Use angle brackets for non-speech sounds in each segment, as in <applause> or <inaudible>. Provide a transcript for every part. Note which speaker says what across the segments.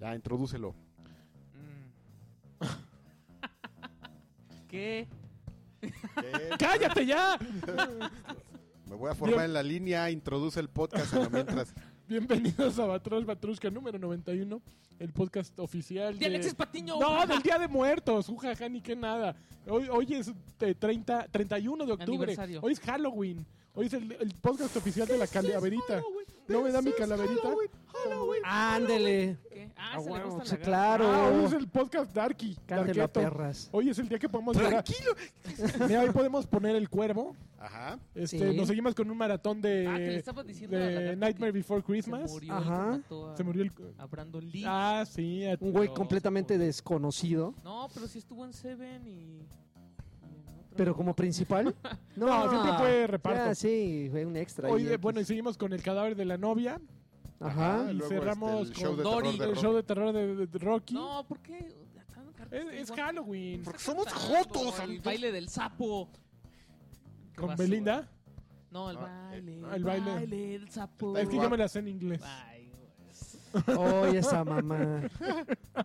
Speaker 1: Ah, introdúcelo.
Speaker 2: Mm. ¿Qué?
Speaker 3: ¡Cállate ya!
Speaker 1: <laughs> Me voy a formar en la línea, introduce el podcast a lo mientras.
Speaker 3: Bienvenidos a Batrosh Batrushka número 91, el podcast oficial
Speaker 2: ¡De Alexis Patiño!
Speaker 3: Eh, No, del Día de Muertos, ujaja, ni qué nada. Hoy, hoy es eh, 30, 31 de octubre.
Speaker 2: Aniversario. Este
Speaker 3: Hoy es Halloween. Hoy es el, el podcast oficial de la calaverita. ¿No me da mi calaverita?
Speaker 4: Ándele.
Speaker 2: ¿Qué? Ah, se le
Speaker 4: huevo,
Speaker 2: gusta
Speaker 4: sí,
Speaker 2: la
Speaker 4: claro.
Speaker 3: Ah, hoy es el podcast Darky.
Speaker 4: Cántelo,
Speaker 3: Darketo.
Speaker 4: perras.
Speaker 3: Hoy es el día que podemos llorar. Mira, hoy podemos poner el cuervo.
Speaker 1: Ajá.
Speaker 3: Este,
Speaker 4: Sí.
Speaker 3: Nos seguimos con un maratón de,
Speaker 2: Ah, que le estabas diciendo
Speaker 3: de
Speaker 2: a la gata
Speaker 3: Nightmare
Speaker 2: que
Speaker 3: Before
Speaker 2: Se
Speaker 3: Christmas.
Speaker 2: murió,
Speaker 4: Ajá.
Speaker 2: el que mató a,
Speaker 3: Se murió el...
Speaker 2: a Brandon Lee.
Speaker 3: Ah, sí. a-
Speaker 4: Un güey
Speaker 2: Dios,
Speaker 4: completamente
Speaker 2: por-
Speaker 4: desconocido,
Speaker 2: No, pero sí estuvo en Seven y... y en otro.
Speaker 4: pero como <laughs> principal. No,
Speaker 3: No, siempre fue reparto.
Speaker 4: Ah, sí, fue un extra.
Speaker 3: Oye,
Speaker 4: ahí, X.
Speaker 3: bueno, y seguimos con el cadáver de la novia,
Speaker 4: Ajá.
Speaker 3: y
Speaker 1: luego, este,
Speaker 3: cerramos
Speaker 1: el
Speaker 3: con
Speaker 1: show de terror
Speaker 2: Dory.
Speaker 1: de
Speaker 3: el
Speaker 1: Ro-
Speaker 3: show de terror de, de- de Rocky.
Speaker 2: No, ¿por qué? Tan-
Speaker 3: es, es Halloween.
Speaker 1: Porque somos
Speaker 2: Tanto,
Speaker 1: jotos,
Speaker 2: El
Speaker 1: amigos.
Speaker 2: baile del sapo. Qué
Speaker 3: Con
Speaker 2: basura.
Speaker 3: Belinda.
Speaker 2: No, el
Speaker 1: No,
Speaker 2: baile.
Speaker 3: el baile.
Speaker 2: del sapo.
Speaker 1: El
Speaker 3: Es que yo me la sé en inglés.
Speaker 2: Ay, güey.
Speaker 4: Oye, esa mamá.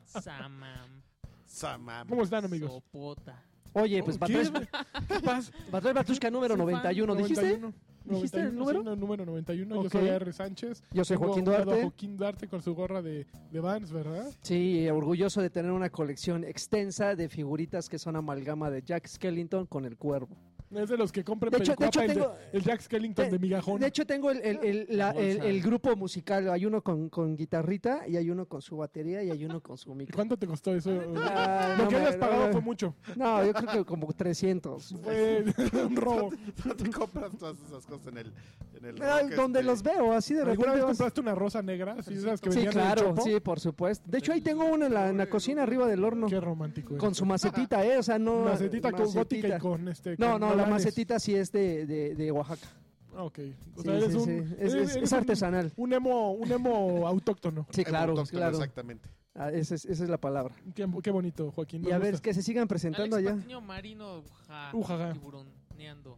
Speaker 2: Samam.
Speaker 1: Samam.
Speaker 3: ¿Cómo están, amigos?
Speaker 2: Sopota.
Speaker 4: Oye, pues Batrés
Speaker 3: ¿Qué? ¿Qué pasa?
Speaker 4: Batrushka número
Speaker 2: Soy fan.
Speaker 4: 91, ¿dijiste?
Speaker 3: 91,
Speaker 4: ¿Dijiste el
Speaker 3: 91,
Speaker 4: número?
Speaker 3: sí, no, número 91.
Speaker 4: Ok.
Speaker 3: Yo soy R. Sánchez.
Speaker 4: Yo soy
Speaker 3: Tengo a
Speaker 4: Joaquín
Speaker 3: un lado
Speaker 4: Duarte.
Speaker 3: Joaquín Duarte con su gorra de, de Vans, ¿verdad?
Speaker 4: Sí, orgulloso de tener una colección extensa de figuritas que son amalgama de Jack Skellington con el cuervo.
Speaker 3: Es de los que compren
Speaker 4: De hecho- de
Speaker 3: Pericuapa,
Speaker 4: hecho
Speaker 3: el de-
Speaker 4: tengo-
Speaker 3: el, Jack Skellington de migajón.
Speaker 4: De hecho, tengo el, el- el- la- el- el grupo musical. Hay uno con, con guitarrita, y hay uno con su batería, y hay uno con su
Speaker 3: ¿Y
Speaker 4: micro.
Speaker 3: ¿Cuánto te costó eso?
Speaker 4: Ah,
Speaker 3: <laughs> Lo
Speaker 4: no
Speaker 3: que
Speaker 4: me-
Speaker 3: hayas
Speaker 4: no
Speaker 3: pagado
Speaker 4: me-
Speaker 3: fue mucho.
Speaker 4: No, yo creo que como
Speaker 3: <laughs>
Speaker 4: 300. <laughs>
Speaker 3: Fue un robo.
Speaker 1: No <laughs> te compras todas esas cosas en el. En el
Speaker 4: Ah,
Speaker 1: rock,
Speaker 4: Donde
Speaker 1: este,
Speaker 4: los veo, así de
Speaker 3: ¿Alguna
Speaker 4: repente.
Speaker 3: vez
Speaker 4: vas-
Speaker 3: compraste una rosa negra? Sí, esas que
Speaker 4: Sí,
Speaker 3: venían en el
Speaker 4: claro,
Speaker 3: Chopo?
Speaker 4: sí, por supuesto. De hecho, ahí tengo uno en la, en la cocina, arriba del horno.
Speaker 3: Qué romántico.
Speaker 4: Con
Speaker 3: eres.
Speaker 4: su macetita, ¿eh? O sea, no.
Speaker 3: macetita, con gótica
Speaker 4: macetita.
Speaker 3: y con este.
Speaker 4: No,
Speaker 3: con
Speaker 4: no, la
Speaker 3: olanes.
Speaker 4: macetita sí es de, de, de Oaxaca.
Speaker 3: Ah, ok. O
Speaker 4: Sí,
Speaker 3: sea, eres
Speaker 4: sí,
Speaker 3: un.
Speaker 4: sí. Es,
Speaker 3: eres- eres
Speaker 4: es- es
Speaker 3: un-
Speaker 4: artesanal.
Speaker 3: Un emo, un emo <laughs> autóctono.
Speaker 4: Sí, claro,
Speaker 1: autóctono,
Speaker 4: claro.
Speaker 1: Exactamente.
Speaker 4: Ah, esa, es, esa es la palabra.
Speaker 3: Qué, qué bonito, Joaquín. me
Speaker 4: Y a ver,
Speaker 3: gusta.
Speaker 4: que se sigan presentando
Speaker 2: Alex
Speaker 4: allá,
Speaker 2: Patiño Marino, ja,
Speaker 4: Uh,
Speaker 3: Ujaja.
Speaker 2: tiburoneando.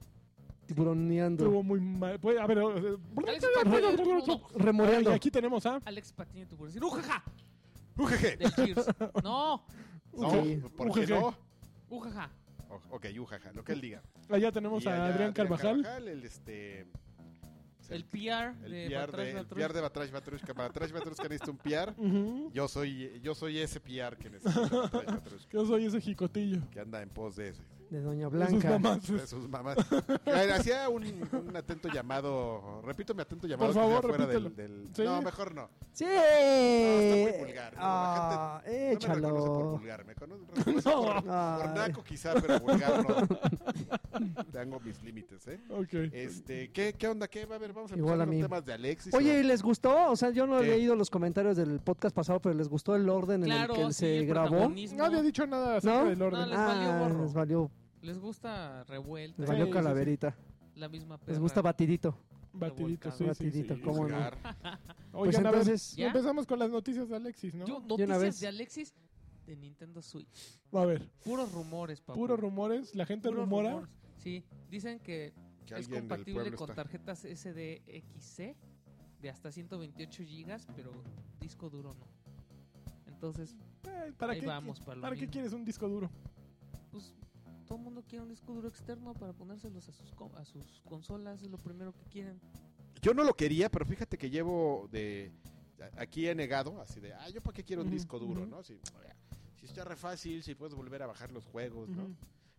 Speaker 4: tiburoneando,
Speaker 3: Estuvo muy mal. Pues, a ver. eh,
Speaker 2: Alex Patiño,
Speaker 3: Y
Speaker 4: remoreando.
Speaker 3: aquí tenemos a.
Speaker 2: Alex Patiño tiburón. ¡Ujaja!
Speaker 1: Ujeje.
Speaker 2: Del
Speaker 4: <laughs>
Speaker 2: Cheers. No, ¡uh,
Speaker 1: No,
Speaker 4: Sí.
Speaker 1: ¿por qué
Speaker 3: Ujeje.
Speaker 1: no?
Speaker 2: ujaja.
Speaker 1: O- Ok, ujaja, lo que él diga.
Speaker 3: Allá tenemos
Speaker 1: Y
Speaker 3: a
Speaker 1: allá
Speaker 3: Adrián Carvajal.
Speaker 1: el este.
Speaker 2: El PR
Speaker 1: El
Speaker 2: de
Speaker 1: PR de,
Speaker 2: Batrash
Speaker 1: el
Speaker 2: Batrash.
Speaker 1: PR de Batrash Batrushka. Batrash Batrushka necesita un PR.
Speaker 3: Ujú.
Speaker 1: Yo soy, yo soy ese PR que necesita Batrash Batrushka.
Speaker 3: Yo soy ese jicotillo.
Speaker 1: Que anda en pos de, ese,
Speaker 4: de Doña
Speaker 3: Sus
Speaker 4: Blanca.
Speaker 3: mamás.
Speaker 1: de sus mamás. Que Hacía un, un atento llamado. Repito mi atento llamado.
Speaker 3: Por favor,
Speaker 1: que sea fuera del,
Speaker 3: repítelo.
Speaker 1: del-
Speaker 3: Sí.
Speaker 1: No, mejor no.
Speaker 4: Sí.
Speaker 1: está muy vulgar.
Speaker 4: Ah,
Speaker 1: La gente No me reconoce por
Speaker 4: échalo.
Speaker 1: vulgar, me cono- reconoce
Speaker 3: No.
Speaker 1: por, por
Speaker 4: Ay.
Speaker 1: naco quizá, pero vulgar no. Tengo mis límites, ¿eh?
Speaker 3: Ok.
Speaker 1: Este, ¿qué, ¿qué onda? ¿Qué? A ver, vamos a empezar
Speaker 4: Igual a
Speaker 1: con
Speaker 4: mí.
Speaker 1: temas de Alexis.
Speaker 4: Oye, ¿y ¿les gustó? O sea, yo no he
Speaker 1: ¿Qué?
Speaker 4: leído los comentarios del podcast pasado, pero ¿les gustó el orden
Speaker 2: Claro,
Speaker 4: en el que
Speaker 2: sí,
Speaker 4: se
Speaker 2: el
Speaker 4: grabó?
Speaker 2: protagonismo.
Speaker 3: No había dicho nada acerca
Speaker 4: ¿No?
Speaker 3: del orden. Ah,
Speaker 2: les valió gorro.
Speaker 4: les valió,
Speaker 2: Les gusta revuelta.
Speaker 4: les
Speaker 3: Sí,
Speaker 4: valió
Speaker 3: sí, sí.
Speaker 4: calaverita.
Speaker 2: La misma perra.
Speaker 4: Les gusta batidito.
Speaker 3: Batidito, sí, sí,
Speaker 4: Batidito,
Speaker 3: sí.
Speaker 1: ¿cómo
Speaker 4: ¿cómo no?
Speaker 1: vulgar.
Speaker 3: Oigan,
Speaker 4: Pues entonces-
Speaker 3: a ver, empezamos con las noticias de Alexis, ¿no?
Speaker 2: Yo,
Speaker 4: De una
Speaker 2: noticias
Speaker 4: vez.
Speaker 2: de Alexis de Nintendo Switch.
Speaker 3: A ver,
Speaker 2: Puros rumores, papá.
Speaker 3: puros rumores, la gente rumora.
Speaker 2: Sí, dicen que,
Speaker 1: Que
Speaker 2: es
Speaker 1: alguien del
Speaker 2: compatible
Speaker 1: pueblo
Speaker 2: con
Speaker 1: está.
Speaker 2: tarjetas SDXC de hasta 128 gigas, pero disco duro no. Entonces,
Speaker 3: Eh, ¿Para,
Speaker 2: Ahí
Speaker 3: qué,
Speaker 2: vamos, para
Speaker 3: ¿para,
Speaker 2: lo
Speaker 3: qué
Speaker 2: mismo.
Speaker 3: quieres un disco duro?
Speaker 2: pues todo el mundo quiere un disco duro externo para ponérselos a sus, co- a sus consolas, es lo primero que quieren.
Speaker 1: Yo no lo quería, pero fíjate que llevo de. a- Aquí he negado, así de, ah, yo para qué quiero un
Speaker 3: Ujú,
Speaker 1: disco duro,
Speaker 3: ujú.
Speaker 1: ¿no? Si, si está re fácil, si puedes volver a bajar los juegos,
Speaker 3: Ujú.
Speaker 1: ¿no?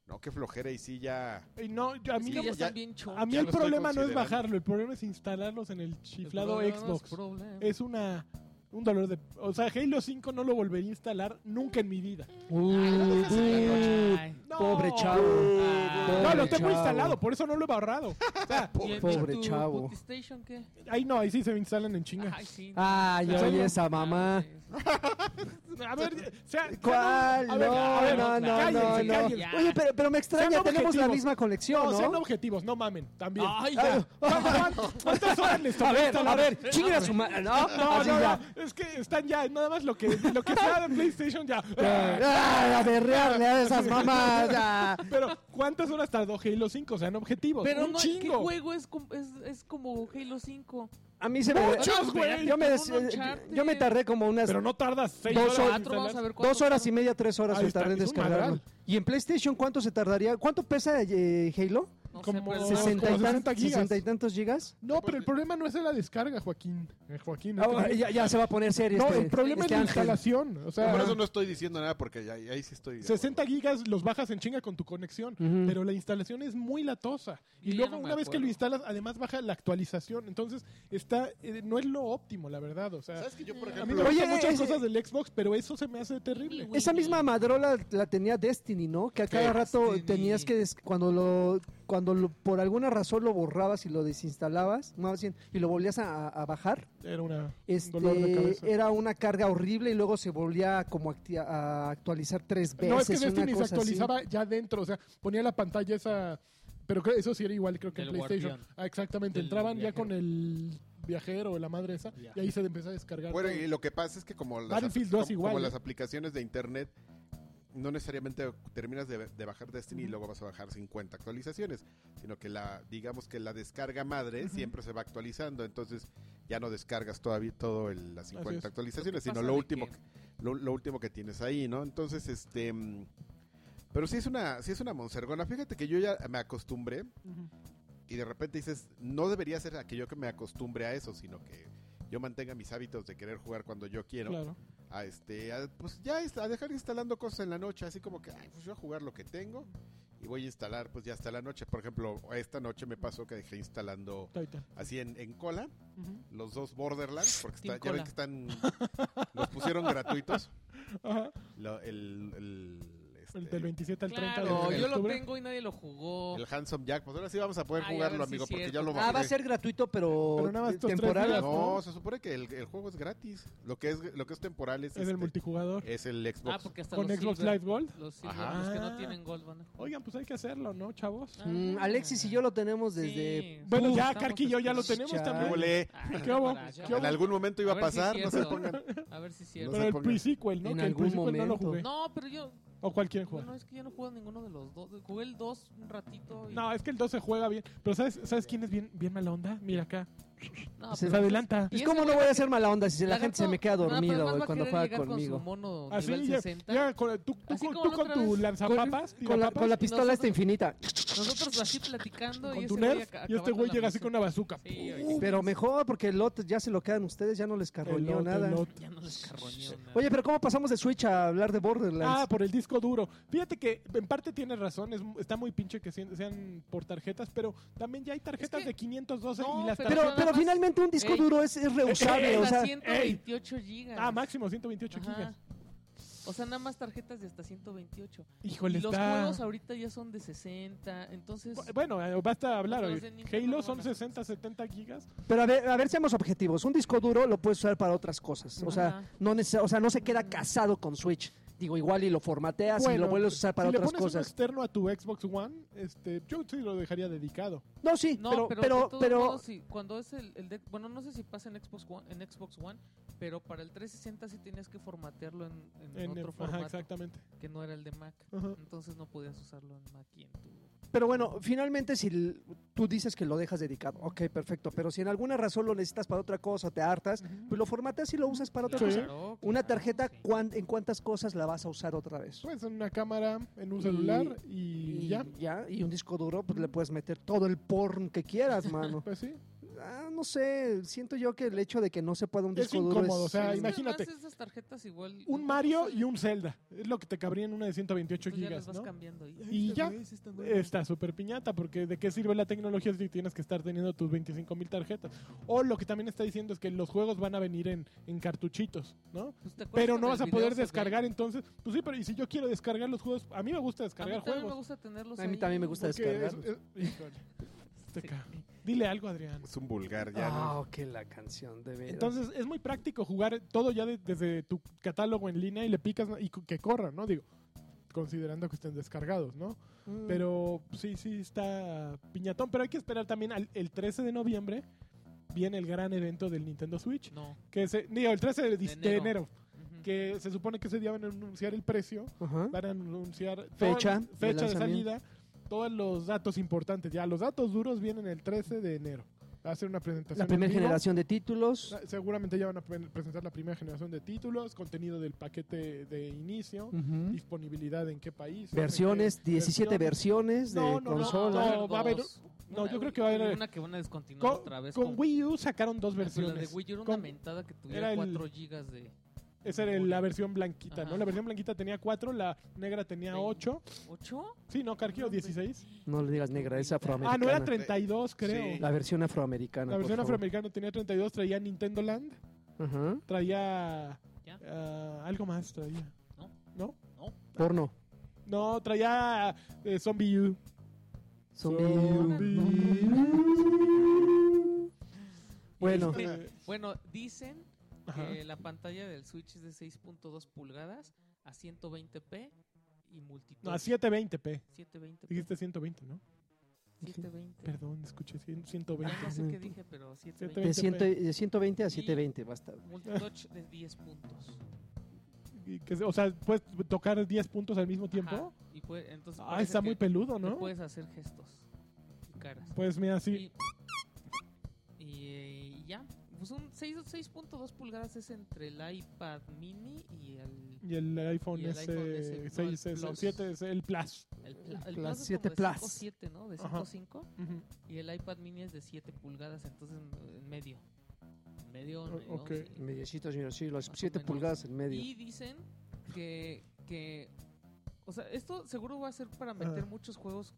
Speaker 1: No, qué flojera y sí ya.
Speaker 3: Y no, yo- a mí,
Speaker 2: Sí,
Speaker 3: no-
Speaker 2: ya
Speaker 1: ya-
Speaker 2: están bien chon-
Speaker 3: a mí
Speaker 1: ya
Speaker 3: el
Speaker 1: lo estoy
Speaker 3: problema no es
Speaker 1: considerando.
Speaker 3: bajarlo, el problema es instalarlos en el chiflado
Speaker 2: Problemas,
Speaker 3: Xbox.
Speaker 2: problemas.
Speaker 3: Es una un dolor de... O sea, Halo 5 no lo volvería a instalar nunca en mi vida.
Speaker 2: Ah, Ay.
Speaker 3: No.
Speaker 4: Pobre chavo.
Speaker 2: Ay.
Speaker 3: No, lo
Speaker 4: Pobre
Speaker 3: tengo
Speaker 4: chavo.
Speaker 3: instalado, por eso no lo he barrado. O sea,
Speaker 2: ¿Y el-
Speaker 4: Pobre
Speaker 2: y tu
Speaker 4: chavo.
Speaker 2: Putty Station qué?
Speaker 3: ahí no, ahí sí se me instalan en chinga.
Speaker 2: <laughs> Ay, sí.
Speaker 4: Ay,
Speaker 3: ¿En
Speaker 4: oye,
Speaker 3: serio?
Speaker 4: esa mamá.
Speaker 3: A ver, sea, sean
Speaker 4: ¿Cuál?
Speaker 3: un- a ver, a ver,
Speaker 4: no, no, no,
Speaker 3: cállense,
Speaker 4: no, no.
Speaker 3: cállense.
Speaker 2: Ya.
Speaker 4: Oye, pero, pero me extraña,
Speaker 3: Sean
Speaker 4: tenemos la
Speaker 3: objetivos.
Speaker 4: misma colección,
Speaker 3: No,
Speaker 4: ¿no?
Speaker 3: sean objetivos, no mamen, también.
Speaker 2: Ay,
Speaker 3: Ah,
Speaker 2: ya.
Speaker 3: ¿cuántas- ¿Cuántas horas les tomó
Speaker 4: a ver,
Speaker 3: instalar?
Speaker 4: a ver, chingue a su madre. No,
Speaker 3: No,
Speaker 4: Así
Speaker 3: no,
Speaker 4: ya.
Speaker 3: no, es que están ya, nada más lo que, lo que sea de PlayStation ya.
Speaker 4: <laughs> Ah, a berrearle a esas mamás. ya.
Speaker 3: Pero, ¿Cuántas horas tardó Halo 5? Sean objetivos.
Speaker 2: Pero
Speaker 3: un
Speaker 2: no, ¿qué
Speaker 3: chingo.
Speaker 2: juego es, com- es, es como Halo 5?
Speaker 4: A mí se me.
Speaker 3: ¡Muchos, güey!
Speaker 4: Yo me,
Speaker 2: Con
Speaker 4: des-
Speaker 2: un
Speaker 4: yo me
Speaker 2: Uncharted.
Speaker 4: tardé como unas
Speaker 3: Pero no tardas seis
Speaker 4: Dos
Speaker 3: horas.
Speaker 4: horas.
Speaker 3: en
Speaker 2: Cuatro, vamos
Speaker 3: instalar.
Speaker 2: a ver cuánto
Speaker 4: dos horas y media, tres horas
Speaker 3: Ahí
Speaker 4: me
Speaker 3: está,
Speaker 4: tardé en
Speaker 3: es un madral.
Speaker 4: descargarlo. ¿Y en PlayStation cuánto se tardaría? ¿Cuánto pesa eh, Halo?
Speaker 2: No sé,
Speaker 3: Como
Speaker 2: pero el
Speaker 3: No,
Speaker 2: más-
Speaker 4: ¿Sesenta y, tan-
Speaker 3: 60 gigas.
Speaker 4: sesenta y tantos gigas?
Speaker 3: No, pero el problema no es en la descarga, Joaquín. Eh, Joaquín.
Speaker 4: Ah,
Speaker 3: este-
Speaker 4: bueno, ya, ya se va a poner serio.
Speaker 3: no,
Speaker 4: este-
Speaker 3: el problema
Speaker 4: este
Speaker 3: es la
Speaker 4: ángel.
Speaker 3: instalación. O sea,
Speaker 1: Por eso no estoy diciendo nada porque ya- ahí sí estoy. de acuerdo.
Speaker 3: 60 gigas los bajas en chinga con tu conexión.
Speaker 4: Ujú.
Speaker 3: Pero la instalación es muy latosa.
Speaker 2: Yo
Speaker 3: Y
Speaker 2: ya
Speaker 3: luego,
Speaker 2: no me
Speaker 3: una vez que lo
Speaker 2: acuerdo.
Speaker 3: instalas, además baja la actualización. Entonces, está eh, no es lo óptimo, la verdad. O sea,
Speaker 1: ¿Sabes que yo, por
Speaker 3: a mí me
Speaker 1: ejemplo,
Speaker 4: Oye,
Speaker 3: gustan muchas
Speaker 4: ese-
Speaker 3: cosas del Xbox, pero eso se me hace terrible.
Speaker 2: Uy,
Speaker 4: Esa misma madrola la tenía Destiny, ¿no? Que a cada rato
Speaker 2: Destiny.
Speaker 4: tenías que des- cuando lo cuando lo- por alguna razón lo borrabas y lo desinstalabas, más bien, y lo volvías a, a bajar,
Speaker 3: Era una,
Speaker 4: este,
Speaker 3: un dolor de cabeza.
Speaker 4: era una carga horrible y luego se volvía como acti- a actualizar tres veces.
Speaker 3: No, es que
Speaker 4: una
Speaker 3: Destiny se
Speaker 4: cosa así.
Speaker 3: actualizaba ya dentro, o sea, ponía la pantalla esa... Pero creo- eso sí era igual, creo que en
Speaker 2: Del
Speaker 3: PlayStation.
Speaker 2: Guardián.
Speaker 3: Ah, exactamente,
Speaker 2: Del
Speaker 3: entraban ya
Speaker 2: viajero.
Speaker 3: con el viajero, la madre esa,
Speaker 2: Ya.
Speaker 3: y ahí se empezó a descargar.
Speaker 1: bueno,
Speaker 3: todo.
Speaker 1: y lo que pasa es que como las,
Speaker 3: Battlefield 2
Speaker 1: como-
Speaker 3: igual,
Speaker 1: como
Speaker 3: ¿eh?
Speaker 1: las aplicaciones de internet, no necesariamente terminas de, de bajar Destiny y luego vas a bajar 50 actualizaciones, sino que la, digamos que la descarga madre siempre se va actualizando, entonces ya no descargas todavía todo el, las
Speaker 3: Así
Speaker 1: 50
Speaker 3: es.
Speaker 1: actualizaciones,
Speaker 2: Lo que
Speaker 1: sino
Speaker 2: pasa
Speaker 1: lo
Speaker 2: de
Speaker 1: último,
Speaker 2: que-
Speaker 1: que- lo, lo último que tienes ahí, ¿no? Entonces, este... mm, Pero sí es una, sí es una monsergona. Fíjate que yo ya me acostumbré
Speaker 3: Ujú.
Speaker 1: y de repente dices, no debería ser aquello que me acostumbre a eso, sino que yo mantenga mis hábitos de querer jugar cuando yo quiero.
Speaker 3: Claro.
Speaker 1: A este, a, pues ya inst- a dejar instalando cosas en la noche, así como que, ay, pues yo voy a jugar lo que tengo y voy a instalar pues ya hasta la noche. Por ejemplo, esta noche me pasó que dejé instalando
Speaker 3: Titan.
Speaker 1: así en, en cola
Speaker 3: Ujú.
Speaker 1: los dos Borderlands, porque está-
Speaker 2: Team
Speaker 1: ya ven
Speaker 2: cola.
Speaker 1: que están, los pusieron gratuitos.
Speaker 3: Ajá,
Speaker 1: Lo- el, el, este,
Speaker 3: el del 27 al 30 de
Speaker 2: Claro,
Speaker 1: de
Speaker 2: yo lo
Speaker 3: octubre.
Speaker 2: tengo y nadie lo jugó.
Speaker 1: el Handsome Jack, pues ahora sí vamos a poder
Speaker 2: Ay, a
Speaker 1: jugarlo,
Speaker 2: ver si
Speaker 1: amigo,
Speaker 2: es
Speaker 1: porque ya
Speaker 2: cierto.
Speaker 1: lo bajé.
Speaker 4: Ah, va a ser gratuito, pero,
Speaker 3: Pero nada más estos tres
Speaker 4: temporal.
Speaker 3: días.
Speaker 1: No,
Speaker 3: ¿no?
Speaker 1: se supone que el, el juego es gratis. Lo que es lo que es temporal es,
Speaker 3: Es el
Speaker 1: este,
Speaker 3: multijugador.
Speaker 1: es el Xbox.
Speaker 2: Ah, porque hasta
Speaker 3: Con
Speaker 2: los
Speaker 3: Xbox
Speaker 2: Silver-
Speaker 3: Live Gold.
Speaker 2: Los, silver,
Speaker 1: Ajá.
Speaker 2: los que no tienen Gold van a jugar.
Speaker 3: Oigan, pues hay que hacerlo, ¿no,
Speaker 2: Ah,
Speaker 3: chavos?
Speaker 4: Mm, Alexis y yo lo tenemos desde...
Speaker 3: Bueno, ya
Speaker 2: estamos
Speaker 3: Carqui y yo ya lo
Speaker 2: esperando.
Speaker 3: tenemos
Speaker 4: Chale.
Speaker 1: ¿Qué
Speaker 3: también.
Speaker 1: volé?
Speaker 2: Ay,
Speaker 3: ¿Qué hubo?
Speaker 2: para acá.
Speaker 3: ¿Qué hubo?
Speaker 1: En algún momento iba a
Speaker 2: Ah, A ver si es
Speaker 1: pasar, no se
Speaker 2: cierto.
Speaker 1: pongan.
Speaker 2: A ver si es
Speaker 1: No
Speaker 2: cierto.
Speaker 3: Pero
Speaker 1: se
Speaker 3: el
Speaker 1: pongan-
Speaker 3: pre-sequel, ¿no?
Speaker 4: En
Speaker 3: Que el
Speaker 4: algún
Speaker 3: pre-sequel no lo
Speaker 4: momento.
Speaker 3: jugué.
Speaker 2: No, pero yo.
Speaker 3: O cualquier juego.
Speaker 2: Bueno, es que yo no juego ninguno de los dos. Jugué el 2 un ratito. Y...
Speaker 3: No, es que el 2 se juega bien. Pero ¿sabes, ¿sabes quién es bien, bien mala onda? Mira acá.
Speaker 2: No, pues,
Speaker 4: Se
Speaker 2: pero-
Speaker 3: Se adelanta.
Speaker 2: Y
Speaker 4: Pues
Speaker 2: ese
Speaker 4: cómo no
Speaker 2: güey
Speaker 4: voy
Speaker 2: va
Speaker 4: a
Speaker 2: a
Speaker 4: hacer mala onda si la
Speaker 2: Lagarto,
Speaker 4: gente se me queda
Speaker 2: no, pero
Speaker 4: dormido
Speaker 2: más va
Speaker 4: güey,
Speaker 2: a
Speaker 4: cuando
Speaker 2: querer
Speaker 4: juega
Speaker 2: llegar Con
Speaker 4: conmigo.
Speaker 2: su mono
Speaker 3: Así,
Speaker 2: nivel
Speaker 3: ya,
Speaker 2: 60.
Speaker 3: ya, con, tú, tú
Speaker 2: Así
Speaker 3: con,
Speaker 2: como
Speaker 3: tú
Speaker 2: la
Speaker 3: con
Speaker 2: otra
Speaker 3: tu
Speaker 2: vez.
Speaker 3: lanzapapas,
Speaker 4: Con la,
Speaker 3: tirapapas,
Speaker 4: con la pistola
Speaker 2: Nosotros-
Speaker 4: esta infinita.
Speaker 2: Nosotros así platicando
Speaker 3: con
Speaker 2: y,
Speaker 3: tu
Speaker 2: ese güey
Speaker 3: nerf,
Speaker 2: aca-
Speaker 3: y este
Speaker 2: acabando
Speaker 3: güey
Speaker 2: la
Speaker 3: llega así
Speaker 2: misión.
Speaker 3: con una bazooka.
Speaker 2: Sí,
Speaker 3: ¡Pum!
Speaker 2: oye.
Speaker 4: Uh, Pero mejor, porque el lot ya se lo quedan ustedes, ya no les carroneó
Speaker 3: Elote,
Speaker 4: nada.
Speaker 3: elote.
Speaker 2: Ya no les carroñó nada.
Speaker 4: Oye, pero ¿cómo pasamos de Switch a hablar de Borderlands?
Speaker 3: Ah, por el disco duro. Fíjate que en parte tienes razón, es- está muy pinche que sean- sean por tarjetas, pero también ya hay tarjetas
Speaker 2: Es que-
Speaker 3: de 512
Speaker 2: No,
Speaker 3: y las
Speaker 2: pero-
Speaker 4: pero
Speaker 3: tarjetas...
Speaker 2: nada
Speaker 4: pero
Speaker 2: más-
Speaker 4: finalmente un disco
Speaker 2: Ey.
Speaker 4: duro es, es reusable,
Speaker 3: Eh, Ey,
Speaker 4: o sea,
Speaker 2: hasta 128 gigas.
Speaker 3: Ah, máximo 128
Speaker 2: Ajá.
Speaker 3: gigas.
Speaker 2: O sea, nada más tarjetas de hasta 128.
Speaker 3: Híjole,
Speaker 2: y los
Speaker 3: está...
Speaker 2: juegos ahorita ya son de 60. Entonces,
Speaker 3: Bu- Bueno, eh, basta hablar.
Speaker 2: Los
Speaker 3: oye.
Speaker 2: de Nintendo
Speaker 3: Halo
Speaker 2: no
Speaker 3: son
Speaker 2: van a-
Speaker 3: 60, 70 gigas.
Speaker 4: pero a ver, a ver, seamos objetivos. Un disco duro lo puedes usar para otras cosas, o sea,
Speaker 2: Ajá.
Speaker 4: no neces- o sea, no se queda casado con Switch. Digo, igual y lo formateas y
Speaker 3: Bueno,
Speaker 4: Ah, lo vuelves a usar para
Speaker 3: si le
Speaker 4: otras
Speaker 3: pones un
Speaker 4: cosas.
Speaker 3: externo a tu Xbox One, este, yo sí lo dejaría dedicado.
Speaker 4: No, sí,
Speaker 2: no,
Speaker 4: pero
Speaker 2: pero, de
Speaker 4: pero
Speaker 2: todos
Speaker 4: pero,
Speaker 2: modos, sí, cuando es el, el de- bueno, no sé si pasa en Xbox One, en Xbox One, pero para el 360 sí tenías que formatearlo en, en
Speaker 3: En-
Speaker 2: otro
Speaker 3: ajá,
Speaker 2: formato
Speaker 3: exactamente.
Speaker 2: que no era el de Mac.
Speaker 3: Ajá.
Speaker 2: Entonces no podías usarlo en Mac y en tu
Speaker 4: Pero bueno, finalmente si l- tú dices que lo dejas dedicado, ok, perfecto, pero si en alguna razón lo necesitas para otra cosa, te hartas, pues lo formateas y lo usas para otra
Speaker 3: Sí.
Speaker 4: cosa. Una
Speaker 2: claro,
Speaker 4: tarjeta,
Speaker 2: sí.
Speaker 4: ¿cuán- ¿en cuántas cosas la vas a usar otra vez?
Speaker 3: Pues en una cámara, en un
Speaker 4: Y-
Speaker 3: celular y, ya.
Speaker 4: y un disco duro, pues le puedes meter todo el porn que quieras, mano.
Speaker 3: Pues sí.
Speaker 4: <laughs> Ah, no sé, siento yo que el hecho de que no se pueda un
Speaker 3: Es
Speaker 4: disco duro
Speaker 3: incómodo, o sea,
Speaker 2: Pero es que
Speaker 3: imagínate,
Speaker 2: además esas tarjetas igual
Speaker 3: Un
Speaker 2: no
Speaker 3: Mario
Speaker 2: pasan-
Speaker 3: y un Zelda. Es lo que te cabría en una de 128
Speaker 2: Entonces Pues ya las
Speaker 3: gigas,
Speaker 2: vas
Speaker 3: ¿no?
Speaker 2: cambiando y,
Speaker 3: Y ya,
Speaker 2: Esta
Speaker 3: Está súper piñata, porque ¿de qué sirve la tecnología si tienes que estar teniendo tus 25 mil tarjetas? O lo que también está diciendo es que los juegos van a venir en, en cartuchitos, ¿no?
Speaker 2: Pues, ¿te acuerdas
Speaker 3: Pero
Speaker 2: cuando
Speaker 3: no vas
Speaker 2: el
Speaker 3: a
Speaker 2: video
Speaker 3: poder
Speaker 2: se ve?
Speaker 3: descargar entonces. Pues sí, pero y si yo quiero descargar los juegos, a mí me gusta
Speaker 2: A mí
Speaker 3: descargar
Speaker 2: también me
Speaker 3: juegos.
Speaker 2: gusta tenerlos
Speaker 4: A mí
Speaker 2: ahí.
Speaker 4: también me gusta
Speaker 3: porque
Speaker 4: descargar.
Speaker 3: es- es- híjole, este
Speaker 2: Sí. Pues,
Speaker 3: ca- Dile algo, Adrián.
Speaker 1: Es un vulgar ya.
Speaker 4: Ah, que la canción de veras.
Speaker 3: Entonces es muy práctico jugar todo ya de- desde tu catálogo en línea y le picas ¿no? y cu- que corran, ¿no? Digo, considerando que estén descargados, ¿no?
Speaker 4: Mm.
Speaker 3: Pero sí, sí está piñatón. Pero hay que esperar también al el 13 de noviembre. Viene el gran evento del Nintendo Switch.
Speaker 2: No.
Speaker 3: Que se, digo, el 13 de, dis- de
Speaker 2: enero.
Speaker 3: enero.
Speaker 2: ujú.
Speaker 3: Que se supone que ese día van a anunciar el precio.
Speaker 4: Ajá.
Speaker 3: Van a anunciar toda-
Speaker 4: Fecha de
Speaker 3: fecha de
Speaker 4: lanzamiento.
Speaker 3: salida. todos los datos importantes. Ya, los datos duros vienen el 13 de enero. Va a ser una presentación.
Speaker 4: La
Speaker 3: en
Speaker 4: primera
Speaker 3: vivo.
Speaker 4: generación de títulos.
Speaker 3: Eh, Seguramente ya van a pre- presentar la primera generación de títulos, contenido del paquete de inicio,
Speaker 4: Ujú.
Speaker 3: disponibilidad en qué país.
Speaker 4: Versiones,
Speaker 3: en qué
Speaker 4: 17
Speaker 3: versión.
Speaker 4: versiones de
Speaker 3: No, no, no,
Speaker 4: consola.
Speaker 3: no, va a haber- no, yo creo que va a haber-
Speaker 2: Una que van a descontinuar otra
Speaker 3: Con,
Speaker 2: vez.
Speaker 3: con Wii U sacaron dos
Speaker 2: Pero La de
Speaker 3: versiones.
Speaker 2: Wii U era una
Speaker 3: Con-
Speaker 2: mentada que
Speaker 3: era
Speaker 2: tuviera
Speaker 3: el-
Speaker 2: 4 gigas de.
Speaker 3: Esa era la versión blanquita,
Speaker 2: Ajá.
Speaker 3: ¿no? La versión blanquita tenía 4, la negra tenía
Speaker 2: Sí.
Speaker 3: 8.
Speaker 2: ¿8?
Speaker 3: Sí, ¿no, Carquillo? 16.
Speaker 2: Este,
Speaker 4: No le digas negra, es afroamericana.
Speaker 3: Ah, no, era 32, creo.
Speaker 1: Sí.
Speaker 4: La versión afroamericana.
Speaker 3: La
Speaker 4: por
Speaker 3: versión
Speaker 4: favor.
Speaker 3: afroamericana tenía 32, traía Nintendo Land,
Speaker 4: Ajá.
Speaker 3: traía...
Speaker 2: ¿Ya?
Speaker 3: ah, algo más traía.
Speaker 2: No.
Speaker 3: ¿No?
Speaker 4: Porno.
Speaker 3: No, traía eh, Zombie U.
Speaker 4: Zombie. Bueno,
Speaker 3: Eh,
Speaker 2: Bueno, dicen
Speaker 3: ajá.
Speaker 2: que la pantalla del Switch es de 6.2 pulgadas a 120p y multitouch.
Speaker 3: No, a 720p.
Speaker 2: 720p.
Speaker 3: Dijiste 120, ¿no?
Speaker 2: 720.
Speaker 3: Perdón, escuché
Speaker 2: Ah, Ya
Speaker 3: cien- 120.
Speaker 2: no sé qué
Speaker 4: Ah,
Speaker 2: dije, pero
Speaker 4: de,
Speaker 2: 720.
Speaker 3: 120.
Speaker 4: 100 de 120 a
Speaker 2: Y-
Speaker 4: 720 basta.
Speaker 2: Multitouch de 10 puntos.
Speaker 3: Y que se- o sea, ¿puedes tocar 10 puntos al mismo
Speaker 2: Ajá,
Speaker 3: tiempo?
Speaker 2: Y puede- entonces
Speaker 3: Ah,
Speaker 2: parece
Speaker 3: está muy
Speaker 2: que
Speaker 3: peludo,
Speaker 2: le
Speaker 3: ¿no?
Speaker 2: Puedes hacer gestos y caras.
Speaker 3: Pues mira, sí.
Speaker 2: Y, y, eh, y ya. Pues un 6 6.2 pulgadas es entre el iPad mini y el,
Speaker 3: Y el iPhone
Speaker 2: Y el
Speaker 3: S,
Speaker 2: iPhone S, no,
Speaker 3: 6,
Speaker 2: el
Speaker 3: S,
Speaker 2: Plus.
Speaker 3: 7, S, el Plus.
Speaker 2: el,
Speaker 4: El
Speaker 2: pla- el
Speaker 4: Plus
Speaker 2: Plus. es como
Speaker 4: 7
Speaker 2: de
Speaker 4: Plus.
Speaker 2: 5.7, ¿no? De
Speaker 3: Ajá.
Speaker 2: 5.5. Y el iPad mini es de 7 pulgadas, entonces en medio. En medio,
Speaker 3: O-
Speaker 2: ¿no?
Speaker 3: ok.
Speaker 2: Sí.
Speaker 4: Mediecitos, mediecitos,
Speaker 2: Más o
Speaker 4: 7
Speaker 2: menos.
Speaker 4: pulgadas en medio.
Speaker 2: Y dicen que, que. O sea, esto seguro va a ser para meter
Speaker 3: Ah.
Speaker 2: muchos juegos.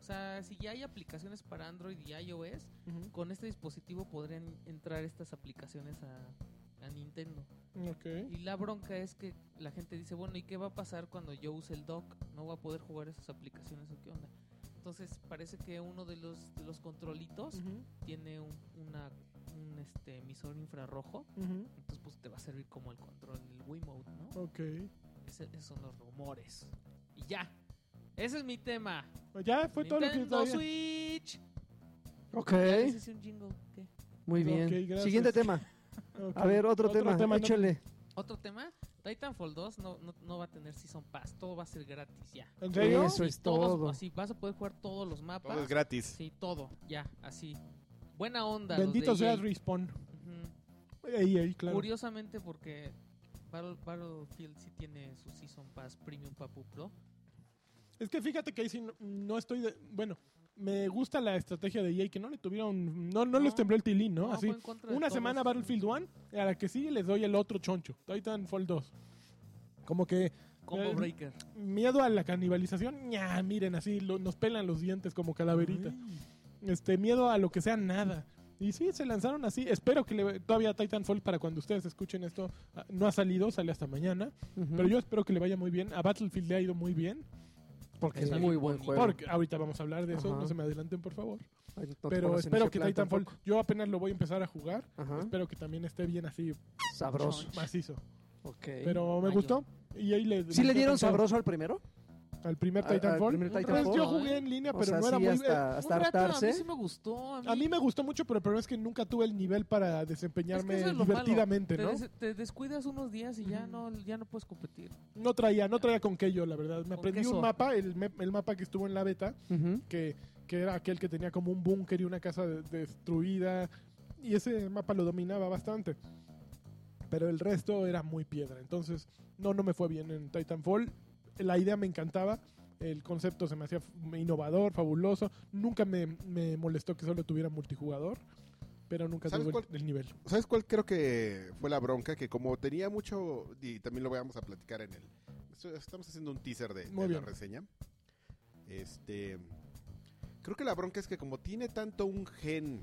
Speaker 2: O sea, si ya hay aplicaciones para Android y iOS,
Speaker 3: Ujú.
Speaker 2: con este dispositivo podrían entrar estas aplicaciones a, a Nintendo.
Speaker 3: Ok.
Speaker 2: Y la bronca es que la gente dice, bueno, ¿y qué va a pasar cuando yo use el dock? ¿No voy a poder jugar esas aplicaciones o qué onda? Entonces parece que uno de los, de los controlitos
Speaker 3: Ujú,
Speaker 2: tiene un, una, un este, emisor infrarrojo,
Speaker 3: ujú.
Speaker 2: entonces pues te va a servir como el control del Wiimote, ¿no?
Speaker 3: Ok.
Speaker 2: Ese- esos son los rumores. Y ya. Ese es mi tema.
Speaker 3: Pues Ya fue todo lo que
Speaker 2: Nintendo
Speaker 3: traía. ¿Eh?
Speaker 2: Switch.
Speaker 4: Ok,
Speaker 2: Ese es un jingle. ¿Qué?
Speaker 4: muy bien.
Speaker 3: Ok, gracias. <laughs>
Speaker 4: Siguiente tema.
Speaker 3: Ok.
Speaker 4: A ver, otro, tema.
Speaker 3: ¿no?
Speaker 4: Échale.
Speaker 2: Otro tema. Titanfall 2 no, no, no va a tener Season Pass. Todo va a ser gratis ya.
Speaker 3: ¿En serio?
Speaker 4: Eso es
Speaker 2: Todos-
Speaker 4: todo.
Speaker 2: Así vas a poder jugar todos los mapas.
Speaker 1: Todo es gratis.
Speaker 2: sí, todo. Ya, así. Buena onda. los
Speaker 3: Bendito
Speaker 2: de
Speaker 3: sea
Speaker 2: EA.
Speaker 3: Respawn.
Speaker 2: Ujú.
Speaker 3: Ahí, ahí, claro.
Speaker 2: Curiosamente porque Battle- Battlefield sí tiene su Season Pass Premium Papu Pro.
Speaker 3: Es que fíjate que ahí sí no, no estoy de- Bueno, me gusta la estrategia de EA que no le tuvieron... No, no, les
Speaker 2: No. pues,
Speaker 3: tembló el tilín, ¿no? Así,
Speaker 2: fue en contra de
Speaker 3: una
Speaker 2: todos.
Speaker 3: semana Battlefield 1 y a la que sigue les doy el otro choncho. Titanfall 2. Como que Eh,
Speaker 2: Combo Breaker.
Speaker 3: miedo a la canibalización, ña, miren, así lo- nos pelan los dientes como calaverita. Este, miedo a lo que sea nada. Y sí, se lanzaron así. Espero que le- todavía Titanfall, para cuando ustedes escuchen esto, ah, no ha salido, sale hasta mañana.
Speaker 4: Ujú.
Speaker 3: Pero yo espero que le vaya muy bien. A Battlefield le ha ido muy bien. Porque,
Speaker 4: es
Speaker 3: está
Speaker 4: muy
Speaker 3: bien.
Speaker 4: buen
Speaker 2: bonito.
Speaker 4: juego.
Speaker 3: Porque ahorita vamos a hablar de eso,
Speaker 4: Ajá.
Speaker 3: no se me adelanten, por favor.
Speaker 4: Ay, no te
Speaker 3: pero
Speaker 4: pongas en
Speaker 3: espero
Speaker 4: ese
Speaker 3: que
Speaker 4: plan
Speaker 3: Titanfall,
Speaker 4: tampoco. Ah.
Speaker 3: yo apenas lo voy a empezar a jugar.
Speaker 4: Ajá,
Speaker 3: Espero que también esté bien así,
Speaker 4: Sabroso.
Speaker 3: macizo.
Speaker 4: Ok.
Speaker 3: Pero me
Speaker 2: Ay,
Speaker 3: gustó. Y ahí le,
Speaker 4: ¿Sí le dieron
Speaker 3: dio tanto
Speaker 4: sabroso al primero?
Speaker 3: Al primer
Speaker 4: Al- al
Speaker 3: Titanfall.
Speaker 4: primer
Speaker 3: Pues
Speaker 4: Titanfall.
Speaker 3: yo jugué en línea,
Speaker 4: O
Speaker 3: pero
Speaker 4: sea,
Speaker 3: no era
Speaker 4: sí,
Speaker 3: muy.
Speaker 4: hasta, hasta
Speaker 2: Un rato, a mí
Speaker 4: hartarse.
Speaker 2: sí me gustó. A mí,
Speaker 3: A mí me gustó mucho, pero el problema es que nunca tuve el nivel para desempeñarme
Speaker 2: eso es lo
Speaker 3: divertidamente,
Speaker 2: te,
Speaker 3: ¿no?
Speaker 2: des- te descuidas unos días y ya
Speaker 3: Ujú.
Speaker 2: no, ya no puedes competir.
Speaker 3: No traía, no traía con qué yo, la verdad. Me
Speaker 2: ¿Con
Speaker 3: aprendí
Speaker 2: qué
Speaker 3: un
Speaker 2: eso?
Speaker 3: mapa, el, me- el mapa que estuvo en la beta,
Speaker 4: Ujú.
Speaker 3: que, que era aquel que tenía como un búnker y una casa de- destruida. Y ese mapa lo dominaba bastante. Pero el resto era muy piedra. Entonces, no, no me fue bien en Titanfall. La idea me encantaba. El concepto se me hacía f- innovador, fabuloso. Nunca me, me molestó que solo tuviera multijugador. Pero nunca
Speaker 1: ¿Sabes
Speaker 3: tuve el-
Speaker 1: cuál?
Speaker 3: el nivel.
Speaker 1: ¿Sabes cuál creo que fue la bronca? Que como tenía mucho, y también lo vamos a platicar en el... esto- Estamos haciendo un teaser de, de
Speaker 3: Muy
Speaker 1: la
Speaker 3: bien.
Speaker 1: reseña. Este... Creo que la bronca es que como tiene tanto un gen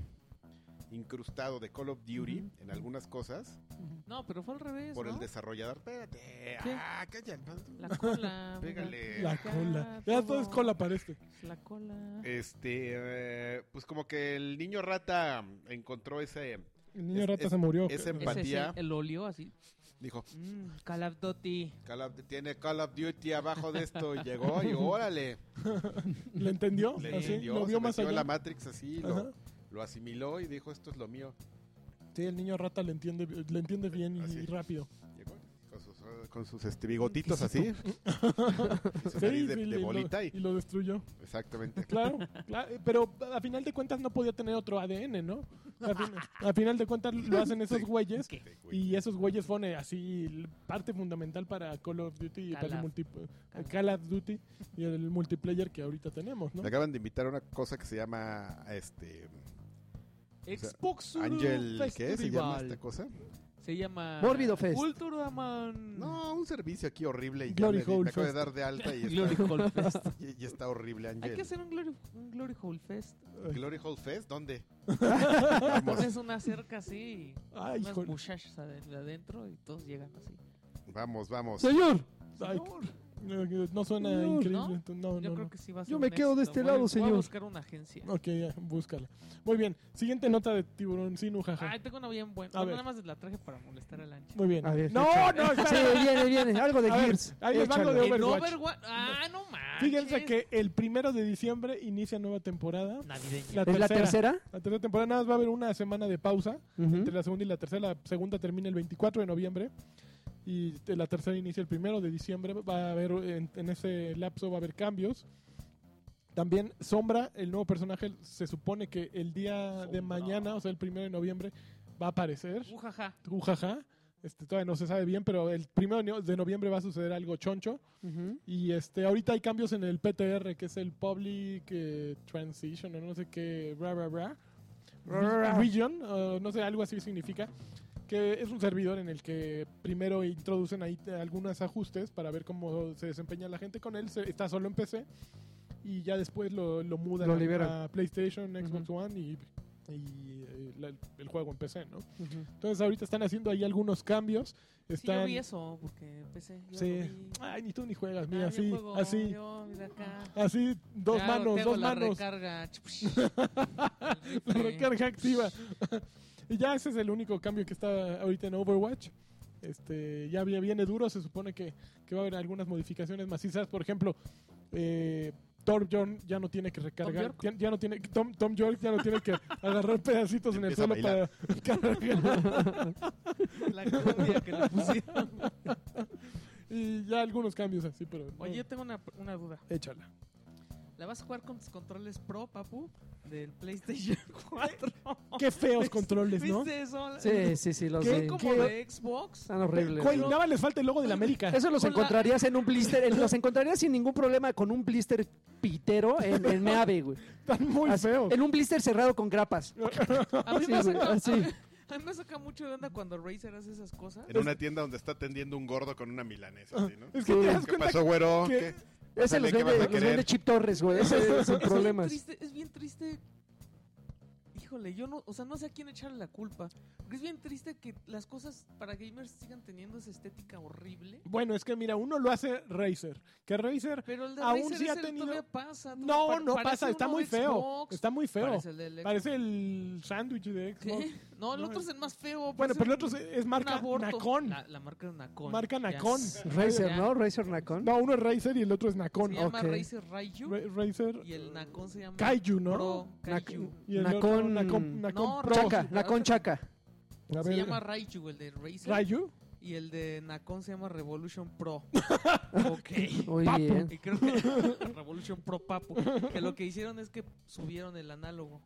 Speaker 1: incrustado de Call of Duty
Speaker 3: Ujú.
Speaker 1: en algunas cosas,
Speaker 2: No, pero fue al revés.
Speaker 1: por
Speaker 2: ¿no?
Speaker 1: el desarrollador... Espérate,
Speaker 2: ¿Qué?
Speaker 1: ah, calla,
Speaker 2: La cola.
Speaker 1: <laughs> pégale.
Speaker 3: La
Speaker 2: Ya,
Speaker 3: cola. Ya
Speaker 2: todo.
Speaker 3: todo es cola para este.
Speaker 2: mira, La cola.
Speaker 1: Eh, Este, eh, pues como que el niño rata encontró ese,
Speaker 3: El niño
Speaker 1: Es-
Speaker 3: rata
Speaker 1: es-
Speaker 3: se murió.
Speaker 1: es
Speaker 3: creo.
Speaker 1: empatía.
Speaker 2: Ese sí, el olio así.
Speaker 1: dijo,
Speaker 2: Mm, Call of Duty.
Speaker 1: Call of- tiene Call of Duty abajo de esto, y llegó y
Speaker 3: <laughs>
Speaker 1: órale,
Speaker 3: ¿Le entendió?
Speaker 1: le
Speaker 3: Así,
Speaker 1: entendió,
Speaker 3: lo
Speaker 1: se
Speaker 3: vio más
Speaker 1: metió en la
Speaker 3: allá.
Speaker 1: Matrix así,
Speaker 3: Ajá.
Speaker 1: lo, lo asimiló y dijo, esto es lo mío.
Speaker 3: Sí, el niño rata le entiende, le entiende bien y,
Speaker 1: Así.
Speaker 3: y rápido.
Speaker 1: Llegó, dijo sus- con sus este, bigotitos así.
Speaker 3: <laughs>
Speaker 1: y su
Speaker 3: Sí,
Speaker 1: <laughs> nariz de, de
Speaker 3: sí, y lo-
Speaker 1: bolita
Speaker 3: y
Speaker 1: y...
Speaker 3: lo destruyó. <laughs>
Speaker 1: Exactamente.
Speaker 3: Claro, claro, eh, pero a final de cuentas no podía tener otro ADN, ¿no? A, fin- a final de cuentas lo hacen esos güeyes
Speaker 1: Sí, Este, güey.
Speaker 3: y esos güeyes fueron eh, así l- parte fundamental para Call of Duty y
Speaker 2: Call
Speaker 3: para el
Speaker 2: of-
Speaker 3: multi- eh,
Speaker 2: Call of-
Speaker 3: Call of Duty y el multiplayer que ahorita tenemos, ¿no?
Speaker 1: Me acaban de invitar a una cosa que se llama este
Speaker 2: Xbox
Speaker 1: Ángel, ¿qué se llama
Speaker 2: Festival.
Speaker 1: esta cosa?
Speaker 2: Se llama.
Speaker 4: Mórbido Fest.
Speaker 2: Culturaman.
Speaker 1: No, un servicio aquí horrible y ya
Speaker 3: Glory
Speaker 1: me, di-
Speaker 3: Hole
Speaker 1: me acabo de
Speaker 3: Fest.
Speaker 1: dar de alta
Speaker 3: <laughs>
Speaker 1: y
Speaker 2: Glory
Speaker 1: está, <laughs>
Speaker 2: Hole Fest.
Speaker 1: y- y está horrible
Speaker 2: Hay que
Speaker 1: Ángel.
Speaker 2: hacer un Glory, un Glory Hole Fest.
Speaker 1: Glory Hole Fest, ¿dónde? Vamos,
Speaker 2: Pones una cerca así.
Speaker 3: Ay,
Speaker 2: unas
Speaker 3: híjole.
Speaker 2: muchachas ade- adentro y todos llegan así.
Speaker 1: vamos, vamos.
Speaker 3: Señor, Ay,
Speaker 2: Señor,
Speaker 3: no, no suena
Speaker 4: No,
Speaker 3: increíble. No, no,
Speaker 2: yo
Speaker 3: no.
Speaker 2: creo que sí va a ser
Speaker 4: Yo me
Speaker 2: un
Speaker 4: quedo de
Speaker 2: éxito.
Speaker 4: este
Speaker 2: Voy-
Speaker 4: lado,
Speaker 2: voy
Speaker 4: señor.
Speaker 2: a buscar una agencia.
Speaker 3: Ok, ya, búscala. Muy bien, siguiente nota de tiburón sin
Speaker 2: Ah,
Speaker 3: ujaja.
Speaker 2: tengo una bien buena.
Speaker 3: A
Speaker 2: Bueno,
Speaker 3: ver.
Speaker 2: nada más la traje para molestar al ancho.
Speaker 3: Muy bien.
Speaker 4: A ver,
Speaker 3: no,
Speaker 4: échale.
Speaker 3: no, espera.
Speaker 4: Sí, viene, viene. Algo de
Speaker 3: A ver,
Speaker 4: Gears.
Speaker 3: ahí les va algo
Speaker 4: Échalo.
Speaker 3: de-
Speaker 2: En
Speaker 3: Overwatch.
Speaker 2: Overwatch. Ah, no manches.
Speaker 3: Fíjense que el primero de diciembre inicia nueva temporada.
Speaker 2: Navideña.
Speaker 3: La
Speaker 4: ¿Es la
Speaker 3: tercera.
Speaker 4: tercera?
Speaker 3: La tercera temporada nada más va a haber una semana de pausa
Speaker 4: Ujú.
Speaker 3: entre la segunda y la tercera. La segunda termina el 24 de noviembre y te- la tercera inicia el primero de diciembre. Va a haber en, en ese lapso va a haber cambios. También Sombra, el nuevo personaje, se supone que el día de
Speaker 2: Sombra.
Speaker 3: mañana, o sea, el primero de noviembre, va a aparecer.
Speaker 2: Ujaja.
Speaker 3: Ujaja. Este, todavía no se sabe bien, pero el primero de no- de noviembre va a suceder algo choncho.
Speaker 4: Ujú.
Speaker 3: Y este, ahorita hay cambios en el PTR, que es el Public eh, Transition, o no sé qué, bra, bra, bra.
Speaker 4: Bra, bra, bra.
Speaker 3: Region, o no sé, algo así significa. Que es un servidor en el que primero introducen ahí eh, algunos ajustes para ver cómo se desempeña la gente con él. Se- está solo en PC y ya después lo, lo mudan
Speaker 4: Lo
Speaker 3: a-
Speaker 4: liberan.
Speaker 3: a PlayStation, Xbox
Speaker 2: Ujú.
Speaker 3: One y, y, eh, la- el juego en PC, ¿no? Entonces ahorita están haciendo ahí algunos cambios.
Speaker 2: Sí, yo
Speaker 3: Están...
Speaker 2: vi eso porque empecé. Yo
Speaker 3: Sí.
Speaker 2: lo vi.
Speaker 3: Ay, ni tú ni juegas,
Speaker 2: Ah,
Speaker 3: mira,
Speaker 2: yo
Speaker 3: así,
Speaker 2: juego,
Speaker 3: así.
Speaker 2: yo, mira acá.
Speaker 3: Así, dos
Speaker 2: Claro, te
Speaker 3: manos,
Speaker 2: hago
Speaker 3: dos
Speaker 2: la
Speaker 3: manos.
Speaker 2: Recarga. Chupsh.
Speaker 3: <laughs> La recarga activa. <laughs> y ya ese es el único cambio que está ahorita en Overwatch. Este, ya vi- viene duro, se supone que, que va a haber algunas modificaciones macizas. Por ejemplo, eh, Torbjorn ya no tiene que recargar.
Speaker 2: York?
Speaker 3: tien- Ya no tiene, Tom, Tom York ya
Speaker 2: <laughs>
Speaker 3: no tiene que agarrar pedacitos en el
Speaker 1: Empieza a
Speaker 3: suelo para <laughs>
Speaker 1: bailar.
Speaker 3: cargar.
Speaker 2: La cumbia que le
Speaker 3: <laughs>
Speaker 2: pusieron.
Speaker 3: y ya algunos cambios así, pero. no.
Speaker 2: Oye, yo tengo una, una duda.
Speaker 3: échala.
Speaker 2: ¿La vas a jugar con tus controles pro, papu? Del PlayStation <laughs> 4.
Speaker 3: Qué feos controles, ¿no?
Speaker 2: ¿Viste eso?
Speaker 4: Sí, sí, sí, los
Speaker 2: Son
Speaker 4: de...
Speaker 2: como
Speaker 3: ¿Qué?
Speaker 2: de Xbox.
Speaker 4: Están horribles.
Speaker 3: Güey,
Speaker 4: ¿no?
Speaker 3: nada más les falta el logo de la América.
Speaker 4: Eso los
Speaker 2: Con la-
Speaker 4: encontrarías en un blister. el- Los encontrarías sin ningún problema con un blister pitero en,
Speaker 2: <laughs>
Speaker 4: en Meave, güey.
Speaker 3: Están muy
Speaker 4: Así,
Speaker 3: feos.
Speaker 4: En un blister cerrado con grapas.
Speaker 2: A mí,
Speaker 4: Ah, Sí,
Speaker 2: me
Speaker 4: güey,
Speaker 2: saca,
Speaker 4: así.
Speaker 2: <laughs> a mí me saca mucho de onda cuando Razer hace esas cosas.
Speaker 1: En una tienda donde está atendiendo un gordo con una milanesa, así, ¿no?
Speaker 3: Es que Ah, te das
Speaker 1: ¿Qué
Speaker 3: cuenta
Speaker 1: pasó, güero?
Speaker 3: que-
Speaker 1: ¿Qué?
Speaker 4: Ese
Speaker 1: Pásale,
Speaker 4: los
Speaker 1: ¿qué
Speaker 4: vende,
Speaker 1: vas a
Speaker 4: los
Speaker 1: querer?
Speaker 4: vende Chip Torres, güey.
Speaker 2: <laughs>
Speaker 4: Ese es el
Speaker 2: Es bien
Speaker 4: problema.
Speaker 2: triste, es bien triste. Híjole, yo no, o sea, no sé a quién echarle la culpa. Porque es bien triste que las cosas para gamers sigan teniendo esa estética horrible.
Speaker 3: Bueno, es que mira, uno lo hace Razer. Que Razer.
Speaker 2: Pero el de
Speaker 3: Aún
Speaker 2: Razer
Speaker 3: sí
Speaker 2: es
Speaker 3: ha
Speaker 2: el-
Speaker 3: tenido-
Speaker 2: todavía pasa. todavía
Speaker 3: No,
Speaker 2: pare-
Speaker 3: no
Speaker 2: parece
Speaker 3: pasa, está
Speaker 2: uno
Speaker 3: muy
Speaker 2: de
Speaker 3: feo.
Speaker 2: Xbox,
Speaker 3: Está muy feo.
Speaker 2: Parece
Speaker 3: Parece,
Speaker 2: el del
Speaker 3: el sándwich de
Speaker 2: ¿Qué?
Speaker 3: Xbox.
Speaker 2: No, el otro
Speaker 3: No, es-
Speaker 2: pues es el más feo.
Speaker 3: Bueno,
Speaker 2: parece
Speaker 3: pero el
Speaker 2: un-
Speaker 3: otro es- es
Speaker 2: un
Speaker 3: marca
Speaker 2: aborto.
Speaker 3: Nacon.
Speaker 2: La, la marca es Nacon.
Speaker 3: Marca
Speaker 2: Ya.
Speaker 3: Nacon.
Speaker 2: Se
Speaker 4: Razer,
Speaker 2: Ya.
Speaker 4: ¿no? Razer Nacon.
Speaker 3: No, uno es Razer y el otro es Nacon.
Speaker 2: llama
Speaker 4: ok.
Speaker 2: Razer Raiju
Speaker 3: Ra- Razer
Speaker 2: y el Nacon se llama
Speaker 3: Kaiju, ¿no?
Speaker 2: Pro Kaiju.
Speaker 3: Y el
Speaker 4: Nacon-
Speaker 3: otro Nacon, Nacon
Speaker 2: No,
Speaker 3: Pro.
Speaker 4: Chaca,
Speaker 2: Razer.
Speaker 4: Nacon Chaca.
Speaker 3: A
Speaker 2: Se
Speaker 3: ver,
Speaker 2: llama Raiju el de Razer
Speaker 3: Rayu.
Speaker 2: y el de Nacon se llama Revolution
Speaker 3: <laughs>
Speaker 2: Pro. ok.
Speaker 4: Muy
Speaker 3: Papu.
Speaker 4: bien.
Speaker 2: Y creo que <laughs> Revolution Pro Papu. Que lo que hicieron es que subieron el análogo.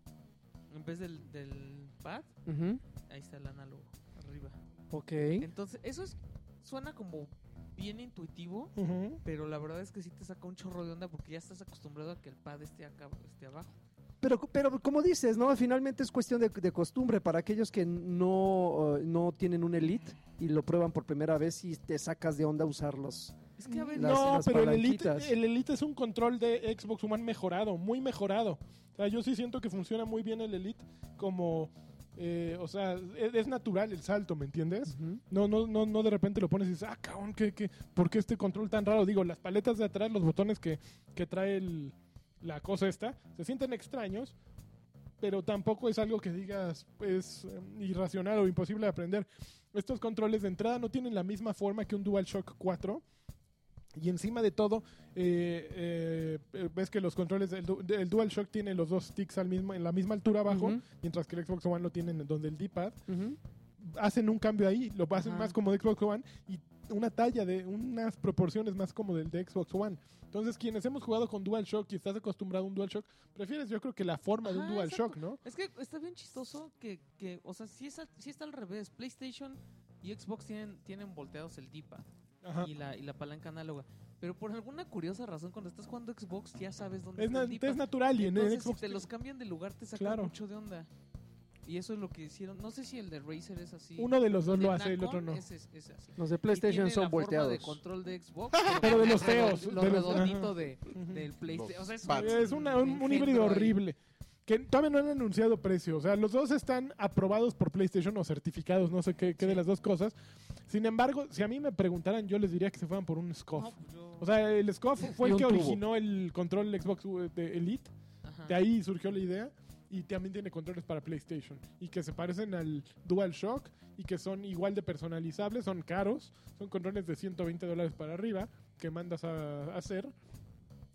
Speaker 2: En vez del, del pad,
Speaker 4: Ujú.
Speaker 2: ahí está el análogo. Arriba.
Speaker 4: Ok.
Speaker 2: Entonces, eso es, suena como bien intuitivo.
Speaker 3: Ujú.
Speaker 2: Pero la verdad es que sí te saca un chorro de onda porque ya estás acostumbrado a que el pad esté acá, esté abajo.
Speaker 4: Pero, pero como dices, ¿no? Finalmente es cuestión de, de costumbre para aquellos que no, eh, no tienen un Elite y lo prueban por primera vez y te sacas de onda usarlos.
Speaker 2: Es que a ver,
Speaker 4: Las-
Speaker 3: no,
Speaker 4: las
Speaker 3: pero el elite,
Speaker 4: palanquitas.
Speaker 3: el elite es un control de Xbox One mejorado, muy mejorado. O sea, yo sí siento que funciona muy bien el Elite como... eh, o sea, es- es natural el salto, ¿me entiendes?
Speaker 4: Ujú.
Speaker 3: No, no, no, no de repente lo pones y dices, ah, cabrón, ¿qué, qué, por qué este control tan raro? Digo, las paletas de atrás, los botones que, que trae el- la cosa esta, se sienten extraños, pero tampoco es algo que digas, es em, irracional o imposible de aprender. Estos controles de entrada no tienen la misma forma que un DualShock 4. Y encima de todo, eh, eh, ves que los controles del, du- del DualShock tienen los dos sticks al mismo, en la misma altura abajo,
Speaker 4: Ujú.
Speaker 3: mientras que el Xbox One lo tienen donde el D-pad
Speaker 4: Ujú.
Speaker 3: hacen un cambio ahí, lo hacen
Speaker 2: Ajá.
Speaker 3: más como de Xbox One y una talla de unas proporciones más como del de Xbox One. Entonces, quienes hemos jugado con DualShock y estás acostumbrado a un DualShock, prefieres yo creo que la forma de un
Speaker 2: Ajá,
Speaker 3: DualShock, ¿no?
Speaker 2: Es que está bien chistoso que, que o sea, si, es, al- sí está al revés. PlayStation y Xbox tienen, tienen volteados el D-pad
Speaker 3: Ajá.
Speaker 2: y la, y la palanca análoga. Pero por alguna curiosa razón, cuando estás jugando Xbox ya sabes dónde
Speaker 3: Es,
Speaker 2: está
Speaker 3: na-
Speaker 2: el
Speaker 3: es
Speaker 2: D-pad.
Speaker 3: natural y en el
Speaker 2: Entonces, si
Speaker 3: Xbox
Speaker 2: te los cambian de lugar, te sacan
Speaker 3: Claro.
Speaker 2: mucho de onda. Y eso es lo que hicieron. No sé si el de Razer es así.
Speaker 3: <laughs> uno de los dos
Speaker 2: El
Speaker 3: lo
Speaker 2: de
Speaker 3: hace y el otro
Speaker 2: Nacon
Speaker 3: no.
Speaker 2: Es, es- es así.
Speaker 4: Los de
Speaker 2: Y tiene
Speaker 4: PlayStation
Speaker 2: la
Speaker 4: son
Speaker 2: forma
Speaker 4: volteados.
Speaker 2: de control de
Speaker 3: <laughs>
Speaker 2: Xbox.
Speaker 3: Pero de los
Speaker 2: con el
Speaker 3: feos,
Speaker 2: redo- Lo
Speaker 3: de los-
Speaker 2: redondito
Speaker 3: ajá.
Speaker 2: de,
Speaker 3: Ujú.
Speaker 2: del PlayStation. O sea, es,
Speaker 1: Bats.
Speaker 3: Es una- un, un
Speaker 2: engendro
Speaker 3: híbrido
Speaker 2: ahí.
Speaker 3: horrible. Que todavía no han anunciado precio. O sea, los dos están aprobados por PlayStation o certificados, no sé qué, qué de las dos cosas. Sin embargo, si a mí me preguntaran, yo les diría que se fueran por un
Speaker 2: No,
Speaker 3: SCOF.
Speaker 2: pues yo-
Speaker 3: O sea, el
Speaker 4: <laughs>
Speaker 3: SCOF fue el
Speaker 4: Y un
Speaker 3: que
Speaker 4: tubo. Ah.
Speaker 3: originó el control Xbox eh, de Elite.
Speaker 2: ajá.
Speaker 3: De ahí surgió la idea. Y también tiene controles para PlayStation. Y que se parecen al DualShock. Y que son igual de personalizables. Son caros. Son controles de 120 dólares para arriba. Que mandas a a hacer.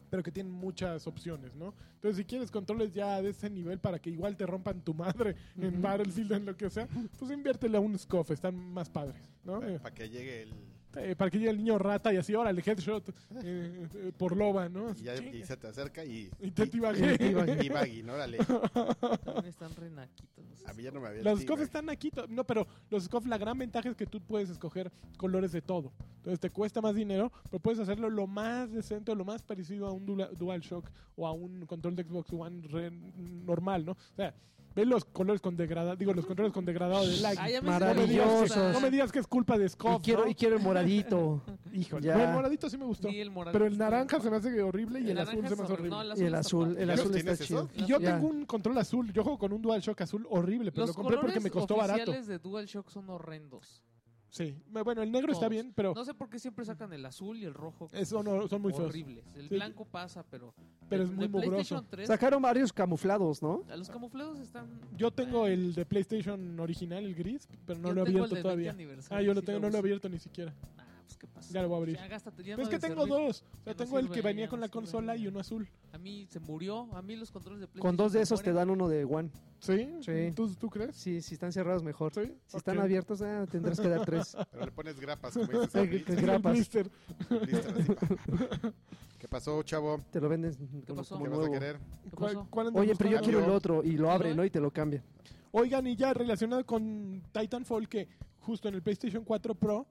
Speaker 3: Pero que tienen muchas opciones, ¿no? Entonces, si quieres controles ya de ese nivel para que igual te rompan tu madre en
Speaker 4: Ujú.
Speaker 3: Battlefield, en lo que sea, pues inviértele a un scoff, están más padres, ¿no?
Speaker 1: Para,
Speaker 3: Eh,
Speaker 1: para que llegue el.
Speaker 3: eh, para que llegue el niño rata y así, órale, headshot eh, eh, por loba, ¿no?
Speaker 1: Y, ya- y
Speaker 3: Chinga.
Speaker 1: se te acerca y.
Speaker 3: Y te
Speaker 4: Y
Speaker 3: tibagué.
Speaker 4: te tibagué.
Speaker 1: y Baggy, ¿no?
Speaker 3: <laughs>
Speaker 1: Órale.
Speaker 2: También <laughs> están renaquitos. los
Speaker 4: Ah,
Speaker 1: A mí ya no me había
Speaker 3: Los
Speaker 1: sí,
Speaker 3: scoffs
Speaker 1: güey.
Speaker 3: están aquí. to- No, pero los scoffs, la gran ventaja es que tú puedes escoger colores de todo. Entonces te cuesta más dinero, pero puedes hacerlo lo más decente, lo más parecido a un Dula- DualShock o a un control de Xbox One re- normal, ¿no? O sea, ve los colores con degradado, digo, los controles con degradado de lag.
Speaker 2: Ah, ya me
Speaker 3: No me, digas que,
Speaker 4: Maravillosos.
Speaker 3: no me digas que es culpa de
Speaker 4: Y
Speaker 3: scoff.
Speaker 4: quiero,
Speaker 3: ¿no?
Speaker 4: y quiero el moradito.
Speaker 3: Híjole.
Speaker 4: ya.
Speaker 3: No, el moradito sí me gustó.
Speaker 2: Sí, el morado
Speaker 3: Pero el
Speaker 2: está
Speaker 3: naranja
Speaker 2: bien.
Speaker 3: se me hace horrible y el,
Speaker 2: naranja
Speaker 3: azul se me
Speaker 2: es
Speaker 3: hace horrible.
Speaker 2: no,
Speaker 4: Y el
Speaker 2: está
Speaker 4: azul,
Speaker 2: padre.
Speaker 4: el
Speaker 1: ¿Ya los
Speaker 4: azul está
Speaker 1: tienes
Speaker 4: chido.
Speaker 1: esos?
Speaker 3: Y yo
Speaker 4: Ya.
Speaker 3: tengo un control azul. Yo juego con un DualShock azul horrible, pero
Speaker 2: Los
Speaker 3: lo compré porque
Speaker 2: colores
Speaker 3: me costó barato.
Speaker 2: oficiales de DualShock son horrendos.
Speaker 3: Sí, Me- bueno, el negro está
Speaker 2: Todos.
Speaker 3: bien, pero
Speaker 2: No sé por qué siempre sacan el azul y el rojo. que
Speaker 3: es- son, son muy feos.
Speaker 2: horribles. El
Speaker 3: Sí.
Speaker 2: blanco pasa, pero.
Speaker 3: Pero es
Speaker 2: de-
Speaker 3: muy
Speaker 2: de
Speaker 3: mugroso.
Speaker 2: PlayStation 3,
Speaker 4: Sacaron varios camuflados, ¿no?
Speaker 2: a los camuflados están.
Speaker 3: Yo tengo el de PlayStation original, el gris, pero no
Speaker 2: Yo
Speaker 3: lo he
Speaker 2: tengo
Speaker 3: abierto
Speaker 2: el del 20
Speaker 3: todavía.
Speaker 2: aniversario,
Speaker 3: Ah, yo lo
Speaker 2: sí
Speaker 3: tengo, no lo
Speaker 2: uso.
Speaker 3: he abierto ni siquiera.
Speaker 2: Ah, pues qué pasa.
Speaker 3: Ya lo voy a abrir.
Speaker 2: Ya, gástate, ya
Speaker 3: Pero es
Speaker 2: no
Speaker 3: que
Speaker 2: le
Speaker 3: tengo
Speaker 2: serví.
Speaker 3: dos. O
Speaker 2: Ya
Speaker 3: sea,
Speaker 2: no
Speaker 3: tengo el
Speaker 2: sirve,
Speaker 3: que venía
Speaker 2: ya
Speaker 3: con
Speaker 2: no
Speaker 3: la
Speaker 2: sirve.
Speaker 3: consola y uno azul.
Speaker 2: A mí se murió. A mí los controles de PlayStation.
Speaker 4: Con dos de
Speaker 2: se
Speaker 4: esos te
Speaker 2: mueren.
Speaker 4: dan uno de One.
Speaker 3: ¿Sí?
Speaker 4: Sí.
Speaker 3: ¿Tú, tú crees?
Speaker 4: Sí, si están cerrados, mejor.
Speaker 3: Sí.
Speaker 4: Si están
Speaker 3: Ok.
Speaker 4: abiertos, ah, tendrás que dar tres.
Speaker 1: Pero le pones grapas, como
Speaker 3: <laughs>
Speaker 1: dices.
Speaker 4: Eh,
Speaker 1: al
Speaker 4: que-
Speaker 1: blister,
Speaker 3: El
Speaker 4: grapas.
Speaker 3: blister.
Speaker 1: al blister, así, pa. ¿Qué pasó, chavo?
Speaker 4: Te lo venden como-
Speaker 2: pasó?
Speaker 1: ¿Qué
Speaker 4: como
Speaker 1: vas a
Speaker 4: nuevo.
Speaker 1: querer?
Speaker 2: ¿Qué
Speaker 3: ¿Cuál,
Speaker 2: pasó?
Speaker 3: cuál andan
Speaker 4: Oye, pero yo
Speaker 3: buscando?
Speaker 4: quiero el
Speaker 1: Yo-
Speaker 4: otro. Y lo abren,
Speaker 2: ¿No?
Speaker 4: ¿no? Y te lo cambian.
Speaker 3: Oigan, y ya relacionado con Titanfall, que justo en el PlayStation 4 Pro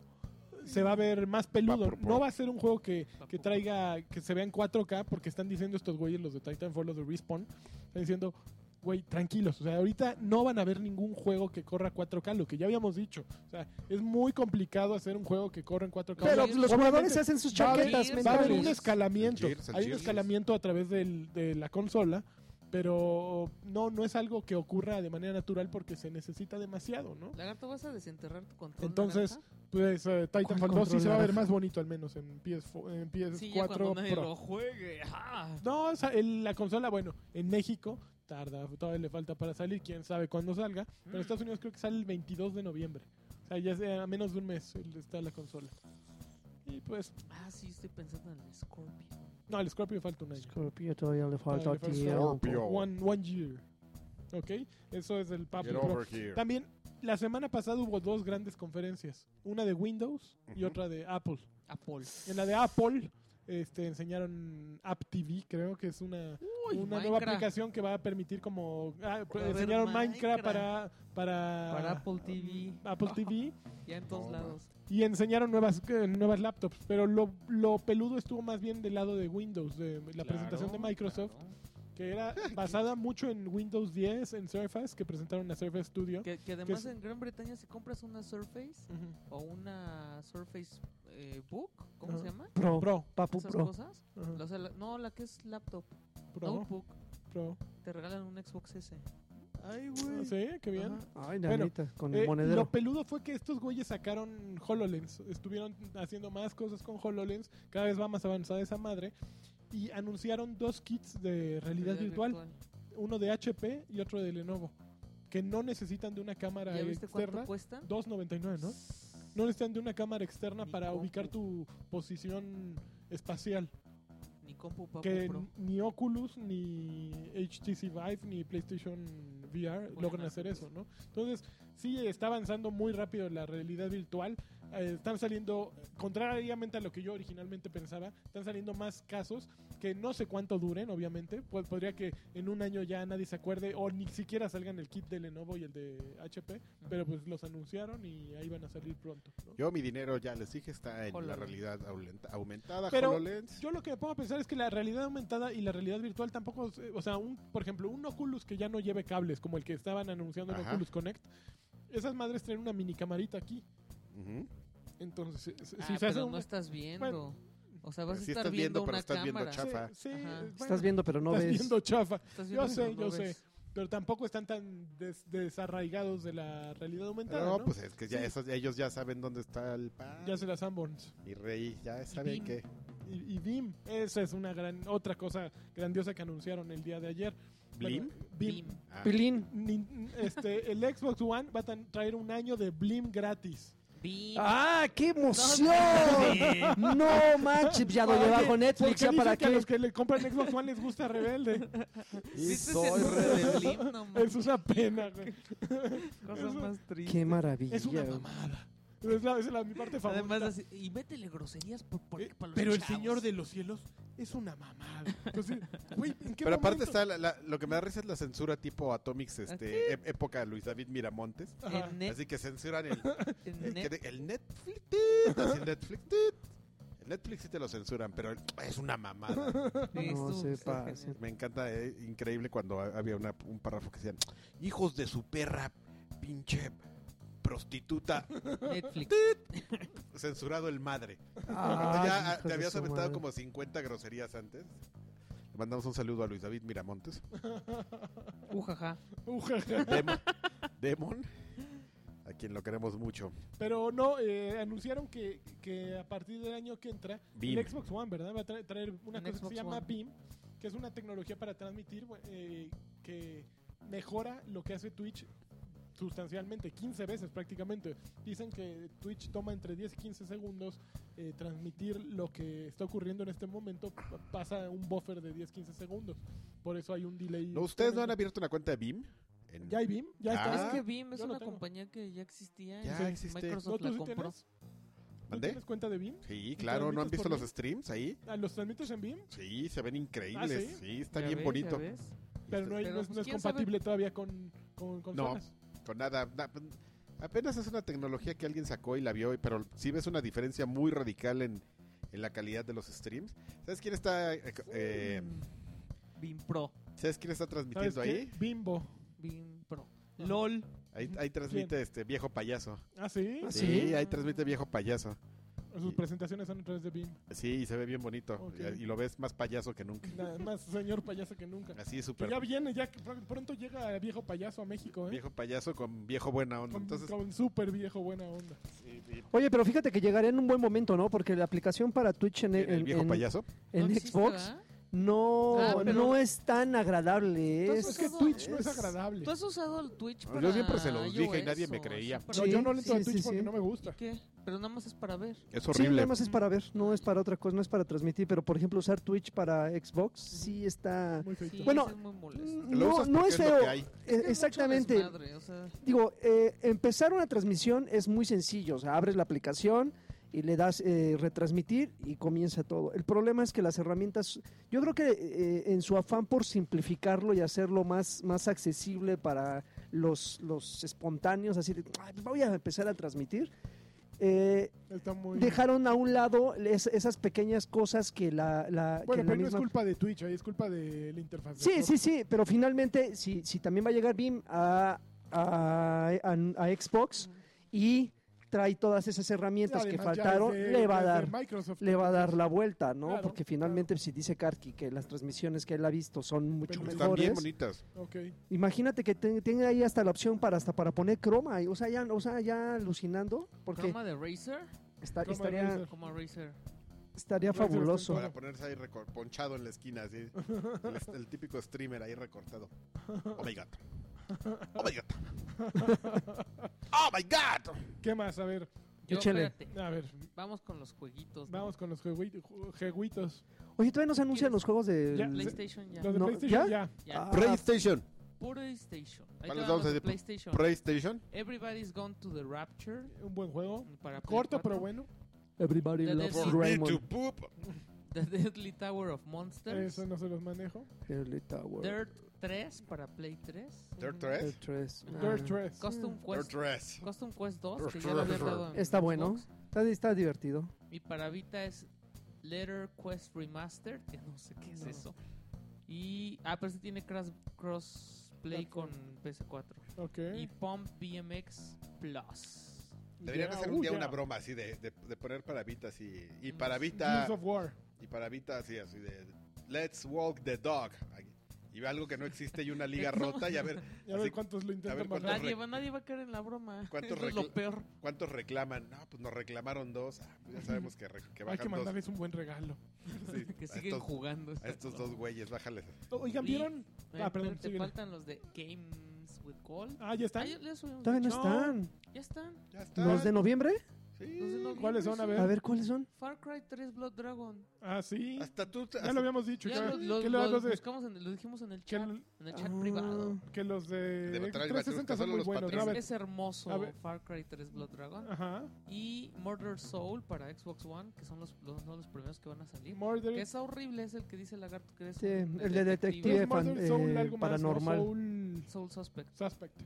Speaker 3: se va a ver más peludo.
Speaker 1: Va por-
Speaker 3: No va a ser un juego que,
Speaker 2: Va
Speaker 3: que
Speaker 2: por-
Speaker 3: traiga, que se vea en 4K, porque están diciendo estos güeyes, los de Titanfall, los de Respawn, están diciendo, güey, tranquilos, o sea, ahorita no van a ver ningún juego que corra 4K, lo que ya habíamos dicho. O sea, es muy complicado hacer un juego que corra en 4K.
Speaker 4: Pero
Speaker 2: Obviamente-
Speaker 4: los jugadores se hacen sus
Speaker 3: va a haber-
Speaker 4: chaquetas
Speaker 2: va
Speaker 3: Va a haber
Speaker 4: mentales.
Speaker 3: un escalamiento.
Speaker 1: El Gears, el
Speaker 3: Hay un
Speaker 1: Gears.
Speaker 3: escalamiento a través del- de la consola, pero no, no es algo que ocurra de manera natural porque se necesita demasiado, ¿no?
Speaker 2: Lagarto, vas a desenterrar tu control.
Speaker 3: Entonces,
Speaker 2: naranja?
Speaker 3: Pues eh, Titanfall
Speaker 4: ¿Cuál
Speaker 3: 2 sí se va a ver
Speaker 4: controlará?
Speaker 3: más bonito al menos en, PS4, en PS4
Speaker 2: sí, ya cuando nadie
Speaker 3: Pro.
Speaker 2: lo juegue. ajá.
Speaker 3: No, o sea, el- la consola, bueno, en México tarda, todavía le falta para salir, quién sabe cuándo salga, pero en Estados Unidos creo que sale el 22 de noviembre. O sea, ya sea a menos de un mes el- está la consola. Y pues,
Speaker 2: Ah, sí, estoy pensando en el Scorpio.
Speaker 3: no, al Scorpio falta un año.
Speaker 4: Scorpio todavía le falta ¿eh?
Speaker 3: Todavía le falta
Speaker 4: tiempo.
Speaker 1: Scorpio.
Speaker 3: One, one year. ¿Ok? Eso es el Papi
Speaker 1: Get
Speaker 3: Pro.
Speaker 1: over here.
Speaker 3: También, la semana pasada hubo dos grandes conferencias. Una de Windows y
Speaker 1: Ujú.
Speaker 3: otra de Apple.
Speaker 2: Apple.
Speaker 3: En la de Apple este, enseñaron App TV, creo que es una,
Speaker 2: Uy,
Speaker 3: una nueva
Speaker 2: Minecraft.
Speaker 3: aplicación que va a permitir como... ah,
Speaker 2: Va a haber
Speaker 3: enseñaron Minecraft
Speaker 2: Minecraft.
Speaker 3: para, para,
Speaker 2: Para Apple TV.
Speaker 3: Apple TV
Speaker 2: Ya en todos
Speaker 1: No,
Speaker 2: lados.
Speaker 3: y enseñaron nuevas, eh, nuevas laptops, pero lo, lo peludo estuvo más bien del lado de Windows, de la presentación de Microsoft, que
Speaker 4: <laughs>
Speaker 3: era basada mucho en Windows 10, en Surface, que presentaron la Surface Studio.
Speaker 2: Que, que además
Speaker 3: es-
Speaker 2: en Gran Bretaña si compras una Surface
Speaker 3: Ujú.
Speaker 2: o una Surface eh, Book, ¿cómo
Speaker 3: Ajá.
Speaker 2: se llama?
Speaker 4: Pro,
Speaker 3: Pro,
Speaker 4: Papu
Speaker 2: Esas
Speaker 4: Pro.
Speaker 2: cosas.
Speaker 3: Ajá.
Speaker 2: O sea, la- no, la que es laptop,
Speaker 3: Pro,
Speaker 2: notebook,
Speaker 3: Pro.
Speaker 2: te regalan un Xbox S.
Speaker 1: Ay,
Speaker 3: Ah, Sí, qué bien.
Speaker 2: Ajá.
Speaker 4: Ay,
Speaker 3: Bueno,
Speaker 4: nanita, con
Speaker 3: Eh,
Speaker 4: el monedero.
Speaker 3: Lo peludo fue que estos güeyes sacaron HoloLens. Estuvieron haciendo más cosas con HoloLens. Cada vez va más avanzada esa madre. Y anunciaron dos kits de realidad, virtual, Uno de HP y otro de Lenovo. Que no necesitan de una cámara
Speaker 2: ¿Ya viste cuánto
Speaker 3: externa.
Speaker 2: cuestan?
Speaker 3: 2.99, ¿no? No necesitan de una cámara externa
Speaker 2: Ni
Speaker 3: para
Speaker 2: compu.
Speaker 3: ubicar tu posición espacial.
Speaker 2: Ni compu papu
Speaker 3: que
Speaker 2: pro.
Speaker 3: n- ni Oculus, ni HTC Vive, ni PlayStation VR
Speaker 2: Pueden
Speaker 3: logran hacer
Speaker 2: hacer
Speaker 3: eso, ¿no? Entonces, sí, está avanzando muy rápido la realidad virtual. eh, están saliendo, contrariamente a lo que yo originalmente pensaba, están saliendo más casos que no sé cuánto duren, obviamente. Pues podría que en un año ya nadie se acuerde o ni siquiera salgan el kit de Lenovo y el de HP, pero pues los anunciaron y ahí van a salir pronto. ¿no?
Speaker 1: Yo mi dinero, ya les dije, está en la
Speaker 2: HoloLens.
Speaker 1: realidad aulenta- aumentada,
Speaker 3: Pero
Speaker 1: HoloLens.
Speaker 3: Yo lo que me pongo a pensar es que la realidad aumentada y la realidad virtual tampoco, es- o sea, un, por ejemplo, un Oculus que ya no lleve cables, como el que estaban anunciando en
Speaker 1: Ajá.
Speaker 3: Oculus Connect, esas madres traen una mini camarita aquí.
Speaker 1: Ujú.
Speaker 3: Entonces, eh, si-
Speaker 2: Ah,
Speaker 3: si se hace
Speaker 2: pero
Speaker 3: un...
Speaker 2: no estás viendo.
Speaker 3: Bueno.
Speaker 2: o sea, vas
Speaker 1: Pero
Speaker 2: a
Speaker 1: sí
Speaker 2: estar
Speaker 1: estás viendo,
Speaker 2: viendo,
Speaker 1: pero
Speaker 2: una
Speaker 1: estás viendo
Speaker 2: cámara.
Speaker 1: chafa.
Speaker 3: Sí, sí,
Speaker 2: Ajá.
Speaker 3: bueno,
Speaker 4: Estás viendo, pero no
Speaker 3: estás
Speaker 4: ves.
Speaker 3: viendo chafa,
Speaker 2: Estás
Speaker 3: Yo
Speaker 2: viendo,
Speaker 3: sé,
Speaker 2: pero no
Speaker 3: yo sé.
Speaker 2: ves.
Speaker 3: pero tampoco están tan des- desarraigados de la realidad aumentada.
Speaker 1: No,
Speaker 3: ¿no?
Speaker 1: pues es que ya
Speaker 3: Sí.
Speaker 1: esos- ellos ya saben dónde está el pan.
Speaker 3: Ya se las Sanborns.
Speaker 1: Mi rey ya sabe
Speaker 2: Bim.
Speaker 1: que
Speaker 3: Y, y BIM, esa es una gran otra cosa grandiosa que anunciaron el día de ayer.
Speaker 1: Blim.
Speaker 3: Bueno, BIM.
Speaker 2: Bim.
Speaker 1: Ah,
Speaker 4: Pilín.
Speaker 3: Nin- Este, el Xbox One va a tan- traer un año de Blim gratis.
Speaker 2: Bim.
Speaker 4: ¡Ah, qué emoción!
Speaker 2: Bim.
Speaker 4: No manches, ya lo
Speaker 3: Oye,
Speaker 4: lleva bajo Netflix,
Speaker 3: Porque
Speaker 4: ya
Speaker 3: dicen
Speaker 4: para
Speaker 3: que a
Speaker 4: qué.
Speaker 3: los que le compran Xbox One les
Speaker 2: <laughs>
Speaker 3: gusta Rebelde.
Speaker 1: y
Speaker 2: ¿Viste
Speaker 1: soy
Speaker 2: ese
Speaker 1: re-
Speaker 2: meme de Blim? No
Speaker 3: Es
Speaker 2: mames,
Speaker 3: una pena, güey.
Speaker 2: cosa
Speaker 3: eso-
Speaker 2: más triste.
Speaker 4: Qué maravilla.
Speaker 3: Es una
Speaker 4: güey.
Speaker 3: mamada. Es, la, es la- mi parte favorita.
Speaker 2: Además, así- y métele groserías por, por-
Speaker 3: Eh,
Speaker 2: para los
Speaker 3: pero el
Speaker 2: chavos.
Speaker 3: Señor de los Cielos es una mamada. Entonces, güey, ¿en qué
Speaker 1: Pero aparte
Speaker 3: momento?
Speaker 1: está la- la- lo que me da risa es la censura tipo Atomics este ép- época Luis David Miramontes.
Speaker 3: Ajá.
Speaker 2: En net,
Speaker 1: Así que censuran el,
Speaker 2: en
Speaker 1: el, <laughs>
Speaker 2: net.
Speaker 1: que- el Netflix. tit, así el Netflix. tit. El Netflix sí te lo censuran, pero el- es una mamada.
Speaker 4: No
Speaker 2: Esto
Speaker 4: se
Speaker 2: está genial.
Speaker 4: pasen.
Speaker 1: Me encanta, eh, increíble cuando ha- había una- un párrafo que decían, hijos de su perra, pinche prostituta,
Speaker 2: Netflix.
Speaker 1: censurado el madre.
Speaker 4: Ay,
Speaker 1: ya ah,
Speaker 4: hijos
Speaker 1: te
Speaker 4: de
Speaker 1: habías
Speaker 4: su
Speaker 1: aventado
Speaker 4: madre.
Speaker 1: como 50 groserías antes. Le mandamos un saludo a Luis David Miramontes.
Speaker 2: Ujaja.
Speaker 3: Ujaja. <laughs>
Speaker 1: Demon, Demon, a quien lo queremos mucho.
Speaker 3: Pero no, eh, anunciaron que, que a partir del año que entra,
Speaker 1: Beam.
Speaker 3: el Xbox One, ¿verdad? Va a tra- traer una
Speaker 2: El
Speaker 3: cosa que
Speaker 2: Xbox
Speaker 3: se llama
Speaker 2: One.
Speaker 3: BIM, que es una tecnología para transmitir eh, que mejora lo que hace Twitch sustancialmente, 15 veces prácticamente. Dicen que Twitch toma entre 10 y 15 segundos eh, transmitir lo que está ocurriendo en este momento, p- pasa un buffer de 10-15 segundos. Por eso hay un delay.
Speaker 1: No, ¿Ustedes no han abierto una cuenta de BIM? En-
Speaker 3: ¿Ya hay BIM? ¿Ya
Speaker 1: Ah.
Speaker 3: está?
Speaker 2: es que Bim es
Speaker 3: yo lo
Speaker 2: una
Speaker 3: tengo.
Speaker 2: compañía que ya existía.
Speaker 1: Ya
Speaker 2: y
Speaker 1: existe.
Speaker 3: ¿No,
Speaker 2: Microsoft
Speaker 3: tú
Speaker 2: la
Speaker 3: sí
Speaker 2: compró.
Speaker 3: tienes? ¿No
Speaker 1: ¿Mandé?
Speaker 3: tienes cuenta de BIM?
Speaker 1: Sí,
Speaker 3: ¿Tú
Speaker 1: claro, ¿no han
Speaker 3: transmites
Speaker 1: visto
Speaker 3: por
Speaker 1: los
Speaker 3: BIM?
Speaker 1: streams ahí?
Speaker 3: Ah, ¿Los transmites en BIM?
Speaker 1: Sí, se ven
Speaker 3: Ah,
Speaker 1: increíbles.
Speaker 3: ¿sí?
Speaker 1: sí? está
Speaker 2: Ya
Speaker 1: bien
Speaker 2: ves,
Speaker 1: bonito.
Speaker 2: ya ves.
Speaker 3: Pero no, hay-
Speaker 2: Pero,
Speaker 3: no es-
Speaker 2: pues,
Speaker 3: no es
Speaker 2: ¿quién sabe?
Speaker 3: compatible todavía con, con consolas.
Speaker 1: Con nada. na- apenas es una tecnología que alguien sacó y la vio, y- pero sí ves una diferencia muy radical en, en la calidad de los streams. ¿Sabes quién está eh, eh,
Speaker 2: Bim Mm, Pro.
Speaker 1: ¿Sabes quién está
Speaker 3: ¿Sabes
Speaker 1: transmitiendo
Speaker 3: qué?
Speaker 1: ahí?
Speaker 3: Bimbo.
Speaker 2: Bim Pro.
Speaker 3: Ajá.
Speaker 2: LOL.
Speaker 1: Ahí, ahí transmite
Speaker 3: ¿Quién?
Speaker 1: este viejo payaso.
Speaker 3: ¿Ah, sí?
Speaker 4: Ah,
Speaker 1: Sí,
Speaker 4: ¿Sí?
Speaker 1: ahí transmite viejo payaso.
Speaker 3: Sus
Speaker 1: Y-
Speaker 3: presentaciones son a través de BIM.
Speaker 1: Sí, y se ve bien bonito.
Speaker 3: Ok.
Speaker 1: Y, y lo ves más payaso que nunca.
Speaker 3: Nada más señor payaso que nunca.
Speaker 1: Así
Speaker 3: Que
Speaker 1: súper
Speaker 3: ya viene, ya que pr- pronto llega el viejo payaso a México, ¿eh?
Speaker 1: viejo payaso con viejo buena onda.
Speaker 3: con,
Speaker 1: Entonces,
Speaker 3: con súper viejo buena onda.
Speaker 1: sí, sí.
Speaker 4: Oye, pero fíjate que llegaría en un buen momento, ¿no? Porque la aplicación para Twitch en,
Speaker 1: el
Speaker 4: en-
Speaker 1: viejo
Speaker 4: en-
Speaker 1: payaso.
Speaker 4: en
Speaker 2: No existe,
Speaker 4: Xbox
Speaker 2: ¿verdad?
Speaker 4: no,
Speaker 2: Ah, pero- pues
Speaker 4: no es tan agradable.
Speaker 2: Entonces,
Speaker 4: Es,
Speaker 3: Es que
Speaker 2: todo
Speaker 3: Twitch no es
Speaker 4: es-
Speaker 3: agradable.
Speaker 2: ¿Tú has usado el Twitch
Speaker 1: Yo
Speaker 2: para
Speaker 1: siempre se los dije y
Speaker 2: iOS
Speaker 1: nadie me
Speaker 2: o
Speaker 1: creía.
Speaker 2: así para-
Speaker 3: No,
Speaker 4: Sí,
Speaker 3: yo no le entro a
Speaker 4: sí,
Speaker 3: Twitch
Speaker 4: sí,
Speaker 3: porque
Speaker 4: sí.
Speaker 3: no me gusta.
Speaker 2: ¿Qué? Pero nada más es para ver.
Speaker 1: Es
Speaker 4: Sí,
Speaker 1: horrible.
Speaker 4: nada más es para ver, no es para otra cosa, no es para transmitir, pero por ejemplo usar Twitch para Xbox sí está...
Speaker 3: Muy
Speaker 2: Sí,
Speaker 3: feito.
Speaker 4: Bueno,
Speaker 2: ese mm, es muy molesto.
Speaker 1: Lo
Speaker 4: No,
Speaker 1: usas
Speaker 4: no
Speaker 1: porque
Speaker 4: es
Speaker 1: es lo
Speaker 4: feo.
Speaker 1: que hay.
Speaker 4: Eh,
Speaker 2: Es que hay mucho
Speaker 4: Exactamente.
Speaker 2: desmadre, o sea,
Speaker 4: Digo, eh, empezar una transmisión es muy sencillo. O sea, abres la aplicación y le das eh, retransmitir y comienza todo. El problema es que las herramientas, yo creo que eh, en su afán por simplificarlo y hacerlo más, más accesible para los, los espontáneos, así de, "Ay, pues voy a empezar a transmitir. eh,
Speaker 3: Está muy...
Speaker 4: dejaron a un lado es- esas pequeñas cosas que la, la- que
Speaker 3: Bueno,
Speaker 4: la
Speaker 3: pero no
Speaker 4: misma
Speaker 3: es culpa de Twitch, ahí es culpa de la interfaz. de
Speaker 4: Sí,
Speaker 3: Xbox.
Speaker 4: sí, sí, pero finalmente, si, si también va a llegar BIM a, a, a- a Xbox y trae todas esas herramientas que
Speaker 3: Además, ya
Speaker 4: faltaron,
Speaker 3: es de-
Speaker 4: le va a
Speaker 3: ya es de
Speaker 4: dar
Speaker 3: Microsoft,
Speaker 4: le va a dar
Speaker 3: entonces,
Speaker 4: la vuelta, ¿no?
Speaker 3: Claro,
Speaker 4: Porque finalmente si dice Karki que las transmisiones que él ha visto son mucho
Speaker 3: Pero ¿eh?
Speaker 1: Están bien
Speaker 4: mejores.
Speaker 1: bonitas.
Speaker 3: Ok.
Speaker 4: Imagínate que te- tenga ahí hasta la opción para hasta para poner croma, y- o sea, ya o sea, ya alucinando porque
Speaker 2: ¿Croma de Razer?
Speaker 4: esta-
Speaker 3: Chroma
Speaker 4: estaría
Speaker 3: Razer.
Speaker 2: Como Razer.
Speaker 4: estaría
Speaker 3: Razer está en
Speaker 4: fabuloso.
Speaker 1: Para ponerse ahí recor- ponchado en la esquina,
Speaker 3: <laughs>
Speaker 1: así. El, el típico streamer ahí recortado. Oh my god. Oh my god.
Speaker 3: <laughs>
Speaker 1: Oh my god.
Speaker 3: ¿Qué más? A ver,
Speaker 2: Yo,
Speaker 4: Échale.
Speaker 2: espérate.
Speaker 3: a ver.
Speaker 2: Vamos con los jueguitos. ¿no?
Speaker 3: Vamos con los jeguit- ju- jeguitos.
Speaker 4: Oye, todavía no se anuncian los juegos de
Speaker 3: Ya,
Speaker 2: PlayStation ya.
Speaker 3: Los de
Speaker 4: No,
Speaker 3: PlayStation
Speaker 4: ¿ya?
Speaker 3: ya.
Speaker 2: ya.
Speaker 4: Ah,
Speaker 1: PlayStation.
Speaker 2: PlayStation. Ahí
Speaker 1: ¿Cuáles vamos
Speaker 2: te van
Speaker 1: a
Speaker 2: los de
Speaker 1: decir?
Speaker 2: PlayStation.
Speaker 1: PlayStation.
Speaker 2: Everybody's Gone to the Rapture.
Speaker 3: Un buen juego.
Speaker 2: Para Play
Speaker 3: Corto,
Speaker 2: 4.
Speaker 3: pero bueno.
Speaker 4: Everybody
Speaker 2: Ya
Speaker 4: loves
Speaker 2: decía.
Speaker 1: For me to
Speaker 4: Raymond.
Speaker 1: poop.
Speaker 2: <laughs> The Deadly Tower of Monsters.
Speaker 3: Eso no se los manejo.
Speaker 4: Early Tower.
Speaker 2: Dirt 3 para Play 3.
Speaker 1: Dirt
Speaker 2: Mm.
Speaker 1: 3.
Speaker 4: Dirt tres.
Speaker 2: Ah.
Speaker 3: Dirt 3.
Speaker 2: Custom
Speaker 1: Your
Speaker 2: Quest.
Speaker 1: dress.
Speaker 2: Custom Quest 2,
Speaker 1: Dirt
Speaker 2: que ya lo había
Speaker 1: 3.
Speaker 2: dado en
Speaker 4: Está bueno.
Speaker 2: Xbox.
Speaker 4: Está, está divertido.
Speaker 2: Y para Vita es Letter Quest Remastered, que no sé qué es
Speaker 3: No.
Speaker 2: eso. Y. Ah, pero este tiene cross, crossplay con PS4.
Speaker 3: Ok.
Speaker 2: Y Pump BMX Plus.
Speaker 1: Deberían
Speaker 3: Ya,
Speaker 1: hacer un
Speaker 3: uh,
Speaker 1: día
Speaker 3: ya.
Speaker 1: una broma así de, de, de poner para Vita así. Y
Speaker 2: Mm.
Speaker 1: para Vita.
Speaker 3: Gears of War.
Speaker 1: Y para Vita así, así de. Let's walk the dog. Y algo que no existe y una
Speaker 3: <laughs>
Speaker 1: liga
Speaker 2: No.
Speaker 1: rota y a ver
Speaker 3: Y a ver
Speaker 1: Así-
Speaker 3: cuántos lo intentan
Speaker 1: ver cuántos
Speaker 3: bajar.
Speaker 2: Nadie va, nadie va a caer en la broma.
Speaker 1: ¿Cuántos
Speaker 2: <laughs> Eso es lo
Speaker 1: recl-
Speaker 2: peor.
Speaker 1: cuántos reclaman. No, pues nos reclamaron dos. Ah, pues ya sabemos que, re- que
Speaker 3: Hay
Speaker 1: bajan
Speaker 3: que
Speaker 1: dos.
Speaker 3: mandarles un buen regalo.
Speaker 1: Sí,
Speaker 2: <laughs> Que
Speaker 1: a,
Speaker 2: siguen
Speaker 1: estos,
Speaker 2: jugando.
Speaker 1: a estos dos güeyes, bájales.
Speaker 3: Oigan,
Speaker 2: Y-
Speaker 3: ¿vieron?
Speaker 2: Eh,
Speaker 3: Ah, perdón,
Speaker 2: pero te
Speaker 3: síguele.
Speaker 2: faltan los de Games with Gold.
Speaker 3: Ah, ya
Speaker 2: Ah,
Speaker 3: están.
Speaker 2: ya, ya subimos.
Speaker 4: Todavía no
Speaker 3: No.
Speaker 4: están.
Speaker 2: Ya están.
Speaker 1: Ya está.
Speaker 4: ¿Los de noviembre?
Speaker 1: Sí.
Speaker 2: los de noviembre,
Speaker 3: ¿Cuáles son? A
Speaker 2: sí.
Speaker 3: ver.
Speaker 4: A ver, ¿cuáles son?
Speaker 2: Far Cry 3 Blood Dragon.
Speaker 3: Ah, sí.
Speaker 1: Hasta tú.
Speaker 3: Ya
Speaker 1: hasta-
Speaker 3: lo habíamos dicho.
Speaker 2: Ya lo,
Speaker 3: que-
Speaker 2: lo-
Speaker 3: que, los
Speaker 2: lo
Speaker 3: de,
Speaker 2: buscamos en- lo dijimos en el
Speaker 3: que,
Speaker 2: chat.
Speaker 3: el-
Speaker 2: En el chat
Speaker 4: Ah.
Speaker 2: privado.
Speaker 3: que los de
Speaker 1: De Batalla de
Speaker 3: 360
Speaker 1: Batrushka,
Speaker 3: son
Speaker 1: solo
Speaker 3: muy
Speaker 1: los
Speaker 3: buenos.
Speaker 1: patrones.
Speaker 3: ¿no? A
Speaker 2: Es,
Speaker 3: ver.
Speaker 2: es hermoso
Speaker 3: Ah. A ver.
Speaker 2: Far Cry 3 Blood Dragon.
Speaker 3: Ajá.
Speaker 2: Y Murder Soul para Xbox One, que son los, los, uno de los primeros que van a salir.
Speaker 3: Murder.
Speaker 2: Que es horrible, es el que dice Lagarto que eres
Speaker 4: Sí,
Speaker 2: un
Speaker 4: el de detective
Speaker 3: es
Speaker 4: fan-
Speaker 3: Murder Soul,
Speaker 4: eh,
Speaker 3: algo más, ¿no?
Speaker 4: paranormal.
Speaker 3: Soul
Speaker 2: Soul Suspect.
Speaker 3: Suspect.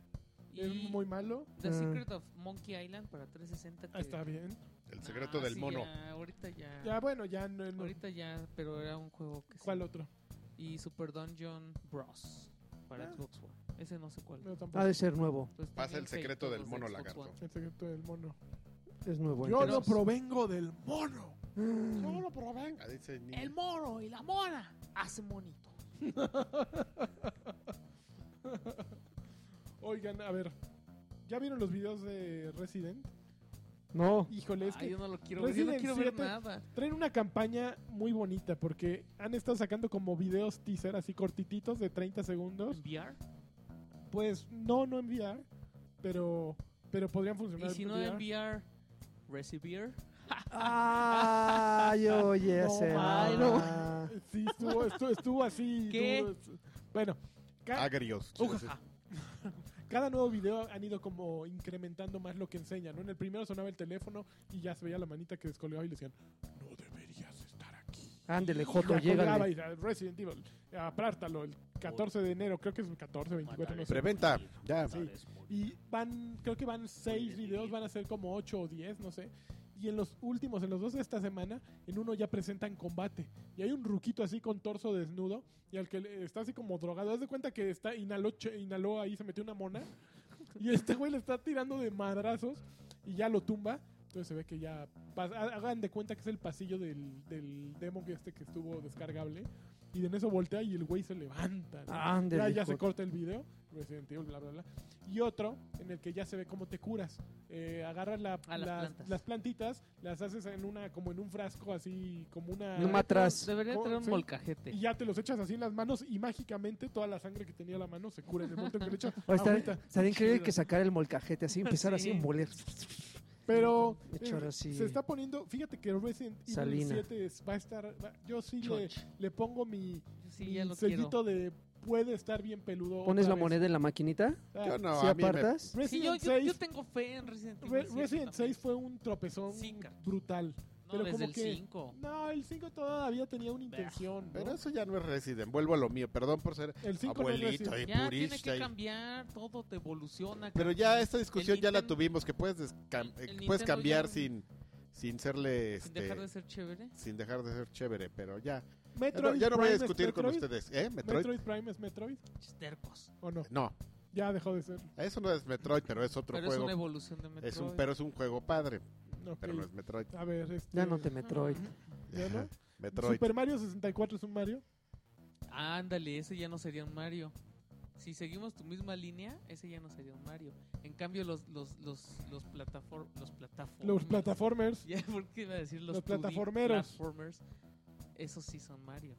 Speaker 2: Y
Speaker 3: Es muy malo.
Speaker 2: The
Speaker 4: Ah.
Speaker 2: Secret of Monkey Island para 360. que-
Speaker 3: Ah, está bien.
Speaker 1: El secreto
Speaker 2: Ah,
Speaker 1: del
Speaker 2: sí,
Speaker 1: mono.
Speaker 2: ya, ahorita ya.
Speaker 3: Ya, bueno, ya no. no.
Speaker 2: Ahorita ya, pero era un juego que sí.
Speaker 3: ¿Cuál otro?
Speaker 2: Y Super Dungeon Bros. para
Speaker 3: Ah.
Speaker 2: Xbox One. Ese no sé cuál.
Speaker 3: No, tampoco.
Speaker 4: Ah, Ha de ser nuevo.
Speaker 2: Entonces,
Speaker 1: Pasa el
Speaker 2: tenía
Speaker 1: secreto
Speaker 2: todos
Speaker 1: del
Speaker 2: los de
Speaker 1: mono
Speaker 2: Xbox
Speaker 1: lagarto.
Speaker 2: One.
Speaker 3: El secreto del mono.
Speaker 4: Es nuevo.
Speaker 3: Yo no
Speaker 2: Entonces-
Speaker 3: provengo del mono.
Speaker 1: No lo proban. Ah, dice ni-
Speaker 2: El moro y la mona hacen monito.
Speaker 3: Oigan, a ver. ¿Ya vieron los videos de Resident?
Speaker 4: No.
Speaker 3: Híjole, es
Speaker 2: Ay,
Speaker 3: que
Speaker 2: yo no lo quiero ver. Yo no
Speaker 3: Resident
Speaker 2: quiero ver
Speaker 3: 7.
Speaker 2: nada.
Speaker 3: traen una campaña muy bonita porque han estado sacando como videos teaser así cortititos de 30 segundos.
Speaker 2: ¿Enviar?
Speaker 3: Pues no, no enviar, pero pero podrían funcionar.
Speaker 2: Y si no
Speaker 3: en VR.
Speaker 2: enviar, recibir.
Speaker 3: <laughs>
Speaker 4: Ay, oye,
Speaker 3: No,
Speaker 4: ese.
Speaker 3: ay,
Speaker 2: no.
Speaker 4: mamá.
Speaker 3: Sí, estuvo, estuvo, estuvo así.
Speaker 2: <laughs> ¿Qué?
Speaker 3: estuvo- bueno, ca-
Speaker 1: Agrios.
Speaker 2: Ujaja.
Speaker 3: cada nuevo video han ido como incrementando más lo que enseñan. ¿no? En el primero sonaba el teléfono y ya se veía la manita que descolgaba y le decían, no deberías estar aquí.
Speaker 4: Ándele,
Speaker 3: Y
Speaker 4: Joto,
Speaker 3: la colgaba
Speaker 4: llégale.
Speaker 3: y decía, Resident Evil, aprártalo el 14 de enero, creo que es el 14, 24, no sé.
Speaker 1: Preventa. Ya.
Speaker 3: Sí. Y van, creo que van seis videos, van a ser como ocho o diez, no sé. Y en los últimos, en los dos de esta semana, en uno ya presentan combate. Y hay un ruquito así con torso desnudo y al que le- está así como drogado. Haz de cuenta que está, inhaló, che- inhaló ahí, se metió una mona. Y este güey le está tirando de madrazos y ya lo tumba. Entonces se ve que ya... pas- ha- Hagan de cuenta que es el pasillo del, del demo que este que estuvo descargable. Y en eso voltea y el güey se levanta. ¿no?
Speaker 4: Ándele.
Speaker 3: Ya, ya se
Speaker 4: Joto.
Speaker 3: corta el video, Resident Evil, bla, bla, bla. Y otro en el que ya se ve cómo te curas. Eh, agarras la-
Speaker 2: A las
Speaker 3: las,
Speaker 2: plantas.
Speaker 3: las plantitas, las haces en una, como en un frasco, así, como una...
Speaker 4: No mames. Atrás.
Speaker 2: Ah, Debería
Speaker 3: Con-
Speaker 2: tener un
Speaker 3: sí.
Speaker 2: molcajete.
Speaker 3: Y ya te los echas así en las manos y mágicamente toda la sangre que tenía la mano se cura en el momento en que le
Speaker 4: <laughs>
Speaker 3: echas
Speaker 4: O estar-
Speaker 3: agüita.
Speaker 4: estaría increíble
Speaker 2: Chido.
Speaker 4: que sacar el molcajete así, empezar así
Speaker 2: Sí.
Speaker 4: a moler.
Speaker 3: Pero
Speaker 4: Echar
Speaker 3: eh,
Speaker 4: así.
Speaker 3: se está poniendo... Fíjate que Resident Evil
Speaker 4: Salina.
Speaker 3: 7 es- va a estar... va- yo sí le,
Speaker 2: Choch.
Speaker 3: le pongo mi,
Speaker 2: Yo Sí,
Speaker 3: mi
Speaker 2: ya lo quiero.
Speaker 3: sellito de puede estar bien peludo.
Speaker 4: Pones
Speaker 3: otra
Speaker 4: la
Speaker 3: vez.
Speaker 4: moneda en la maquinita,
Speaker 3: Ah,
Speaker 1: Yo no,
Speaker 4: si
Speaker 1: a mí me-
Speaker 4: apartas.
Speaker 2: Sí, yo,
Speaker 3: Resident
Speaker 2: yo,
Speaker 3: 6
Speaker 2: yo tengo fe en Resident Evil.
Speaker 3: Re-
Speaker 2: 7
Speaker 3: Resident
Speaker 2: también.
Speaker 3: 6 fue un tropezón
Speaker 2: Sí, cara.
Speaker 3: brutal.
Speaker 2: No,
Speaker 3: pero
Speaker 2: desde
Speaker 3: como
Speaker 2: el
Speaker 3: que-
Speaker 2: 5.
Speaker 3: No, el 5 todavía tenía una intención. ¿no?
Speaker 1: Pero eso ya no es Resident. Vuelvo a lo mío. Perdón por ser
Speaker 3: el 5
Speaker 1: abuelito y
Speaker 2: Ya tiene
Speaker 1: purista.
Speaker 2: que
Speaker 1: y-
Speaker 2: cambiar, todo te evoluciona.
Speaker 1: Pero
Speaker 2: cabrón.
Speaker 1: ya esta discusión
Speaker 2: El
Speaker 1: ya la
Speaker 2: Nintendo-
Speaker 1: tuvimos. Que puedes, descam-
Speaker 2: el- el
Speaker 1: eh,
Speaker 2: Nintendo
Speaker 1: puedes
Speaker 2: ya
Speaker 1: cambiar
Speaker 2: no-
Speaker 1: sin, sin serle.
Speaker 2: Sin
Speaker 1: Este,
Speaker 2: dejar de ser chévere.
Speaker 1: sin dejar de ser chévere, pero ya. Ya
Speaker 3: Metroid
Speaker 1: no, ya no voy a
Speaker 3: Prime es
Speaker 1: discutir con
Speaker 3: Metroid.
Speaker 1: ustedes, ¿eh?
Speaker 3: Metroid?
Speaker 1: Metroid.
Speaker 3: Prime es Metroid
Speaker 2: Chistercos.
Speaker 3: o no?
Speaker 1: No,
Speaker 3: Ya dejó de ser.
Speaker 1: eso no es Metroid, pero es otro
Speaker 2: Pero es
Speaker 1: juego.
Speaker 2: una evolución de Metroid.
Speaker 1: es un, pero es un juego padre,
Speaker 3: Ok.
Speaker 1: pero no es Metroid.
Speaker 3: A ver, este,
Speaker 4: ya no te Metroid.
Speaker 3: ¿Ya no?
Speaker 1: Metroid.
Speaker 3: Super Mario 64 es un Mario.
Speaker 2: Ah, ándale, ese ya no sería un Mario. Si seguimos tu misma línea, ese ya no sería un Mario. En cambio, los los los los plataform los plataformas.
Speaker 3: Los plataformers.
Speaker 2: <laughs> Ya, ¿por qué iba a decir los,
Speaker 3: Los
Speaker 2: 2D
Speaker 3: plataformeros.
Speaker 2: platformers? Esos sí son Mario.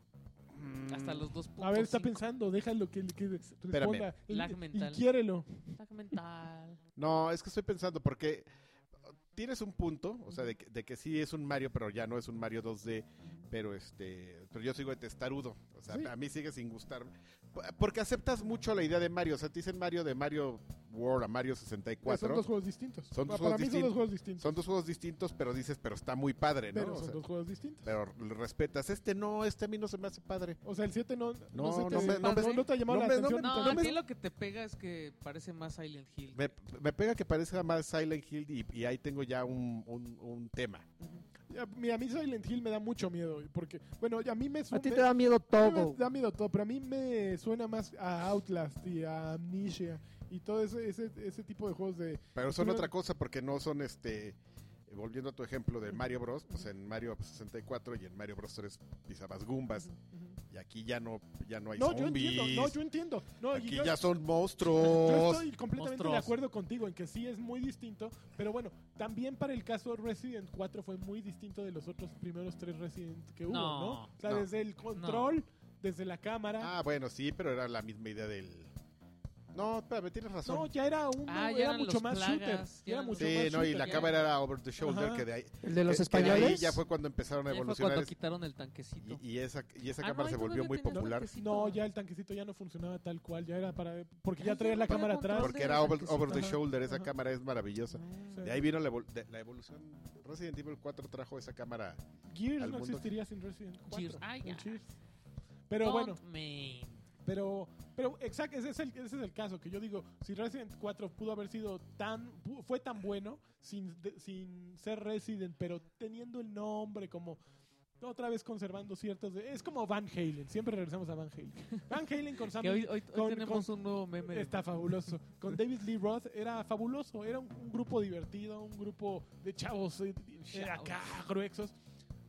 Speaker 1: Mm.
Speaker 2: Hasta los dos
Speaker 3: A ver, está pensando, déjalo que, que responda. Y-
Speaker 2: Lag
Speaker 3: y
Speaker 2: mental.
Speaker 3: quiérelo. <laughs>
Speaker 2: mental.
Speaker 1: No, es que estoy pensando porque tienes un punto, o sea, de que, de que sí es un Mario, pero ya no es un Mario 2D, pero este, pero yo sigo de testarudo, o sea,
Speaker 3: Sí.
Speaker 1: a mí sigue sin gustar. Porque aceptas mucho la idea de Mario. O sea, te dicen Mario de Mario World a Mario
Speaker 3: Pues Son
Speaker 1: 64.
Speaker 3: dos juegos distintos.
Speaker 1: Son dos
Speaker 3: Para
Speaker 1: juegos
Speaker 3: mí son dos
Speaker 1: distintos.
Speaker 3: juegos distintos.
Speaker 1: Son dos juegos distintos, pero dices, pero está muy padre, ¿no?
Speaker 3: Pero
Speaker 1: O
Speaker 3: son
Speaker 1: sea,
Speaker 3: dos juegos distintos.
Speaker 1: pero le respetas. Este no, este a mí no se me hace padre.
Speaker 3: O sea, el 7 no, no,
Speaker 1: No,
Speaker 3: se te,
Speaker 1: no
Speaker 2: me- no me-
Speaker 3: no te ha llamado
Speaker 1: no
Speaker 3: la
Speaker 1: me- no
Speaker 3: atención.
Speaker 1: me-
Speaker 2: No,
Speaker 1: no
Speaker 2: a
Speaker 1: me-
Speaker 2: ti lo que te pega es que parece más Silent Hill.
Speaker 1: Me, me pega que parezca más Silent Hill y, y ahí tengo ya un, un- un tema.
Speaker 3: A mí- A mí Silent Hill me da mucho miedo. Porque, bueno, a mí me
Speaker 4: A ti
Speaker 3: me-
Speaker 4: te da miedo todo.
Speaker 3: Me da miedo todo, pero a mí me suena más a Outlast y a Amnesia y todo ese, ese, ese tipo de juegos de...
Speaker 1: Pero son
Speaker 3: Pero-
Speaker 1: otra cosa porque no son este. eh, Volviendo a tu ejemplo de Mario Bros, pues en Mario 64 y en Mario Bros 3 pisabas gumbas y aquí ya no ya no hay
Speaker 3: No, yo
Speaker 1: zombies.
Speaker 3: entiendo, no, yo entiendo. No, y
Speaker 1: aquí
Speaker 3: yo,
Speaker 1: ya son
Speaker 3: yo
Speaker 1: monstruos.
Speaker 3: estoy completamente de
Speaker 5: Monstruos.
Speaker 3: acuerdo contigo en que sí es muy distinto, pero bueno, también para el caso Resident 4 fue muy distinto de los otros primeros tres Resident que hubo, ¿no?
Speaker 2: No,
Speaker 3: O sea,
Speaker 1: no.
Speaker 3: desde el control, desde la cámara...
Speaker 1: Ah, bueno, sí, pero era la misma idea del No, espérame, tienes razón.
Speaker 3: no, ya era un
Speaker 2: Ah, ya
Speaker 3: era
Speaker 2: eran
Speaker 3: mucho
Speaker 2: los
Speaker 3: más
Speaker 2: plagas,
Speaker 3: shooter.
Speaker 2: ya
Speaker 3: ya era
Speaker 2: eran
Speaker 3: mucho
Speaker 1: sí,
Speaker 3: más
Speaker 1: no, y
Speaker 3: shooter.
Speaker 1: la
Speaker 2: ya.
Speaker 1: cámara era over the shoulder
Speaker 3: Ajá.
Speaker 1: que de ahí
Speaker 4: El de los
Speaker 1: que- que de Eh, ahí
Speaker 4: españoles.
Speaker 1: ya fue cuando empezaron a
Speaker 2: Ya fue cuando
Speaker 1: evolucionar es-
Speaker 2: quitaron el tanquecito.
Speaker 1: y, y esa y esa
Speaker 2: Ah,
Speaker 1: cámara
Speaker 2: no,
Speaker 1: se
Speaker 2: ahí todavía
Speaker 1: volvió muy
Speaker 2: tenía el
Speaker 1: popular
Speaker 2: tanquecito.
Speaker 3: No, ya el tanquecito ya no funcionaba tal cual, ya era para... Porque ya
Speaker 2: Ay,
Speaker 3: traía
Speaker 2: ya
Speaker 3: la
Speaker 2: para
Speaker 3: cámara atrás.
Speaker 2: control.
Speaker 1: porque era over, over the
Speaker 3: Ah, Ajá.
Speaker 1: shoulder, esa
Speaker 3: Ajá.
Speaker 1: cámara es maravillosa.
Speaker 2: Ah.
Speaker 1: De ahí vino la, evol- de- la evolución. Resident Evil 4 trajo esa cámara.
Speaker 3: Gears
Speaker 1: al
Speaker 3: no
Speaker 1: mundo.
Speaker 3: existiría sin Resident 4.
Speaker 2: Gears, ay,
Speaker 3: con
Speaker 2: ya.
Speaker 3: Pero
Speaker 2: Don't
Speaker 3: bueno,
Speaker 2: me-
Speaker 3: pero pero exacto, ese es el ese es el caso que yo digo, si Resident 4 pudo haber sido tan pu- fue tan bueno sin de- sin ser Resident, pero teniendo el nombre como otra vez conservando ciertos de- es como Van Halen, siempre regresamos a Van Halen. Van Halen con
Speaker 2: <laughs>
Speaker 3: Sammy
Speaker 2: Que hoy, hoy- hoy
Speaker 3: con-
Speaker 2: tenemos un nuevo meme. de-
Speaker 3: Está fabuloso. Con David Lee Roth era fabuloso. Era un, un grupo divertido, un grupo de chavos eh, eh, acá gruesos.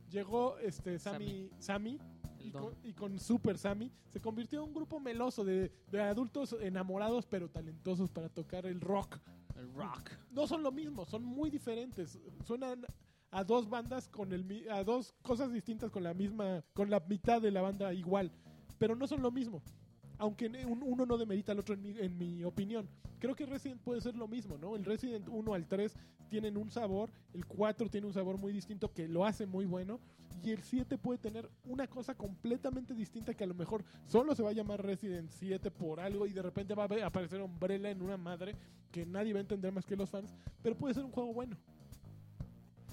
Speaker 3: Llegó este Sammy, Sammy,
Speaker 2: el
Speaker 3: y,
Speaker 2: don.
Speaker 3: con, y con Super Sammy se convirtió en un grupo meloso de, de adultos enamorados pero talentosos para tocar el rock.
Speaker 2: El rock.
Speaker 3: No son lo mismo, son muy diferentes. Suenan a dos bandas con el mi- a dos cosas distintas con la misma con la mitad de la banda igual, pero no son lo mismo. Aunque ne- un- uno no demerita al otro en mi, en mi opinión. Creo que Resident puede ser lo mismo, ¿no? El Resident 1 al 3 tienen un sabor, el 4 tiene un sabor muy distinto que lo hace muy bueno y el 7 puede tener una cosa completamente distinta que a lo mejor solo se va a llamar Resident 7 por algo y de repente va a ve- aparecer Umbrella en una madre que nadie va a entender más que los fans, pero puede ser un juego bueno.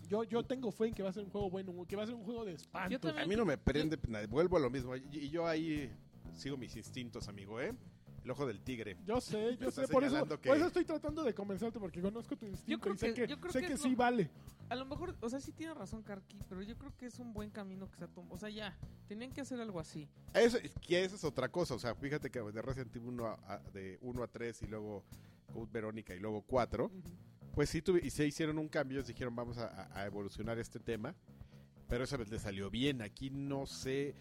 Speaker 3: Yo, yo tengo fe en que va a ser un juego bueno, que va a ser un juego de
Speaker 2: Yo
Speaker 3: espanto.
Speaker 2: también-
Speaker 1: A mí no me prende, na- vuelvo a lo mismo. Y y yo ahí sigo mis instintos, amigo, ¿eh? El ojo del tigre.
Speaker 3: Yo sé, yo
Speaker 1: Está
Speaker 3: sé, por eso,
Speaker 1: señalando que-
Speaker 3: por eso estoy tratando de convencerte porque conozco tu instinto
Speaker 2: creo
Speaker 3: y sé
Speaker 2: que-
Speaker 3: que,
Speaker 2: yo creo
Speaker 3: sé
Speaker 2: que
Speaker 3: que
Speaker 2: es
Speaker 3: sí
Speaker 2: lo-
Speaker 3: vale.
Speaker 2: A lo mejor, o sea, sí tiene razón Karki, pero yo creo que es un buen camino que se ha tomado. O sea, ya, tenían que hacer algo así.
Speaker 1: Eso, que eso es otra cosa. O sea, fíjate que de Resident Evil 1 a, a- de 1 a 3 y luego Code Verónica y luego 4. Pues sí, tuve, y se hicieron un cambio. ellos Dijeron, vamos a, a- a evolucionar este tema. Pero esa vez le salió bien. Aquí no sé.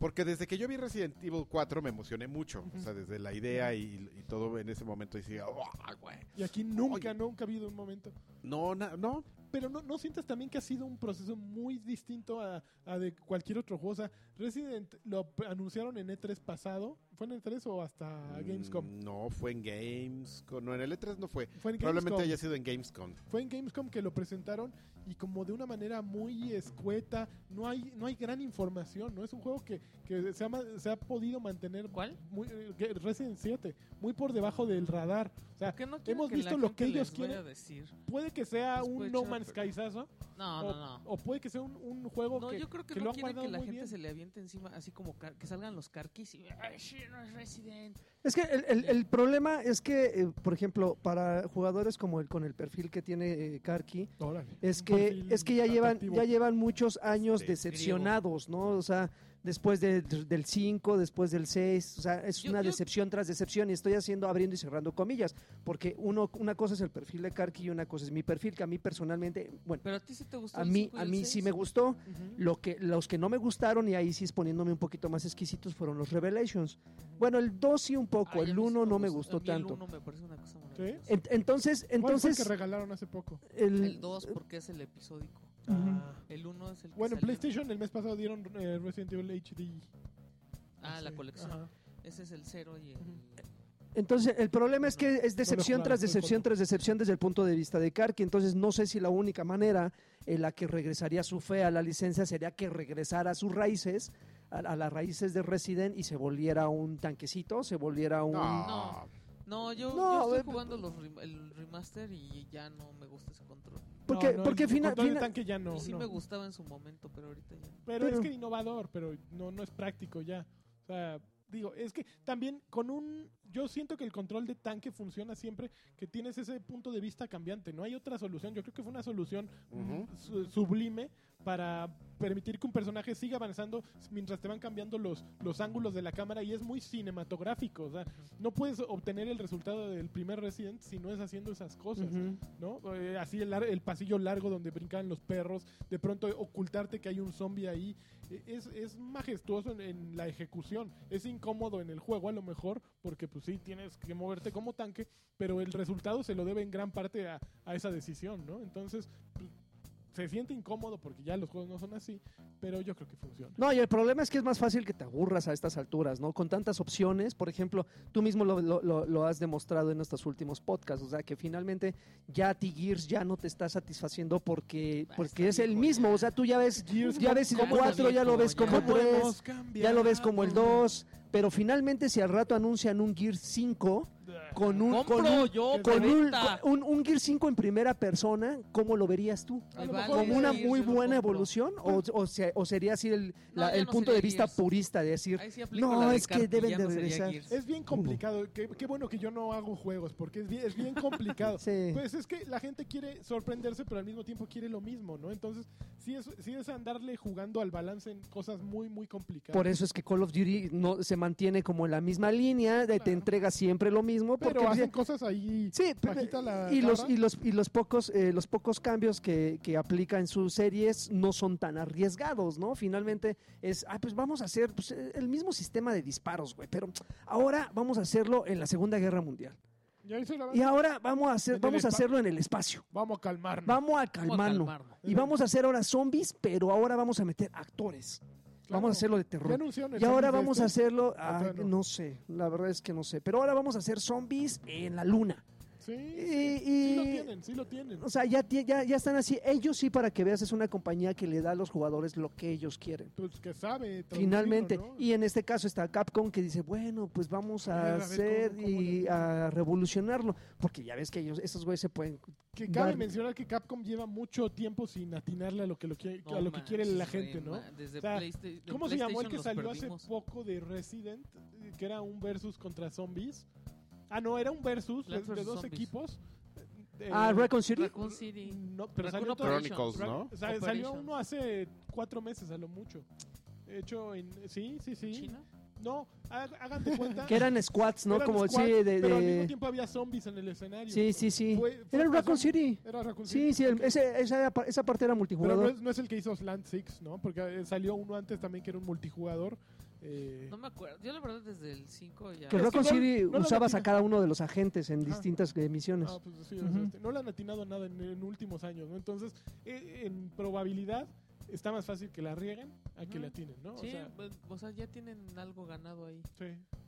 Speaker 1: Porque desde que yo vi Resident Evil 4 me emocioné mucho. O sea, desde la idea y, y todo en ese momento. Y decía, "Ah, güey".
Speaker 3: Y aquí nunca,
Speaker 1: Oye.
Speaker 3: nunca ha habido un momento.
Speaker 1: No, na- no,
Speaker 3: Pero no, no sientes también que ha sido un proceso muy distinto a, a de cualquier otro juego. O sea, Resident lo p- anunciaron en E3 pasado. ¿Fue en E3 o hasta Ah, Gamescom?
Speaker 1: Mm, No, fue en Gamescom. No, en el E3 no fue.
Speaker 3: Fue en
Speaker 1: Probablemente
Speaker 3: Gamescom.
Speaker 1: haya sido en Gamescom.
Speaker 3: Fue en Gamescom que lo presentaron y como de una manera muy escueta, no hay, no hay gran información, ¿no? Es un juego que, que se, ha, ma- se ha podido mantener
Speaker 2: ¿Cuál?
Speaker 3: muy, eh, que- Resident 7, muy por debajo del radar. O sea,
Speaker 2: ¿Por qué no quieren
Speaker 3: hemos
Speaker 2: que la
Speaker 3: visto lo
Speaker 2: gente
Speaker 3: que ellos
Speaker 2: les vaya
Speaker 3: quieren?
Speaker 2: a decir?
Speaker 3: puede que sea
Speaker 2: Pues
Speaker 3: un
Speaker 2: puede
Speaker 3: No
Speaker 2: ser,
Speaker 3: Man's
Speaker 2: pero-
Speaker 3: Skyzazo
Speaker 2: No,
Speaker 3: o,
Speaker 2: no, no.
Speaker 3: o puede que sea un, un juego
Speaker 2: No,
Speaker 3: que...
Speaker 2: yo creo que,
Speaker 3: que lo
Speaker 2: no
Speaker 3: han
Speaker 2: quieren que
Speaker 3: guardado
Speaker 2: la
Speaker 3: muy
Speaker 2: gente
Speaker 3: bien.
Speaker 2: se le aviente encima, así como car- que salgan los carquis y... "Ay, sí, no es Resident!
Speaker 4: Es que el, el- el problema es que, eh, por ejemplo, para jugadores como el con el perfil que tiene eh, Karki,
Speaker 3: Órale.
Speaker 4: es
Speaker 3: Un
Speaker 4: que,
Speaker 3: perfil
Speaker 4: es que ya llevan,
Speaker 3: atractivo.
Speaker 4: ya llevan muchos años
Speaker 1: Este,
Speaker 4: decepcionados, ¿no? O sea, después de- del 5, después del 6, o sea, es
Speaker 2: Yo-
Speaker 4: una
Speaker 2: yo-
Speaker 4: decepción tras decepción y estoy haciendo, abriendo y cerrando comillas, porque uno, una cosa es el perfil de Karki y una cosa es mi perfil, que a mí personalmente, bueno,
Speaker 2: Pero a ti sí te gustó
Speaker 4: a
Speaker 2: el
Speaker 4: mí,
Speaker 2: cinco y
Speaker 4: a
Speaker 2: el
Speaker 4: mí
Speaker 2: seis.
Speaker 4: sí me gustó,
Speaker 3: Ujú.
Speaker 4: lo que, los que no me gustaron, y ahí sí es poniéndome un poquito más exquisitos, fueron los Revelations. Bueno, el 2 sí un poco,
Speaker 2: Ay, a
Speaker 4: el
Speaker 2: mí sí
Speaker 4: 1 no me
Speaker 2: gusta-
Speaker 4: gustó
Speaker 2: a mí
Speaker 4: tanto.
Speaker 2: El 1 me parece una cosa maravillosa.
Speaker 4: En- Entonces,
Speaker 3: ¿Cuál fue el que
Speaker 4: entonces...
Speaker 3: regalaron hace poco?
Speaker 4: el-
Speaker 2: El 2 porque es el episódico.
Speaker 4: Mm, Ujú.
Speaker 2: El 1 es el que
Speaker 3: Bueno, en
Speaker 2: salió.
Speaker 3: PlayStation el mes pasado dieron eh, Resident Evil HD.
Speaker 2: Ah, la
Speaker 3: Sí,
Speaker 2: colección.
Speaker 3: ajá.
Speaker 2: Ese es el 0 y el...
Speaker 4: Entonces, el problema es que es
Speaker 3: No lo
Speaker 4: decepción
Speaker 3: jugaba,
Speaker 4: tras
Speaker 3: estoy
Speaker 4: decepción
Speaker 3: corto.
Speaker 4: tras decepción desde el punto de vista de Karki. Entonces, no sé si la única manera en la que regresaría su fe a la licencia sería que regresara a sus raíces, a, a las raíces de Resident y se volviera un tanquecito, se volviera un...
Speaker 1: No.
Speaker 2: No, yo,
Speaker 4: No,
Speaker 2: yo
Speaker 4: ve-
Speaker 3: eh,
Speaker 2: estoy jugando los rem- el remaster y ya no me gusta ese control.
Speaker 4: Porque,
Speaker 3: No, no,
Speaker 4: porque
Speaker 3: el
Speaker 4: fina-
Speaker 3: control de
Speaker 4: fina-
Speaker 3: tanque ya no.
Speaker 2: y sí
Speaker 3: no.
Speaker 2: me gustaba en su momento, pero ahorita ya. no.
Speaker 3: Pero,
Speaker 4: Pero-
Speaker 3: es que innovador, pero no, no es práctico ya. O sea, digo, es que también con un... Yo siento que el control de tanque funciona siempre que tienes ese punto de vista cambiante. No hay otra solución. Yo creo que fue una solución
Speaker 1: Ujú.
Speaker 3: su- sublime para permitir que un personaje siga avanzando mientras te van cambiando los, los ángulos de la cámara y es muy cinematográfico. O sea, no puedes obtener el resultado del primer Resident si no es haciendo esas cosas.
Speaker 4: Ujú.
Speaker 3: ¿no? Eh, así el, lar- el pasillo largo donde brincaban los perros, de pronto ocultarte que hay un zombie ahí, Eh, es, es majestuoso en, en la ejecución, es incómodo en el juego a lo mejor, porque pues sí, tienes que moverte como tanque, pero el resultado se lo debe en gran parte a, a esa decisión, ¿no? Entonces, pues, se siente incómodo porque ya los juegos no son así, pero yo creo que funciona.
Speaker 4: No, y el problema es que es más fácil que te aburras a estas alturas, ¿no? Con tantas opciones, por ejemplo, tú mismo lo, lo- lo- lo has demostrado en estos últimos podcasts, o sea, que finalmente ya a ti Gears ya no te está satisfaciendo porque,
Speaker 2: Ah, está
Speaker 4: porque es el
Speaker 2: viejo
Speaker 4: mismo,
Speaker 2: ya.
Speaker 4: o sea, tú ya
Speaker 2: <laughs>
Speaker 4: ves,
Speaker 3: Gears,
Speaker 4: ya ves el
Speaker 2: ¿cómo está
Speaker 4: 4, ya lo
Speaker 2: viejo?
Speaker 4: ves como
Speaker 2: ¿Cómo
Speaker 4: 3,
Speaker 3: cambiado?
Speaker 4: ya lo ves como el 2, pero finalmente si al rato anuncian un Gears 5 con un...
Speaker 2: Compro
Speaker 4: Con un
Speaker 2: yo,
Speaker 4: con un,
Speaker 2: venta.
Speaker 4: con un, un Gears 5 en primera persona, ¿cómo lo verías tú?
Speaker 2: Ahí
Speaker 3: lo
Speaker 2: va,
Speaker 3: mejor
Speaker 2: sí,
Speaker 4: como una
Speaker 2: sí,
Speaker 4: muy
Speaker 2: yo lo
Speaker 4: buena
Speaker 2: compro.
Speaker 4: evolución o, o, se- o sería así el,
Speaker 2: No,
Speaker 4: la-
Speaker 2: ya
Speaker 4: el
Speaker 2: no
Speaker 4: punto de
Speaker 2: sería
Speaker 4: vista
Speaker 2: Gears.
Speaker 4: purista de decir
Speaker 2: Ahí sí aplico
Speaker 4: No,
Speaker 2: la de
Speaker 4: es que
Speaker 2: Carpi,
Speaker 4: deben
Speaker 2: ya
Speaker 4: de
Speaker 2: no sería
Speaker 4: regresar.
Speaker 2: Gears.
Speaker 3: Es bien complicado. Qué, qué bueno que yo no hago juegos, porque es bien, es bien complicado.
Speaker 4: sí.
Speaker 3: Pues es que la gente quiere sorprenderse, pero al mismo tiempo quiere lo mismo, ¿no? Entonces, sí es, sí es andarle jugando al balance en cosas muy, muy complicadas.
Speaker 4: por eso es que Call of Duty no se mantiene como en la misma línea de te
Speaker 3: Claro.
Speaker 4: entrega siempre lo mismo
Speaker 3: pero
Speaker 4: porque
Speaker 3: hacen cosas ahí.
Speaker 4: sí pero-
Speaker 3: bajita la
Speaker 4: y los
Speaker 3: barra.
Speaker 4: y los y los pocos eh, los pocos cambios que, que aplica en sus series no son tan arriesgados no finalmente es ah pues vamos a hacer pues, eh, el mismo sistema de disparos güey pero ahora vamos a hacerlo en la Segunda Guerra Mundial
Speaker 3: Y ahí se la van.
Speaker 4: y ahora vamos a
Speaker 3: En
Speaker 4: hacer
Speaker 3: el
Speaker 4: vamos a
Speaker 3: espa-
Speaker 4: hacerlo en el espacio
Speaker 2: Mm.
Speaker 3: Vamos a calmarnos.
Speaker 4: vamos a
Speaker 2: ¿Cómo
Speaker 4: calmarnos
Speaker 2: calmarlo?
Speaker 4: Y vamos a hacer ahora zombies, pero ahora vamos a meter actores.
Speaker 3: Claro.
Speaker 4: Vamos a hacerlo de
Speaker 3: Ya
Speaker 4: terror.
Speaker 3: anunciaron el
Speaker 4: Y ahora
Speaker 3: zombie
Speaker 4: vamos
Speaker 3: de
Speaker 4: a
Speaker 3: este.
Speaker 4: hacerlo,
Speaker 3: Ah,
Speaker 4: ay,
Speaker 3: todavía no.
Speaker 4: no sé, la verdad es que no sé, pero ahora vamos a hacer zombies en la luna.
Speaker 3: Sí,
Speaker 4: Y,
Speaker 3: sí, sí lo
Speaker 4: y-
Speaker 3: tienen, sí lo tienen.
Speaker 4: o sea, ya, tie- ya, ya están así, ellos sí para que veas, es una compañía que le da a los jugadores lo que ellos quieren.
Speaker 3: Pues que sabe. traducirlo,
Speaker 4: Finalmente,
Speaker 3: ¿no?
Speaker 4: y en este caso está Capcom que dice, bueno, pues vamos
Speaker 3: A ver,
Speaker 4: a,
Speaker 3: a ver,
Speaker 4: hacer
Speaker 3: ¿cómo- cómo
Speaker 4: y
Speaker 3: le-
Speaker 4: a revolucionarlo, porque ya ves que ellos, esos güeyes se pueden...
Speaker 3: Que cabe
Speaker 4: Dar-
Speaker 3: mencionar que Capcom lleva mucho tiempo sin atinarle a lo que, lo quiere-
Speaker 2: No
Speaker 3: a lo que quiere la
Speaker 2: manches,
Speaker 3: gente,
Speaker 2: güey,
Speaker 3: ¿no?
Speaker 2: ma- Desde
Speaker 3: O sea,
Speaker 2: Playsta- de
Speaker 3: ¿Cómo se llamó
Speaker 2: PlayStation
Speaker 3: el que
Speaker 2: los
Speaker 3: salió
Speaker 2: perdimos?
Speaker 3: hace poco de Resident? eh, Que era un versus contra zombies. Ah, no, era un versus de,
Speaker 2: Plants vs.
Speaker 3: de dos
Speaker 2: Zombies.
Speaker 3: equipos. Eh,
Speaker 4: Ah, Recon City.
Speaker 2: Raccoon City.
Speaker 3: No, pero
Speaker 2: Raccoon
Speaker 3: salió, todo-
Speaker 2: Operation.
Speaker 1: Chronicles,
Speaker 3: Rac-
Speaker 1: ¿no?
Speaker 3: o sea,
Speaker 2: Operation.
Speaker 3: salió uno hace cuatro meses, a lo mucho. Hecho en... Sí, sí, sí.
Speaker 2: ¿China?
Speaker 3: No, ha- háganse cuenta.
Speaker 4: <laughs> Que eran squads, ¿no?
Speaker 3: eran
Speaker 4: Como
Speaker 3: squad,
Speaker 4: sí, de...
Speaker 3: Pero al
Speaker 4: de-
Speaker 3: mismo tiempo había zombies en el escenario.
Speaker 4: Sí, sí, sí.
Speaker 3: Fue- fue
Speaker 4: Era el Raccoon
Speaker 3: pasando-
Speaker 4: City.
Speaker 3: Era Raccoon
Speaker 4: Sí, sí, el-
Speaker 3: ok.
Speaker 4: ese- esa, era pa- esa parte era
Speaker 3: Pero no
Speaker 4: multijugador.
Speaker 3: es, no es el que hizo Slant Six, ¿no? Porque eh, salió uno antes también que era un multijugador. Eh,
Speaker 2: No me acuerdo. Yo la verdad desde el 5 ya.
Speaker 4: que
Speaker 3: es
Speaker 4: Raccoon
Speaker 3: que no-
Speaker 4: City
Speaker 3: no lo
Speaker 4: usabas a
Speaker 3: platicas.
Speaker 4: cada uno de los agentes en
Speaker 3: Ajá.
Speaker 4: distintas eh, misiones.
Speaker 3: Ah, pues sí, o sea,
Speaker 4: Ujú.
Speaker 3: este, no le han atinado a nada en, en últimos años, ¿no? Entonces, eh, en probabilidad, está más fácil que la rieguen a que
Speaker 2: Ujú.
Speaker 3: le atinen, ¿no?
Speaker 2: sí,
Speaker 3: O sea,
Speaker 2: pues, o sea, ya tienen algo ganado ahí.
Speaker 3: sí.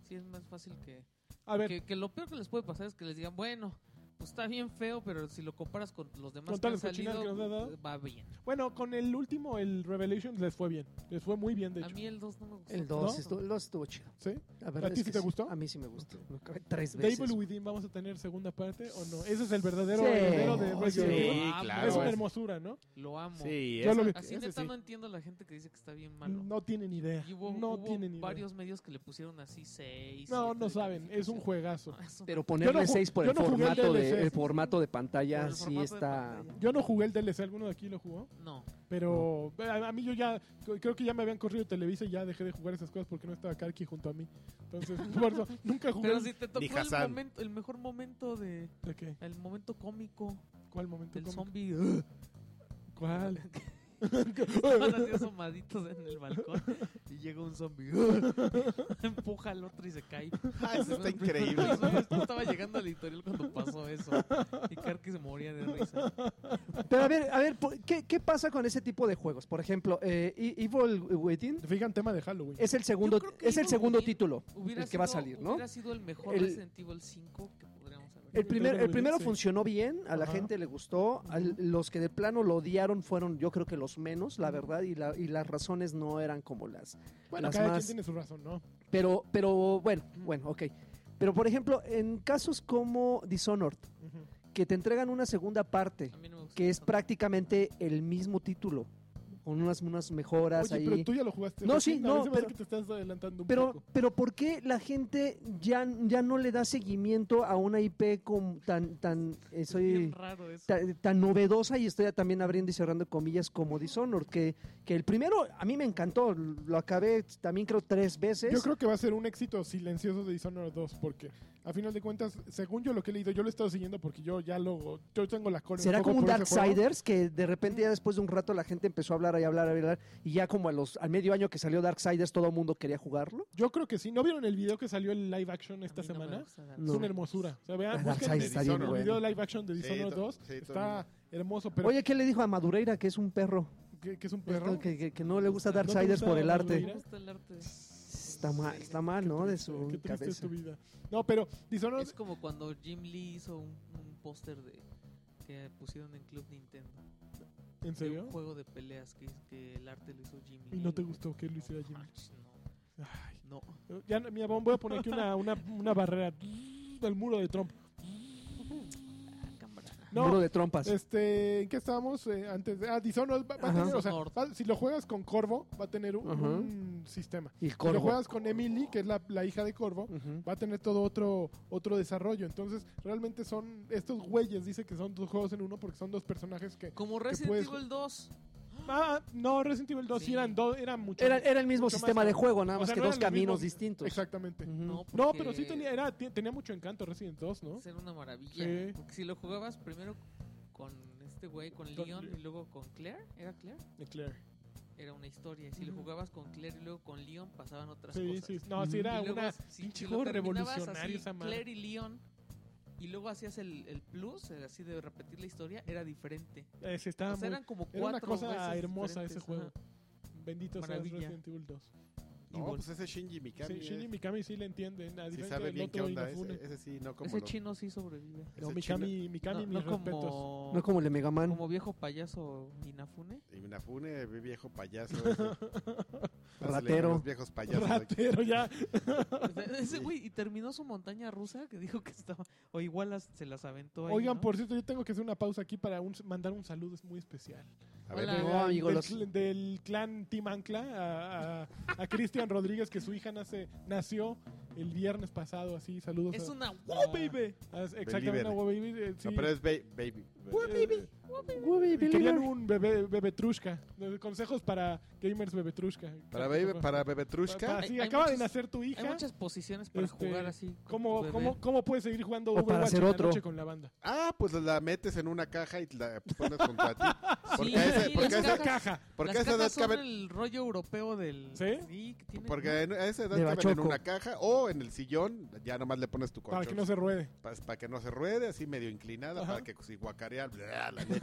Speaker 2: Sí, es más fácil que,
Speaker 3: A ver,
Speaker 2: que... que lo peor que les puede pasar es que les digan, bueno, pues está bien feo, pero si lo comparas con los demás
Speaker 3: Con
Speaker 2: que han
Speaker 3: todas las cochinadas
Speaker 2: salido,
Speaker 3: que nos ha dado.
Speaker 2: eh, va bien.
Speaker 3: bueno, con el último, el Revelations, les fue bien. Les fue muy bien, de
Speaker 2: A
Speaker 3: hecho.
Speaker 2: mí el 2 no me gustó.
Speaker 4: El
Speaker 3: dos
Speaker 4: 2
Speaker 3: ¿No?
Speaker 4: estuvo, el dos estuvo chido.
Speaker 3: ¿Sí?
Speaker 4: La verdad
Speaker 3: ti
Speaker 4: es
Speaker 3: sí
Speaker 4: que
Speaker 3: te gustó?
Speaker 4: A mí sí me gustó. Lo acabé Tres veces.
Speaker 3: Devil Within, ¿vamos a tener segunda parte o no? Ese es el verdadero
Speaker 4: Sí.
Speaker 3: heredero de
Speaker 4: Sí,
Speaker 3: Resident Evil.
Speaker 2: Sí, claro.
Speaker 3: pues Es una
Speaker 2: es-
Speaker 3: hermosura, ¿no?
Speaker 2: Lo amo.
Speaker 1: Sí,
Speaker 3: Yo
Speaker 1: es-
Speaker 3: lo vi-
Speaker 2: Así
Speaker 3: ese
Speaker 2: neta
Speaker 3: sí.
Speaker 2: no entiendo a la gente que dice que está bien malo.
Speaker 3: No tienen idea.
Speaker 2: Y hubo,
Speaker 3: no
Speaker 2: hubo
Speaker 3: tienen idea.
Speaker 2: varios medios que le pusieron así 6.
Speaker 3: No, no saben. Es un juegazo. Yo
Speaker 4: Pero
Speaker 3: no
Speaker 4: ponerle
Speaker 3: ju-
Speaker 4: 6 por
Speaker 3: yo
Speaker 4: el
Speaker 3: no jugué al
Speaker 4: formato de
Speaker 3: DLC.
Speaker 4: el formato de pantalla
Speaker 2: Por el
Speaker 4: sí
Speaker 2: formato de
Speaker 4: está.
Speaker 2: pantalla.
Speaker 3: Yo no jugué el DLC, ¿alguno de aquí lo jugó?
Speaker 2: No.
Speaker 3: Pero a, a mí yo ya, creo que ya me habían corrido Televisa y ya dejé de jugar esas cosas porque no estaba Karki junto a mí. Entonces, <laughs> por eso, nunca jugué.
Speaker 2: Pero si te tocó
Speaker 1: Ni
Speaker 2: el,
Speaker 1: Hassan.
Speaker 2: momento, el mejor momento de.
Speaker 3: ¿De qué?
Speaker 2: El momento cómico
Speaker 3: ¿Cuál momento?
Speaker 2: del
Speaker 3: ¿Cómo?
Speaker 2: zombie.
Speaker 3: ¿Cuál?
Speaker 2: Estaban así asomaditos en el balcón y llega un zombie. <laughs> Empuja al otro y se cae.
Speaker 1: <laughs> Ah, <laughs> eso
Speaker 3: <laughs>
Speaker 1: está increíble.
Speaker 2: <laughs> Yo estaba llegando al editorial cuando pasó eso. Y Karki se moría de risa.
Speaker 4: Pero a ver, a ver, po- ¿qué, qué pasa con ese tipo de juegos? Por ejemplo, eh, E- Evil
Speaker 3: <laughs>
Speaker 4: Within
Speaker 3: ¿Te fijan tema de Halloween?
Speaker 4: es el segundo
Speaker 2: creo que
Speaker 4: es el
Speaker 2: Evil
Speaker 4: segundo
Speaker 2: Within
Speaker 4: título.
Speaker 2: Hubiera
Speaker 4: El que va a
Speaker 2: sido-
Speaker 4: salir, ¿no?
Speaker 2: Hubiera sido el mejor
Speaker 4: El-
Speaker 2: Resident Evil 5 que podríamos haber.
Speaker 4: El, primer-
Speaker 3: Nintendo
Speaker 4: el
Speaker 3: Wii,
Speaker 4: primero
Speaker 3: sí.
Speaker 4: funcionó bien, a la
Speaker 3: Ajá.
Speaker 4: gente le gustó, al- los que de plano lo odiaron fueron yo creo que los menos, la verdad, y, la- y las razones no eran como las.
Speaker 3: Bueno,
Speaker 4: las
Speaker 3: cada
Speaker 4: más-
Speaker 3: quien tiene su razón, ¿no?
Speaker 4: Pero, pero bueno, bueno, ok. Pero por ejemplo, en casos como Dishonored,
Speaker 3: Ujú.
Speaker 4: que te entregan una segunda parte,
Speaker 2: A mí no me gusta
Speaker 4: que es
Speaker 2: tanto.
Speaker 4: prácticamente el mismo título, con unas, unas mejoras
Speaker 3: Oye,
Speaker 4: ahí.
Speaker 3: pero tú ya lo jugaste.
Speaker 4: No,
Speaker 3: recién,
Speaker 4: sí,
Speaker 3: a
Speaker 4: no,
Speaker 3: mí se me hace
Speaker 4: pero-
Speaker 3: que te estás adelantando un
Speaker 4: Pero,
Speaker 3: poco.
Speaker 4: pero ¿por qué la gente ya, ya no le da seguimiento a una IP con, tan, tan, eh,
Speaker 2: Es
Speaker 4: soy,
Speaker 2: bien raro eso.
Speaker 4: ta- tan, novedosa y estoy también abriendo y cerrando comillas como Dishonored? Que, que el primero a mí me encantó, lo acabé también creo tres veces.
Speaker 3: Yo creo que va a ser un éxito silencioso de Dishonored 2, porque a final de cuentas, según yo lo que he leído, yo lo he estado siguiendo porque yo ya lo. Yo tengo la cola.
Speaker 4: Será
Speaker 3: poco
Speaker 4: como un
Speaker 3: por ese juego.
Speaker 4: Darksiders que de repente ya después de un rato la gente empezó a hablar y hablar y hablar y ya como a los, al medio año que salió Darksiders todo el mundo quería jugarlo.
Speaker 3: Yo creo que sí. ¿No vieron el video que salió el live action esta
Speaker 2: A mí no me
Speaker 3: semana?
Speaker 2: gusta nada.
Speaker 4: No.
Speaker 3: Es una hermosura. O sea, vean,
Speaker 4: Ah, Darksiders
Speaker 3: busquen el,
Speaker 1: está bien
Speaker 3: Dishonored, el
Speaker 4: bueno.
Speaker 3: video live action de
Speaker 1: Sí,
Speaker 3: Dishonored
Speaker 1: to-
Speaker 3: 2.
Speaker 1: sí, todo el
Speaker 3: está hermoso, pero
Speaker 4: Oye, ¿qué le dijo a Madureira que es un perro?
Speaker 3: que, que es un perro.
Speaker 4: Que, que- que no le gusta
Speaker 2: ¿No te
Speaker 4: Darksiders
Speaker 3: gusta
Speaker 4: por el
Speaker 2: No
Speaker 4: arte.
Speaker 2: me gusta el arte.
Speaker 4: Está mal, está mal, ¿no? De su
Speaker 3: Qué triste es
Speaker 4: cabeza.
Speaker 3: tu vida. No, pero Dishonored
Speaker 2: Es como cuando Jim Lee hizo un, un póster de que pusieron en Club Nintendo.
Speaker 3: ¿En
Speaker 2: De
Speaker 3: serio?
Speaker 2: un juego de peleas que, que el arte lo hizo Jim
Speaker 3: ¿Y
Speaker 2: Lee.
Speaker 3: no te gustó que lo hiciera Jim Lee?
Speaker 2: manches,
Speaker 3: Ay,
Speaker 2: No, no.
Speaker 3: ya, no- mira, voy a poner aquí una, una, una barrera del muro de Trump.
Speaker 2: Ah, cámara.
Speaker 4: Muro
Speaker 3: No,
Speaker 4: de trompas.
Speaker 3: este, ¿en qué estábamos eh, antes? De, ah, Dishonored va, va a
Speaker 4: Ajá.
Speaker 3: tener, o sea,
Speaker 2: Dishonored.
Speaker 3: va- si lo juegas con Corvo, va a tener un,
Speaker 4: Ajá.
Speaker 3: un sistema.
Speaker 4: y
Speaker 3: Si lo
Speaker 4: Corvo.
Speaker 3: juegas con Emily, que es la, la hija de Corvo,
Speaker 4: Ujú.
Speaker 3: va a tener todo otro otro desarrollo. Entonces, realmente son estos güeyes, dice que son dos juegos en uno porque son dos personajes que
Speaker 2: Como
Speaker 3: puedes-
Speaker 2: Resident Evil 2
Speaker 3: Ah, no, Resident Evil 2 sí
Speaker 2: Sí.
Speaker 3: eran dos, eran mucho.
Speaker 4: Era, era el mismo
Speaker 3: mucho más
Speaker 4: sistema de
Speaker 3: caro.
Speaker 4: juego, nada
Speaker 3: O
Speaker 4: más
Speaker 3: sea,
Speaker 4: que
Speaker 3: no
Speaker 4: dos
Speaker 3: eran los
Speaker 4: caminos
Speaker 3: mismos-
Speaker 4: distintos.
Speaker 3: Exactamente.
Speaker 4: Ujú.
Speaker 2: No,
Speaker 3: Mm. No,
Speaker 2: Mm. porque
Speaker 3: pero sí tenía, era, te- tenía mucho encanto Resident 2, ¿no?
Speaker 2: Era una maravilla.
Speaker 3: Sí.
Speaker 2: Porque si lo jugabas primero con este güey, con
Speaker 3: Con
Speaker 2: Leon
Speaker 3: Leon.
Speaker 2: y luego con Claire, ¿era Claire?
Speaker 3: De Claire.
Speaker 2: Era una historia. Y si lo
Speaker 3: Ujú.
Speaker 2: jugabas con Claire y luego con Leon, pasaban otras
Speaker 3: Sí,
Speaker 2: cosas.
Speaker 3: sí. No, sí
Speaker 4: Ujú.
Speaker 3: era
Speaker 2: Mm. Y luego,
Speaker 3: una
Speaker 2: si-
Speaker 3: pinche
Speaker 2: si lo
Speaker 3: juego
Speaker 2: terminabas
Speaker 3: revolucionario
Speaker 2: así,
Speaker 3: esa madre.
Speaker 2: Claire y Leon. Y luego hacías el, el plus, el así de repetir la historia, era diferente.
Speaker 3: Eh,
Speaker 2: O
Speaker 3: sí, estaba
Speaker 2: sea,
Speaker 3: muy-
Speaker 2: eran como
Speaker 3: era
Speaker 2: cuatro
Speaker 3: una cosa
Speaker 2: veces
Speaker 3: hermosa ese
Speaker 2: diferentes,
Speaker 3: juego.
Speaker 2: ajá.
Speaker 3: Bendito sea
Speaker 2: Maravilla.
Speaker 3: Resident Evil 2.
Speaker 1: No,
Speaker 2: Igual.
Speaker 1: pues ese Shinji Mikami.
Speaker 3: Sí,
Speaker 1: es-
Speaker 3: Shinji Mikami sí le entiende. A
Speaker 1: sí
Speaker 3: diferencia
Speaker 1: sabe
Speaker 3: del
Speaker 1: bien qué
Speaker 3: otro
Speaker 1: onda.
Speaker 3: Inafune.
Speaker 1: Ese, ese sí, no como.
Speaker 2: Ese
Speaker 1: lo-
Speaker 2: chino sí sobrevive.
Speaker 3: No,
Speaker 1: ese
Speaker 3: Mikami, Mikami,
Speaker 2: no,
Speaker 3: mis
Speaker 2: no
Speaker 3: respetos.
Speaker 2: como,
Speaker 4: No como el de Mega Man.
Speaker 2: como viejo payaso
Speaker 3: <laughs>
Speaker 2: Inafune.
Speaker 1: chino- Inafune, viejo payaso. ese. Así le
Speaker 4: Ratero.
Speaker 1: llaman Los viejos payasos. aquí.
Speaker 3: Ratero ya.
Speaker 2: O sea, Ese güey, y terminó su montaña rusa que dijo que estaba. O igual las- se las aventó ahí.
Speaker 3: Oigan,
Speaker 2: ¿no?
Speaker 3: por cierto, yo tengo que hacer una pausa aquí para un- mandar un saludo es muy especial.
Speaker 1: A ver,
Speaker 2: Hola.
Speaker 4: No,
Speaker 3: Del-
Speaker 4: amigo,
Speaker 3: del,
Speaker 4: los-
Speaker 3: cl- del clan Team Ancla a, a- a Cristian Rodríguez, que su hija nace, nació el viernes pasado, así, saludos.
Speaker 2: Es
Speaker 3: a-
Speaker 2: una.
Speaker 3: a- a- exactamente,
Speaker 1: Believer.
Speaker 3: una wow baby. eh, sí.
Speaker 1: no, pero es ba- baby.
Speaker 3: Eh,
Speaker 4: Uy,
Speaker 3: y querían
Speaker 4: Believer.
Speaker 3: un bebé, bebetrushka. Eh, Consejos para gamers bebetrushka.
Speaker 1: Para, baby, para Bebetrushka.
Speaker 3: Para- sí,
Speaker 2: Hay- hay
Speaker 3: acaba de
Speaker 2: muchos-
Speaker 3: nacer tu
Speaker 2: Hay
Speaker 3: hija.
Speaker 2: muchas posiciones para
Speaker 3: Este,
Speaker 2: jugar así. con tu
Speaker 3: ¿Cómo,
Speaker 2: bebé.
Speaker 3: cómo, ¿Cómo puedes seguir jugando
Speaker 4: O para
Speaker 3: Overwatch
Speaker 4: hacer
Speaker 3: en la
Speaker 4: otro.
Speaker 3: noche con la banda?
Speaker 1: Ah, pues la metes en una caja y la pones contra ti. Porque
Speaker 2: <laughs> Sí,
Speaker 1: a ese-
Speaker 2: sí,
Speaker 1: porque
Speaker 2: las
Speaker 1: a ese-
Speaker 2: cajas-
Speaker 3: Caja.
Speaker 1: Porque a
Speaker 2: las
Speaker 1: esa edad
Speaker 2: cajas son
Speaker 1: caben,
Speaker 2: el rollo europeo del.
Speaker 3: ¿Sí?
Speaker 2: que tiene-
Speaker 1: porque
Speaker 2: ¿no?
Speaker 1: en- a esa edad
Speaker 4: De
Speaker 1: caben en
Speaker 4: bachoco.
Speaker 1: una caja o en el sillón, ya nomás le pones tu colchón.
Speaker 3: Para que no se ruede. <laughs>
Speaker 1: pa- para que no se ruede, así medio inclinada,
Speaker 3: Ajá.
Speaker 1: para que si guacarea bla,
Speaker 3: <laughs>
Speaker 1: la leche.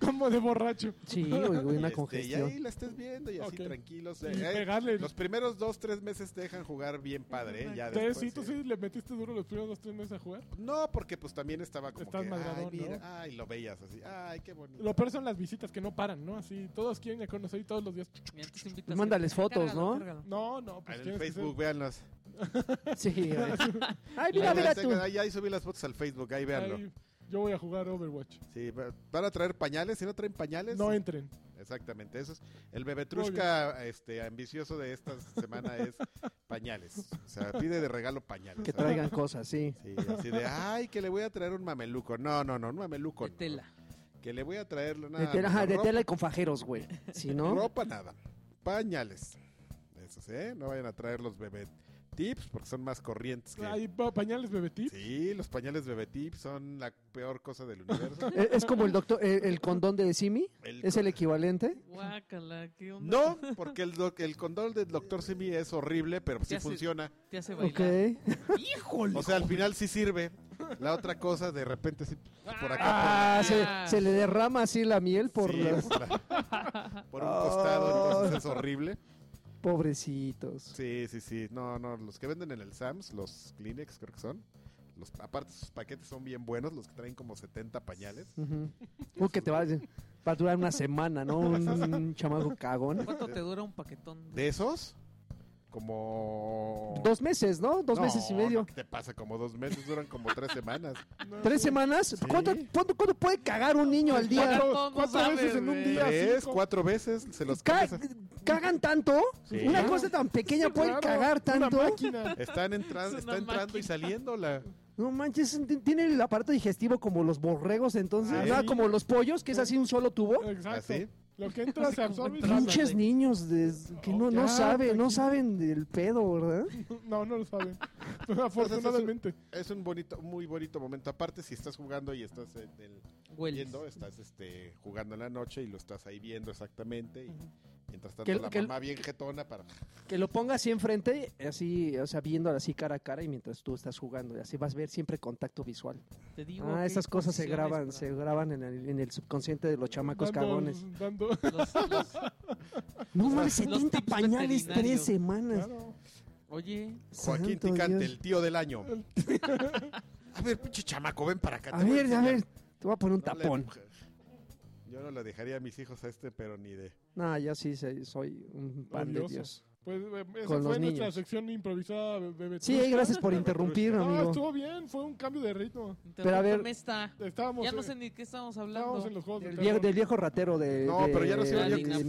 Speaker 3: Como de borracho.
Speaker 4: Sí, oye, güey,
Speaker 1: y, este,
Speaker 4: una
Speaker 1: y ahí
Speaker 4: congestión.
Speaker 1: la estés viendo y así
Speaker 3: Ok.
Speaker 1: tranquilos.
Speaker 3: Y
Speaker 1: Eh, eh,
Speaker 3: pegarle.
Speaker 1: los primeros dos, tres meses te dejan jugar bien padre, ¿eh? Ya
Speaker 3: Ustedes
Speaker 1: después,
Speaker 3: sí, tú
Speaker 1: eh,
Speaker 3: sí le metiste duro los primeros dos, tres meses a jugar.
Speaker 1: No, porque pues también estaba como
Speaker 3: Estás
Speaker 1: que, ay,
Speaker 3: madreador,
Speaker 1: mira,
Speaker 3: ¿no?
Speaker 1: ay, lo veías así, ay, qué bonito.
Speaker 3: Lo peor son las visitas que no paran, ¿no? Así, todos quieren ya conocer y todos los días.
Speaker 2: Mira, entonces invitas
Speaker 4: Pues
Speaker 2: a-
Speaker 4: mándales fotos,
Speaker 2: Cárgalo,
Speaker 4: ¿no?
Speaker 2: cárgalo.
Speaker 3: No, no, pues
Speaker 1: en el
Speaker 3: tienes que
Speaker 1: Facebook,
Speaker 3: ser-
Speaker 1: véanlas.
Speaker 4: Sí, güey. Ay,
Speaker 1: Ahí,
Speaker 4: mira, mira
Speaker 1: las
Speaker 4: tú.
Speaker 1: tengo, ahí, ahí subí las fotos al Facebook, ahí véanlo.
Speaker 3: Ay, yo voy a jugar Overwatch.
Speaker 1: Sí, va- van a traer pañales, si no traen pañales.
Speaker 3: No entren.
Speaker 1: Exactamente, eso es. El bebetrushka este, ambicioso de esta semana
Speaker 3: <laughs>
Speaker 1: es pañales. O sea, pide de regalo pañales.
Speaker 4: Que traigan cosas, sí.
Speaker 1: Sí, así de, ay, que le voy a traer un mameluco. No, no, no, un mameluco.
Speaker 2: De
Speaker 1: no.
Speaker 2: tela.
Speaker 1: Que le voy a traer una
Speaker 4: De tela, ajá, de
Speaker 1: ropa,
Speaker 4: tela y con fajeros, güey. Si no,
Speaker 1: ropa, nada. Pañales. Eso sí, ¿eh? no vayan a traer los bebé tips porque son más corrientes que...
Speaker 3: Hay pa- pañales bebetip.
Speaker 1: Sí, los pañales bebé tips son la peor cosa
Speaker 4: <laughs>
Speaker 1: del universo.
Speaker 4: Eh, es como el doctor, eh, el condón de Simi.
Speaker 1: El-
Speaker 4: ¿Es el equivalente?
Speaker 2: Guácala, ¿qué onda?
Speaker 1: No, porque el, doc- el condón del doctor Simi es horrible, pero sí
Speaker 2: Ya sé.
Speaker 1: funciona.
Speaker 2: Te hace bailar.
Speaker 4: Ok.
Speaker 1: O sea, al final sí sirve. La otra cosa, de repente, sí, por acá.
Speaker 4: <laughs> Ah, se, se le derrama así la miel
Speaker 1: por-
Speaker 4: por
Speaker 1: sí,
Speaker 4: los
Speaker 1: por la- por un costado, entonces es horrible.
Speaker 4: pobrecitos.
Speaker 1: Sí, sí, sí. No, no, los que venden en el Sams, los Kleenex creo que son, Los, aparte, sus paquetes son bien buenos, los que traen como 70 pañales.
Speaker 4: Ujú. Uh, que te va, a- va a durar una semana, ¿no? Un chamaco cagón.
Speaker 2: ¿Cuánto te dura un paquetón?
Speaker 1: De esos, como...
Speaker 4: Dos meses, ¿no? Dos
Speaker 1: No,
Speaker 4: meses y
Speaker 1: no,
Speaker 4: medio.
Speaker 1: ¿Qué te pasa? Como dos meses, duran como
Speaker 4: <laughs>
Speaker 1: tres semanas.
Speaker 3: No,
Speaker 4: ¿Tres semanas? ¿Cuánto, cuánto, cuánto puede cagar un niño al día?
Speaker 3: Cuatro,
Speaker 2: No, no
Speaker 3: cuatro
Speaker 2: sabe,
Speaker 3: veces en un
Speaker 2: güey.
Speaker 3: día.
Speaker 1: Tres,
Speaker 3: cinco.
Speaker 1: cuatro veces se los
Speaker 4: Ca-
Speaker 1: comes a-
Speaker 4: ¿Cagan tanto?
Speaker 1: Sí.
Speaker 4: ¿Una cosa tan pequeña puede
Speaker 3: Claro,
Speaker 4: cagar tanto? ¿Ah,
Speaker 3: Una máquina.
Speaker 1: Están entrando,
Speaker 2: Es
Speaker 1: está
Speaker 2: una
Speaker 1: entrando y
Speaker 2: máquina.
Speaker 1: saliendo la...
Speaker 4: No manches, t- tiene el aparato digestivo como los borregos, entonces.
Speaker 1: Ah,
Speaker 4: Nada,
Speaker 3: sí.
Speaker 4: como los pollos, que es así un solo tubo.
Speaker 3: Exacto.
Speaker 1: Así.
Speaker 3: Lo que entra
Speaker 2: Así
Speaker 3: se
Speaker 2: como
Speaker 3: absorbe. y
Speaker 2: entra.
Speaker 3: se-
Speaker 4: Pinches niños de- que no,
Speaker 3: Ya,
Speaker 4: no saben,
Speaker 3: tranquilo.
Speaker 4: no saben del pedo, ¿verdad?
Speaker 3: No, no lo
Speaker 4: <laughs>
Speaker 3: saben. <laughs> Afortunadamente.
Speaker 1: Es un bonito, muy bonito momento. Aparte, si estás jugando y estás en el-
Speaker 2: Hueles.
Speaker 1: viendo, estás este, jugando en la noche y lo estás ahí viendo exactamente. Y
Speaker 2: Ujú.
Speaker 1: mientras tanto,
Speaker 4: Que-
Speaker 1: la
Speaker 4: que-
Speaker 1: mamá bien jetona para...
Speaker 4: Que lo ponga así enfrente, así, o sea, viéndola así cara a cara y mientras tú estás jugando, y así vas a ver siempre contacto visual.
Speaker 2: Te digo
Speaker 4: Ah,
Speaker 2: que
Speaker 4: esas
Speaker 2: hay
Speaker 4: cosas se
Speaker 2: posiciones
Speaker 4: graban,
Speaker 2: para-
Speaker 4: se graban en el, en el subconsciente de los chamacos
Speaker 3: Dando-
Speaker 4: cagones. <laughs>
Speaker 3: Dando,
Speaker 2: Los- los- <laughs>
Speaker 4: No mames,
Speaker 2: los
Speaker 4: 70
Speaker 2: tips
Speaker 4: pañales, tres
Speaker 2: veterinarios.
Speaker 4: semanas.
Speaker 3: claro.
Speaker 2: Oye,
Speaker 1: Joaquín
Speaker 4: Santo
Speaker 1: Ticante,
Speaker 4: Dios.
Speaker 1: el tío del año. <laughs> A ver, pinche chamaco, ven para acá.
Speaker 4: A
Speaker 1: te voy
Speaker 4: ver, a
Speaker 1: enseñar.
Speaker 4: ver, te voy a poner un
Speaker 1: No le-
Speaker 4: tapón.
Speaker 1: Yo no le dejaría a mis hijos a este, pero ni de...
Speaker 4: No, ya sí, se- soy un pan de
Speaker 3: Odioso.
Speaker 4: Dios.
Speaker 3: Pues eh, esa
Speaker 4: Con los
Speaker 3: fue nuestra
Speaker 4: niños.
Speaker 3: sección improvisada, be- bebé.
Speaker 4: Sí,
Speaker 3: Trusca.
Speaker 4: gracias por interrumpirme,
Speaker 3: No,
Speaker 4: amigo.
Speaker 3: estuvo bien, fue un cambio de ritmo.
Speaker 4: Pero a ver-
Speaker 2: interrúmpeme esta.
Speaker 3: Estábamos,
Speaker 2: Ya no
Speaker 3: eh,
Speaker 2: sé ni qué estábamos hablando.
Speaker 3: estábamos en los juegos
Speaker 4: Del
Speaker 3: del
Speaker 4: viejo, del viejo ratero de.
Speaker 1: No,
Speaker 4: de-
Speaker 1: pero ya no se
Speaker 4: de-
Speaker 1: oye.
Speaker 4: de- de- de-
Speaker 2: Se-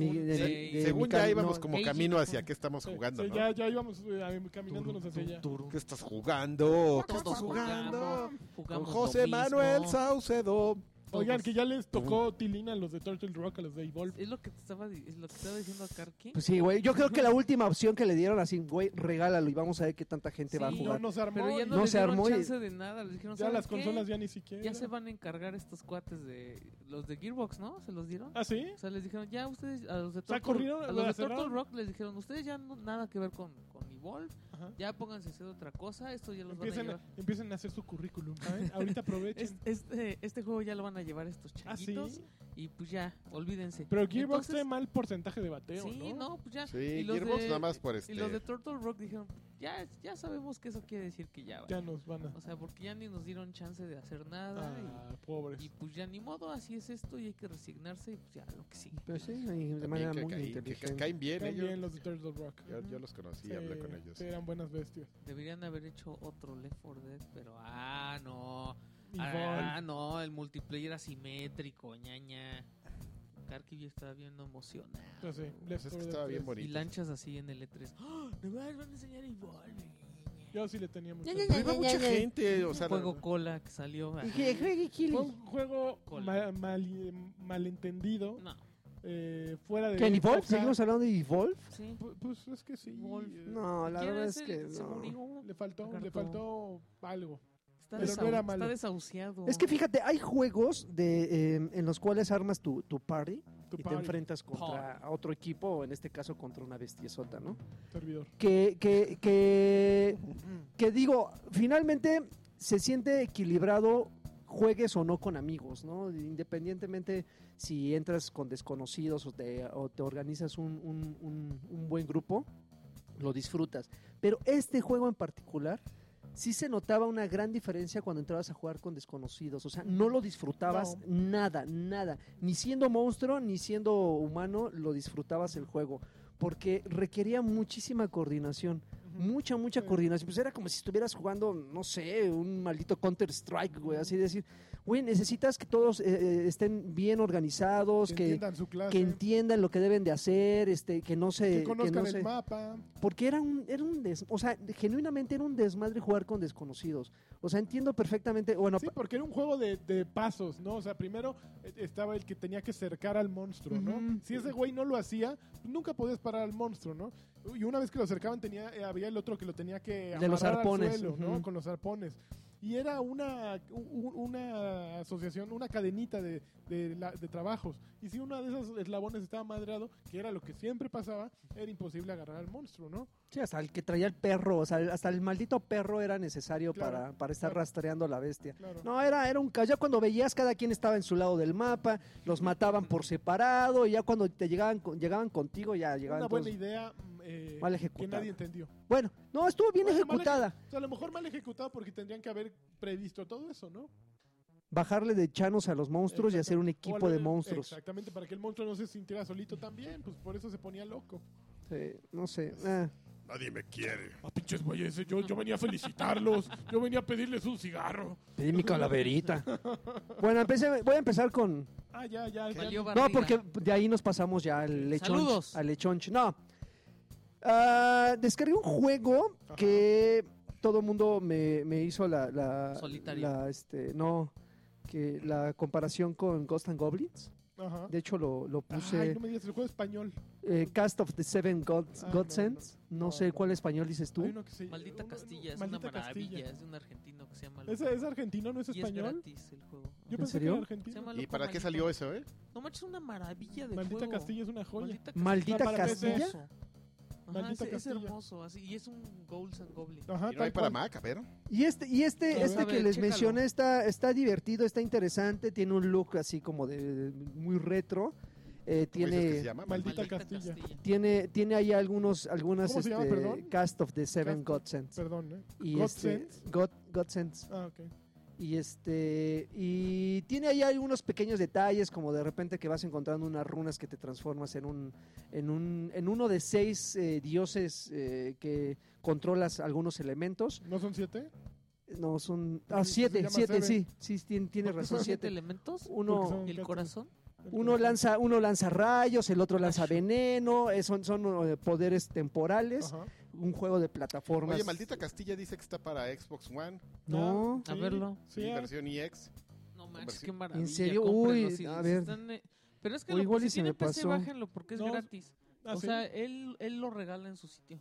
Speaker 4: de- de-
Speaker 1: Según
Speaker 4: mi
Speaker 1: ya
Speaker 4: cam-
Speaker 1: íbamos
Speaker 4: no,
Speaker 1: como
Speaker 2: Eiji,
Speaker 1: camino
Speaker 2: ¿no?
Speaker 1: hacia qué estamos jugando, ¿no?
Speaker 3: ya, ya íbamos eh, caminándonos hacia allá.
Speaker 1: ¿Qué estás jugando? ¿Qué
Speaker 2: Todos
Speaker 1: estás jugando? Con
Speaker 2: jugamos lo
Speaker 1: José
Speaker 2: mismo.
Speaker 1: Manuel Saucedo.
Speaker 3: Oigan, que ya les tocó Tilina a los de Turtle Rock, a los de Evolve.
Speaker 2: Es lo que te estaba, di- es lo que estaba diciendo a Karki.
Speaker 4: Pues sí, güey. Yo creo que la última opción que le dieron así, güey, regálalo y vamos a ver qué tanta gente va a
Speaker 2: Sí,
Speaker 3: No
Speaker 4: jugar.
Speaker 3: nos armó.
Speaker 2: pero ya
Speaker 3: y
Speaker 2: no,
Speaker 4: No
Speaker 2: les
Speaker 4: se
Speaker 2: dieron
Speaker 4: armó y-
Speaker 2: chance de nada. Les dijeron,
Speaker 3: ya
Speaker 2: "¿Saben
Speaker 3: las
Speaker 2: qué?
Speaker 3: consolas ya ni siquiera.
Speaker 2: Ya se van a encargar estos cuates de... Los de Gearbox, ¿no? ¿Se los dieron?
Speaker 3: ¿Ah, sí?
Speaker 2: O sea, les dijeron, ya ustedes... A los de
Speaker 3: sea,
Speaker 2: Turtle,
Speaker 3: corrieron,
Speaker 2: a
Speaker 3: la
Speaker 2: los de Turtle
Speaker 3: cerraron.
Speaker 2: Rock les dijeron, ustedes ya no, nada que ver con, con Evolve.
Speaker 3: Ajá.
Speaker 2: Ya pónganse a hacer otra cosa. Esto ya los
Speaker 3: Empiecen
Speaker 2: van a
Speaker 3: a,
Speaker 2: llevar.
Speaker 3: empiecen a hacer su currículum. ¿saben?
Speaker 2: <laughs>
Speaker 3: Ahorita aprovechen.
Speaker 2: Es- Este, este juego ya lo van a llevar estos
Speaker 3: ¿Ah, sí?
Speaker 2: changuitos. Y pues ya, olvídense.
Speaker 3: Pero Gearbox
Speaker 2: Entonces-
Speaker 3: trae mal porcentaje de bateo,
Speaker 2: Sí, no, pues ya.
Speaker 1: Sí, Gearbox nada más por este.
Speaker 2: Y los de Turtle Rock dijeron, ya, ya sabemos que eso quiere decir que ya va.
Speaker 3: Ya nos van a...
Speaker 2: O sea, porque ya ni nos dieron chance de hacer nada.
Speaker 3: Ah,
Speaker 2: y,
Speaker 3: pobres.
Speaker 2: y pues ya ni modo, así es esto y hay que resignarse y pues ya lo que sigue.
Speaker 4: Pero sí, y de
Speaker 1: También
Speaker 4: manera
Speaker 1: que
Speaker 4: muy
Speaker 1: caí- que
Speaker 4: inteligente.
Speaker 1: caen bien
Speaker 3: También
Speaker 1: ellos.
Speaker 3: los de Turtle Rock.
Speaker 1: Yo, yo los conocí,
Speaker 3: Sí,
Speaker 1: hablé con ellos.
Speaker 3: sí, eran buenas bestias.
Speaker 2: Deberían haber hecho otro Left 4 Dead, pero ah, no.
Speaker 3: Evolve.
Speaker 2: Ah, no, el multiplayer asimétrico, ñaña. Karki yo estaba viendo emocionado.
Speaker 3: Pues sí, Left
Speaker 1: Pues es que
Speaker 3: 4 Dead
Speaker 1: estaba bien
Speaker 3: 3.
Speaker 1: bonito.
Speaker 2: Y lanchas así en el E3. ¡Ah! Me van van a enseñar Evolve.
Speaker 3: Yo sí le tenía mucho.
Speaker 1: Pero iba mucha gente, o sea,
Speaker 2: Juego
Speaker 1: no-
Speaker 2: cola que salió. ah,
Speaker 3: Fue un juego
Speaker 2: Col-
Speaker 3: ma- mal- malentendido,
Speaker 2: No,
Speaker 3: eh, fuera de.
Speaker 4: ¿Qué, en Evolve?
Speaker 3: época.
Speaker 4: ¿Seguimos hablando de Evolve?
Speaker 2: sí.
Speaker 3: Pu- Pues es que sí.
Speaker 2: Wolf.
Speaker 3: eh,
Speaker 4: No, la
Speaker 2: ¿Quién
Speaker 4: verdad
Speaker 2: es
Speaker 4: es que
Speaker 2: el- se
Speaker 4: no.
Speaker 2: murió?
Speaker 3: Le faltó, le
Speaker 2: Lagarto.
Speaker 3: faltó algo.
Speaker 2: Está,
Speaker 3: Pero
Speaker 2: desau-
Speaker 3: no era
Speaker 2: está
Speaker 3: malo.
Speaker 2: desahuciado.
Speaker 4: Es que fíjate, hay juegos de, eh, en los cuales armas tu, tu party
Speaker 3: Tu party,
Speaker 4: y te enfrentas contra otro equipo, o en este caso contra una bestiezota, ¿no?
Speaker 3: servidor.
Speaker 4: que, que, que, que digo, finalmente se siente equilibrado juegues o no con amigos, ¿no? Independientemente si entras con desconocidos o te, o te organizas un, un- un- un buen grupo, lo disfrutas. Pero este juego en particular, sí se notaba una gran diferencia cuando entrabas a jugar con desconocidos. O sea, no lo disfrutabas nada, nada. Ni siendo monstruo, ni siendo humano, lo disfrutabas el juego. Porque requería muchísima coordinación. Mucha, mucha
Speaker 3: Sí.
Speaker 4: coordinación. Pues era como si estuvieras jugando, no sé, un maldito Counter-Strike, güey. Así decir, güey, necesitas que todos eh, eh, estén bien organizados,
Speaker 3: Que
Speaker 4: que,
Speaker 3: entiendan su clase.
Speaker 4: que entiendan lo que deben de hacer, este, que no se...
Speaker 3: que
Speaker 4: que
Speaker 3: conozcan
Speaker 4: no
Speaker 3: el
Speaker 4: se-
Speaker 3: mapa.
Speaker 4: porque era un, era un des, o sea, genuinamente era un desmadre jugar con desconocidos. O sea, entiendo perfectamente, bueno,
Speaker 3: Sí, porque era un juego de, de pasos, ¿no? O sea, primero eh, estaba el que tenía que cercar al monstruo, ¿no?
Speaker 4: Ujú.
Speaker 3: Si ese güey no lo hacía, nunca podías parar al monstruo, ¿no? Y una vez que lo cercaban, tenía, eh, había el otro que lo tenía que
Speaker 4: De los
Speaker 3: amarrar
Speaker 4: arpones,
Speaker 3: al suelo,
Speaker 4: ujú.
Speaker 3: ¿no? Con los arpones. Y era una, u- u- una asociación, una cadenita de, de la- de trabajos. Y si uno de esos eslabones estaba madreado, que era lo que siempre pasaba, era imposible agarrar al monstruo, ¿no?
Speaker 4: sí, hasta el que traía el perro, o sea, el- hasta el maldito perro era necesario
Speaker 3: Claro,
Speaker 4: para, para estar
Speaker 3: claro.
Speaker 4: rastreando a la bestia.
Speaker 3: Claro.
Speaker 4: No, era, era un caos. Ya cuando veías cada quien estaba en su lado del mapa, los mataban por separado, y ya cuando te llegaban, con- llegaban contigo, ya llegaban
Speaker 3: una buena
Speaker 4: todos.
Speaker 3: idea eh,
Speaker 4: Mal
Speaker 3: que
Speaker 4: ejecutada.
Speaker 3: nadie entendió.
Speaker 4: Bueno, no, estuvo bien
Speaker 3: Bueno, mal
Speaker 4: ejecutada.
Speaker 3: O sea, a lo mejor mal ejecutada porque tendrían que haber previsto todo eso, ¿no?
Speaker 4: Bajarle de chanos a los monstruos y
Speaker 3: Exacto.
Speaker 4: hacer un
Speaker 3: O a
Speaker 4: equipo
Speaker 3: lo-
Speaker 4: de monstruos.
Speaker 3: Exactamente, para que el monstruo no se sintiera solito también, pues por eso se ponía loco.
Speaker 4: Sí, no sé. ah.
Speaker 1: Nadie me quiere.
Speaker 3: Ah, pinches güeyes, yo, yo venía a felicitarlos, yo venía a pedirles un cigarro.
Speaker 4: Pedí mi calaverita. bueno, empecé- voy a empezar con.
Speaker 3: Ah, ya, ya. ya.
Speaker 2: Valió
Speaker 4: No,
Speaker 2: barriga.
Speaker 4: porque de ahí nos pasamos ya al lechón.
Speaker 2: Saludos.
Speaker 4: Al lechón. No. Ah, descargué un juego
Speaker 3: Ajá.
Speaker 4: que todo el mundo me, me hizo la. la
Speaker 2: Solitario.
Speaker 4: la, este, no. Que la comparación con Ghost and Goblins.
Speaker 3: Ajá.
Speaker 4: De hecho, lo, lo puse.
Speaker 3: Ay, no me digas, el juego español.
Speaker 4: eh, Cast of the Seven Gods,
Speaker 3: Ah, no,
Speaker 4: Godsends. No,
Speaker 3: no,
Speaker 4: sé
Speaker 3: no.
Speaker 4: cuál español dices tú.
Speaker 3: Hay uno que se-
Speaker 2: Maldita
Speaker 3: uno-
Speaker 2: Castilla, es
Speaker 3: Maldita
Speaker 2: una maravilla,
Speaker 3: Castilla.
Speaker 2: es de un argentino que se llama
Speaker 3: ¿Es,
Speaker 2: Loco.
Speaker 3: es argentino, no es
Speaker 2: y es
Speaker 3: español?
Speaker 2: gratis el juego.
Speaker 3: Yo
Speaker 4: ¿En
Speaker 3: pensé
Speaker 4: serio?
Speaker 3: que era
Speaker 2: Se
Speaker 3: argentino.
Speaker 2: llama
Speaker 1: ¿Y
Speaker 2: Loco
Speaker 1: para qué
Speaker 2: Maldito.
Speaker 1: salió eso, eh?
Speaker 2: No manches, es una maravilla de
Speaker 3: Maldita
Speaker 2: juego.
Speaker 3: Castilla es una joya.
Speaker 2: Maldita
Speaker 4: Maldita
Speaker 2: Castilla. es
Speaker 4: Castilla.
Speaker 2: hermoso. Ajá,
Speaker 3: Maldita
Speaker 2: es, es
Speaker 3: Castilla.
Speaker 2: hermoso, así, y es un Golds and Goblins.
Speaker 3: Ajá,
Speaker 1: Y no hay
Speaker 3: Ah, tal
Speaker 1: para
Speaker 3: cual.
Speaker 1: Mac, a ver.
Speaker 4: Y este, y este,
Speaker 2: A
Speaker 4: este
Speaker 2: ver,
Speaker 4: que les
Speaker 2: chécalo.
Speaker 4: mencioné está, está divertido, está interesante, tiene un look así como de muy retro. eh,
Speaker 1: ¿Cómo dices que se
Speaker 4: tiene,
Speaker 1: llama?
Speaker 3: Maldita Castilla.
Speaker 4: tiene, tiene ahí algunos, algunas
Speaker 3: ¿Cómo se llama,
Speaker 4: este,
Speaker 3: perdón?
Speaker 4: Cast of the Seven
Speaker 3: Cast-
Speaker 4: Godsends.
Speaker 3: Perdón, ¿eh?
Speaker 4: Y
Speaker 3: God
Speaker 4: este,
Speaker 3: Sense.
Speaker 4: God, Godsends.
Speaker 3: Ah, ok.
Speaker 4: Y este. Y tiene ahí algunos pequeños detalles, como de repente que vas encontrando unas runas que te transformas en un. en un. en uno de seis eh, dioses eh, que controlas algunos elementos.
Speaker 3: ¿No son siete?
Speaker 4: No, son. Ah,
Speaker 3: Pues sí,
Speaker 4: siete,
Speaker 3: se llama
Speaker 4: siete,
Speaker 3: Seven.
Speaker 4: sí. Sí, tien- tienes razón,
Speaker 3: <laughs>
Speaker 2: ¿Son siete
Speaker 4: siete.
Speaker 2: elementos?
Speaker 3: Porque
Speaker 4: Uno.
Speaker 3: son-
Speaker 2: ¿El corazón?
Speaker 4: Uno lanza, uno lanza rayos, el otro lanza
Speaker 2: Ash.
Speaker 4: veneno, eh, son, son eh, poderes temporales,
Speaker 3: Ajá.
Speaker 4: un juego de plataformas.
Speaker 1: Oye, maldita Castilla dice que está para Xbox One,
Speaker 4: No.
Speaker 3: Ah,
Speaker 2: A verlo.
Speaker 1: sí,
Speaker 3: Sí, ah,
Speaker 1: versión EX.
Speaker 2: No
Speaker 1: Hombre,
Speaker 2: manches,
Speaker 1: sí.
Speaker 2: qué maravilla.
Speaker 4: ¿En serio?
Speaker 2: cómprenlo,
Speaker 4: Uy,
Speaker 2: si-
Speaker 4: a
Speaker 2: si
Speaker 4: ver.
Speaker 2: están, eh, Pero es que
Speaker 4: O
Speaker 2: lo,
Speaker 4: igual
Speaker 2: si
Speaker 4: y se
Speaker 2: tiene
Speaker 4: me
Speaker 2: PC,
Speaker 4: pasó.
Speaker 2: bájenlo porque es
Speaker 3: No,
Speaker 2: gratis.
Speaker 3: ah,
Speaker 2: o
Speaker 3: sí.
Speaker 2: sea, él, él lo regala en su sitio.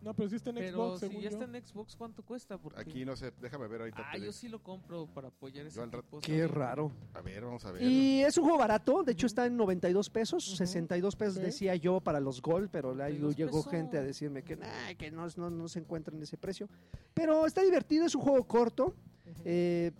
Speaker 3: No, pero sí está en
Speaker 2: Pero
Speaker 3: Xbox,
Speaker 2: si
Speaker 3: según
Speaker 2: ya
Speaker 3: yo.
Speaker 2: está en Xbox, ¿cuánto cuesta? Porque...
Speaker 1: Aquí no sé, déjame ver ahorita.
Speaker 2: Ah,
Speaker 1: te
Speaker 2: yo
Speaker 1: digo.
Speaker 2: sí lo compro para apoyar ese
Speaker 1: al rato-
Speaker 2: tipo de
Speaker 4: Qué
Speaker 2: cosas.
Speaker 4: raro.
Speaker 1: A ver, vamos a ver.
Speaker 4: Y es un juego barato, de hecho está en 92 pesos,
Speaker 3: Ujú.
Speaker 4: 62 pesos
Speaker 3: Ok.
Speaker 4: decía yo para los Gold, pero la-
Speaker 2: 92
Speaker 4: llegó
Speaker 2: pesos.
Speaker 4: gente a decirme que, "Nah, que no, no, no se encuentra en ese precio. Pero está divertido, es un juego corto,
Speaker 3: Ujú.
Speaker 4: eh,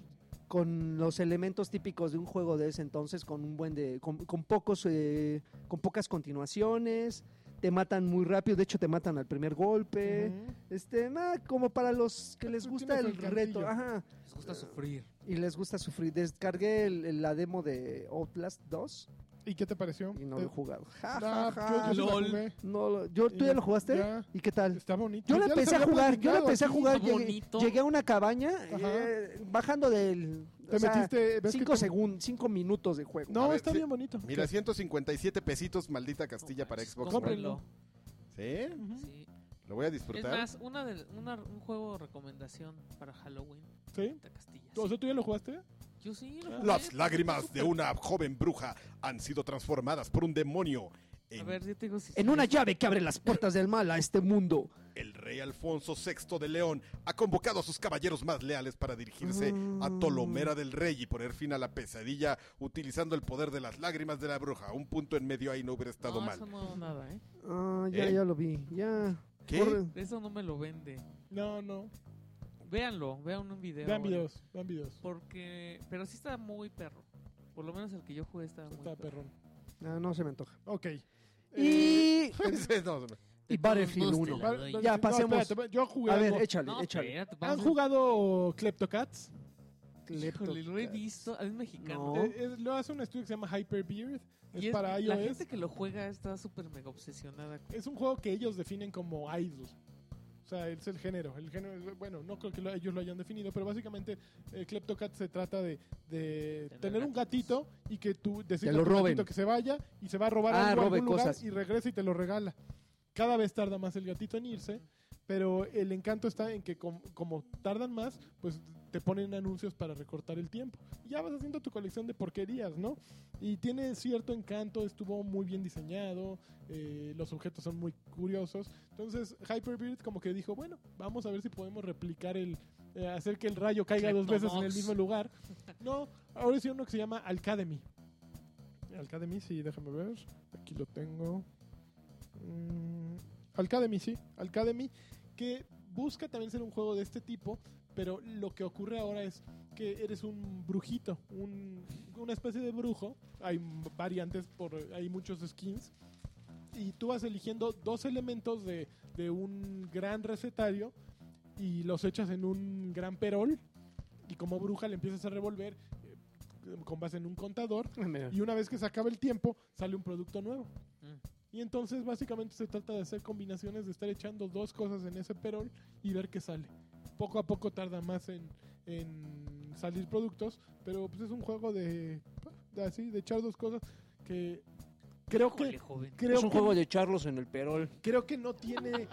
Speaker 4: con los elementos típicos de un juego de ese entonces, con un buen de, con, con pocos, eh, con pocas continuaciones, te matan muy rápido, de hecho te matan al primer golpe,
Speaker 3: Ujú.
Speaker 4: este, nah, como para los que les
Speaker 3: Tú
Speaker 4: gusta
Speaker 3: tienes
Speaker 4: el
Speaker 3: el
Speaker 4: reto,
Speaker 3: cantillo.
Speaker 4: ajá,
Speaker 2: Les gusta sufrir.
Speaker 4: y les gusta sufrir. Descargué el- el- la demo de Outlast 2.
Speaker 3: ¿Y qué te pareció?
Speaker 4: Y no
Speaker 3: Te-
Speaker 4: lo he jugado. Ja,
Speaker 3: Ah,
Speaker 4: ja,
Speaker 3: yo- yo
Speaker 4: ja.
Speaker 3: sí la
Speaker 2: Lol.
Speaker 3: jugué.
Speaker 4: Eh, No lo- yo- ¿Tú
Speaker 3: Y
Speaker 4: ya
Speaker 3: ya-
Speaker 4: lo jugaste?
Speaker 3: ya.
Speaker 4: ¿Y qué tal?
Speaker 3: Está bonito.
Speaker 4: Yo
Speaker 3: Ya
Speaker 4: la
Speaker 3: les
Speaker 4: empecé a
Speaker 3: había
Speaker 4: jugar, yo la
Speaker 3: platicado
Speaker 4: empecé a
Speaker 3: aquí.
Speaker 4: jugar.
Speaker 2: Está
Speaker 4: Llegué,
Speaker 2: bonito.
Speaker 4: llegué a una cabaña,
Speaker 3: Ajá.
Speaker 4: eh, bajando del...
Speaker 3: Te
Speaker 4: o sea,
Speaker 3: metiste... ¿ves que
Speaker 4: cinco
Speaker 3: te-
Speaker 4: segundos, cinco minutos de juego.
Speaker 1: A
Speaker 3: No,
Speaker 1: ver,
Speaker 3: está
Speaker 1: sí.
Speaker 3: bien bonito.
Speaker 1: Mira, 157 pesitos, maldita
Speaker 2: No
Speaker 1: Castilla para
Speaker 2: manches,
Speaker 1: Xbox One.
Speaker 3: Cómprenlo.
Speaker 2: cómprenlo.
Speaker 1: Sí,
Speaker 3: Ujú.
Speaker 2: Sí.
Speaker 1: lo voy a
Speaker 2: Es
Speaker 1: disfrutar.
Speaker 2: más, una de, una, un juego recomendación para Halloween.
Speaker 3: ¿Sí?
Speaker 2: Maldita Castilla.
Speaker 3: O
Speaker 2: sí.
Speaker 3: sea, ¿tú ya lo jugaste?
Speaker 2: Yo sí lo jugué,
Speaker 1: Las
Speaker 2: está
Speaker 1: lágrimas
Speaker 2: súper
Speaker 1: de una joven bruja han sido transformadas por un demonio
Speaker 2: A
Speaker 1: en
Speaker 2: ver, yo te digo si
Speaker 4: En
Speaker 2: sí
Speaker 4: una
Speaker 2: es-
Speaker 4: llave que abre las puertas del mal a este mundo.
Speaker 1: El rey Alfonso VI de León ha convocado a sus caballeros más leales para dirigirse a Tolomera del Rey y poner fin a la pesadilla utilizando el poder de las lágrimas de la bruja. Un punto en medio ahí no hubiera estado
Speaker 2: no,
Speaker 1: mal.
Speaker 2: Eso no, nada, ¿eh?
Speaker 4: Ah, ya,
Speaker 1: ¿Eh?
Speaker 4: ya lo vi. Ya.
Speaker 1: ¿Qué? <laughs>
Speaker 4: Corre.
Speaker 2: Eso no me lo vende.
Speaker 3: No, no.
Speaker 2: Véanlo, vean un video.
Speaker 3: Vean
Speaker 2: ahora.
Speaker 3: videos, vean videos.
Speaker 2: Porque. Pero sí está muy perro. Por lo menos el que yo jugué estaba muy
Speaker 3: Está
Speaker 2: perro.
Speaker 3: perrón.
Speaker 4: No, Ah, no se me antoja.
Speaker 3: Ok. Eh,
Speaker 4: Y...
Speaker 1: Entonces, no, no.
Speaker 3: <laughs>
Speaker 4: Y Battlefield
Speaker 2: Todos
Speaker 4: 1.
Speaker 2: te la
Speaker 3: va-
Speaker 2: doy.
Speaker 3: va-
Speaker 4: Ya, pasemos.
Speaker 3: espérate, yo jugué
Speaker 4: A ver,
Speaker 3: algo.
Speaker 4: échale,
Speaker 2: No,
Speaker 4: échale.
Speaker 2: espérate,
Speaker 3: ¿Han
Speaker 2: vamos a-
Speaker 3: jugado Kleptocats? pues,
Speaker 2: Híjole, lo he
Speaker 4: Kleptocats.
Speaker 2: visto. Es mexicano.
Speaker 4: No.
Speaker 3: Eh, es- lo hace un estudio que se llama Hyper Beard. Es,
Speaker 2: Y es-
Speaker 3: para
Speaker 2: La
Speaker 3: iOS.
Speaker 2: gente que lo juega está súper mega obsesionada. con-
Speaker 3: Es un juego que ellos definen como idol. O sea, es el género. El género es- bueno, no creo que lo- ellos lo hayan definido, pero básicamente eh, Kleptocat se trata de, de tener,
Speaker 2: Tener
Speaker 3: un
Speaker 2: gatitos.
Speaker 3: gatito y que tú decís
Speaker 4: lo roben.
Speaker 3: gatito que se vaya y se va a robar algo
Speaker 4: Ah,
Speaker 3: a
Speaker 4: robe
Speaker 3: algún lugar
Speaker 4: cosas.
Speaker 3: y regresa y te lo regala. Cada vez tarda más el gatito en irse, pero el encanto está en que com- como tardan más, pues te ponen anuncios para recortar el tiempo. Y ya vas haciendo tu colección de porquerías, ¿no? Y tiene cierto encanto, estuvo muy bien diseñado, eh, los objetos son muy curiosos. Entonces, Hyperbeard como que dijo, bueno, vamos a ver si podemos replicar el... eh, hacer que el rayo caiga dos veces en el
Speaker 2: Kleptobox.
Speaker 3: mismo lugar. No, ahora sí uno que se llama Alcademy. Alcademy, sí, déjame ver. Aquí lo tengo. Mm, Alcademy, sí. Alcademy, que busca también ser un juego de este tipo, pero lo que ocurre ahora es que eres un brujito, un- una especie de brujo. Hay m- variantes, por hay muchos skins. y tú vas eligiendo dos elementos de, de un gran recetario y los echas en un gran perol y como bruja le empiezas a revolver eh, con base en un contador y una vez que se acaba el tiempo sale un producto nuevo.
Speaker 2: Mm.
Speaker 3: Y entonces básicamente se trata de hacer combinaciones, de estar echando dos cosas en ese perol y ver qué sale. Poco a poco tarda más en, en salir productos, pero pues es un juego de, de así, de echar dos cosas que creo
Speaker 2: Híjole,
Speaker 3: que
Speaker 2: joven.
Speaker 3: creo
Speaker 5: es un
Speaker 3: que,
Speaker 5: juego de charlos en el perol
Speaker 3: creo que no
Speaker 2: <laughs>
Speaker 3: tiene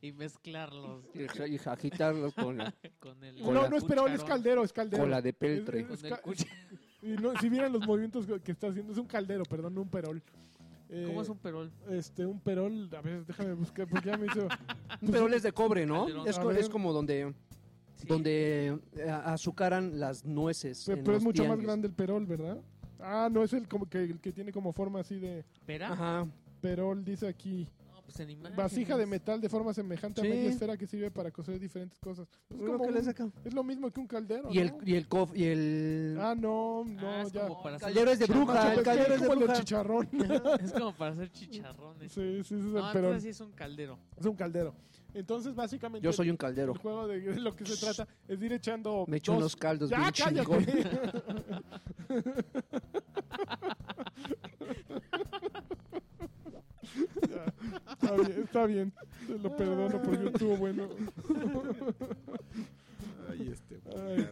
Speaker 2: Y mezclarlos
Speaker 5: y, y agitarlos
Speaker 3: <laughs>
Speaker 5: con la
Speaker 2: con el.
Speaker 5: Con
Speaker 3: no,
Speaker 5: la
Speaker 3: no es perol, es
Speaker 2: cucharón,
Speaker 3: caldero, es caldero.
Speaker 5: cola de peltre.
Speaker 2: Con el
Speaker 3: Esca-
Speaker 2: cuch-
Speaker 3: Y no, si vieran los movimientos que que está haciendo, es un caldero, perdón, no un perol. Eh,
Speaker 2: ¿Cómo es un perol?
Speaker 3: Este, un perol, a ver, déjame buscar, porque ya me hizo...
Speaker 5: Un perol es de cobre,
Speaker 3: <laughs>
Speaker 2: Calderón.
Speaker 5: ¿no? Es,
Speaker 3: A
Speaker 5: co-
Speaker 3: ver.
Speaker 5: es como donde,
Speaker 2: Sí.
Speaker 5: donde eh, azucaran las nueces.
Speaker 3: Pe-
Speaker 5: en
Speaker 3: Pero
Speaker 5: los
Speaker 3: es mucho más
Speaker 5: tianguis.
Speaker 3: grande el perol, ¿verdad? Ah, no es el como que el que tiene como forma así de
Speaker 2: ¿Pera?
Speaker 5: Ajá.
Speaker 3: perol, dice aquí.
Speaker 2: No, pues en imágenes.
Speaker 3: Vasija de metal de forma semejante
Speaker 5: Sí. Pues
Speaker 3: a media esfera que sirve para cocer diferentes cosas. Es, como
Speaker 4: que le
Speaker 3: un-
Speaker 4: saca.
Speaker 3: es lo mismo que un caldero.
Speaker 5: Y el,
Speaker 3: ¿no?
Speaker 5: y el cof- y el
Speaker 3: Ah, no, no,
Speaker 2: Ah, es
Speaker 3: ya.
Speaker 2: como para hacer
Speaker 5: caldero es de
Speaker 2: chicharrones.
Speaker 5: bruja,
Speaker 3: Macho,
Speaker 5: el
Speaker 3: es que
Speaker 5: caldero
Speaker 3: es
Speaker 5: es de
Speaker 3: como el del
Speaker 5: bruja.
Speaker 3: chicharrón.
Speaker 2: Es como para hacer chicharrones.
Speaker 3: sí, sí, sí, es el
Speaker 2: No,
Speaker 3: perol.
Speaker 2: entonces sí es un caldero.
Speaker 3: Es un caldero. Entonces, básicamente,
Speaker 5: Yo soy un
Speaker 3: <laughs>
Speaker 5: caldero.
Speaker 3: el juego de, de lo que se trata es de ir echando.
Speaker 5: Me echo
Speaker 3: dos-
Speaker 5: unos caldos
Speaker 3: ¡Ya, <laughs>
Speaker 5: bien chingón.
Speaker 3: cállate! Está bien, está bien. Te lo perdono porque estuvo bueno.
Speaker 1: Ay, este.
Speaker 3: Ay.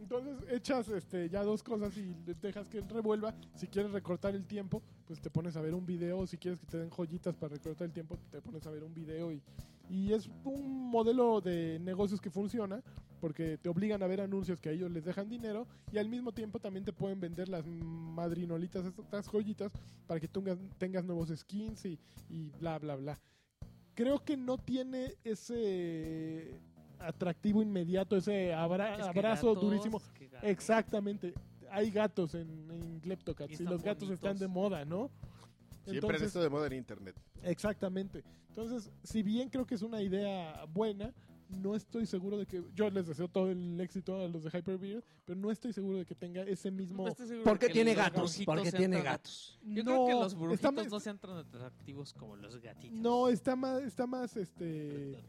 Speaker 3: Entonces echas este, ya dos cosas y le dejas que revuelva. Si quieres recortar el tiempo, pues te pones a ver un video. Si quieres que te den joyitas para recortar el tiempo, te pones a ver un video. Y, y es un modelo de negocios que funciona porque te obligan a ver anuncios que a ellos les dejan dinero y al mismo tiempo también te pueden vender las madrinolitas, estas joyitas, para que tengas, tengas nuevos skins y, y bla, bla, bla. Creo que no tiene ese atractivo inmediato, ese abra-
Speaker 2: Es que
Speaker 3: Ah, abrazo
Speaker 2: gatos,
Speaker 3: durísimo.
Speaker 2: es que gatos.
Speaker 3: Exactamente. Hay gatos en, en Gleptocats
Speaker 2: Y
Speaker 3: y,
Speaker 2: están
Speaker 3: los gatos
Speaker 2: bonitos.
Speaker 3: están de moda, ¿no?
Speaker 1: Siempre en esto de moda en internet.
Speaker 3: Exactamente. Entonces, si bien creo que es una idea buena, no estoy seguro de que. Yo les deseo todo el éxito a los de Hyperbeard, pero no estoy seguro de que tenga ese mismo.
Speaker 2: No pues estoy seguro de
Speaker 5: Porque
Speaker 2: que
Speaker 5: tiene
Speaker 2: los
Speaker 5: gatos,
Speaker 2: brujitos
Speaker 5: porque
Speaker 2: sean
Speaker 5: tiene
Speaker 2: tan-
Speaker 5: gatos.
Speaker 2: Yo
Speaker 3: No,
Speaker 2: creo que los
Speaker 3: está
Speaker 2: brujitos
Speaker 3: más-
Speaker 2: no sean tan atractivos como los gatitos.
Speaker 3: No, está más, está más, este,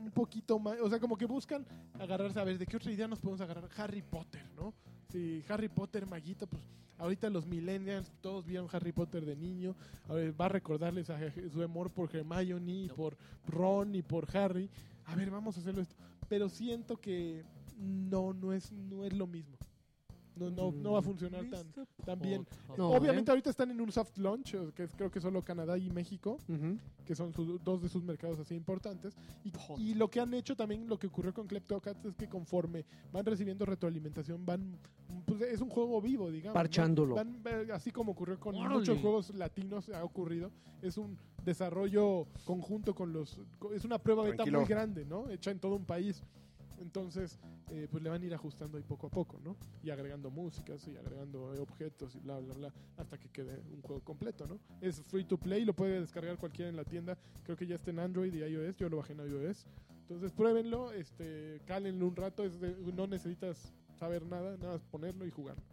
Speaker 3: un poquito más, o sea, como que buscan agarrarse a ver de qué otra idea nos podemos agarrar. Harry Potter, ¿no? Si Harry Potter, maguito, pues ahorita los millennials todos vieron Harry Potter de niño, a ver, va a recordarles a Je- su amor por Hermione, y
Speaker 2: No.
Speaker 3: por Ron y por Harry. A ver, vamos a hacerlo esto. Pero siento que no, no es, no es lo mismo. No, no, no va a funcionar tan. también.
Speaker 5: No,
Speaker 3: Obviamente ahorita están en un soft launch, eh, que es- creo que solo Canadá y México
Speaker 5: ¿eh? Ujú.
Speaker 3: que son sus- dos de sus mercados así importantes. Y,
Speaker 2: Hot.
Speaker 3: y lo que han hecho también, lo que ocurrió con Kleptocats es que conforme van recibiendo retroalimentación, van. pues, es un juego vivo, digamos. ¿no?
Speaker 5: Parchándolo.
Speaker 3: Van, eh, así como ocurrió con
Speaker 2: Órale.
Speaker 3: muchos juegos latinos, ha ocurrido. Es un desarrollo conjunto con los. co- Es una prueba beta
Speaker 1: Tranquilo.
Speaker 3: muy grande, ¿no? Hecha en todo un país. Entonces, eh, pues le van a ir ajustando ahí poco a poco, ¿no? Y agregando músicas y agregando eh, objetos y bla, bla, bla, hasta que quede un juego completo, ¿no? Es free to play, lo puede descargar cualquiera en la tienda. Creo que ya está en Android y iOS, yo lo bajé en iOS. Entonces, pruébenlo, este, cálenlo un rato, es de- no necesitas saber nada, nada más ponerlo y jugarlo.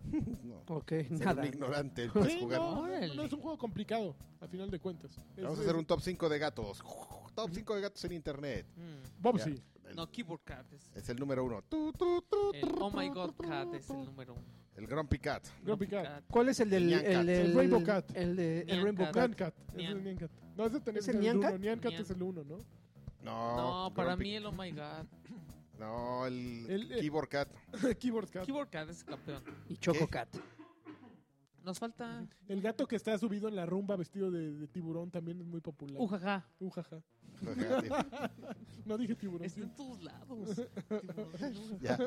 Speaker 1: No.
Speaker 5: Ok,
Speaker 1: Ser un
Speaker 5: nada.
Speaker 1: ignorante puedes
Speaker 3: Sí,
Speaker 1: jugar.
Speaker 3: no, no,
Speaker 2: Órale.
Speaker 3: no es un juego complicado, a final de cuentas. Es-
Speaker 1: Vamos a
Speaker 3: es-
Speaker 1: hacer un top 5 de gatos. <laughs> Top 5 de gatos en internet.
Speaker 2: Mm.
Speaker 3: Bobsy.
Speaker 1: El-
Speaker 2: No, Keyboard Cat es.
Speaker 1: Es el número uno. Tu, tu, tu,
Speaker 2: El
Speaker 1: tu,
Speaker 2: Oh My
Speaker 1: tu,
Speaker 2: God
Speaker 1: tu,
Speaker 2: Cat
Speaker 1: tu,
Speaker 2: es el número uno.
Speaker 1: El Grumpy Cat.
Speaker 3: Grumpy Cat.
Speaker 5: ¿Cuál es el del
Speaker 1: Nyan Cat.
Speaker 5: el, del-
Speaker 3: El Rainbow Cat.
Speaker 5: El de el
Speaker 2: Nyan
Speaker 5: Rainbow
Speaker 2: Cat.
Speaker 5: Cat.
Speaker 3: Nyan Cat, ese es
Speaker 2: Nyan.
Speaker 3: el Nyan Cat. No, ese tenés
Speaker 5: ¿Es el Nyan
Speaker 3: uno.
Speaker 5: Cat?
Speaker 3: Nyan Cat
Speaker 2: Nyan.
Speaker 3: es el uno, ¿no?
Speaker 1: No,
Speaker 2: No, para
Speaker 1: Grumpy-
Speaker 2: mí el Oh My God.
Speaker 1: No, el,
Speaker 3: El- el-
Speaker 1: Keyboard Cat.
Speaker 3: <laughs> Keyboard Cat.
Speaker 2: Keyboard Cat es campeón.
Speaker 5: Y Choco
Speaker 1: ¿Qué?
Speaker 3: <laughs>
Speaker 5: Cat.
Speaker 2: Nos falta
Speaker 3: El gato que está subido en la rumba vestido de, de tiburón también es muy popular.
Speaker 2: Ujaja.
Speaker 3: Ujaja.
Speaker 1: Fíjate,
Speaker 3: No dije tiburón.
Speaker 2: Está en todos
Speaker 3: <laughs>
Speaker 2: lados. Tiburón.
Speaker 1: ya.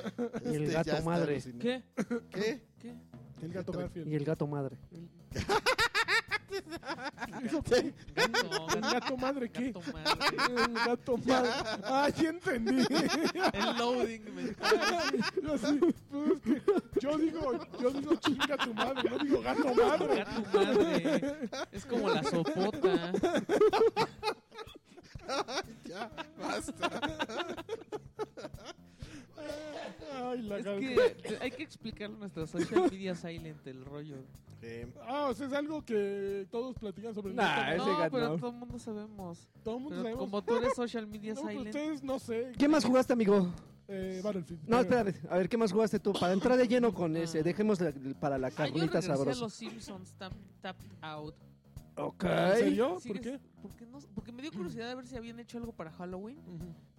Speaker 5: Y el
Speaker 1: Este
Speaker 5: gato
Speaker 1: ya está
Speaker 5: madre.
Speaker 1: alucinando.
Speaker 2: ¿Qué?
Speaker 1: ¿Qué?
Speaker 2: ¿Qué?
Speaker 3: El gato Garfield.
Speaker 5: Y el gato madre.
Speaker 3: <laughs> El
Speaker 2: Gato, gato,
Speaker 3: gato madre, ¿qué?
Speaker 2: gato madre.
Speaker 3: El gato madre. Ah, ya <laughs> entendí.
Speaker 2: El loading mental.
Speaker 3: Yo sí, pues es que yo digo, yo digo chinga tu madre, no digo gato madre.
Speaker 2: Gato madre. Es como
Speaker 3: <laughs>
Speaker 2: la sopota.
Speaker 1: Ya,
Speaker 3: <laughs>
Speaker 1: basta.
Speaker 3: Ay, la
Speaker 2: Es
Speaker 3: gar-
Speaker 2: que hay que explicarle a nuestra social media silent el rollo.
Speaker 1: Sí.
Speaker 3: Ah, o sea, es algo que todos platican sobre el
Speaker 5: Nah,
Speaker 3: Nintendo.
Speaker 5: ese
Speaker 2: no,
Speaker 5: gato
Speaker 2: pero
Speaker 5: no.
Speaker 2: todo el mundo sabemos.
Speaker 3: Todo el mundo
Speaker 2: Pero
Speaker 3: sabemos.
Speaker 2: como tú eres social media
Speaker 3: No, pues
Speaker 2: silent,
Speaker 3: ustedes no sé.
Speaker 4: ¿Qué más jugaste, amigo?
Speaker 3: Eh, Battlefield.
Speaker 4: No, espérate. A ver, ¿qué más jugaste tú? Para entrar de lleno con ese. Dejemos la- para la
Speaker 2: Ah, yo
Speaker 4: carnita
Speaker 2: regresé a
Speaker 4: sabrosa.
Speaker 2: los Simpsons tap- Tapped Out.
Speaker 4: Ok.
Speaker 3: ¿En serio? ¿Por
Speaker 2: ¿Sigues?
Speaker 3: qué?
Speaker 2: Porque, no, porque
Speaker 3: Mm.
Speaker 2: me dio curiosidad de ver si habían hecho algo para Halloween.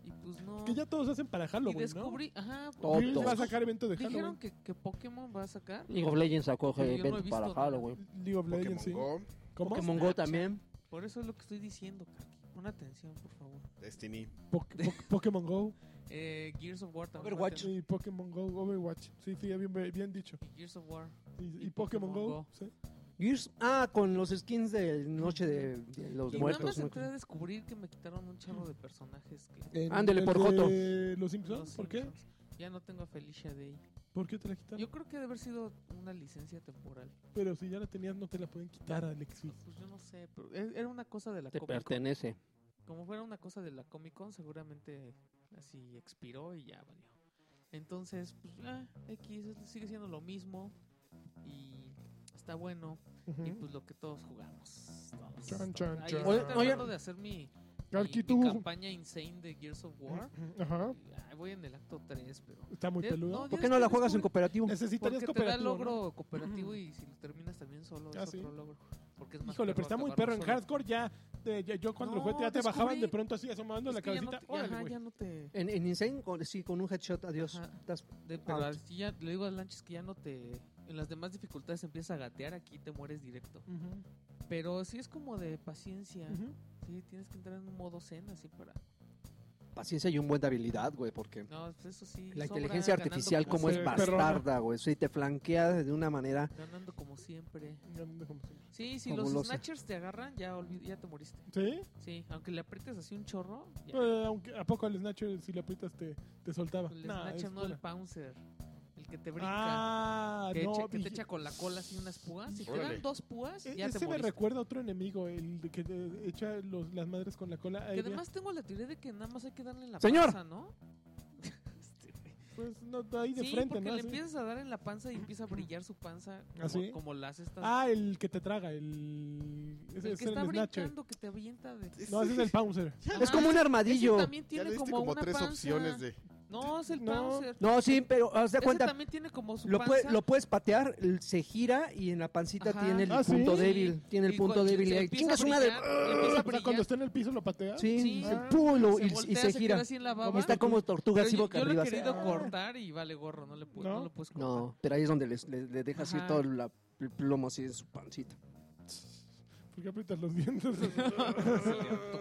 Speaker 2: Y pues no.
Speaker 3: Que ya todos hacen para
Speaker 2: y
Speaker 3: Halloween,
Speaker 2: descubrí. Ajá.
Speaker 3: ¿no?
Speaker 5: Todos.
Speaker 2: pues,
Speaker 3: Bills va a sacar evento de
Speaker 2: Dijeron
Speaker 3: Halloween.
Speaker 2: que, que Pokémon va a sacar.
Speaker 5: League of Legends sacó
Speaker 2: Pero yo no he
Speaker 5: eventos
Speaker 2: visto
Speaker 5: para
Speaker 2: nada.
Speaker 5: Halloween.
Speaker 3: League of
Speaker 1: Pokémon
Speaker 3: Legends, sí.
Speaker 1: Go,
Speaker 3: ¿Cómo?
Speaker 5: Pokémon Go también.
Speaker 2: Por eso es lo que estoy diciendo, Kaki. Pon atención, por favor.
Speaker 1: Destiny.
Speaker 3: Po- po- Pokémon Go.
Speaker 2: Eh, Gears of War también. va a
Speaker 5: Overwatch.
Speaker 2: tener.
Speaker 3: Y Pokémon Go, Overwatch. Sí, sí, bien, bien dicho.
Speaker 2: Y Gears of War.
Speaker 3: Y, y
Speaker 2: Y
Speaker 3: Pokémon,
Speaker 2: Pokémon
Speaker 3: Go.
Speaker 2: Go.
Speaker 3: sí.
Speaker 5: Gears- ah, con los skins de Noche de, de los
Speaker 2: Y nada
Speaker 5: Muertos.
Speaker 2: más
Speaker 5: ¿no?
Speaker 2: entré a descubrir que me quitaron un charro de personajes. Que
Speaker 3: En
Speaker 5: Ándele,
Speaker 3: el
Speaker 5: por
Speaker 3: de
Speaker 5: Joto.
Speaker 3: ¿Los Simpsons?
Speaker 2: Los
Speaker 3: ¿Por qué?
Speaker 2: Simpsons. Ya no tengo a Felicia Day.
Speaker 3: ¿Por qué te la quitaron?
Speaker 2: Yo creo que debe haber sido una licencia temporal.
Speaker 3: Pero si ya la tenías, no te la pueden quitar, Alexis.
Speaker 2: Pues yo no sé, pero e- era una cosa de la
Speaker 5: Te
Speaker 2: Comic Con.
Speaker 5: pertenece.
Speaker 2: Como fuera una cosa de la Comic Con, seguramente así expiró y ya valió. Entonces, pues, ah, X es- sigue siendo lo mismo y está bueno. Y pues lo que todos jugamos. todos.
Speaker 3: Chan, chan,
Speaker 2: Ahí
Speaker 3: chan.
Speaker 2: estoy
Speaker 5: Oye,
Speaker 2: tratando de hacer mi, mi-
Speaker 3: Galqui,
Speaker 2: mi
Speaker 3: tú.
Speaker 2: campaña insane de Gears of War.
Speaker 3: Ajá.
Speaker 2: Ay, voy en el acto 3, pero...
Speaker 3: Está muy
Speaker 2: Ya-
Speaker 3: peludo.
Speaker 2: no,
Speaker 5: ¿Por qué no la
Speaker 2: descubrí-
Speaker 5: juegas en cooperativo?
Speaker 3: Necesitarías
Speaker 2: Porque te da
Speaker 3: cooperativo.
Speaker 2: logro
Speaker 3: ¿no?
Speaker 2: cooperativo y si lo terminas también solo es
Speaker 3: Ah, sí.
Speaker 2: otro logro. Porque es más
Speaker 3: Híjole, pero está muy perro en
Speaker 2: acabarlo solo.
Speaker 3: hardcore ya. te- ya- yo cuando lo
Speaker 2: No,
Speaker 3: jugué ya te
Speaker 2: descubrí-
Speaker 3: bajaban de pronto así asomando
Speaker 2: Es
Speaker 3: la
Speaker 2: que ya no
Speaker 3: cabecita.
Speaker 2: te-
Speaker 3: Órale,
Speaker 2: ajá,
Speaker 3: güey.
Speaker 2: ya no te...
Speaker 5: En, en Insane, con- sí, con un headshot, adiós.
Speaker 2: Ajá.
Speaker 5: Estás-
Speaker 2: de- pero
Speaker 5: out.
Speaker 2: así ya le digo a Lanches que ya no te... En las demás dificultades empieza a gatear, aquí te mueres directo.
Speaker 3: Ujú,
Speaker 2: Pero sí es como de paciencia.
Speaker 3: ujú.
Speaker 2: Sí, tienes que entrar en un modo zen así para...
Speaker 5: paciencia y un buen de habilidad, güey, porque
Speaker 2: No, pues eso sí.
Speaker 5: la
Speaker 2: sobra
Speaker 5: inteligencia
Speaker 2: ganando
Speaker 5: artificial
Speaker 2: como,
Speaker 5: como
Speaker 3: Sí,
Speaker 5: es
Speaker 3: perrona.
Speaker 5: bastarda, güey. Sí, te flanquea de una manera.
Speaker 2: Ganando como siempre.
Speaker 3: Ya no dejamos así.
Speaker 2: Sí, si los
Speaker 5: Fabulosa.
Speaker 2: snatchers te agarran, ya, olvi- ya te moriste.
Speaker 3: ¿Sí?
Speaker 2: Sí, aunque le aprietes así un chorro, ya.
Speaker 3: Eh, aunque, ¿A poco al Snatcher si le aprietas te, te soltaba?
Speaker 2: El
Speaker 3: Nah,
Speaker 2: snatcher,
Speaker 3: es
Speaker 2: pues, no el
Speaker 3: pura.
Speaker 2: pouncer. El que te brinca.
Speaker 3: Ah,
Speaker 2: que,
Speaker 3: no.
Speaker 2: echa- que te
Speaker 3: dije-
Speaker 2: echa con la cola así unas púas. Si te
Speaker 1: Órale.
Speaker 2: dan dos púas,
Speaker 3: E-
Speaker 2: ya te
Speaker 3: ese me
Speaker 2: moriste.
Speaker 3: recuerda a otro enemigo, el de que te echa los- las madres con la cola.
Speaker 2: Que
Speaker 3: aérea.
Speaker 2: además tengo la teoría de que nada más hay que darle en la
Speaker 5: Señor.
Speaker 2: panza, ¿no? Este güey.
Speaker 3: Pues no, ahí de
Speaker 2: sí,
Speaker 3: frente,
Speaker 2: porque
Speaker 3: ¿no?
Speaker 2: le
Speaker 3: Así.
Speaker 2: empiezas a dar en la panza y empieza a brillar su panza como,
Speaker 3: ¿Ah, sí?
Speaker 2: como las estas.
Speaker 3: Ah, el que te traga, el. Ese
Speaker 2: el
Speaker 3: es
Speaker 2: que
Speaker 3: el
Speaker 2: está
Speaker 3: Snatcher.
Speaker 2: brincando, que te avienta de...
Speaker 3: No, ese es el Pouncer.
Speaker 5: Es como un armadillo.
Speaker 2: Ese también
Speaker 1: Ya
Speaker 2: tiene
Speaker 1: le diste
Speaker 2: como,
Speaker 1: como,
Speaker 2: una
Speaker 1: tres
Speaker 2: panza.
Speaker 1: opciones
Speaker 3: <laughs>
Speaker 1: de...
Speaker 2: No, es el
Speaker 3: No.
Speaker 2: Panzer.
Speaker 5: No, sí, pero haz de
Speaker 2: Ese
Speaker 5: cuenta,
Speaker 2: también tiene como su
Speaker 5: lo,
Speaker 2: panza.
Speaker 5: pue- lo puedes patear, l- se gira y en la pancita
Speaker 2: Ajá.
Speaker 5: tiene el
Speaker 3: Ah, ¿sí?
Speaker 5: punto
Speaker 2: Sí.
Speaker 5: débil. Tiene el
Speaker 2: Y
Speaker 5: punto
Speaker 2: cuando
Speaker 5: débil. eh,
Speaker 2: se
Speaker 5: y ahí,
Speaker 2: empieza
Speaker 5: ¡Chinga
Speaker 2: a
Speaker 5: su madre!
Speaker 2: brillar, empieza a
Speaker 3: <laughs> O sea, cuando
Speaker 2: brillar.
Speaker 3: está en el piso lo patea.
Speaker 5: Sí,
Speaker 2: Sí. Ah,
Speaker 5: se- ¡pum! lo-
Speaker 2: Se
Speaker 5: y, y
Speaker 2: voltea,
Speaker 5: se
Speaker 2: queda
Speaker 5: gira.
Speaker 2: así en la
Speaker 5: Y
Speaker 2: baba.
Speaker 5: está como tortuga
Speaker 2: Pero
Speaker 5: así
Speaker 2: yo-
Speaker 5: boca
Speaker 2: yo lo
Speaker 5: arriba.
Speaker 2: he
Speaker 5: así.
Speaker 2: querido
Speaker 3: Ah.
Speaker 2: cortar y vale gorro, no le, pu-
Speaker 3: ¿No?
Speaker 2: no le puedes cortar.
Speaker 5: No, pero ahí es donde les- le, le dejas
Speaker 2: Ajá.
Speaker 5: ir todo la- el plomo así en su pancita.
Speaker 3: ¿Por qué aprietas los dientes? <laughs> la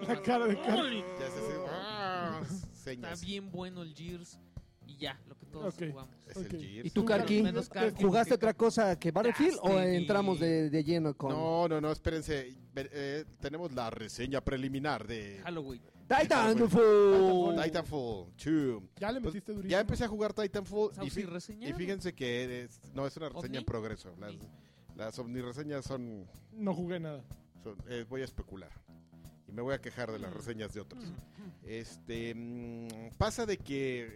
Speaker 2: Está
Speaker 3: cara de cara.
Speaker 1: Ya se hace- ¡Ah! <laughs> Señas.
Speaker 2: bien bueno el Gears y ya, lo que todos
Speaker 3: Ok.
Speaker 2: jugamos.
Speaker 1: Es
Speaker 3: Ok.
Speaker 1: el Gears.
Speaker 5: ¿Y tú,
Speaker 3: Un
Speaker 5: Karki?
Speaker 2: menos Karki.
Speaker 5: ¿Jugaste otra cosa que Battlefield o
Speaker 2: Destiny.
Speaker 5: entramos de, de lleno con
Speaker 1: No, no, no, espérense. Ve- eh, tenemos la reseña preliminar de
Speaker 2: Halloween.
Speaker 5: Titanfall?
Speaker 1: Titanfall 2.
Speaker 3: Ya le
Speaker 1: Pues,
Speaker 3: metiste durísimo.
Speaker 1: Ya empecé a jugar Titanfall y,
Speaker 2: Saucy
Speaker 1: fí-
Speaker 2: reseñado.
Speaker 1: y fíjense que es- no es una reseña
Speaker 2: ¿Ovni?
Speaker 1: en progreso. Las,
Speaker 2: Ovni.
Speaker 1: las omnireseñas son,
Speaker 3: No jugué nada.
Speaker 1: son- eh, voy a especular y me voy a quejar de las reseñas de otros. Este mm, pasa de que eh,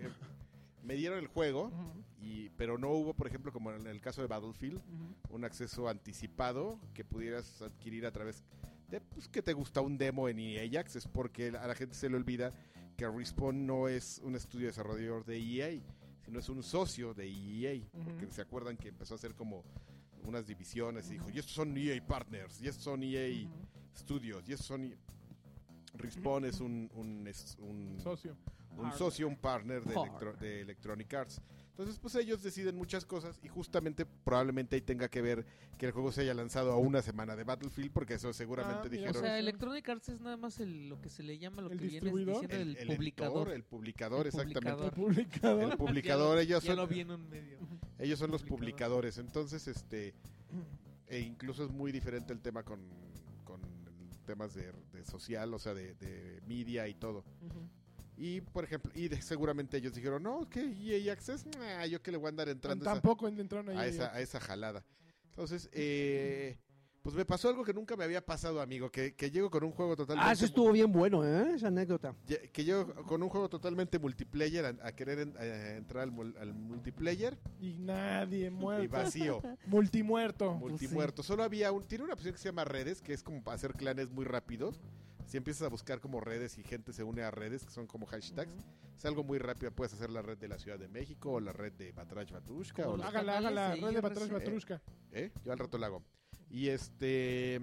Speaker 1: me dieron el juego y pero no hubo, por ejemplo, como en el caso de Battlefield, un acceso anticipado que pudieras adquirir a través de pues, que te gusta un demo en EA Access, porque a la gente se le olvida que Respawn no es un estudio desarrollador de EA, sino es un socio de EA, porque se acuerdan que empezó a hacer como unas divisiones y dijo, y estos son EA Partners, y estos son E EA Studios, y estos son... EA". Respawn es un, un, es un <laughs>
Speaker 3: Socio.
Speaker 1: un socio, un partner de,
Speaker 5: Partner.
Speaker 1: electro- de Electronic Arts. Entonces, pues ellos deciden muchas cosas y justamente probablemente ahí tenga que ver que el juego se haya lanzado a una semana de Battlefield, porque eso seguramente
Speaker 3: Ah, mira,
Speaker 2: O
Speaker 1: dijeron...
Speaker 2: sea, Electronic Arts es nada más el- lo que se le llama, lo
Speaker 3: ¿El
Speaker 2: que viene
Speaker 3: distribuidor?
Speaker 2: diciendo el,
Speaker 1: editor,
Speaker 2: publicador.
Speaker 1: el publicador,
Speaker 2: El
Speaker 1: exactamente.
Speaker 3: El
Speaker 2: publicador.
Speaker 1: El
Speaker 3: publicador.
Speaker 1: publicador,
Speaker 2: ya, lo-
Speaker 1: ellos
Speaker 2: ya lo
Speaker 1: son,
Speaker 2: vi en un medio.
Speaker 1: ellos son los
Speaker 2: publicador.
Speaker 1: publicadores. Entonces, este, e incluso es muy diferente el tema con, con temas de, de social, o sea, de, de media y todo. Y, por ejemplo, y de- seguramente ellos dijeron, no, que EA Access, nah, yo que le voy a andar entrando a esa-
Speaker 3: Tampoco entraron ahí.
Speaker 1: a esa, a esa jalada. Entonces, eh, Pues me pasó algo que nunca me había pasado, amigo, que, que llego con un juego totalmente...
Speaker 4: Ah, eso estuvo bien bueno, ¿eh? Esa anécdota.
Speaker 1: Ye- que llego con un juego totalmente multiplayer a, a querer en- a entrar al, mul- al multiplayer
Speaker 3: Y
Speaker 1: <laughs>
Speaker 3: nadie
Speaker 1: y
Speaker 3: muerto.
Speaker 4: <laughs>
Speaker 1: vacío,
Speaker 4: Pues
Speaker 3: Multimuerto.
Speaker 1: multimuerto. Solo había un... Tiene una opción que se llama redes, que es como para hacer clanes muy rápidos. Si empiezas a buscar como redes y gente se une a redes, que son como hashtags, es algo muy rápido. Puedes hacer la red de la Ciudad de México o la red de Batrach Batushka. O
Speaker 2: Como Pues los
Speaker 1: la-
Speaker 3: Hágala,
Speaker 2: canales de
Speaker 3: hágala. Red de
Speaker 2: IRC.
Speaker 3: Batrash Batrushka.
Speaker 1: ¿eh? Yo al rato la hago. Y este...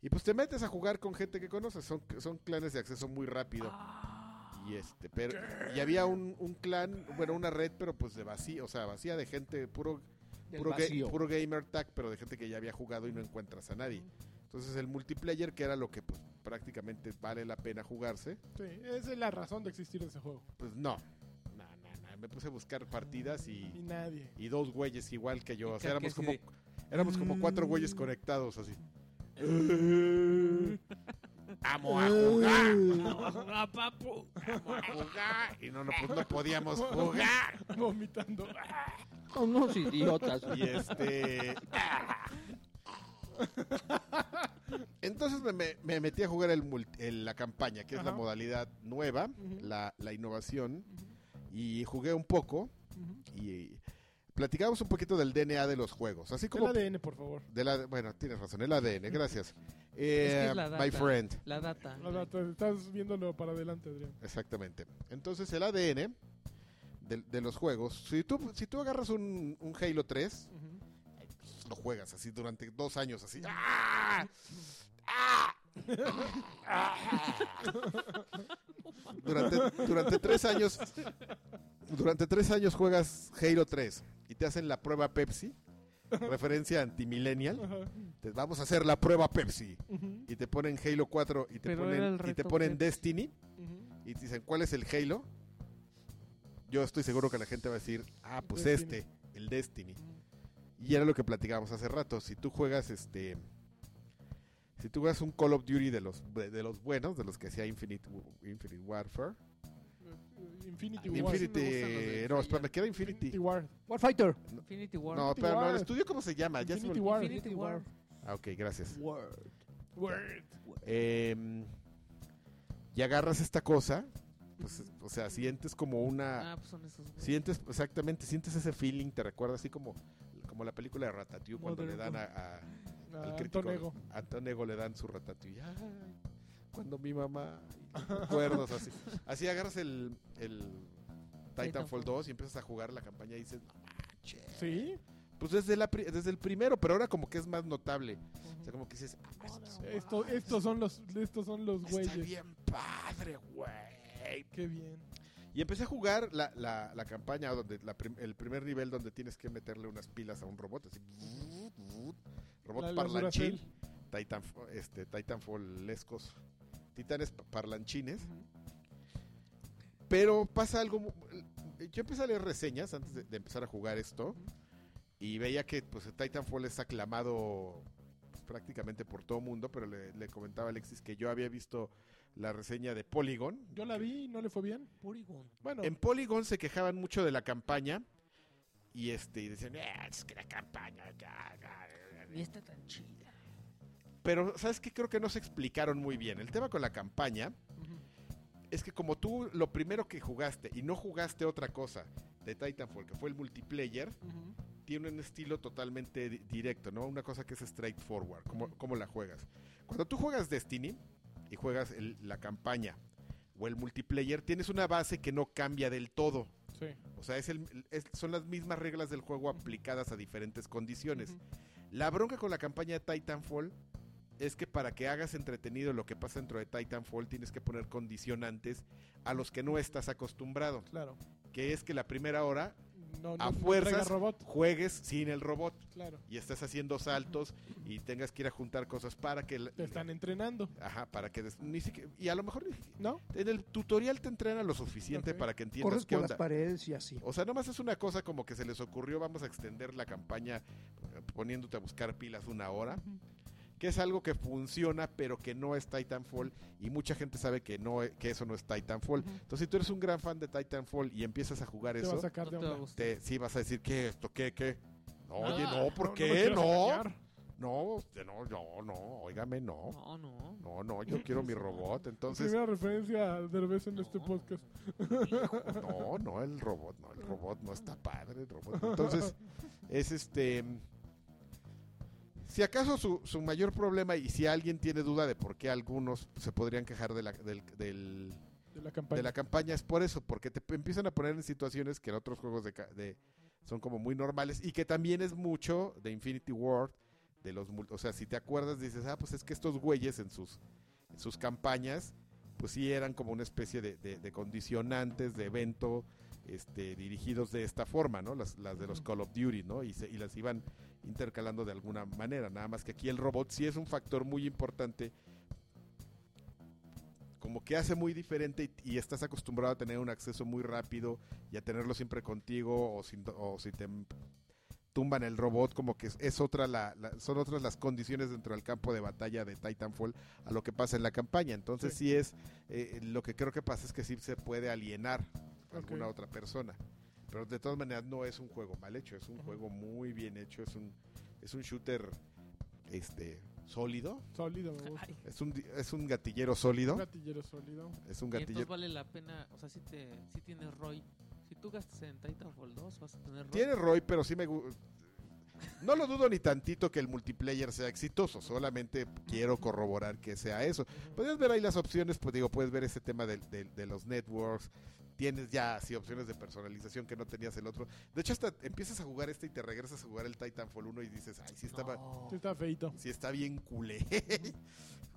Speaker 1: Y pues te metes a jugar con gente que conoces. Son, son clanes de acceso muy rápido. Y este, pero y había un, un clan, bueno, una red, pero pues de vacío, o sea, vacía de gente, puro, puro, ga- puro gamer tag, pero de gente que ya había jugado y no encuentras a nadie. Entonces el multiplayer, que era lo que pues, prácticamente vale la pena jugarse,
Speaker 3: Sí, esa es la razón de existir de ese juego.
Speaker 1: pues no. No, no, no. Me puse a buscar partidas
Speaker 3: Y
Speaker 1: y,
Speaker 3: nadie.
Speaker 1: y dos güeyes igual que yo.
Speaker 2: Y
Speaker 1: O sea, éramos
Speaker 2: Kaki
Speaker 1: como,
Speaker 2: así
Speaker 1: éramos como cuatro
Speaker 3: "Mm".
Speaker 1: güeyes conectados
Speaker 3: <laughs>
Speaker 1: así. ¡Amo a
Speaker 3: <laughs>
Speaker 1: jugar!
Speaker 2: <laughs> Ah, papu.
Speaker 1: ¡Amo a jugar! Y no, no, pues no podíamos jugar.
Speaker 3: Vomitando.
Speaker 2: Ah,
Speaker 5: Unos idiotas.
Speaker 1: Y este. Entonces me, me- me metí a jugar el, mul- el- la campaña, que es la
Speaker 3: Ajá.
Speaker 1: modalidad nueva,
Speaker 3: Ujú.
Speaker 1: la, la innovación. Y jugué un poco
Speaker 3: Ujú.
Speaker 1: y platicamos un poquito del DNA de los juegos. Así
Speaker 3: El
Speaker 1: como.
Speaker 3: ADN, por favor.
Speaker 1: de la- bueno, tienes razón, el ADN,
Speaker 2: <laughs>
Speaker 1: gracias.
Speaker 2: que es
Speaker 1: Eh,
Speaker 2: la
Speaker 1: my
Speaker 2: data.
Speaker 1: friend.
Speaker 2: La data.
Speaker 3: Ahora te- Estás viéndolo para adelante, Adrián.
Speaker 1: Exactamente. Entonces el ADN de, de los juegos. Si tú, si tú agarras un, un Halo 3,
Speaker 3: Ujú.
Speaker 1: lo juegas así durante dos años, así. ¡Ah!
Speaker 3: <laughs>
Speaker 1: ¡Ah! ¡Ah! Durante, durante tres años. Durante tres años juegas Halo 3 y te hacen la prueba Pepsi. Referencia antimillennial.
Speaker 3: Ajá.
Speaker 1: Te vamos a hacer la prueba Pepsi.
Speaker 3: Ujú.
Speaker 1: Y te ponen Halo 4 y te
Speaker 2: Pero era el
Speaker 1: ponen, y te
Speaker 2: reto
Speaker 1: ponen
Speaker 2: Pepsi.
Speaker 1: Destiny.
Speaker 3: Ujú.
Speaker 1: Y te dicen, ¿cuál es el Halo? Yo estoy seguro que la gente va a decir, ah, pues
Speaker 3: Destiny.
Speaker 1: este, el Destiny. Y era lo que platicábamos hace rato. Si tú juegas este. Si tú juegas un Call of Duty de los, de de los buenos, de los que hacía Infinite, Infinite Warfare.
Speaker 2: Igual.
Speaker 3: Infinity War.
Speaker 2: Infinity- Sí me gustan los
Speaker 1: Infinity.
Speaker 2: de
Speaker 1: no,
Speaker 2: Fire.
Speaker 1: espérame, que era
Speaker 3: Infinity
Speaker 1: Infinity.
Speaker 3: War.
Speaker 4: Warfighter.
Speaker 2: Infinity War.
Speaker 1: No, pero no,
Speaker 3: War.
Speaker 1: el estudio, ¿cómo se llama? Ah, Ya se me
Speaker 3: Infinity
Speaker 1: olvidó.
Speaker 3: War.
Speaker 2: Infinity War.
Speaker 1: Ah, ok, gracias.
Speaker 3: Word.
Speaker 1: Em, y agarras esta cosa. Pues, o sea, sientes como una.
Speaker 2: Ah, pues son esos. güeyes.
Speaker 1: Sientes, exactamente, sientes ese feeling, te recuerda así como, como la película de Ratatouille cuando le
Speaker 2: Modern
Speaker 1: dan a, a-
Speaker 3: Ah,
Speaker 1: al crítico.
Speaker 3: Antonego.
Speaker 1: A Antonego le dan su Ratatouille. Ay, cuando mi mamá. y los recuerdos así. Así agarras el, el Titanfall
Speaker 2: Titanfall.
Speaker 1: 2 y empiezas a jugar la campaña y dices, "No manches".
Speaker 3: Sí.
Speaker 2: Oh,
Speaker 1: Pues desde, la, pri- desde el primero, pero ahora como que es más notable. O sea, como que dices, "Ah, esto-
Speaker 3: Esto, estos son los, estos son los
Speaker 1: está
Speaker 3: güeyes.
Speaker 1: bien padre, güey.
Speaker 3: Qué bien.
Speaker 1: Y empecé a jugar la, la, la campaña, donde la prim- el primer nivel donde tienes que meterle unas pilas a un robot, así. Robot
Speaker 3: La- la
Speaker 1: parlanchín,
Speaker 3: Duracell.
Speaker 1: Titanfall, este, Titanfallescos, titanes pa- parlanchines. Pero pasa algo. mu- Yo empecé a leer reseñas antes de, de empezar a jugar esto. Y veía que pues, Titanfall es aclamado pues, prácticamente por todo mundo. Pero le, le comentaba a Alexis que yo había visto la reseña de Polygon.
Speaker 3: Yo la vi y no le fue bien.
Speaker 2: Porygon.
Speaker 3: Bueno,
Speaker 1: En Polygon se quejaban mucho de la campaña y este y decían, "Ah, es que la campaña. ya, ya, ya,
Speaker 2: Y
Speaker 1: ya".
Speaker 2: está tan chida.
Speaker 1: Pero, ¿sabes qué? Creo que no se explicaron muy bien. El tema con la campaña es que como tú lo primero que jugaste y no jugaste otra cosa de Titanfall, que fue el multiplayer,
Speaker 3: Ujú.
Speaker 1: tiene un estilo totalmente di- directo, ¿no? Una cosa que es straightforward, como, como la juegas. Cuando tú juegas Destiny y juegas el- la campaña o el multiplayer, tienes una base que no cambia del todo.
Speaker 3: sí.
Speaker 1: O sea, es el- es- son las mismas reglas del juego aplicadas a diferentes condiciones. La bronca con la campaña de Titanfall es que para que hagas entretenido lo que pasa dentro de Titanfall tienes que poner condicionantes a los que no estás acostumbrado.
Speaker 3: Claro.
Speaker 1: Que es que la primera hora
Speaker 3: No,
Speaker 1: A
Speaker 3: no- no
Speaker 1: fuerzas-
Speaker 3: traiga robot.
Speaker 1: juegues sin el robot
Speaker 3: Claro.
Speaker 1: y estés haciendo saltos y tengas que ir a juntar cosas para que... la-
Speaker 3: Te están entrenando,
Speaker 1: Ajá, para que... des- ni siquiera- y a lo mejor ni-
Speaker 3: ¿no?
Speaker 1: en el tutorial te entrena lo suficiente
Speaker 3: Ok.
Speaker 1: para que entiendas
Speaker 4: Corres
Speaker 1: qué
Speaker 4: por
Speaker 1: onda.
Speaker 4: las paredes y así.
Speaker 1: O sea, nomás es una cosa como que se les ocurrió, vamos a extender la campaña eh, poniéndote a buscar pilas una hora, que es algo que funciona, pero que no es Titanfall y mucha gente sabe que no e- que eso no es Titanfall.
Speaker 3: Ujú.
Speaker 1: Entonces, si tú eres un gran fan de Titanfall y empiezas a jugar
Speaker 3: Te va a
Speaker 1: eso,
Speaker 3: sacar
Speaker 2: No
Speaker 3: de
Speaker 2: te va a
Speaker 3: onda.
Speaker 2: gustar.
Speaker 1: te, sí vas a decir, ¿qué esto? ¿Qué? ¿Qué? No,
Speaker 2: Ah,
Speaker 1: Oye, no, ¿por
Speaker 3: No,
Speaker 1: qué?
Speaker 3: no me
Speaker 1: No.
Speaker 3: quieras engañar.
Speaker 1: No, usted no, no, no, óigame, no.
Speaker 2: No, no.
Speaker 1: No, no, yo quiero mi robot. Entonces,
Speaker 3: Primera referencia a Derbez en
Speaker 2: no,
Speaker 3: este podcast.
Speaker 1: no, no, el robot, no, el robot no está padre, el robot. Entonces, es este. Si acaso su, su mayor problema, y si alguien tiene duda de por qué algunos se podrían quejar de la, del, del,
Speaker 3: De la campaña.
Speaker 1: de la campaña es por eso, porque te p- empiezan a poner en situaciones que en otros juegos de, ca- de- son como muy normales y que también es mucho de Infinity Ward, de los, mul- o sea, si te acuerdas dices, ah, pues es que estos güeyes en sus, en sus campañas, pues sí eran como una especie de, de- de condicionantes de evento, este, dirigidos de esta forma, ¿no? Las, las de los Call of Duty, ¿no? Y, se- y las iban intercalando de alguna manera, nada más que aquí el robot sí es un factor muy importante como que hace muy diferente y, y estás acostumbrado a tener un acceso muy rápido y a tenerlo siempre contigo o, sin- o si te m- tumban el robot como que es, es otra la, la- son otras las condiciones dentro del campo de batalla de Titanfall a lo que pasa en la campaña entonces sí, es eh, lo que creo que pasa es que sí se puede alienar a alguna
Speaker 3: Ok.
Speaker 1: otra persona pero de todas maneras no es un juego mal hecho es un juego muy bien hecho es un es un shooter este sólido
Speaker 3: Sólido, me gusta.
Speaker 2: Ay,
Speaker 1: es un di- es un gatillero sólido
Speaker 3: Un gatillero sólido.
Speaker 1: es un
Speaker 2: y entonces
Speaker 1: gatillero
Speaker 2: vale la pena, o sea, si, te, si tienes Roy, si tú gastas en Titanfall 2, vas a tener Roy.
Speaker 1: Tiene Roy, pero sí me gu- No lo dudo ni tantito que el multiplayer sea exitoso, solamente quiero corroborar que sea eso. Puedes ver ahí las opciones, pues digo, puedes ver ese tema del- del- de, los networks, tienes ya así opciones de personalización que no tenías el otro. De hecho, hasta empiezas a jugar este y te regresas a jugar el Titanfall 1 y dices, ay, sí estaba,
Speaker 2: No.
Speaker 3: Sí, está feito.
Speaker 1: sí está bien culé. <laughs>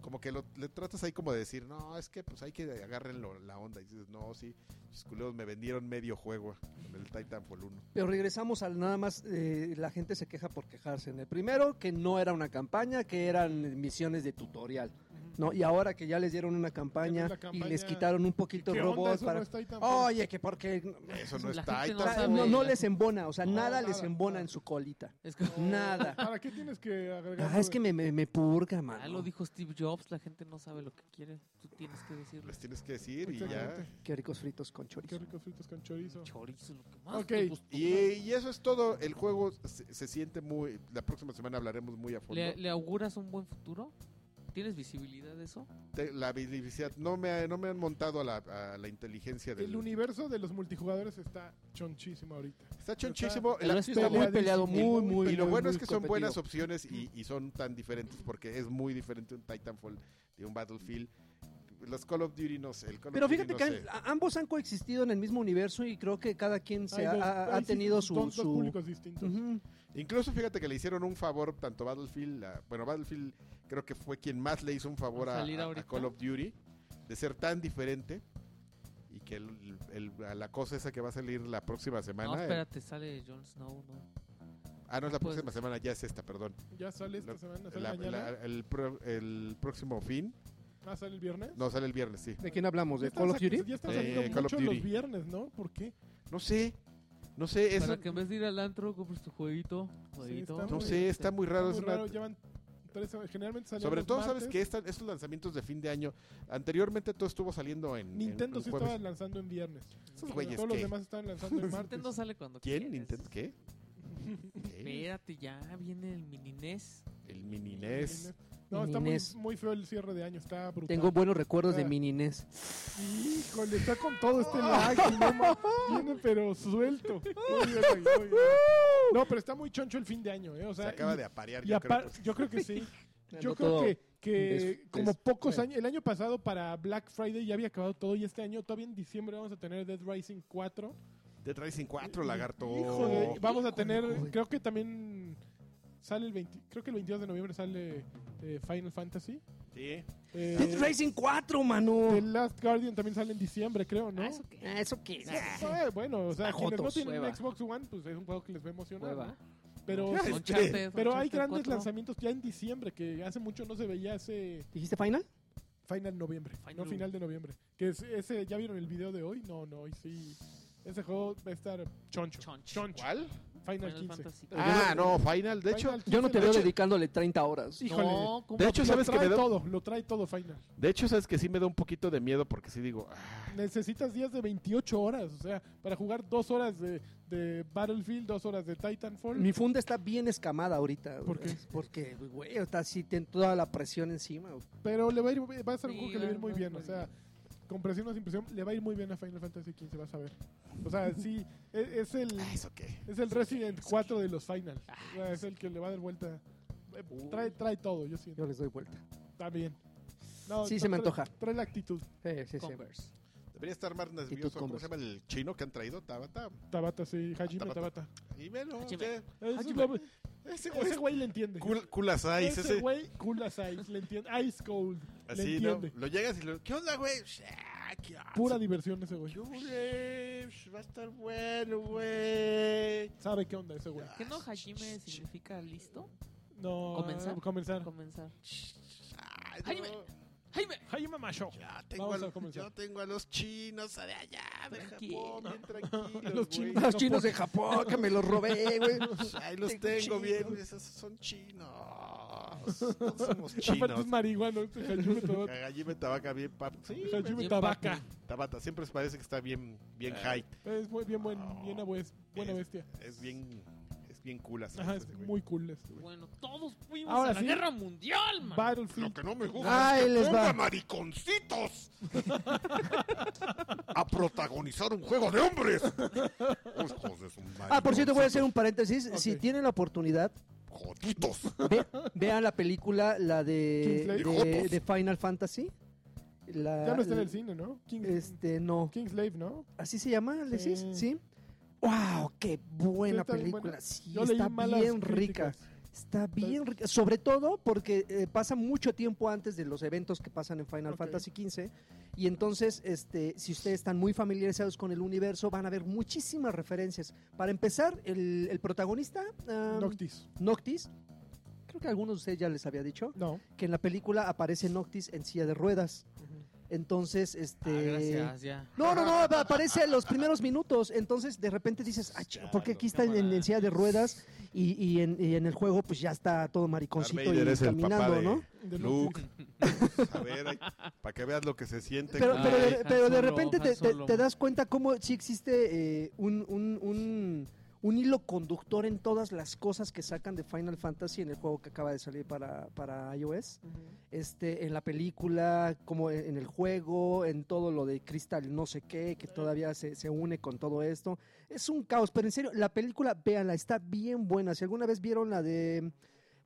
Speaker 1: como que lo, le tratas ahí como de decir, no, es que pues hay que agarren lo- la onda. Y dices, no, sí, los culeros me vendieron medio juego con el Titanfall 1.
Speaker 4: Pero regresamos al nada más, eh, la gente se queja por quejarse. En el primero, que no era una campaña, que eran misiones de tutorial. ¿no? Y ahora que ya les dieron una campaña,
Speaker 3: la
Speaker 4: y les
Speaker 3: campaña.
Speaker 4: quitaron un poquito el
Speaker 3: ¿Qué onda?
Speaker 4: robot
Speaker 3: Eso
Speaker 4: para...
Speaker 3: no está ahí tampoco.
Speaker 4: Oye, que porque...
Speaker 1: Eso no
Speaker 2: La
Speaker 1: es
Speaker 2: gente no
Speaker 4: O sea,
Speaker 1: Titanfall.
Speaker 2: sabe.
Speaker 4: no, no les embona, o sea,
Speaker 3: No,
Speaker 4: nada,
Speaker 3: nada,
Speaker 4: les embona
Speaker 3: nada.
Speaker 4: en su colita.
Speaker 2: Es que,
Speaker 4: Nada.
Speaker 3: ¿Para qué tienes que agregar?
Speaker 4: Ah, es que me, me, me purga, mano.
Speaker 2: ya lo dijo Steve Jobs, la gente no sabe lo que quiere. Tú tienes que decirle.
Speaker 1: Les tienes que decir y ya.
Speaker 3: Exactamente.
Speaker 4: Qué ricos fritos con
Speaker 3: Qué
Speaker 4: chorizo.
Speaker 3: ricos fritos con chorizo.
Speaker 2: Chorizo, lo que más
Speaker 3: Ok.
Speaker 2: te gustó.
Speaker 1: Y, y eso es todo. El juego se, se siente muy. La próxima semana hablaremos muy a fondo.
Speaker 2: ¿Le, le auguras un buen futuro? ¿Tienes visibilidad de eso?
Speaker 1: Te- la visibilidad. No me, ha- no me han montado a la, a la inteligencia del.
Speaker 3: El universo de los multijugadores está chonchísimo ahorita.
Speaker 1: Está chonchísimo. la-
Speaker 3: está muy
Speaker 1: bueno.
Speaker 3: peleado, muy,
Speaker 1: y lo bueno es que son buenas opciones y, y son tan diferentes porque es muy diferente un Titanfall de un Battlefield. Los Call of Duty no sé. El Call of
Speaker 4: Pero
Speaker 1: Duty
Speaker 4: fíjate
Speaker 1: no
Speaker 4: que
Speaker 1: sé.
Speaker 4: han- a- ambos han coexistido en el mismo universo y creo que cada quien se
Speaker 3: Hay
Speaker 4: ha,
Speaker 3: dos-
Speaker 4: ha- ha
Speaker 3: hay sí,
Speaker 4: tenido
Speaker 3: dos-
Speaker 4: su...
Speaker 3: dos
Speaker 4: su-
Speaker 3: públicos distintos.
Speaker 4: Ujú.
Speaker 1: Incluso fíjate que le hicieron un favor tanto Battlefield, a- bueno, Battlefield creo que fue quien más le hizo un favor
Speaker 2: ¿Va a
Speaker 1: a,
Speaker 2: salir
Speaker 1: a- a
Speaker 2: ahorita?
Speaker 1: Call of Duty de ser tan diferente y que el- el- a la cosa esa que va a salir la próxima semana.
Speaker 2: No,
Speaker 1: eh,
Speaker 2: espérate, sale Jon Snow, ¿no?
Speaker 1: ah, no es la
Speaker 2: pues-
Speaker 1: próxima semana, ya es esta, perdón.
Speaker 3: Ya sale esta
Speaker 1: La-
Speaker 3: semana, sale
Speaker 1: La-
Speaker 3: mañana.
Speaker 1: la- el, pro- el próximo fin,
Speaker 3: Ah, sale el viernes.
Speaker 1: no, sale el viernes, sí.
Speaker 4: ¿De quién
Speaker 3: Ya
Speaker 4: hablamos? ¿De
Speaker 3: están
Speaker 4: Call of
Speaker 3: sac-
Speaker 4: Duty?
Speaker 3: Ya están
Speaker 1: Eh,
Speaker 3: saliendo
Speaker 1: Call of
Speaker 3: mucho
Speaker 1: Duty.
Speaker 3: los viernes, ¿no? ¿Por qué?
Speaker 1: No sé, no sé, eso,
Speaker 2: Para que en vez de ir al antro, compres tu jueguito. jueguito.
Speaker 3: está
Speaker 1: no
Speaker 3: muy-
Speaker 1: sé, está muy raro. es
Speaker 3: Está muy
Speaker 1: una-
Speaker 3: raro, llevan tres semanas. Generalmente salían
Speaker 1: sobre
Speaker 3: los
Speaker 1: todo, ¿sabes
Speaker 3: martes.
Speaker 1: que esta- Estos lanzamientos de fin de año, anteriormente todo estuvo saliendo en... en-
Speaker 3: Nintendo
Speaker 1: en
Speaker 3: sí
Speaker 1: jueves.
Speaker 3: estaba lanzando en viernes.
Speaker 1: Esos güeyes,
Speaker 3: Todos los
Speaker 1: ¿qué?
Speaker 3: demás estaban
Speaker 2: <laughs>
Speaker 3: lanzando en martes.
Speaker 2: Nintendo sale cuando
Speaker 1: ¿Quién?
Speaker 2: quieras.
Speaker 1: ¿Nintendo
Speaker 3: <laughs>
Speaker 1: qué? ¿Qué?
Speaker 2: Espérate, ya viene el mini E NES.
Speaker 1: El mini E NES.
Speaker 3: No, está muy,
Speaker 4: Mininés.
Speaker 3: muy feo el cierre de año, está brutal.
Speaker 4: Tengo buenos recuerdos de
Speaker 3: Ah.
Speaker 4: Mininés.
Speaker 3: Híjole, está con todo este lag, no ma- viene pero suelto. Muy bien, güey, muy bien.
Speaker 4: <laughs>
Speaker 3: No, pero está muy choncho el fin de año, ¿eh? O sea,
Speaker 1: Se acaba
Speaker 3: y-
Speaker 1: de aparear,
Speaker 3: y
Speaker 1: yo creo. pues.
Speaker 3: apar- yo creo que sí. Yo creo
Speaker 4: No todo.
Speaker 3: que, que
Speaker 4: des-
Speaker 3: como
Speaker 4: des-
Speaker 3: pocos
Speaker 4: eh.
Speaker 3: años, el año pasado para Black Friday ya había acabado todo y este año todavía en diciembre vamos a tener Dead Rising 4.
Speaker 1: Te traes en cuatro, lagarto.
Speaker 3: Híjole, vamos a
Speaker 4: Híjole,
Speaker 3: tener,
Speaker 4: güey.
Speaker 3: creo que también sale el 20, creo que el 22 de noviembre sale eh, Final Fantasy.
Speaker 1: Sí.
Speaker 3: Eh,
Speaker 4: Dead Racing 4, mano.
Speaker 3: The Last Guardian también sale en diciembre, creo, ¿no?
Speaker 2: Ah, ¿eso qué?
Speaker 4: Ah, ¿Eso qué? Ah,
Speaker 3: Eh, bueno, o sea,
Speaker 4: Está
Speaker 3: quienes no
Speaker 4: jotos,
Speaker 3: tienen
Speaker 4: hueva.
Speaker 3: Xbox One, pues es un juego que les va a emocionar.
Speaker 2: Hueva.
Speaker 3: ¿no? Pero,
Speaker 1: Claro.
Speaker 2: Son chartes,
Speaker 3: Este, pero
Speaker 2: son
Speaker 3: hay
Speaker 2: chartes
Speaker 3: grandes
Speaker 2: cuatro.
Speaker 3: lanzamientos ya en diciembre, que hace mucho no se veía ese
Speaker 4: ¿Dijiste Final?
Speaker 3: Final Noviembre, no
Speaker 2: Final.
Speaker 3: final de noviembre. Que es- ese, ¿ya vieron el video de hoy? No, no, hoy sí. Ese juego va a estar choncho.
Speaker 2: Chonch.
Speaker 3: Choncho.
Speaker 1: ¿Cuál?
Speaker 3: Final 15.
Speaker 2: Fantasy.
Speaker 1: Ah, no, Final, de hecho,
Speaker 3: Final 15,
Speaker 4: Yo no te
Speaker 3: de
Speaker 4: veo
Speaker 3: hecho-
Speaker 4: dedicándole 30 horas.
Speaker 3: Híjole.
Speaker 2: No, ¿cómo?
Speaker 1: De hecho,
Speaker 3: lo
Speaker 1: ¿sabes qué
Speaker 3: trae
Speaker 1: me da?
Speaker 3: todo, lo trae todo Final.
Speaker 1: De hecho, sabes que sí me da un poquito de miedo porque sí digo, ah,
Speaker 3: Necesitas días de 28 horas, o sea, para jugar dos horas de, de Battlefield, dos horas de Titanfall.
Speaker 4: Mi funda está bien escamada ahorita. güey.
Speaker 3: ¿Por qué?
Speaker 4: Es Porque, güey, está así, tiene toda la presión encima. güey.
Speaker 3: Pero le va a ir, va a ser un
Speaker 2: Sí,
Speaker 3: juego que le va a ir muy
Speaker 2: va-
Speaker 3: bien,
Speaker 2: va-
Speaker 3: o sea, con presión o sin presión, le va a ir muy bien a Final Fantasy XV, vas a ver. O sea, sí, es, es el,
Speaker 1: ah, eso qué.
Speaker 3: es el Resident 4 de los Final. O sea, es el que le va a dar vuelta. Eh, Trae, trae todo, yo siento.
Speaker 4: Yo les doy vuelta.
Speaker 3: Está bien. No,
Speaker 4: Sí,
Speaker 3: no,
Speaker 4: se me
Speaker 3: trae-
Speaker 4: antoja.
Speaker 3: Trae la actitud.
Speaker 4: Sí, sí, sí.
Speaker 2: Converse.
Speaker 1: Debería estar más nervioso. ¿Cómo se llama el chino que han traído? Tabata.
Speaker 3: Tabata, sí, Hajime
Speaker 1: Tabata.
Speaker 3: Tabata.
Speaker 1: Y bueno,
Speaker 2: Hajime.
Speaker 1: eh,
Speaker 3: Eso
Speaker 2: Hajime.
Speaker 3: es lo- ese, güey, ese güey le entiende.
Speaker 1: cul- culasais,
Speaker 3: ese
Speaker 1: ese.
Speaker 3: güey, cool as ice, le entiende. Ice cold, le
Speaker 1: Así, ¿no?
Speaker 3: entiende.
Speaker 1: Lo llegas y lo. ¿Qué onda, güey? Ah, ¿Qué onda?
Speaker 3: Pura diversión ese güey.
Speaker 1: ¿Qué hule? Va a estar bueno, güey.
Speaker 3: Sabe qué onda ese güey.
Speaker 2: ¿Qué no Hajime significa listo?
Speaker 3: No,
Speaker 2: ¿Comenzar?
Speaker 3: comenzar.
Speaker 2: Comenzar.
Speaker 1: Ay,
Speaker 2: Jaime.
Speaker 1: no.
Speaker 2: ¡Jaime!
Speaker 3: Hajime Masho.
Speaker 1: Ya tengo, a
Speaker 3: Vamos a
Speaker 1: los,
Speaker 3: comenzar.
Speaker 1: yo tengo a los chinos de allá, de
Speaker 2: Tranquilo.
Speaker 4: <laughs>
Speaker 1: Japón, bien tranquilos.
Speaker 3: Los
Speaker 1: los
Speaker 3: chinos.
Speaker 1: chinos.
Speaker 4: Los chinos de Japón, que me los
Speaker 3: <laughs>
Speaker 4: robé, güey.
Speaker 1: Ahí los
Speaker 4: Tengo
Speaker 1: tengo bien,
Speaker 4: chinos.
Speaker 1: esos son chinos. No
Speaker 4: <laughs>
Speaker 1: somos
Speaker 3: Aparte
Speaker 1: chinos.
Speaker 3: es marihuana. este
Speaker 1: <laughs>
Speaker 3: Hajime Tabata.
Speaker 1: Hajime Tabaca bien pap. Sí,
Speaker 3: Hajime
Speaker 2: Bien
Speaker 3: Tabaka.
Speaker 2: papi.
Speaker 1: Tabata siempre parece que está bien, bien
Speaker 3: Ah.
Speaker 1: high.
Speaker 3: Es muy, bien, buen, bien abu- es buena
Speaker 1: Es-
Speaker 3: bestia.
Speaker 1: Es bien, es bien cool así.
Speaker 3: Ajá,
Speaker 1: ese
Speaker 3: es
Speaker 1: güey.
Speaker 3: muy cool este güey.
Speaker 2: Bueno, todos fuimos
Speaker 3: Ahora
Speaker 2: a la
Speaker 3: sí.
Speaker 2: guerra mundial, man.
Speaker 1: Lo
Speaker 3: Battlefield.
Speaker 1: que no me gusta
Speaker 4: Ahí
Speaker 1: es que
Speaker 4: les
Speaker 1: ponga
Speaker 4: va.
Speaker 1: mariconcitos a protagonizar un juego de
Speaker 3: <laughs>
Speaker 1: hombres. Hijos de su
Speaker 4: Ah, por cierto, voy a hacer un
Speaker 1: mariconcitos
Speaker 4: paréntesis. Si
Speaker 3: Ok.
Speaker 4: tienen la oportunidad,
Speaker 1: Joditos.
Speaker 4: ve- vean la película, la de,
Speaker 3: Kingsley.
Speaker 4: de, de Final Fantasy. La-
Speaker 3: Ya no está en el cine, ¿no? King,
Speaker 4: Ah, Este, no.
Speaker 3: Kingslave, ¿no?
Speaker 4: ¿Así se llama, Alexis?
Speaker 3: Sí.
Speaker 4: Sí. ¡Wow! ¡Qué buena
Speaker 3: está bien
Speaker 4: película!
Speaker 3: buena.
Speaker 4: Sí,
Speaker 3: Yo leí
Speaker 4: está
Speaker 3: malas
Speaker 4: bien rica.
Speaker 3: críticas.
Speaker 4: Está bien rica. Sobre todo porque eh, pasa mucho tiempo antes de los eventos que pasan en Final
Speaker 3: Ok.
Speaker 4: Fantasy XV. Y entonces, este, si ustedes están muy familiarizados con el universo, van a ver muchísimas referencias. Para empezar, el, el protagonista, ah,
Speaker 3: Noctis.
Speaker 4: Noctis, creo que a algunos de ustedes ya les había dicho,
Speaker 3: No.
Speaker 4: que en la película aparece Noctis en silla de ruedas. Entonces, este...
Speaker 2: Ah, gracias, ya.
Speaker 4: No,
Speaker 2: <laughs>
Speaker 4: no, no, pa- aparece en los primeros minutos. Entonces, de repente dices, ah, chico, ¿por qué aquí está en, en silla de ruedas? Y, y en, y en el juego, pues ya está todo mariconcito
Speaker 1: Darth Vader
Speaker 4: y
Speaker 1: es el papá
Speaker 4: caminando,
Speaker 1: de-
Speaker 4: ¿no?
Speaker 3: De
Speaker 1: Luke.
Speaker 2: <laughs>
Speaker 1: Pues,
Speaker 3: Noctis.
Speaker 1: A ver, para que veas lo que se siente.
Speaker 4: Pero,
Speaker 1: güey.
Speaker 4: pero,
Speaker 2: Ay,
Speaker 4: de,
Speaker 2: Ah, Han
Speaker 4: pero de
Speaker 2: Solo,
Speaker 4: repente te,
Speaker 2: Han
Speaker 4: te-
Speaker 2: Solo.
Speaker 4: te das cuenta cómo sí existe eh, un, un, un, un hilo conductor en todas las cosas que sacan de Final Fantasy en el juego que acaba de salir para, para iOS. este, en la película, como en en el juego, en todo lo de Crystal no sé qué, que todavía se, se une con todo esto. Es un caos, pero en serio, la película, véanla, está bien buena. Si alguna vez vieron la de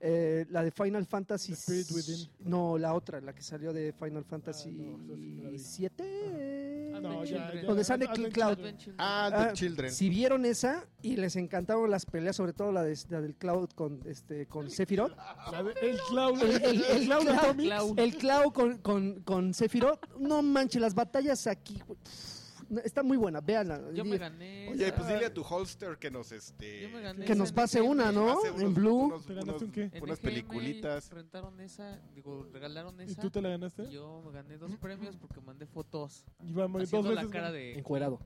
Speaker 4: eh, la de Final Fantasy
Speaker 3: The Spirit Within. Ah,
Speaker 4: No, la otra, la que salió de Final Fantasy
Speaker 3: no, esa sí no la vi. Ah,
Speaker 4: 7. Ah,
Speaker 3: No, ya, ya.
Speaker 4: Donde sale
Speaker 3: Hazlo
Speaker 4: King
Speaker 3: en
Speaker 4: Cloud.
Speaker 3: chino.
Speaker 2: Adventure.
Speaker 1: Ah, The
Speaker 4: Ah,
Speaker 1: Children.
Speaker 4: Si vieron esa y les encantaron las peleas, sobre todo la, de, la del Cloud con este con Sephiroth,
Speaker 3: La de- Ah, el Cloud.
Speaker 4: el, el-
Speaker 2: <laughs>
Speaker 4: el
Speaker 3: Cloud
Speaker 4: Clau-
Speaker 3: Atomic.
Speaker 2: Cloud.
Speaker 4: el Clau con, con, con Sephiroth. No manches, las batallas aquí. güey, pff, no, Está muy buena, véanla.
Speaker 2: Yo
Speaker 4: Di-
Speaker 2: me gané.
Speaker 1: Oye,
Speaker 2: esa.
Speaker 1: pues dile a tu holster que nos este
Speaker 2: Yo me gané
Speaker 4: que nos
Speaker 2: esa
Speaker 4: pase
Speaker 2: NGM.
Speaker 4: una, ¿no?
Speaker 1: hace unos-
Speaker 4: en blue.
Speaker 1: unos-
Speaker 3: ¿Te ganaste un
Speaker 1: unos-
Speaker 3: qué?
Speaker 2: En
Speaker 1: unas
Speaker 2: NGM
Speaker 1: peliculitas.
Speaker 2: Rentaron esa, digo, regalaron
Speaker 3: ¿Y
Speaker 2: esa.
Speaker 3: tú te la
Speaker 2: y
Speaker 3: ganaste?
Speaker 2: Yo me gané dos premios porque mandé fotos.
Speaker 3: Y vamos, dos
Speaker 2: Haciendo
Speaker 3: veces.
Speaker 2: la cara de,
Speaker 4: Encuerado.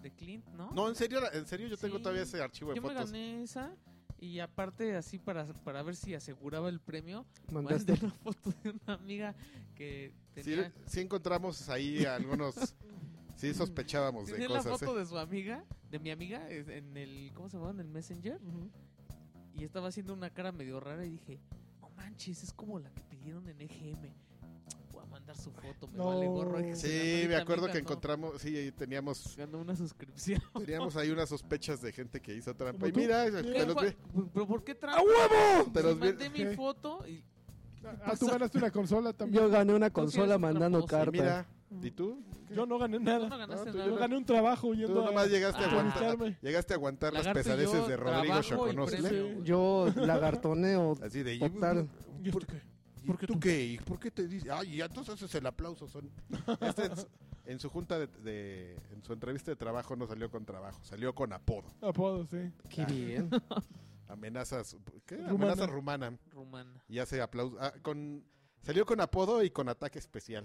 Speaker 2: de Clint, ¿no?
Speaker 1: No, en serio, en serio yo tengo
Speaker 2: Sí.
Speaker 1: todavía ese archivo de
Speaker 2: Yo me
Speaker 1: fotos.
Speaker 2: gané esa. Y aparte, así para, para ver si aseguraba el premio, mandé
Speaker 4: Mandaste.
Speaker 2: una foto de una amiga que
Speaker 1: Sí,
Speaker 2: tenía,
Speaker 1: sí encontramos ahí algunos. sí sospechábamos de
Speaker 2: tenía la
Speaker 1: cosas.
Speaker 2: foto
Speaker 1: ¿eh?
Speaker 2: de su amiga, de mi amiga, es- en el, ¿cómo se llama? En el Messenger.
Speaker 3: Ujú.
Speaker 2: Y estaba haciendo una cara medio rara y dije, no manches, es como la que pidieron en EGM. Voy a mandar su foto, me
Speaker 3: No.
Speaker 2: vale gorro. Dije, "La
Speaker 1: Sí, me
Speaker 2: maldita
Speaker 1: acuerdo
Speaker 2: amiga,
Speaker 1: que
Speaker 2: no".
Speaker 1: encontramos, sí, ahí teníamos,
Speaker 2: Ganó una suscripción.
Speaker 1: teníamos ahí unas sospechas de gente que hizo trampa.
Speaker 3: ¿Como
Speaker 1: Y
Speaker 3: tú?
Speaker 1: mira,
Speaker 2: ¿Qué,
Speaker 1: <laughs> te los
Speaker 2: Juan? pues,
Speaker 1: vi-
Speaker 2: ¿Pero por qué trampa? ¡A huevo!
Speaker 1: Te los vi-
Speaker 2: mandé mi
Speaker 3: Ok.
Speaker 2: foto y
Speaker 3: Ah, tú ganaste una consola también.
Speaker 4: Yo gané una
Speaker 2: eres
Speaker 4: consola
Speaker 2: otra
Speaker 4: mandando
Speaker 2: cosa,
Speaker 1: y
Speaker 4: cartas.
Speaker 1: mira, ¿y tú?
Speaker 3: Yo, no gané
Speaker 2: no, no
Speaker 3: nada.
Speaker 2: ganaste
Speaker 1: No, tú ya
Speaker 2: nada.
Speaker 3: Yo gané un trabajo
Speaker 1: Tú
Speaker 3: yendo
Speaker 1: nomás
Speaker 3: a...
Speaker 1: llegaste a
Speaker 2: Ah.
Speaker 1: aguantar,
Speaker 3: Conectarme.
Speaker 1: llegaste a aguantar las
Speaker 2: Lagarto y yo,
Speaker 1: pesadeces de Rodrigo
Speaker 2: trabajo y
Speaker 1: Chaconostle.
Speaker 2: premio.
Speaker 3: Sí.
Speaker 4: Yo lagartoneo.
Speaker 1: Así de
Speaker 4: Total.
Speaker 3: ¿Y esto qué?
Speaker 1: ¿Y
Speaker 3: ¿Por qué
Speaker 1: tú,
Speaker 3: tú?
Speaker 1: qué? ¿Y ¿Por qué te dices? Ay, ya entonces haces el aplauso. Son... Este en, su, en su junta de, de- En su entrevista de trabajo no salió con trabajo, salió con apodo.
Speaker 3: Apodo, sí.
Speaker 4: Qué bien.
Speaker 1: Amenazas. ¿Qué?
Speaker 3: Rumana.
Speaker 1: Amenaza rumana.
Speaker 2: Rumana.
Speaker 1: Y hace aplauso. ah, con, Salió con apodo y con ataque especial.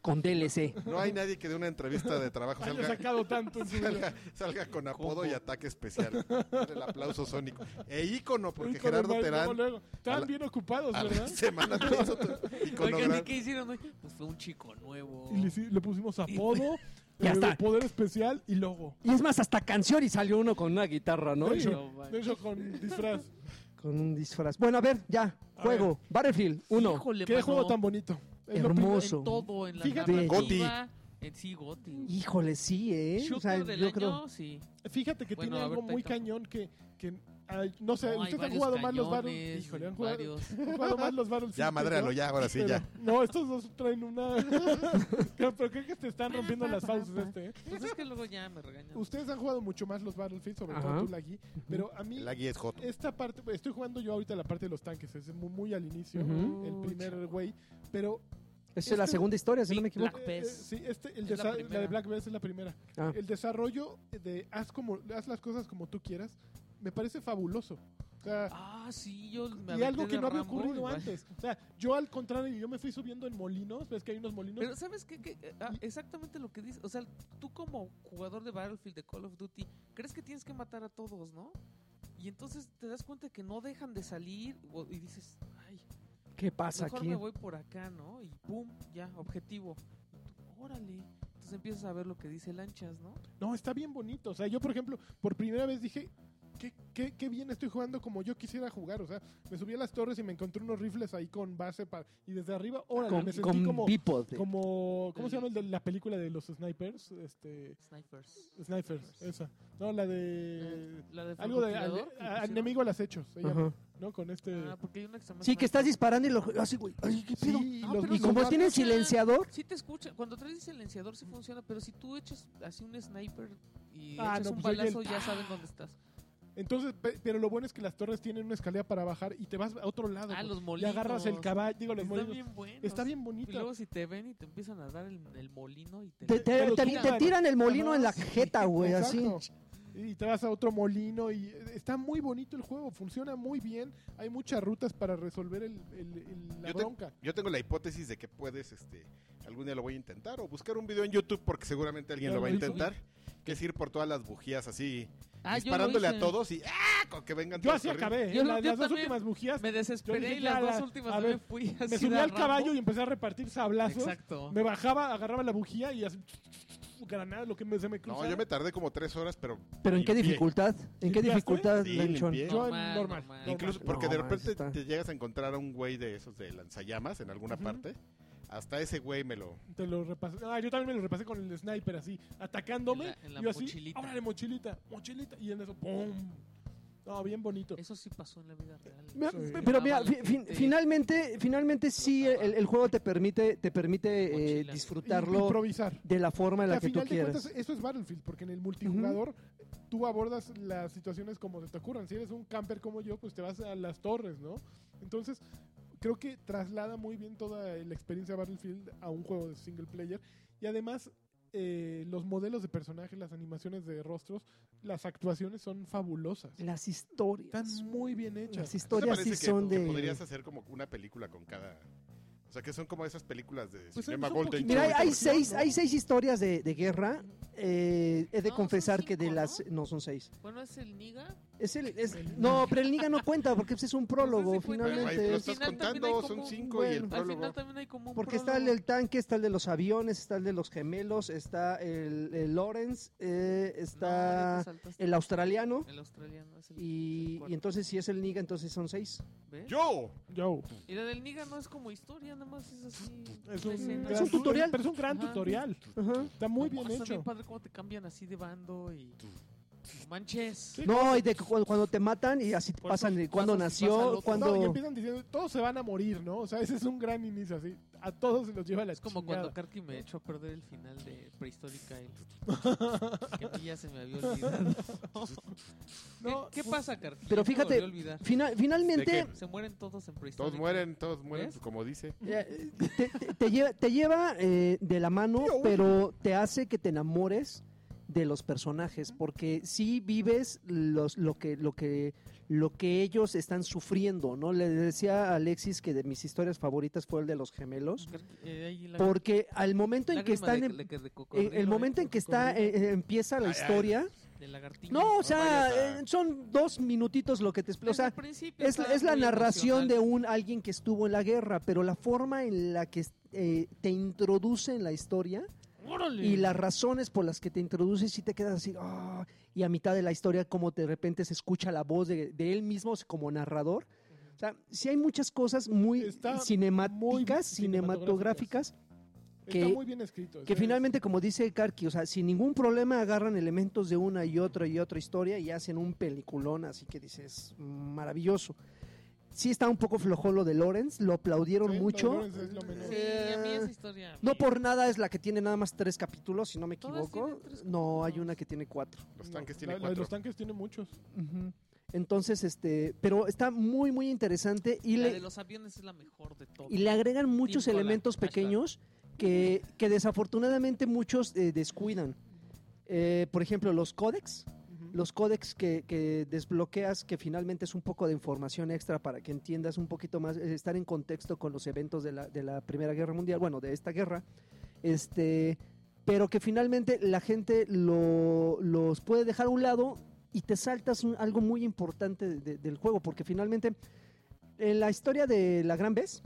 Speaker 4: Con DLC.
Speaker 1: No hay nadie que de una entrevista de trabajo
Speaker 3: Haya
Speaker 1: salga,
Speaker 3: sacado tanto en su vida.
Speaker 1: salga, salga con apodo
Speaker 2: ¿Cómo?
Speaker 1: y ataque especial. El aplauso sónico. E ícono, porque
Speaker 3: Ahorita
Speaker 1: Gerardo
Speaker 3: nomás,
Speaker 1: Terán
Speaker 3: luego, luego.
Speaker 1: a
Speaker 3: Estaban
Speaker 1: la-
Speaker 3: bien ocupados,
Speaker 1: a <laughs>
Speaker 3: ¿verdad?
Speaker 1: la semana te hizo tu
Speaker 2: Oigan, ¿y
Speaker 1: iconogra-
Speaker 2: qué hicieron hoy? Pues fue un chico nuevo.
Speaker 3: Y le, hici- le pusimos apodo,
Speaker 4: Y hasta-
Speaker 3: eh, poder especial y logo.
Speaker 4: Y es más, hasta canción y salió uno con una guitarra, ¿no?
Speaker 3: De
Speaker 4: Y-
Speaker 3: hecho,
Speaker 2: No, man.
Speaker 3: de hecho, con
Speaker 2: <laughs>
Speaker 3: disfraz.
Speaker 4: Con un disfraz. Bueno, a ver, ya.
Speaker 3: A
Speaker 4: juego. Battlefield 1.
Speaker 2: Híjole,
Speaker 3: Qué
Speaker 2: mano,
Speaker 3: juego tan bonito. Es lo primero-
Speaker 4: Hermoso.
Speaker 2: En todo, en la
Speaker 3: Fíjate.
Speaker 2: narrativa, En sí, Goti.
Speaker 4: Híjole, sí, ¿eh?
Speaker 2: Shooter
Speaker 4: O sea,
Speaker 2: del
Speaker 4: yo
Speaker 2: año,
Speaker 4: creo.
Speaker 2: sí.
Speaker 3: Fíjate que
Speaker 2: Bueno,
Speaker 3: tiene
Speaker 2: a
Speaker 3: algo
Speaker 2: ver,
Speaker 3: muy
Speaker 2: Taito.
Speaker 3: cañón que, que, ay, no sé,
Speaker 2: No, hay
Speaker 3: ¿ustedes han
Speaker 2: varios
Speaker 3: jugado más los Battlefield?
Speaker 2: cañones,
Speaker 3: Híjole, han jugado,
Speaker 2: varios.
Speaker 3: han jugado más
Speaker 1: <laughs>
Speaker 3: los Battlefield.
Speaker 1: Ya, madrealo,
Speaker 3: ¿no?
Speaker 1: ya, ahora sí,
Speaker 3: Pero-
Speaker 1: ya.
Speaker 3: No, estos dos traen
Speaker 2: <laughs>
Speaker 3: una... Pero creo que te están rompiendo las fauces este, ¿eh?
Speaker 2: Pues es que luego ya me regañan.
Speaker 3: Ustedes han jugado mucho más los Battlefield, sobre
Speaker 4: Ajá.
Speaker 3: todo tú, Lagui. Pero a mí,
Speaker 1: El águila es joto.
Speaker 3: esta parte... Estoy jugando yo ahorita la parte de los tanques. Es muy, muy al inicio,
Speaker 4: Ujú.
Speaker 3: el primer güey. Pero
Speaker 4: Esa es la
Speaker 3: Este-
Speaker 4: segunda historia, si
Speaker 2: Big
Speaker 4: no me equivoco.
Speaker 2: Black
Speaker 3: Eh,
Speaker 2: Bess.
Speaker 3: eh, sí, este, el
Speaker 2: Es la
Speaker 3: desa- la,
Speaker 2: primera.
Speaker 3: de Black Bess es la primera.
Speaker 4: Ah.
Speaker 3: El desarrollo de haz, como, haz las cosas como tú quieras me parece fabuloso. O sea,
Speaker 2: Ah, sí, yo me
Speaker 3: y
Speaker 2: aventé
Speaker 3: algo que
Speaker 2: de
Speaker 3: no había
Speaker 2: Rambo,
Speaker 3: ocurrido
Speaker 2: igual.
Speaker 3: antes. O sea, yo al contrario, yo me fui subiendo en molinos. Ves que hay unos molinos.
Speaker 2: Pero ¿sabes qué? qué? Ah, exactamente lo que dices. O sea, tú como jugador de Battlefield, de Call of Duty, crees que tienes que matar a todos, ¿no? Y entonces te das cuenta que no dejan de salir o- y dices, ay,
Speaker 4: ¿Qué pasa
Speaker 2: mejor
Speaker 4: aquí?
Speaker 2: me voy por acá, ¿no? Y pum, ya, objetivo. Y tú, órale. Entonces empiezas a ver lo que dice Lanchas, ¿no?
Speaker 3: No, está bien bonito. O sea, yo, por ejemplo, por primera vez dije. Qué, qué, qué bien estoy jugando como yo quisiera jugar. O sea, me subí a las torres y me encontré unos rifles ahí con base para, y desde arriba, órale,
Speaker 4: Con,
Speaker 3: me sentí
Speaker 4: con
Speaker 3: como,
Speaker 4: bípode.
Speaker 3: como. ¿Cómo se
Speaker 2: El-
Speaker 3: llama el de la película de los snipers? Este.
Speaker 2: Snipers.
Speaker 3: Snipers, esa. No, la de.
Speaker 2: La de
Speaker 3: algo de. al-
Speaker 2: Ah. francotirador que
Speaker 3: a-
Speaker 2: pusieron.
Speaker 3: enemigo a las hechos. se llama,
Speaker 4: Ajá.
Speaker 3: ¿No? Con este.
Speaker 2: Ah, porque hay una que se llama
Speaker 4: Sí, que estás
Speaker 2: sniper.
Speaker 4: disparando y lo. Así, güey. Ay, qué pedo.
Speaker 3: sí,
Speaker 2: Ah,
Speaker 3: los-
Speaker 2: pero
Speaker 4: Y como
Speaker 2: no
Speaker 4: tienen
Speaker 2: escucha.
Speaker 4: silenciador.
Speaker 2: Sí te escucha, cuando traes el silenciador sí funciona, pero si tú echas así un sniper y
Speaker 3: Ah,
Speaker 2: echas
Speaker 3: no,
Speaker 2: un
Speaker 3: pues oye el
Speaker 2: balazo ya saben dónde estás.
Speaker 3: Entonces, pe- pero lo bueno es que las torres tienen una escalera para bajar y te vas a otro lado.
Speaker 2: Ah,
Speaker 3: güey.
Speaker 2: los
Speaker 3: pues, y
Speaker 2: molinos.
Speaker 3: agarras el caballo. Digo, los
Speaker 2: Están
Speaker 3: molinos.
Speaker 2: bien buenos.
Speaker 3: Está bien
Speaker 2: Y
Speaker 3: bonito.
Speaker 2: luego si te ven y te empiezan a dar el, el molino y te...
Speaker 4: Te, te-
Speaker 3: Te lo
Speaker 4: te-
Speaker 3: tiran.
Speaker 4: te tiran el molino
Speaker 3: Ajá,
Speaker 4: en la
Speaker 3: sí.
Speaker 4: jeta, güey. Así.
Speaker 3: Exacto. Y te vas a otro molino y eh, está muy bonito el juego, funciona muy bien, hay muchas rutas para resolver el, el- el- la
Speaker 1: Yo te-
Speaker 3: bronca.
Speaker 1: Yo tengo la hipótesis de que puedes, este, algún día lo voy a intentar, o buscar un video en YouTube, porque seguramente alguien lo va a
Speaker 3: Claro,
Speaker 1: intentar, que es ir por todas las bujías así,
Speaker 2: Ah, yo lo
Speaker 1: disparándole a
Speaker 2: hice.
Speaker 1: todos y ¡ah! con que vengan
Speaker 3: Yo
Speaker 1: todos
Speaker 3: así
Speaker 1: corriendo.
Speaker 3: acabé, ¿eh?
Speaker 2: Yo lo-
Speaker 3: La-
Speaker 2: yo
Speaker 3: las dos
Speaker 2: también.
Speaker 3: últimas bujías.
Speaker 2: Me desesperé
Speaker 3: Yo dije,
Speaker 2: y las
Speaker 3: ya,
Speaker 2: dos
Speaker 3: la-
Speaker 2: últimas
Speaker 3: a
Speaker 2: no me
Speaker 3: ver,
Speaker 2: fui <laughs> así
Speaker 3: Me subí
Speaker 2: de
Speaker 3: al
Speaker 2: Rambo.
Speaker 3: caballo y empecé a repartir sablazos.
Speaker 2: Exacto.
Speaker 3: Me bajaba, agarraba la bujía y así, granada, lo que me, se me cruzaba.
Speaker 1: No, yo me tardé como tres horas, pero
Speaker 4: Pero ¿en qué
Speaker 1: Limpié.
Speaker 4: dificultad? ¿En qué
Speaker 3: ¿Limpiaste?
Speaker 4: dificultad,
Speaker 1: sí,
Speaker 4: Lanchón?
Speaker 1: limpié.
Speaker 3: Yo
Speaker 2: Normal,
Speaker 3: normal.
Speaker 2: normal.
Speaker 1: Incluso
Speaker 4: No,
Speaker 1: porque de
Speaker 4: man,
Speaker 1: repente
Speaker 4: está-
Speaker 1: te llegas a encontrar a un güey de esos de lanzallamas en alguna
Speaker 3: Ujú.
Speaker 1: parte. Hasta ese güey me lo.
Speaker 3: Te lo repasé. Ah, yo también me lo repasé con el sniper así, atacándome.
Speaker 2: En la- en la
Speaker 3: y yo así,
Speaker 2: mochilita.
Speaker 3: órale, mochilita, mochilita. Y en eso, ¡pum! No, bien bonito.
Speaker 2: Eso sí pasó en la vida real.
Speaker 4: Me-
Speaker 3: Sí.
Speaker 4: me- Pero mira, fi- fin- finalmente, finalmente sí
Speaker 2: Flotaba.
Speaker 4: el, el juego te permite, te permite eh,
Speaker 2: Mochila.
Speaker 4: disfrutarlo
Speaker 3: Improvisar.
Speaker 4: de la forma en
Speaker 3: Que
Speaker 4: la
Speaker 3: a
Speaker 4: que tú
Speaker 3: final de
Speaker 4: quieras.
Speaker 3: cuentas, eso es Battlefield, porque en el multijugador tú abordas las situaciones como se te ocurran. Si eres un camper como yo, pues te vas a las torres, ¿no? Entonces, creo que traslada muy bien toda la experiencia de Battlefield a un juego de single player. Y además, eh, los modelos de personajes, las animaciones de rostros, las actuaciones son fabulosas.
Speaker 4: Las historias.
Speaker 3: Están muy bien hechas.
Speaker 4: Las
Speaker 1: ¿No te
Speaker 4: historias sí
Speaker 1: parece que,
Speaker 4: son
Speaker 1: que
Speaker 4: de.
Speaker 1: podrías hacer como una película con cada. O sea, que son como esas películas de
Speaker 3: Pues
Speaker 1: Cinema
Speaker 3: son un
Speaker 1: Golden.
Speaker 3: poquito-
Speaker 4: Mira, hay, hay
Speaker 3: ¿no?
Speaker 4: seis, hay seis historias de, de guerra. Eh, he
Speaker 2: No,
Speaker 4: de
Speaker 2: son
Speaker 4: confesar que de
Speaker 2: cinco,
Speaker 4: las. No, son seis.
Speaker 2: Bueno, es el Niga.
Speaker 4: Es el, es- no, pero el Niga no cuenta porque ese es un prólogo,
Speaker 2: Entonces, sí cuenta.
Speaker 1: Pero ahí
Speaker 4: finalmente.
Speaker 1: lo
Speaker 4: es-
Speaker 2: Al
Speaker 1: estás
Speaker 2: final también hay
Speaker 1: contando,
Speaker 2: como
Speaker 1: son
Speaker 2: un-
Speaker 1: cinco y el
Speaker 4: bueno.
Speaker 2: Al final
Speaker 1: prólogo.
Speaker 2: también hay como un
Speaker 4: Porque está el
Speaker 2: prólogo.
Speaker 4: del tanque, está el de los aviones, está el de los gemelos, está el, el Lawrence, eh,
Speaker 2: No, ahorita
Speaker 4: está
Speaker 2: saltaste.
Speaker 4: el australiano.
Speaker 2: El australiano es el. es el
Speaker 4: Y,
Speaker 2: cuarto.
Speaker 4: y entonces, si es el Niga, entonces son seis.
Speaker 2: ¿Ves?
Speaker 1: ¡Yo!
Speaker 3: Yo.
Speaker 2: Y la del Niga no es como historia, nada más es así.
Speaker 3: Es
Speaker 2: una
Speaker 3: un,
Speaker 2: escena.
Speaker 3: gran-
Speaker 4: Es un tutorial.
Speaker 3: Pero es un gran
Speaker 2: Ajá.
Speaker 3: tutorial.
Speaker 4: Ajá.
Speaker 3: Está muy bien
Speaker 2: Está
Speaker 3: hecho.
Speaker 2: bien padre cómo te cambian así de bando y. No Manches.
Speaker 3: Sí,
Speaker 4: No, y de cu- cuando, te matan y así te
Speaker 3: Por eso
Speaker 4: pasan de cuando
Speaker 2: pasas y pasa al
Speaker 4: nació,
Speaker 2: otro.
Speaker 4: cuando...
Speaker 3: No, y empiezan diciendo, todos se van a morir, ¿no? O sea, ese es un gran inicio, así. A todos se los lleva la
Speaker 2: Es como
Speaker 3: chingada.
Speaker 2: cuando Karki me echó a perder el final de Prehistórica. Y... que a mí ya se me había olvidado.
Speaker 3: No,
Speaker 2: ¿Qué, qué pasa, Karki?
Speaker 4: Pero
Speaker 2: Ya se me
Speaker 4: fíjate-
Speaker 2: volvió a olvidar.
Speaker 4: Fina-
Speaker 1: ¿De
Speaker 4: finalmente
Speaker 1: qué?
Speaker 2: Se mueren todos en Prehistórica.
Speaker 1: Todos mueren, todos mueren,
Speaker 2: ¿Ves?
Speaker 1: como dice.
Speaker 4: eh, te, te- te lleva, te lleva, eh, de la mano, pero te hace que te enamores de los personajes, porque sí vives los, lo, que, lo, que, lo que ellos están sufriendo, ¿no? Le decía a Alexis que de mis historias favoritas fue el de los gemelos,
Speaker 2: Eh, ahí la-
Speaker 4: porque al momento en que
Speaker 2: lágrima
Speaker 4: están...
Speaker 2: de- ¿eh?
Speaker 4: en-
Speaker 2: de- de cocodrilo,
Speaker 4: en el momento
Speaker 2: de
Speaker 4: en que está
Speaker 2: cocodrilo,
Speaker 4: eh, eh, empieza la
Speaker 1: Ay, ay.
Speaker 4: historia,
Speaker 2: de lagartija.
Speaker 4: no, o sea,
Speaker 1: vayas a-
Speaker 4: eh, son dos minutitos lo que te explico. O
Speaker 2: Desde <laughs>
Speaker 4: sea,
Speaker 2: el principio
Speaker 4: es,
Speaker 2: estaba
Speaker 4: es la
Speaker 2: muy
Speaker 4: narración
Speaker 2: emocional.
Speaker 4: de un alguien que estuvo en la guerra, pero la forma en la que eh, te introduce en la historia
Speaker 2: ¡Órale!
Speaker 4: y las razones por las que te introduces y te quedas así, "Ah", y a mitad de la historia como de repente se escucha la voz de, de él mismo como narrador. O sea, sí hay muchas cosas muy
Speaker 3: Está muy cinematográficas.
Speaker 4: cinemáticas, cinematográficas, que-
Speaker 3: Está muy bien escrito. o
Speaker 4: que
Speaker 3: sea,
Speaker 4: finalmente, como dice Karki, o sea, sin ningún problema agarran elementos de una y otra y otra historia y hacen un peliculón, así que dices, maravilloso. Sí está un poco flojón lo de Lawrence, lo aplaudieron
Speaker 3: sí, lo de
Speaker 4: mucho.
Speaker 3: Lawrence es lo menor.
Speaker 2: Sí, a mí esa historia.
Speaker 4: No
Speaker 2: me-
Speaker 4: por nada es la que tiene nada más tres capítulos, si no me
Speaker 2: Todas
Speaker 4: equivoco.
Speaker 2: tienen tres
Speaker 4: No, hay
Speaker 2: capítulos.
Speaker 4: una que tiene cuatro.
Speaker 1: Los
Speaker 3: No,
Speaker 1: tanques
Speaker 3: la-
Speaker 1: tienen
Speaker 3: la de
Speaker 1: cuatro.
Speaker 3: Los tanques tiene muchos.
Speaker 4: Entonces, este, pero está muy, muy interesante y
Speaker 2: La
Speaker 4: le,
Speaker 2: de los aviones es la mejor de todas.
Speaker 4: y le agregan muchos
Speaker 2: Nicola,
Speaker 4: elementos
Speaker 2: hashtag.
Speaker 4: pequeños que, que desafortunadamente muchos eh, descuidan. Eh, por ejemplo, los códex, los códex que, que desbloqueas, que finalmente es un poco de información extra para que entiendas un poquito más, eh, estar en contexto con los eventos de la, de la Primera Guerra Mundial, bueno, de esta guerra, este, pero que finalmente la gente lo, los puede dejar a un lado y te saltas un- algo muy importante de- de- del juego, porque finalmente en la historia de la Gran Vez,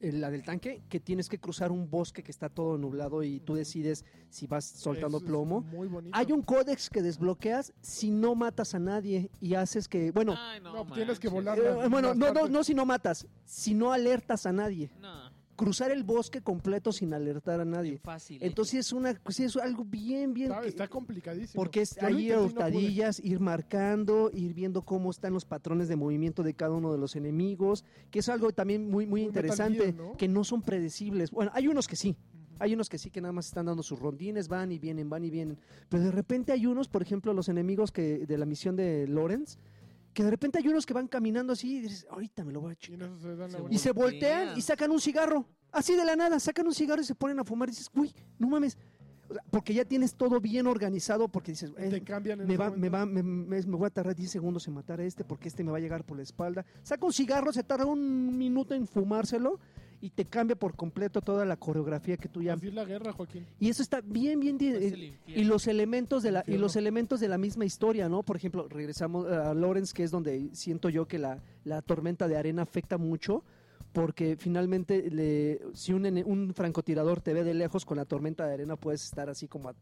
Speaker 4: eh, la del tanque, que tienes que cruzar un bosque que está todo nublado y tú
Speaker 3: Ujú.
Speaker 4: decides si vas soltando
Speaker 3: Eso es
Speaker 4: plomo.
Speaker 3: Muy bonito.
Speaker 4: Hay un códex que desbloqueas si no matas a nadie y haces que, bueno,
Speaker 2: Ay, no,
Speaker 3: No, pues tienes que
Speaker 2: manches.
Speaker 3: volar.
Speaker 4: eh,
Speaker 3: más-
Speaker 4: bueno,
Speaker 3: más
Speaker 4: no, no,
Speaker 3: tarde.
Speaker 4: no si no matas, si no alertas a nadie.
Speaker 2: No,
Speaker 4: Cruzar el bosque completo sin alertar a nadie.
Speaker 2: bien fácil. ¿eh?
Speaker 4: Entonces es una, sí es algo bien, bien.
Speaker 3: Está,
Speaker 4: que-
Speaker 3: está complicadísimo.
Speaker 4: porque es
Speaker 3: Yo lo
Speaker 4: ahí
Speaker 3: intenté y
Speaker 4: a
Speaker 3: no pude.
Speaker 4: hurtadillas, ir marcando, ir viendo cómo están los patrones de movimiento de cada uno de los enemigos, que es algo también muy, muy
Speaker 3: Muy Metal
Speaker 4: interesante,
Speaker 3: Gear, ¿no?
Speaker 4: que no son predecibles. Bueno, hay unos que sí, hay unos que sí que nada más están dando sus rondines, van y vienen, van y vienen. Pero de repente hay unos, por ejemplo, los enemigos que de la misión de Lawrence, que de repente hay unos que van caminando así y dices, ahorita me lo voy a
Speaker 3: Y
Speaker 4: chingar.
Speaker 3: en eso se dan la
Speaker 2: Se
Speaker 3: vuelta.
Speaker 4: Y se voltean
Speaker 2: voltean.
Speaker 4: y sacan un cigarro. Así de la nada, sacan un cigarro y se ponen a fumar y dices, uy, no mames. O sea, porque ya tienes todo bien organizado, porque dices,
Speaker 3: Y
Speaker 4: "Eh,
Speaker 3: te cambian en
Speaker 4: me,
Speaker 3: ese
Speaker 4: va, me,
Speaker 3: momento.
Speaker 4: va, me, me- me voy a tardar 10 segundos en matar a este porque este me va a llegar por la espalda. Saca un cigarro, se tarda un minuto en fumárselo y te cambia por completo toda la coreografía que tú ya...
Speaker 3: Así es la guerra, Joaquín.
Speaker 4: Y eso está bien, bien... di-
Speaker 2: Es el
Speaker 4: eh,
Speaker 2: infierno.
Speaker 4: y los elementos de la y
Speaker 3: Infierno.
Speaker 4: los elementos de la misma historia, ¿no? Por ejemplo, regresamos eh, a Lawrence, que es donde siento yo que la, la tormenta de arena afecta mucho, porque finalmente le- si un, ene- un francotirador te ve de lejos con la tormenta de arena puedes estar así como a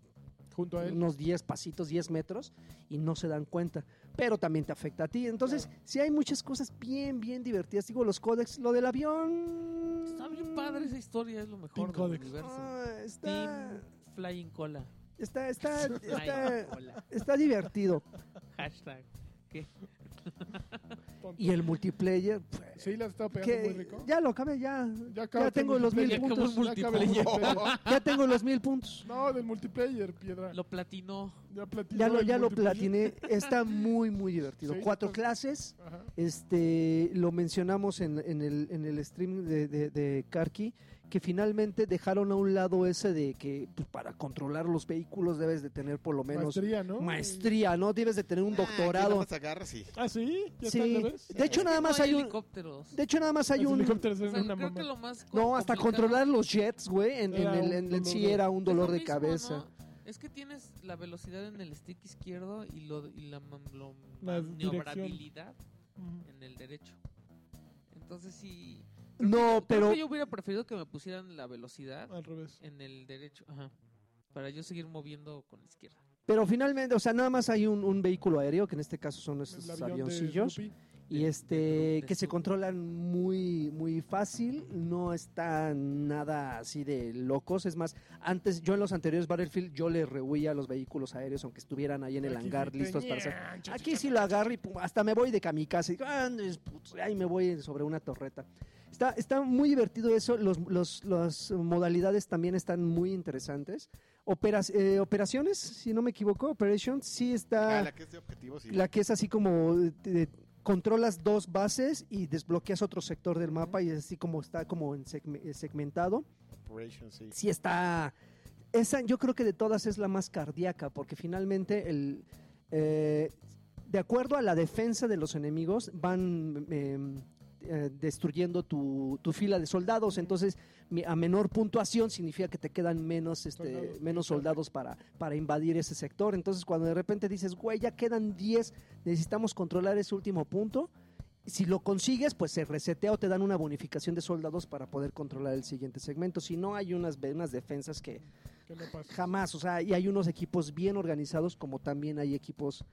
Speaker 3: Junto a él.
Speaker 4: unos 10 pasitos, 10 metros y no se dan cuenta, pero también te afecta a ti. Entonces, sí hay muchas cosas bien, bien divertidas. Digo, los códex, lo del avión...
Speaker 2: Está bien padre esa historia, es lo mejor
Speaker 3: Team
Speaker 2: del
Speaker 3: Codex.
Speaker 2: universo.
Speaker 4: Ah, está,
Speaker 2: Team Flying Cola. <laughs>
Speaker 4: está, está,
Speaker 2: Flying
Speaker 4: está,
Speaker 2: Cola.
Speaker 4: está divertido.
Speaker 2: Hashtag.
Speaker 4: Y el multiplayer, pues,
Speaker 3: Sí, la está pegando muy
Speaker 4: que
Speaker 3: rico.
Speaker 4: ya lo acabé, ya.
Speaker 3: acabo
Speaker 4: ya tengo
Speaker 3: el
Speaker 4: los mil
Speaker 3: multiplayer.
Speaker 2: puntos.
Speaker 3: Ya acabo el
Speaker 2: Multiplayer.
Speaker 3: multiplayer.
Speaker 4: Ya tengo los
Speaker 3: <laughs>
Speaker 4: mil puntos.
Speaker 3: No, del multiplayer, piedra.
Speaker 2: Lo platinó.
Speaker 3: Ya, platinó
Speaker 4: Ya lo,
Speaker 3: el
Speaker 4: ya lo
Speaker 3: multiplayer.
Speaker 4: platiné. Está muy, muy divertido.
Speaker 3: Sí,
Speaker 4: Cuatro
Speaker 3: pues.
Speaker 4: clases.
Speaker 3: Ajá.
Speaker 4: Este, lo mencionamos en, en el, en el stream de, de, de Karki, que finalmente dejaron a un lado ese de que pues, para controlar los vehículos debes de tener por lo menos
Speaker 3: Maestría, ¿no?
Speaker 4: maestría, ¿no? Debes de tener un
Speaker 1: Ah,
Speaker 4: doctorado.
Speaker 1: aquí nada más agarras y-
Speaker 3: Ah, sí. Ya está,
Speaker 4: Sí.
Speaker 3: ¿ya ves?
Speaker 4: De hecho, nada más
Speaker 2: No
Speaker 4: hay un...
Speaker 2: helicópteros.
Speaker 4: De hecho, nada más hay
Speaker 3: Los
Speaker 4: un...
Speaker 3: helicópteros
Speaker 2: O
Speaker 3: eran
Speaker 2: sea,
Speaker 3: una
Speaker 2: creo
Speaker 3: mamá.
Speaker 2: que lo más co-
Speaker 4: No, hasta
Speaker 2: complicado
Speaker 4: controlar los jets, güey, en, en
Speaker 3: Era
Speaker 4: el,
Speaker 3: un
Speaker 4: en- en sí
Speaker 3: dolor de-
Speaker 4: era un
Speaker 2: es
Speaker 4: dolor
Speaker 2: lo
Speaker 4: de
Speaker 2: mismo,
Speaker 4: cabeza.
Speaker 2: ¿no? Es que tienes la velocidad en el stick izquierdo y, lo, y la man- lo
Speaker 3: La dirección.
Speaker 2: maniobrabilidad
Speaker 3: Ujú.
Speaker 2: en el derecho. Entonces sí.
Speaker 4: No,
Speaker 2: creo
Speaker 4: pero
Speaker 2: que yo hubiera preferido que me pusieran la velocidad
Speaker 3: Al revés.
Speaker 2: en el derecho. Ajá. Para yo seguir moviendo con la izquierda.
Speaker 4: pero finalmente, o sea, nada más hay un, un vehículo aéreo, que en este caso son
Speaker 3: El
Speaker 4: estos
Speaker 3: avión de
Speaker 4: avioncillos,
Speaker 3: Snoopy.
Speaker 4: y
Speaker 2: de- de-
Speaker 4: este
Speaker 2: de
Speaker 4: que se
Speaker 2: Snoopy.
Speaker 4: controlan muy muy fácil, no está nada así de locos, es más, antes yo en los anteriores Battlefield yo le rehuía a los vehículos aéreos aunque estuvieran ahí en el
Speaker 3: Aquí
Speaker 4: hangar
Speaker 3: sí
Speaker 4: listos
Speaker 3: tenía,
Speaker 4: para hacer.
Speaker 3: cha,
Speaker 4: Aquí
Speaker 3: cha,
Speaker 4: sí
Speaker 3: cha.
Speaker 4: lo agarro y pum, hasta me voy de kamikaze. Ah, es putz, Ahí me voy sobre una torreta. Está, está muy divertido eso. Los, los- las modalidades también están muy interesantes. Operas- eh, operaciones, si no me equivoco, Operations sí está.
Speaker 1: Ah, la
Speaker 4: la,
Speaker 1: que es de objetivos y
Speaker 4: que es así como eh, te- controlas dos bases y desbloqueas otro sector del mapa y así como está como en segme- eh, segmentado.
Speaker 1: Operation, sí.
Speaker 4: Sí está. Esa yo creo que de todas es la más cardíaca, porque finalmente el, eh, de acuerdo a la defensa de los enemigos van eh, eh, destruyendo tu, tu fila de soldados, entonces mi- a menor puntuación significa que te quedan menos, este,
Speaker 3: Soldados,
Speaker 4: menos
Speaker 3: claro.
Speaker 4: soldados para, para invadir ese sector, entonces cuando de repente dices, güey, ya quedan 10, necesitamos controlar ese último punto. Si lo consigues, pues se resetea o te dan una bonificación de soldados para poder controlar el siguiente segmento. Si no, hay unas, ve- unas defensas que
Speaker 3: Que no pasa.
Speaker 4: Jamás, o sea, y hay unos equipos bien organizados, como también hay equipos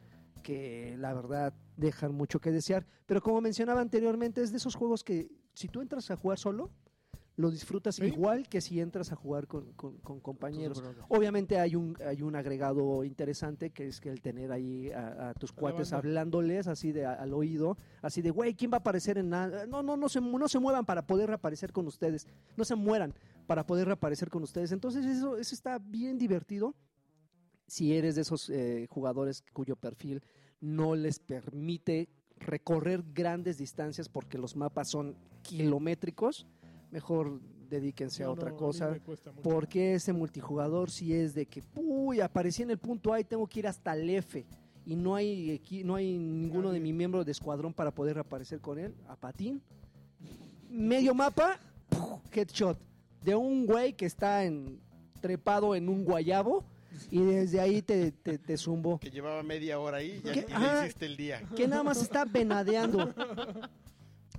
Speaker 4: que la verdad dejan mucho que desear. Pero como mencionaba anteriormente, es de esos juegos que si tú entras a jugar solo, lo disfrutas
Speaker 3: Sí.
Speaker 4: igual que si entras a jugar con, con- con compañeros.
Speaker 2: Entonces, brother,
Speaker 4: Obviamente hay un, hay un agregado interesante que es que el tener ahí a, a tus cuates
Speaker 3: banda.
Speaker 4: hablándoles así de a- al oído, así de, güey, ¿quién va a aparecer en nada? No, no, no se, mu- no se muevan para poder reaparecer con ustedes, no se mueran para poder reaparecer con ustedes. Entonces eso, eso está bien divertido si eres de esos eh, jugadores cuyo perfil no les permite recorrer grandes distancias porque los mapas son kilométricos, mejor dedíquense a
Speaker 3: No,
Speaker 4: otra
Speaker 3: no, mí
Speaker 4: cosa.
Speaker 3: me cuesta mucho.
Speaker 4: Porque ese multijugador sí es de que, uy, aparecí en el punto A y tengo que ir hasta el F. Y no hay, equi- no hay ninguno de
Speaker 3: Nadie.
Speaker 4: mi miembro de escuadrón para poder aparecer con él. A patín. Medio mapa, ¡puf! headshot. De un güey que está en, trepado en un guayabo. Y desde ahí te, te, te zumbo.
Speaker 1: Que llevaba media hora ahí ya-
Speaker 4: ¿Qué?
Speaker 1: y le
Speaker 4: Ah.
Speaker 1: hiciste el día.
Speaker 4: Que nada más está venadeando.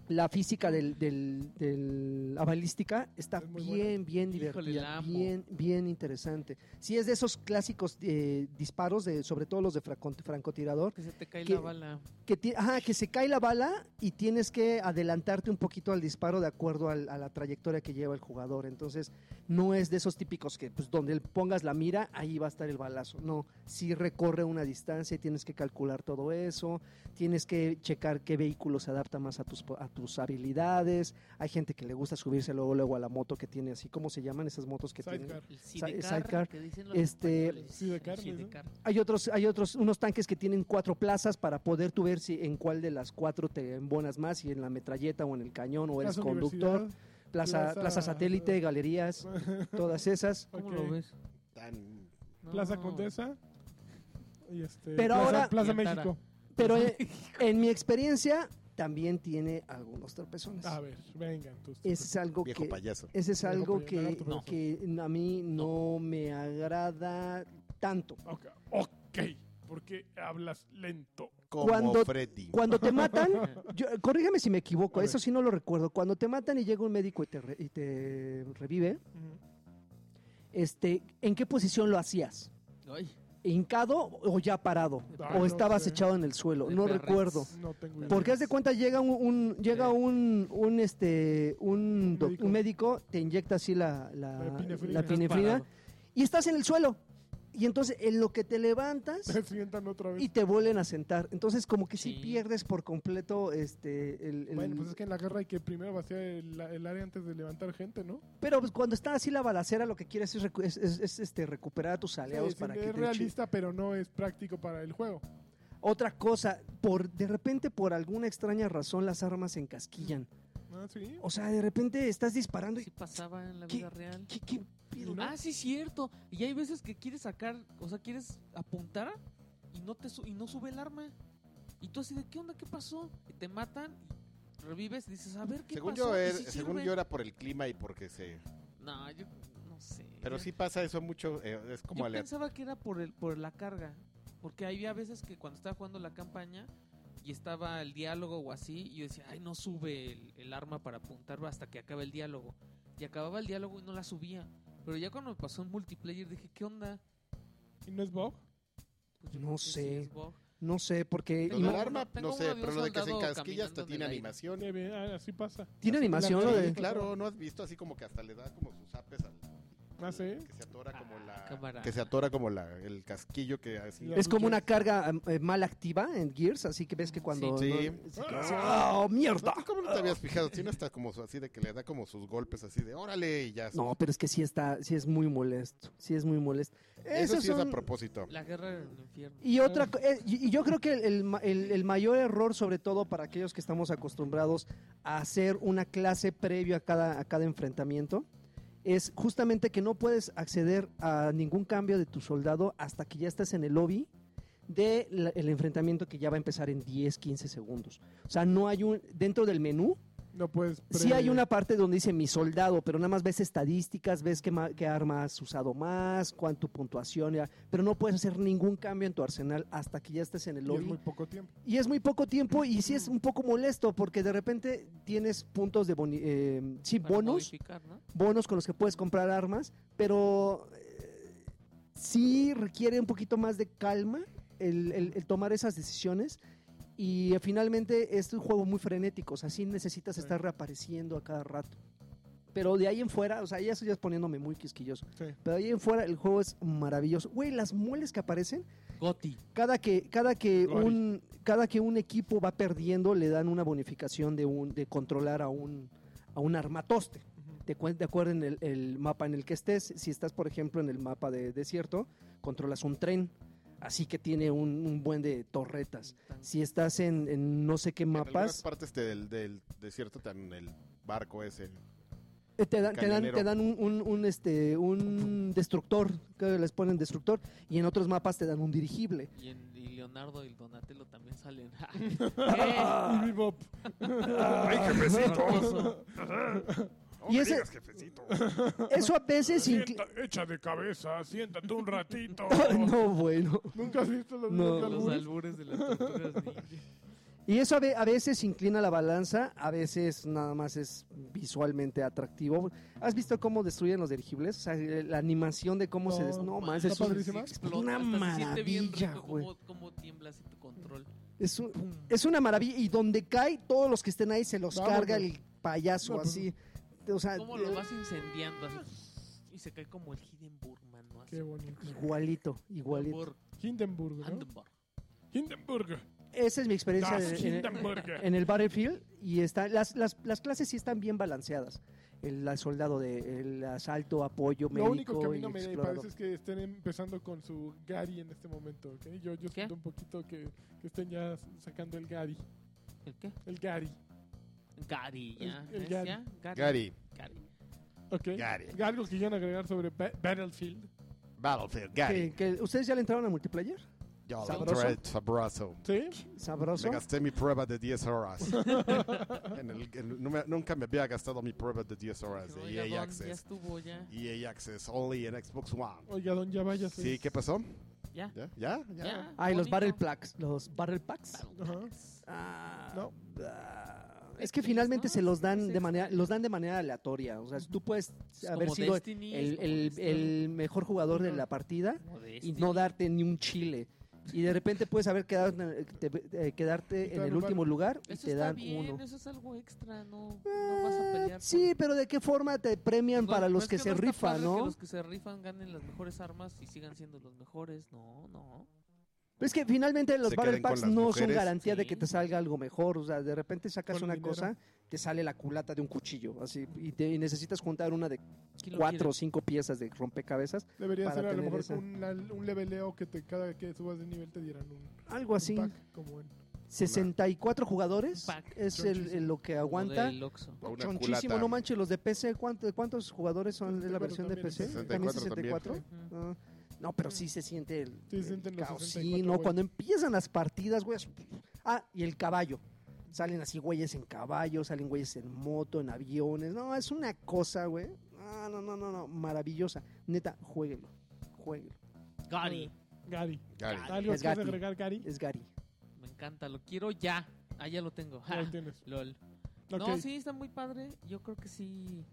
Speaker 4: La física del, del, del- la balística está
Speaker 3: Es muy
Speaker 4: bien,
Speaker 3: buena.
Speaker 4: bien
Speaker 2: Híjole, la
Speaker 4: divertida,
Speaker 2: amo.
Speaker 4: bien, bien interesante. Si es de esos clásicos eh, disparos, de, sobre todo los de fraco- francotirador,
Speaker 2: que se te cae
Speaker 4: que-
Speaker 2: la bala.
Speaker 4: que, ti- ajá, que se cae la bala y tienes que adelantarte un poquito al disparo de acuerdo al- a la trayectoria que lleva el jugador. Entonces, no es de esos típicos que pues, donde pongas la mira, ahí va a estar el balazo. No, si recorre una distancia y tienes que calcular todo eso, tienes que checar qué vehículo se adapta más a tus, po- a tus habilidades. Hay gente que le gusta subirse luego, luego a la moto que tiene así, ¿cómo se llaman esas motos que tienen?
Speaker 3: Sidecar.
Speaker 2: El
Speaker 4: sidecar,
Speaker 2: sidecar, que dicen los
Speaker 4: este,
Speaker 2: españoles,
Speaker 3: Sidecar,
Speaker 2: el
Speaker 3: ¿no?
Speaker 2: sidecar.
Speaker 4: hay otros, hay otros, unos tanques que tienen cuatro plazas para poder tú ver si en cuál de las cuatro te embonas más, si en la metralleta o en el cañón o eres
Speaker 3: Plaza
Speaker 4: conductor,
Speaker 3: Universidad.
Speaker 4: plaza,
Speaker 3: Plaza-
Speaker 4: plaza, satélite,
Speaker 3: <laughs>
Speaker 4: galerías, todas esas.
Speaker 2: ¿Cómo
Speaker 3: Ok.
Speaker 2: lo ves?
Speaker 1: Tan...
Speaker 2: No.
Speaker 3: Plaza Condesa. Y este,
Speaker 4: Pero
Speaker 3: Plaza,
Speaker 4: ahora-
Speaker 3: Plaza
Speaker 2: Y Antara.
Speaker 3: México.
Speaker 4: Pero en, en mi experiencia también tiene algunos tropezones.
Speaker 3: A ver, vengan. Tus,
Speaker 4: Ese es algo
Speaker 1: Viejo
Speaker 4: que
Speaker 1: payaso.
Speaker 4: ese es
Speaker 3: Viejo
Speaker 4: algo
Speaker 3: payaso.
Speaker 4: que,
Speaker 3: No.
Speaker 4: que a mí no me agrada tanto.
Speaker 3: Ok, ok, ¿por qué hablas lento?
Speaker 1: Como
Speaker 4: Cuando-
Speaker 1: Freddy.
Speaker 3: <laughs>
Speaker 4: Cuando te matan, yo, corrígame si me equivoco,
Speaker 3: A ver.
Speaker 4: eso sí no lo recuerdo. Cuando te matan y llega un médico y te, re- y te revive,
Speaker 3: Mm,
Speaker 4: este, ¿en qué posición lo hacías?
Speaker 2: Ay,
Speaker 4: ¿Hincado o ya parado?
Speaker 3: Ah,
Speaker 4: ¿O
Speaker 3: no
Speaker 4: estabas
Speaker 3: sé.
Speaker 4: echado en el suelo?
Speaker 2: De
Speaker 4: No
Speaker 2: perrex.
Speaker 4: recuerdo.
Speaker 3: No tengo idea. <laughs>
Speaker 4: Porque haz de cuenta llega un, un- llega
Speaker 2: Sí.
Speaker 4: un, un, este un, doc-
Speaker 3: médico.
Speaker 4: un médico, te inyecta así la, la,
Speaker 3: La epinefrina.
Speaker 4: la
Speaker 3: Estás
Speaker 4: epinefrina,
Speaker 2: parado.
Speaker 4: y estás en el suelo. Y entonces en lo que te levantas
Speaker 3: Te sientan otra vez.
Speaker 4: y te vuelven a sentar. Entonces como que sí,
Speaker 2: Sí.
Speaker 4: pierdes por completo este el, el-
Speaker 3: Bueno, pues es que en la guerra hay que primero vaciar el, el área antes de levantar gente, ¿no?
Speaker 4: pero pues, cuando está así la balacera lo que quieres es, recu- es- es- es, este recuperar a tus aliados
Speaker 3: Sí,
Speaker 4: para
Speaker 3: sí,
Speaker 4: que
Speaker 3: es
Speaker 4: te echen-
Speaker 3: realista, pero no es práctico para el juego.
Speaker 4: Otra cosa, por de repente por alguna extraña razón las armas se encasquillan.
Speaker 3: Ah, sí.
Speaker 4: O sea, de repente estás disparando y
Speaker 2: sí pasaba en la
Speaker 4: ¿Qué-
Speaker 2: vida real.
Speaker 4: ¿qué, qué pedo?
Speaker 2: Ah, sí, cierto. Y hay veces que quieres sacar, o sea, quieres apuntar y no te su- y no sube el arma. Y tú así de, ¿qué onda? ¿Qué pasó? Y te matan, y revives y dices, a ver, ¿qué
Speaker 1: Según,
Speaker 2: pasó?
Speaker 1: yo,
Speaker 2: Y
Speaker 1: era,
Speaker 2: sí
Speaker 1: según
Speaker 2: sirve.
Speaker 1: yo era por el clima y porque se...
Speaker 2: No, yo no sé.
Speaker 1: Pero sí pasa eso mucho, eh, es como
Speaker 2: Yo
Speaker 1: alea-
Speaker 2: pensaba que era por, el, por la carga. Porque había veces que cuando estaba jugando la campaña y estaba el diálogo o así, yo decía, ay, no sube el, el arma para apuntar hasta que acabe el diálogo. Y acababa el diálogo y no la subía. Pero ya cuando me pasó en multiplayer dije, ¿qué onda?
Speaker 3: ¿Y no es Bob?
Speaker 2: Pues yo
Speaker 4: No
Speaker 2: creo que sí
Speaker 4: sé.
Speaker 2: es bug.
Speaker 4: No sé, porque
Speaker 1: Lo
Speaker 2: Tengo
Speaker 1: del
Speaker 2: uno-
Speaker 1: arma,
Speaker 2: tengo
Speaker 1: no
Speaker 2: uno
Speaker 1: sé,
Speaker 2: de un
Speaker 1: pero lo de que se
Speaker 2: soldado
Speaker 1: encasquilla hasta
Speaker 2: caminando en
Speaker 1: tiene
Speaker 2: el aire.
Speaker 1: animación.
Speaker 3: Qué bien, ah, así pasa.
Speaker 4: tiene
Speaker 3: Así
Speaker 4: animación
Speaker 3: la-
Speaker 4: lo
Speaker 1: Sí,
Speaker 4: de
Speaker 1: claro, ¿no has visto así como que hasta le da como sus apes al...
Speaker 3: Ah, sí.
Speaker 1: Que se atora como la...
Speaker 2: cámara.
Speaker 1: Que se atora como la, el casquillo que así...
Speaker 3: Ya.
Speaker 4: es como una carga eh, mal activa en Gears, así que ves que cuando
Speaker 1: Sí.
Speaker 4: no-
Speaker 1: Sí.
Speaker 4: sí, que- ¡Ah, mierda!
Speaker 1: No, ¿tú ¿Cómo no te habías fijado? Tiene hasta como su- así de que le da como sus golpes así de órale y ya.
Speaker 4: No, pero es que sí está, sí es muy molesto, sí es muy molesto.
Speaker 1: eso
Speaker 4: Esos
Speaker 1: sí es
Speaker 4: son-
Speaker 1: a propósito.
Speaker 2: La guerra en el infierno.
Speaker 4: Y otra, co- eh, y y yo creo que el, el ma- el- el mayor error, sobre todo para aquellos que estamos acostumbrados a hacer una clase previo a cada, a cada enfrentamiento, es justamente que no puedes acceder a ningún cambio de tu soldado hasta que ya estás en el lobby del enfrentamiento que ya va a empezar en 10, 15 segundos. O sea, no hay un... Dentro del menú,
Speaker 3: No puedes. pre-
Speaker 4: sí hay una parte donde dice mi soldado, pero nada más ves estadísticas, ves qué, ma- qué arma has usado más, cuánto puntuación, ya, pero no puedes hacer ningún cambio en tu arsenal hasta que ya estés en el
Speaker 3: Y es
Speaker 4: lobby.
Speaker 3: muy poco tiempo.
Speaker 4: Y es muy poco tiempo y sí es un poco molesto porque de repente tienes puntos de boni- eh, sí,
Speaker 2: para
Speaker 4: bonos,
Speaker 2: modificar, ¿no?
Speaker 4: bonos con los que puedes comprar armas, pero eh, sí requiere un poquito más de calma el, el- el tomar esas decisiones. Y eh, finalmente es un juego muy frenético, o sea, sí necesitas
Speaker 3: Sí.
Speaker 4: estar reapareciendo a cada rato. Pero de ahí en fuera, o sea, ya estoy ya es poniéndome muy quisquilloso.
Speaker 3: Sí.
Speaker 4: Pero de ahí en fuera el juego es maravilloso. Güey, las moles que aparecen
Speaker 2: Goti.
Speaker 4: cada que cada que
Speaker 3: Gol.
Speaker 4: un cada que un equipo va perdiendo le dan una bonificación de un de controlar a un a un armatoste
Speaker 3: Ujú.
Speaker 4: de, cuen- de acuerdo en el, el mapa en el que estés si estás por ejemplo en el mapa de desierto controlas un tren así que tiene un, un buen de torretas si estás en, en no sé qué
Speaker 1: En algunas
Speaker 4: mapas
Speaker 1: partes del, del desierto tan el barco ese.
Speaker 4: eh, te dan, te dan-
Speaker 1: Cañonero.
Speaker 4: te dan un, un- un, este un destructor que les ponen destructor y en otros mapas te dan un dirigible
Speaker 2: Y, en- y Leonardo y Donatello también salen. <laughs> Ah,
Speaker 3: Y
Speaker 4: <laughs>
Speaker 3: Bebop.
Speaker 2: Eh, Hermoso.
Speaker 4: y ese- <laughs> eso a veces incli-
Speaker 3: hecha de cabeza, siéntate un
Speaker 4: <laughs>
Speaker 3: ratito.
Speaker 4: no bueno
Speaker 3: <laughs> ¿Nunca has visto los
Speaker 4: No.
Speaker 3: videos de
Speaker 2: Los albures
Speaker 3: albures?
Speaker 2: de las tortugas ninja. <laughs>
Speaker 4: Y eso a, ve- a veces inclina la balanza, a veces nada más es visualmente atractivo. ¿Has visto cómo destruyen los dirigibles? O sea, eh, la animación de cómo se... des-
Speaker 3: No,
Speaker 4: No,
Speaker 3: man,
Speaker 4: más
Speaker 3: está
Speaker 4: es, un-
Speaker 3: padrísimo. padrísima.
Speaker 2: Explota,
Speaker 4: Una
Speaker 2: hasta se siente bien
Speaker 4: maravilla,
Speaker 2: rico
Speaker 4: güey.
Speaker 2: cómo, cómo tiembla así tu control.
Speaker 4: es un-
Speaker 2: Pum.
Speaker 4: es una maravilla. Y donde cae, todos los que estén ahí se los
Speaker 3: Vámonos.
Speaker 4: carga el payaso
Speaker 3: No, pues,
Speaker 4: así. O sea,
Speaker 2: ¿Cómo
Speaker 4: eh,
Speaker 2: lo vas incendiando? así? y se cae como el Hindenburg, mano. Así.
Speaker 3: Qué bonito.
Speaker 4: igualito, igualito.
Speaker 2: Hindenburg,
Speaker 3: Hindenburg, ¿no?
Speaker 2: Hindenburg.
Speaker 3: Hindenburg.
Speaker 4: Esa es mi experiencia
Speaker 3: Das
Speaker 4: en, en-
Speaker 3: Hindenburg.
Speaker 4: en el Battlefield. Y está, las, las, las clases sí están bien balanceadas. El, el soldado de el asalto, apoyo, médico
Speaker 3: Lo único que a mí
Speaker 4: y
Speaker 3: no me
Speaker 4: explorador.
Speaker 3: parece es que estén empezando con su Gary en este momento, ¿ok? Yo, yo siento un poquito que, que estén ya sacando el Gary.
Speaker 2: ¿El qué?
Speaker 3: El Gary,
Speaker 2: Gary, ya.
Speaker 3: El- el
Speaker 2: ¿es
Speaker 3: Gary.
Speaker 2: ya? Gary.
Speaker 1: Gary,
Speaker 2: Gary.
Speaker 3: ¿ok?
Speaker 1: Gary.
Speaker 3: Algo que quieran agregar sobre Ba- Battlefield.
Speaker 1: Battlefield,
Speaker 4: Que-
Speaker 1: Gary.
Speaker 4: que- ¿Ustedes ya le entraron a multiplayer?
Speaker 1: Yo,
Speaker 4: sabroso.
Speaker 1: Dread, sabroso.
Speaker 3: ¿Sí?
Speaker 4: Sabroso.
Speaker 1: Me gasté mi prueba de 10 horas. En el- en- no me- nunca me había gastado mi prueba de 10 horas
Speaker 2: Dije,
Speaker 1: de EA
Speaker 2: "Oiga, Don, ya
Speaker 1: Access.
Speaker 2: estuvo, ya.
Speaker 1: EA Access only en Xbox One.
Speaker 3: Oiga, don, Oh, ya vaya. pues,
Speaker 1: Sí, ¿qué pasó?
Speaker 2: Ya.
Speaker 1: ¿Ya? ¿Ya? ¿Ya?
Speaker 2: Ya,
Speaker 4: Ay, los
Speaker 2: bonito.
Speaker 4: Battle Packs. Los Battle Packs.
Speaker 3: Ajá.
Speaker 4: Ah,
Speaker 3: No.
Speaker 4: ah, es que finalmente se los dan de manera, los dan de manera aleatoria. O sea, tú puedes
Speaker 2: Es
Speaker 4: haber
Speaker 2: como
Speaker 4: sido
Speaker 2: Destiny, es
Speaker 4: el,
Speaker 2: como
Speaker 4: el-
Speaker 2: Destiny.
Speaker 4: el mejor jugador de la partida
Speaker 2: Como
Speaker 4: y
Speaker 2: Destiny.
Speaker 4: no darte ni un chile. Y de repente puedes haber quedado, en el- te- eh, quedarte en el último lugar y
Speaker 2: Eso
Speaker 4: te
Speaker 2: está
Speaker 4: dan
Speaker 2: bien,
Speaker 4: uno.
Speaker 2: Eso es algo extra, no, no vas a
Speaker 4: Ah,
Speaker 2: pelear.
Speaker 4: Sí,
Speaker 2: por-
Speaker 4: pero ¿de qué forma te premian
Speaker 2: No,
Speaker 4: para
Speaker 2: no
Speaker 4: los
Speaker 2: es
Speaker 4: que, se
Speaker 2: no está
Speaker 4: rifan,
Speaker 2: padre
Speaker 4: no?
Speaker 2: Que los que se rifan ganen las mejores armas y sigan siendo los mejores. No, no.
Speaker 4: Es que finalmente los
Speaker 1: Se
Speaker 4: Battle
Speaker 1: queden con
Speaker 4: Packs
Speaker 1: las
Speaker 4: no son
Speaker 1: mujeres.
Speaker 4: garantía de
Speaker 2: Sí.
Speaker 4: que te salga algo mejor. O sea, de repente sacas
Speaker 3: Con
Speaker 4: una
Speaker 3: dinero.
Speaker 4: cosa, te sale la culata de un cuchillo, así, y, te- y necesitas juntar una de
Speaker 2: ¿Quién lo
Speaker 4: cuatro o cinco piezas de rompecabezas,
Speaker 3: Debería
Speaker 4: Para
Speaker 3: ser a lo
Speaker 4: tener
Speaker 3: mejor
Speaker 4: esa.
Speaker 3: un, al- un leveleo que te, cada que subas de nivel te dieran un,
Speaker 4: algo
Speaker 3: un
Speaker 4: así.
Speaker 3: pack como en
Speaker 4: 64 jugadores
Speaker 2: Pack.
Speaker 4: es el, el- lo que
Speaker 2: quiere? Como
Speaker 4: aguanta.
Speaker 2: del Oxxo.
Speaker 1: O una
Speaker 4: Chonchísimo,
Speaker 1: culata.
Speaker 4: no manches, los de PC, ¿cuánto- ¿cuántos jugadores son de la
Speaker 3: 64
Speaker 4: versión de
Speaker 3: también,
Speaker 4: PC?
Speaker 3: ¿eh?
Speaker 4: ¿También
Speaker 1: 64
Speaker 4: 64?
Speaker 1: también,
Speaker 2: Ujú.
Speaker 4: Ah, No, pero sí se siente el,
Speaker 3: Sí,
Speaker 4: el
Speaker 3: sienten los
Speaker 4: caos.
Speaker 3: 64
Speaker 4: Sí, no,
Speaker 3: güeyes.
Speaker 4: cuando empiezan las partidas, güey. así- Ah, y el caballo. Salen así güeyes en caballo, salen güeyes en moto, en aviones. No, es una cosa, güey. Ah, no, no, no, no, maravillosa. Neta, jueguenlo. Jueguenlo.
Speaker 2: Gary.
Speaker 3: Gary.
Speaker 1: Gary.
Speaker 3: ¿Algo
Speaker 4: Es
Speaker 3: que quieras
Speaker 4: Gatti.
Speaker 3: agregar, Gary?
Speaker 4: Es Gary. Mm.
Speaker 2: Me encanta, lo quiero ya. Ah, ya lo tengo. Ja,
Speaker 3: Ahí tienes.
Speaker 2: LOL. No,
Speaker 3: Ok.
Speaker 2: sí, está muy padre. Yo creo que sí.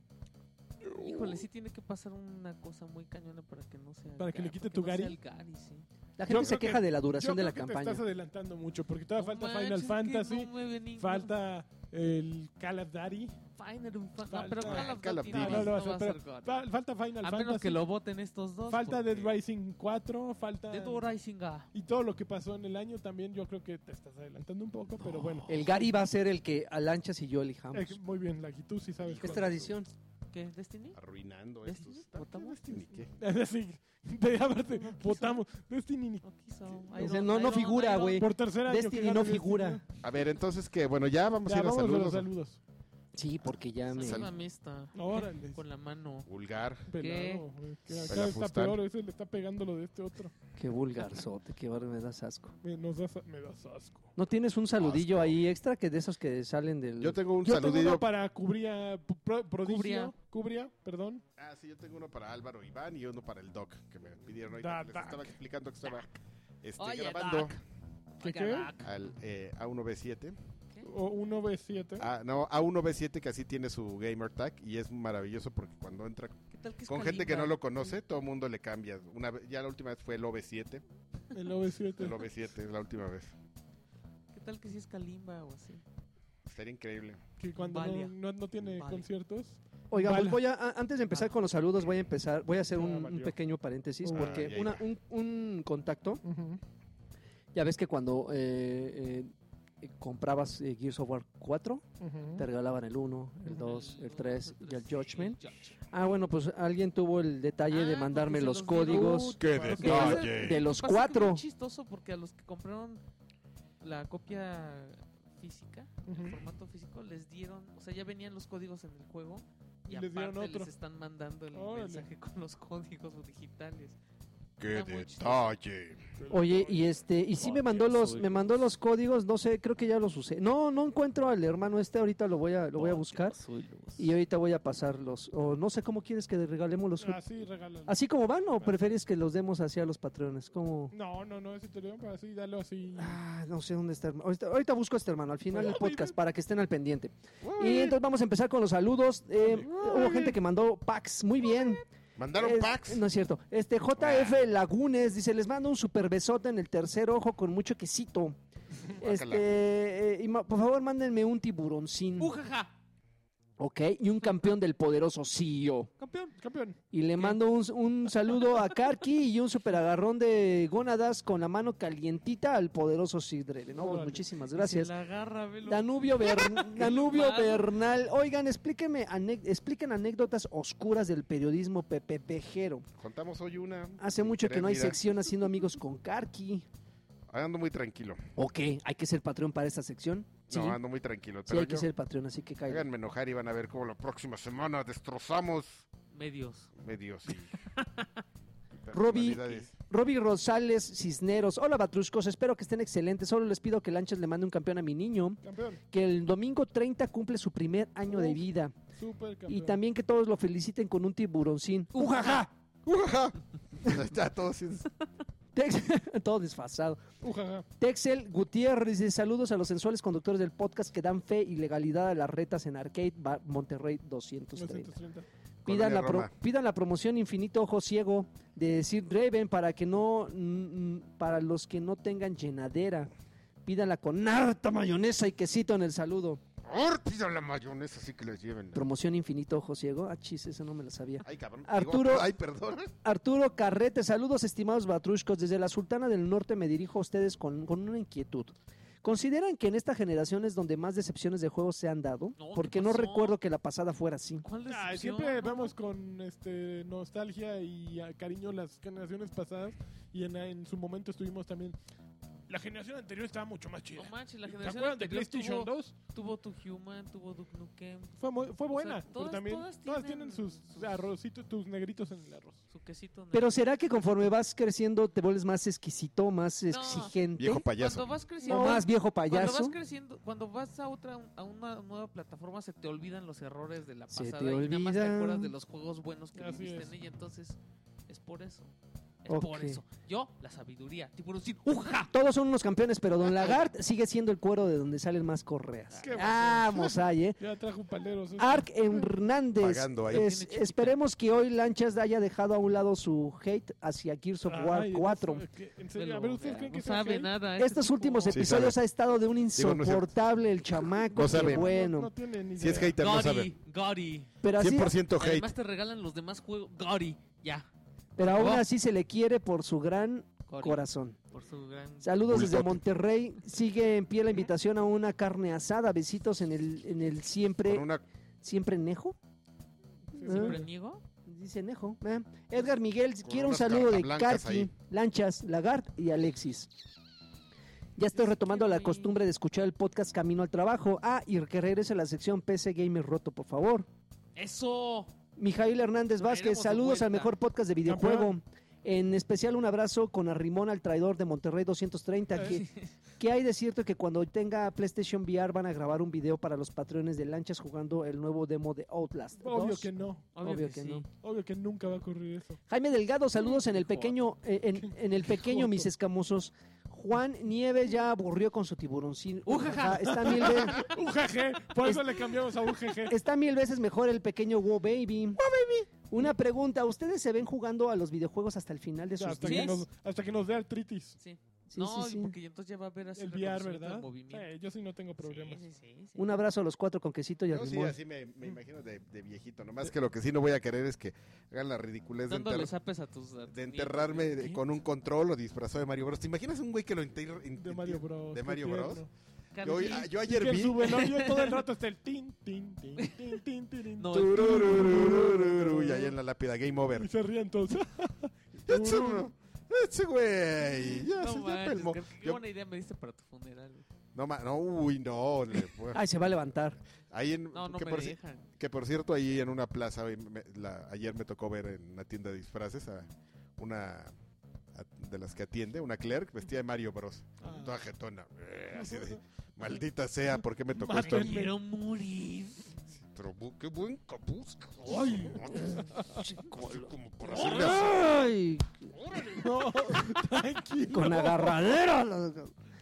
Speaker 2: Híjole, sí tiene que pasar una cosa muy cañona para que no sea. el
Speaker 3: Para que le
Speaker 2: Gary,
Speaker 3: quite tu
Speaker 2: no sea
Speaker 3: Gary.
Speaker 2: el Gary, sí.
Speaker 4: La
Speaker 3: Yo
Speaker 4: gente se
Speaker 3: creo que-
Speaker 4: queja de la
Speaker 3: Yo
Speaker 4: duración de
Speaker 3: creo
Speaker 4: la
Speaker 3: que
Speaker 4: campaña.
Speaker 3: Te estás adelantando mucho porque todavía
Speaker 2: No
Speaker 3: falta
Speaker 2: manches, es
Speaker 3: Final
Speaker 2: que
Speaker 3: Fantasy,
Speaker 2: no me venía-
Speaker 3: falta el Call of Duty,
Speaker 2: Final un fa-
Speaker 3: Falta-
Speaker 2: No, pero Call of
Speaker 1: Call of
Speaker 2: Duty
Speaker 1: Duty.
Speaker 2: no,
Speaker 1: No,
Speaker 3: no,
Speaker 2: va
Speaker 3: o sea,
Speaker 2: a ser God.
Speaker 3: fa- falta Final
Speaker 2: A menos
Speaker 3: Fantasy,
Speaker 2: que lo voten estos dos.
Speaker 3: falta
Speaker 2: porque-
Speaker 3: Dead Rising 4, falta
Speaker 2: Dead Rising ah.
Speaker 3: y todo lo que pasó en el año también yo creo que te estás adelantando un poco, pero bueno.
Speaker 4: El Gary va a ser el que Alanchas y yo elijamos.
Speaker 3: Eh, muy bien, Lagui, tú sí sabes.
Speaker 4: Es
Speaker 3: cuál.
Speaker 4: tradición.
Speaker 2: ¿Qué? ¿Destiny?
Speaker 1: Ah, Arruinando
Speaker 2: Destiny,
Speaker 1: estos.
Speaker 2: votamos
Speaker 1: Destiny, ¿qué?
Speaker 3: Sí, de haberte,
Speaker 2: No, no quiso.
Speaker 3: votamos Destiny ni-
Speaker 2: No quiso.
Speaker 4: Dice, no, no figura, güey.
Speaker 3: por tercer año.
Speaker 4: Destiny
Speaker 3: que gana
Speaker 4: no figura.
Speaker 1: A ver, entonces que, bueno, ya vamos
Speaker 3: Ya,
Speaker 1: a ir a
Speaker 3: vamos a los
Speaker 1: saludos.
Speaker 3: saludos.
Speaker 4: Sí, porque ya me...
Speaker 2: Salva mista.
Speaker 1: <laughs>
Speaker 3: Órale.
Speaker 2: Con la mano.
Speaker 1: Vulgar.
Speaker 3: Pelado, güey, que acá
Speaker 1: Vaya
Speaker 3: está
Speaker 1: fustal.
Speaker 3: peor, ese le está pegando lo de este otro.
Speaker 4: Qué vulgarzote, qué barba, me das asco.
Speaker 3: Me, nos das, me das asco.
Speaker 4: ¿No tienes un saludillo
Speaker 1: Asco.
Speaker 4: ahí extra que de esos que salen del...
Speaker 1: Yo tengo un
Speaker 3: Yo tengo
Speaker 1: saludillo.
Speaker 3: uno para Cubría, P- Pro- Prodigio,
Speaker 2: Cubría.
Speaker 3: Cubría, perdón.
Speaker 1: Ah, sí, yo tengo uno para Álvaro Iván y uno para el Doc, que me pidieron ahorita.
Speaker 3: Da,
Speaker 1: que Les
Speaker 3: Doc.
Speaker 1: estaba explicando que estaba este,
Speaker 2: Oye,
Speaker 1: grabando
Speaker 2: Doc.
Speaker 3: ¿Qué,
Speaker 2: Oiga,
Speaker 3: qué?
Speaker 2: Doc.
Speaker 1: al eh, A1B7.
Speaker 3: O un OV7.
Speaker 1: Ah, no, A1B7 que así tiene su gamer tag y es maravilloso porque cuando entra
Speaker 2: ¿Qué tal que es
Speaker 1: con gente que no
Speaker 2: Kalimba?
Speaker 1: lo conoce, todo el mundo le cambia. Una vez- ya la última vez fue el OV7.
Speaker 3: El
Speaker 1: El
Speaker 3: OV7.
Speaker 1: OV7 es la última vez.
Speaker 2: ¿Qué tal que si es Kalimba o así?
Speaker 1: Estaría increíble.
Speaker 3: Que cuando
Speaker 2: Valia.
Speaker 3: no, no- no tiene
Speaker 2: Valia.
Speaker 3: conciertos.
Speaker 4: Oiga, pues
Speaker 3: Bala.
Speaker 4: voy a, a- antes de empezar con los saludos, voy a empezar, voy a hacer
Speaker 3: Ah,
Speaker 4: un, un
Speaker 3: valió.
Speaker 4: pequeño paréntesis,
Speaker 3: Ah,
Speaker 4: porque
Speaker 1: ya,
Speaker 4: una-
Speaker 1: ya.
Speaker 4: un, un contacto,
Speaker 3: Ujú.
Speaker 4: ya ves que cuando eh, eh, comprabas eh, Gears of War 4,
Speaker 3: Ujú.
Speaker 4: te regalaban el 1, el
Speaker 3: Ujú.
Speaker 4: 2, el
Speaker 2: dos,
Speaker 4: 3 y el Judgment.
Speaker 2: el Judgment.
Speaker 4: Ah, bueno, pues alguien tuvo el detalle
Speaker 2: Ah,
Speaker 4: de
Speaker 2: porque
Speaker 4: mandarme
Speaker 2: se
Speaker 4: los
Speaker 2: los dio.
Speaker 4: códigos
Speaker 1: ¡Qué
Speaker 3: Porque
Speaker 4: de,
Speaker 1: pues,
Speaker 2: detalle!
Speaker 4: de los
Speaker 2: Pasa que es
Speaker 4: cuatro.
Speaker 2: muy chistoso porque a los que compraron la copia física, el
Speaker 3: Ujú.
Speaker 2: formato físico, les dieron, o sea, ya venían los códigos en el juego y
Speaker 3: Les dieron
Speaker 2: aparte
Speaker 3: otro.
Speaker 2: les están mandando el
Speaker 3: Órale.
Speaker 2: mensaje con los códigos digitales.
Speaker 1: ¡Qué
Speaker 2: Está muy
Speaker 1: detalle!
Speaker 4: Oye, y este, y sí me mandó los, me mandó los códigos, no sé, creo que ya los usé. No, no encuentro al hermano este, ahorita lo voy a, lo voy a buscar. Y ahorita voy a pasarlos. O no sé cómo quieres que regalemos los.
Speaker 3: Ah, sí, regálalo.
Speaker 4: ¿Así como van o prefieres que los demos así a los patrones? Como.
Speaker 3: No, no, no, ese te lo para así, dalo así.
Speaker 4: Ah, no sé dónde está. hermano. Ahorita, ahorita busco a este hermano al final del
Speaker 3: Muy
Speaker 4: podcast
Speaker 3: bien.
Speaker 4: para que estén al pendiente. Y entonces vamos a empezar con los saludos. Eh, hubo gente que mandó packs. Muy bien.
Speaker 1: ¿Mandaron
Speaker 4: Es-
Speaker 1: packs?
Speaker 4: No es cierto. Este JF Lagunes dice: Les mando un super besote en el tercer ojo con mucho quesito. Este, eh, y ma- por favor, mándenme un tiburoncín.
Speaker 2: ¡Uh, ¡Ujaja!
Speaker 4: Ok, y un campeón del poderoso CEO.
Speaker 3: Campeón, campeón.
Speaker 4: Y le mando un, un saludo a Karki y un super agarrón de gónadas con la mano calientita al poderoso Sidrele. No, pues
Speaker 3: Órale.
Speaker 4: muchísimas gracias.
Speaker 2: Se la agarra, velo.
Speaker 4: Danubio, Bern- Danubio
Speaker 2: malo.
Speaker 4: Bernal. Oigan, explíqueme, ane- expliquen anécdotas oscuras del periodismo Pepe Pejero.
Speaker 1: Contamos hoy una.
Speaker 4: Hace mucho que no hay
Speaker 1: Mira,
Speaker 4: sección haciendo amigos con Karki.
Speaker 1: Ando muy tranquilo.
Speaker 4: ¿O qué? ¿Hay que ser patrón para esta sección? Sí,
Speaker 1: No, ando muy tranquilo.
Speaker 4: sí
Speaker 1: Pero
Speaker 4: hay que
Speaker 1: yo-
Speaker 4: ser patrón, así que caigan.
Speaker 1: Háganme enojar y van a ver cómo la próxima semana destrozamos
Speaker 2: Medios.
Speaker 1: medios
Speaker 4: <laughs>
Speaker 1: y...
Speaker 4: Robbie.
Speaker 1: personalidades.
Speaker 4: Robbie Rosales Cisneros. Hola, Batruscos. Espero que estén excelentes. Solo les pido que Lanchas le mande un campeón a mi niño.
Speaker 3: Campeón,
Speaker 4: que el domingo 30 cumple su primer año de
Speaker 3: Uf,
Speaker 4: vida
Speaker 3: super campeón. ¡Uh,
Speaker 4: y también que todos lo feliciten con un tiburoncín.
Speaker 2: ¡Ujaja!
Speaker 1: <laughs> Está todo sin-
Speaker 4: Tex- <laughs> todo desfasado.
Speaker 3: Ujaja.
Speaker 4: Texel Gutiérrez dice saludos a los sensuales conductores del podcast que dan fe y legalidad a las retas en Arcade Bar Monterrey 230.
Speaker 3: 930.
Speaker 4: Pidan la,
Speaker 1: Colonia
Speaker 4: pro-
Speaker 1: Roma.
Speaker 4: pidan la promoción Infinito Ojo Ciego de Sir Raven para que no mm, mm, para los que no tengan llenadera. Pídanla con harta mayonesa y quesito en el saludo.
Speaker 1: ¡Ahor! Pidan la mayonesa, así que les lleven.
Speaker 4: Promoción Infinito Ojo Ciego. Ah, chis, eso no me lo sabía.
Speaker 1: Ay, cabrón.
Speaker 4: Arturo-
Speaker 1: Digo, ay, perdón.
Speaker 4: Arturo Carrete, saludos estimados batrushcos. Desde la Sultana del Norte me dirijo a ustedes con, con una inquietud. ¿Consideran que en esta generación es donde más decepciones de juegos se han dado?
Speaker 2: No, ¿qué
Speaker 4: Porque no
Speaker 2: pasó?
Speaker 4: recuerdo que la pasada fuera así.
Speaker 2: ¿Cuál
Speaker 3: Ay,
Speaker 2: decepción?
Speaker 3: siempre
Speaker 2: No,
Speaker 3: vamos con este nostalgia y a cariño a las generaciones pasadas y en, en su momento estuvimos también la generación anterior estaba mucho más chida.
Speaker 2: No manches, la
Speaker 3: ¿Se
Speaker 2: generación
Speaker 3: acuerdan de
Speaker 2: anterior
Speaker 3: PlayStation
Speaker 2: tuvo,
Speaker 3: 2?
Speaker 2: tuvo tu Human, tuvo Duke Nukem,
Speaker 3: Fue, muy- fue buena, pero
Speaker 2: todas-
Speaker 3: también
Speaker 2: todas
Speaker 3: todas,
Speaker 2: tienen
Speaker 3: tienen, sus,
Speaker 2: sus-
Speaker 3: arrocitos, tus negritos en el arroz.
Speaker 2: su quesito. negro.
Speaker 4: Pero ¿será que conforme vas creciendo te vuelves más exquisito, más
Speaker 2: No.
Speaker 4: exigente?
Speaker 1: Viejo payaso.
Speaker 2: cuando vas creciendo,
Speaker 4: o más viejo
Speaker 2: cuando
Speaker 4: payaso?
Speaker 2: vas creciendo, cuando vas a otra a una nueva plataforma se te olvidan los errores de la
Speaker 4: Se
Speaker 2: pasada
Speaker 4: te
Speaker 2: y nada más te
Speaker 4: olvidan.
Speaker 2: acuerdas de los juegos buenos que
Speaker 3: Así
Speaker 2: viviste
Speaker 3: es.
Speaker 2: en ella, entonces es por eso. Es
Speaker 4: Ok.
Speaker 2: por eso. Yo, la sabiduría, tiburoncín, ¡uja!
Speaker 4: Todos son unos campeones, pero Don Lagart sigue siendo el cuero de donde salen más correas.
Speaker 3: Qué
Speaker 4: Vamos ahí, ¿eh?
Speaker 3: Ya trajo paleros.
Speaker 1: Ah,
Speaker 3: esto.
Speaker 4: Ark Hernández.
Speaker 1: Pagando ahí.
Speaker 4: Es-
Speaker 2: Tiene chiquita.
Speaker 4: esperemos que hoy Lanchas haya dejado a un lado su hate hacia Gears of War
Speaker 3: Ay,
Speaker 4: 4.
Speaker 3: no sé, que- en serio, a ver, ¿ustedes
Speaker 2: Vea,
Speaker 3: creen que
Speaker 2: no sabe
Speaker 3: sea
Speaker 2: nada. este
Speaker 4: Estos
Speaker 2: tipo.
Speaker 4: últimos
Speaker 1: Sí,
Speaker 4: episodios
Speaker 1: sabe.
Speaker 4: ha estado de un
Speaker 1: Digo, no es cierto.
Speaker 4: insoportable el chamaco.
Speaker 1: No
Speaker 4: qué
Speaker 1: sabe.
Speaker 4: bueno.
Speaker 3: No, no tienen ni
Speaker 1: Si es
Speaker 3: idea.
Speaker 1: hater, no sabe.
Speaker 2: Gori, Gori.
Speaker 4: pero, así,
Speaker 1: 100% hate.
Speaker 2: Además te regalan los demás juegos. Gori, ya.
Speaker 4: pero aún
Speaker 2: acabó.
Speaker 4: así se le quiere por su gran
Speaker 2: Gori,
Speaker 4: corazón.
Speaker 2: Por su gran.
Speaker 4: Saludos desde
Speaker 1: Bultote.
Speaker 4: Monterrey. Sigue en pie la invitación a una carne asada. Besitos en el, en el siempre,
Speaker 1: Con una
Speaker 4: siempre nejo.
Speaker 3: Sí,
Speaker 2: ¿Siempre
Speaker 3: sí.
Speaker 2: niego?
Speaker 4: Dice Nejo. eh. Edgar Miguel,
Speaker 1: Con
Speaker 4: quiero un
Speaker 1: unas
Speaker 4: saludo de
Speaker 1: cartablancas
Speaker 4: Karki,
Speaker 1: ahí.
Speaker 4: Lanchas, Lagart y Alexis.
Speaker 2: Este
Speaker 4: Ya estoy retomando la costumbre de escuchar el podcast Camino al Trabajo. Ah, y que regrese la sección PC Gamer Roto, por favor.
Speaker 2: ¡Eso!
Speaker 4: Mijail Hernández Vázquez,
Speaker 2: Traeremos de
Speaker 4: saludos
Speaker 2: vuelta.
Speaker 4: al mejor podcast de videojuego. En especial un abrazo con Arrimón al traidor de Monterrey 230. Que, que hay de cierto que cuando tenga PlayStation VR van a grabar un video para los patrones de lanchas jugando el nuevo demo de Outlast?
Speaker 3: Obvio
Speaker 4: 2?
Speaker 3: que no.
Speaker 2: Obvio,
Speaker 4: Obvio
Speaker 2: que,
Speaker 4: que
Speaker 2: sí.
Speaker 4: no.
Speaker 3: Obvio que nunca va a ocurrir eso.
Speaker 4: Jaime Delgado, saludos en el
Speaker 2: Hijo.
Speaker 4: pequeño, eh, <laughs> en, en el pequeño,
Speaker 3: joto.
Speaker 4: mis escamosos. Juan Nieves ya aburrió con su tiburoncín.
Speaker 2: Ujaja.
Speaker 4: Está mil, ve-
Speaker 3: UGG, por eso le cambiamos a UGG.
Speaker 4: está mil veces mejor el pequeño Wo Baby. Una pregunta, ¿ustedes se ven jugando a los videojuegos hasta el final de
Speaker 3: Ya,
Speaker 4: sus
Speaker 3: hasta,
Speaker 2: Sí.
Speaker 3: que
Speaker 4: días?
Speaker 3: nos, hasta que nos dé artritis.
Speaker 2: Sí.
Speaker 4: Sí,
Speaker 2: no,
Speaker 4: sí, sí.
Speaker 2: porque entonces ya va a haber así
Speaker 3: El VR,
Speaker 2: reconocimiento de
Speaker 3: ¿verdad?
Speaker 2: movimiento.
Speaker 3: Sí, yo sí no tengo problemas.
Speaker 2: Sí, sí, sí, sí.
Speaker 4: Un abrazo a los cuatro con quesito y a
Speaker 1: Yo sí,
Speaker 4: Rimón.
Speaker 1: así me, me imagino de, de viejito. Nomás que lo que sí no voy a querer es que hagan la ridiculez de,
Speaker 2: Dándole
Speaker 1: enter-
Speaker 2: zapes a tus... a tus
Speaker 1: de enterrarme
Speaker 2: nietos,
Speaker 1: de-
Speaker 2: ¿qué?
Speaker 1: con un control o disfrazado de Mario Bros. ¿Te imaginas un güey que lo enter- in-
Speaker 3: De Mario Bros.
Speaker 1: ¿De
Speaker 3: qué
Speaker 1: Mario Bros?
Speaker 3: tierno.
Speaker 1: Yo,
Speaker 2: Carnal.
Speaker 1: ah, yo
Speaker 3: Y que
Speaker 1: ayer
Speaker 3: en
Speaker 1: vi.
Speaker 3: su velorio
Speaker 1: <laughs>
Speaker 3: todo el rato está el tin, tin, tin, tin, tin, tin, tin.
Speaker 2: No,
Speaker 1: Tururururururu, Y ahí en la lápida, Game
Speaker 3: Y
Speaker 1: Over.
Speaker 3: se ríen todos.
Speaker 1: Ah, Ese ese güey. Ya <laughs>
Speaker 2: No
Speaker 1: se ya
Speaker 2: manches,
Speaker 1: pelmó.
Speaker 2: qué- qué
Speaker 1: Yo-
Speaker 2: buena idea me diste para tu funeral. güey.
Speaker 1: No, ma- no, uy, no. le fue-
Speaker 4: Ay, se va a levantar.
Speaker 1: Ahí en,
Speaker 2: No, no
Speaker 1: que,
Speaker 2: me
Speaker 1: por, ci-
Speaker 2: dejan.
Speaker 1: que por cierto, ahí en una plaza, ahí me- la- ayer me tocó ver en una tienda de disfraces a una a- de las que atiende, una clerk vestida de Mario Bros.
Speaker 3: Ah.
Speaker 1: Toda jetona. eh, Así de, maldita sea, ¿por qué me tocó esto?
Speaker 2: Me
Speaker 3: Mátenme.
Speaker 2: quiero morir.
Speaker 1: Pero bu- qué buen capuz. <laughs>
Speaker 3: Ay.
Speaker 1: Como, como por hacerle así.
Speaker 4: ¡Ay!
Speaker 3: No, tranquilo.
Speaker 4: Con <laughs> agarradera.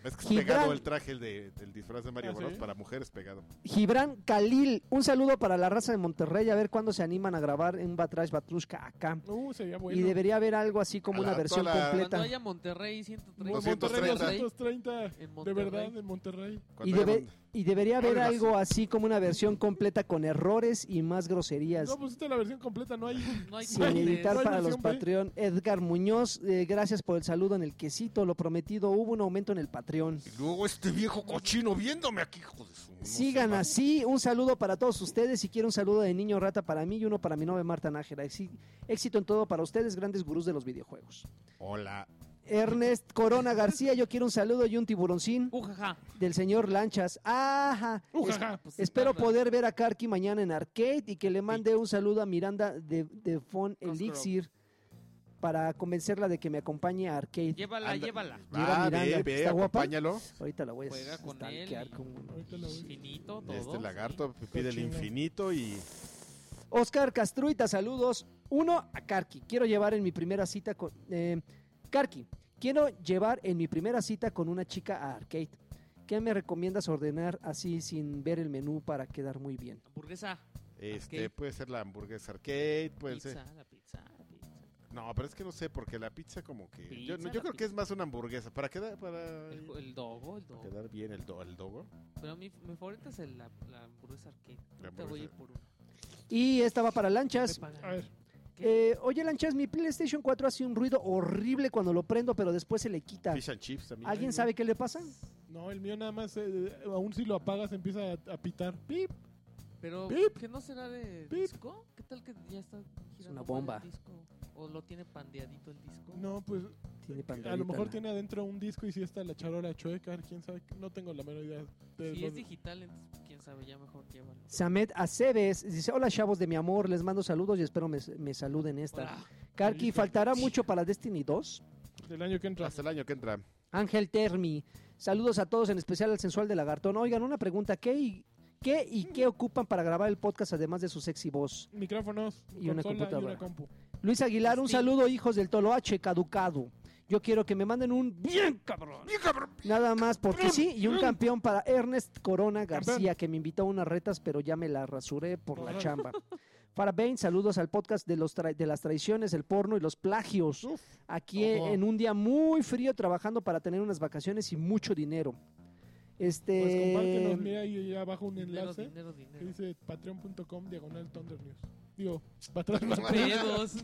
Speaker 1: Es que es
Speaker 4: Gibran.
Speaker 1: pegado el traje el de- del disfraz de Mario
Speaker 3: ¿Ah, sí?
Speaker 1: Bros. para mujeres pegado.
Speaker 4: Gibran Khalil, un saludo para la raza de Monterrey. A ver cuándo se animan a grabar un Batrash Batrushka acá.
Speaker 3: Uh, sería bueno.
Speaker 4: Y debería haber algo así como
Speaker 1: A la-
Speaker 4: una versión
Speaker 1: toda la-
Speaker 2: Cuando
Speaker 4: completa.
Speaker 2: haya Monterrey 130.
Speaker 1: Mon-
Speaker 3: Monterrey
Speaker 1: 230.
Speaker 3: 230.
Speaker 2: En
Speaker 3: De
Speaker 2: Monterrey.
Speaker 3: verdad, en Monterrey.
Speaker 4: Y,
Speaker 1: Cuando
Speaker 4: debe-
Speaker 1: haya mon-
Speaker 4: y debería haber
Speaker 1: Ahora sí.
Speaker 4: algo así como una versión completa con errores y más groserías.
Speaker 3: No pusiste la versión completa,
Speaker 2: <laughs>
Speaker 3: no hay.
Speaker 2: No hay
Speaker 4: Sin
Speaker 3: Ay,
Speaker 2: cortes.
Speaker 4: editar
Speaker 3: no hay
Speaker 4: para los
Speaker 3: versión B.
Speaker 4: Patreon, Edgar Muñoz, eh, gracias por el saludo en el quesito, lo prometido, hubo un aumento en el Patreon.
Speaker 1: Y luego este viejo cochino viéndome aquí, hijo de su. no
Speaker 4: Sigan
Speaker 1: se va.
Speaker 4: así, un saludo para todos ustedes, si quieren un saludo de niño rata para mí y uno para mi novia Marta Nájera. Exi- Éxito en todo para ustedes, grandes gurús de los videojuegos.
Speaker 1: Hola.
Speaker 4: Ernest Corona García, yo quiero un saludo y un tiburoncín
Speaker 2: Ujaja.
Speaker 4: del señor Lanchas. Ajá.
Speaker 3: Ujaja.
Speaker 2: Pues,
Speaker 4: Espero
Speaker 2: nada.
Speaker 4: poder ver a Karki mañana en Arcade y que le mande un saludo a Miranda de, de Fon Elixir para convencerla de que me acompañe a Arcade.
Speaker 2: Llévala,
Speaker 1: Anda- Pues,
Speaker 2: llévala.
Speaker 1: Va,
Speaker 4: Mira, Miranda,
Speaker 1: Ah, ve, ve,
Speaker 4: ¿está guapa?
Speaker 1: acompáñalo.
Speaker 4: Ahorita la voy a
Speaker 2: Juega con
Speaker 4: stalkear
Speaker 2: él y- pues,
Speaker 4: como-
Speaker 3: Ahorita la voy.
Speaker 2: Finito, todo.
Speaker 1: Este
Speaker 2: sí.
Speaker 1: lagarto pide el
Speaker 3: Cochino.
Speaker 1: infinito y.
Speaker 4: Oscar Castruita, saludos. Uno a Karki. Quiero llevar en mi primera cita con. eh, Karki, quiero llevar en mi primera cita con una chica a Arcade. ¿Qué me recomiendas ordenar así sin ver el menú para quedar muy bien?
Speaker 2: Hamburguesa.
Speaker 1: Este,
Speaker 2: Arcade.
Speaker 1: puede ser la hamburguesa arcade, puede
Speaker 2: Pizza,
Speaker 1: ser.
Speaker 2: la pizza, la pizza.
Speaker 1: No, pero es que no sé, porque la pizza como que. yo
Speaker 2: Pizza,
Speaker 1: no, yo
Speaker 2: la
Speaker 1: creo que
Speaker 2: pizza.
Speaker 1: es más una hamburguesa. Para quedar, para
Speaker 2: El, el dogo, el dogo.
Speaker 1: quedar bien el, do- el dogo.
Speaker 2: Pero mi, mi favorita es el- la, la hamburguesa arcade.
Speaker 1: La
Speaker 2: Te voy a ir
Speaker 1: hamburguesa.
Speaker 2: por una.
Speaker 4: Y esta va para
Speaker 2: Me
Speaker 4: lanchas.
Speaker 2: pagan.
Speaker 3: A ver,
Speaker 4: Eh, oye, Lanchas, mi PlayStation 4 hace un ruido horrible cuando lo prendo, pero después se le quita.
Speaker 1: Fish and chips también.
Speaker 4: ¿Alguien sabe qué le pasa?
Speaker 3: no, el mío nada más, eh, aún si lo apagas, empieza a, a pitar. Pip.
Speaker 2: Pero,
Speaker 3: Pip.
Speaker 2: ¿que no será de
Speaker 3: Pip.
Speaker 2: disco? ¿Qué tal que ya está girando
Speaker 4: una
Speaker 2: mal
Speaker 4: bomba.
Speaker 2: el disco? ¿O lo tiene pandeadito el disco?
Speaker 3: No, pues
Speaker 4: Tiene
Speaker 3: a
Speaker 4: pantallita,
Speaker 3: lo mejor
Speaker 4: la-
Speaker 3: tiene adentro un disco y si está la charola chueca, quién sabe. No tengo la menor idea. de
Speaker 2: Si es
Speaker 3: dónde-
Speaker 2: digital, entonces, quién sabe, ya mejor llévalo.
Speaker 4: Samet Aceves dice: Hola, chavos de mi amor, les mando saludos y espero me, me saluden esta.
Speaker 2: Hola.
Speaker 4: Karki,
Speaker 3: Hijo.
Speaker 4: ¿faltará mucho para Destiny 2?
Speaker 3: del año que entra.
Speaker 1: Hasta el año que
Speaker 2: <laughs>
Speaker 1: entra.
Speaker 4: Ángel Termi, saludos a todos, en especial al sensual de Lagartón. Oigan, una pregunta: ¿qué y qué, y qué ocupan para grabar el podcast además de su sexy voz?
Speaker 3: Micrófonos,
Speaker 4: Y una
Speaker 3: consola y
Speaker 4: computadora.
Speaker 3: una compu.
Speaker 4: Luis Aguilar, un
Speaker 2: Steam.
Speaker 4: saludo, hijos del Tolo H, caducado. Yo quiero que me manden un bien cabrón. Nada más porque sí, y un campeón para Ernest Corona García,
Speaker 3: Campeón.
Speaker 4: que me invitó a unas retas, pero ya me la rasuré por la
Speaker 3: Órale. <laughs>
Speaker 4: chamba. Farabane, saludos al podcast de, los tra- de las traiciones, el porno y los plagios.
Speaker 3: Uf.
Speaker 4: Aquí eh,
Speaker 3: Ojo.
Speaker 4: en un día muy frío trabajando para tener unas vacaciones y mucho dinero.
Speaker 3: Pues
Speaker 4: Este
Speaker 3: compártenos, mira ahí, ahí abajo un
Speaker 2: Dinero,
Speaker 3: enlace
Speaker 2: dinero,
Speaker 3: que
Speaker 2: dinero.
Speaker 3: dice patreon.com diagonal Thunder News. Digo,
Speaker 4: <laughs>
Speaker 3: para atrás, para atrás.
Speaker 2: <laughs>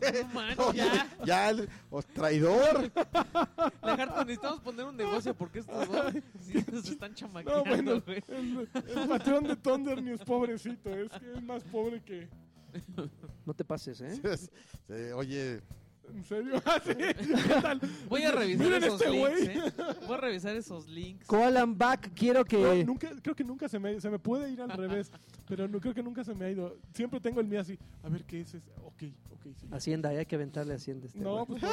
Speaker 2: Pedos, no manches,
Speaker 1: Oye,
Speaker 2: ya.
Speaker 1: <laughs> ya, el- oh, traidor. <laughs>
Speaker 2: Lagarto, necesitamos poner un negocio porque estos dos sí, nos están
Speaker 3: No,
Speaker 2: chamaqueando,
Speaker 3: bueno,
Speaker 2: güey.
Speaker 3: el, el Patreon de Thunder News, pobrecito, es que es más pobre que...
Speaker 4: No te pases, ¿eh?
Speaker 1: Sí, Oye,
Speaker 3: ¿En serio? <laughs> Ah, sí. ¿Qué tal?
Speaker 2: Voy a revisar
Speaker 3: Miren
Speaker 2: esos
Speaker 3: este
Speaker 2: links,
Speaker 3: güey.
Speaker 2: ¿eh? Voy a revisar esos links.
Speaker 4: Call and back, quiero
Speaker 3: No,
Speaker 4: que.
Speaker 3: nunca, creo que nunca se me, se me puede ir al revés, pero no, creo que nunca se me ha ido. Siempre tengo el mío así. A ver, ¿qué es ese? Ok, ok, sí.
Speaker 4: Hacienda, hay que aventarle a Hacienda. a Este
Speaker 3: No,
Speaker 4: güey.
Speaker 3: pues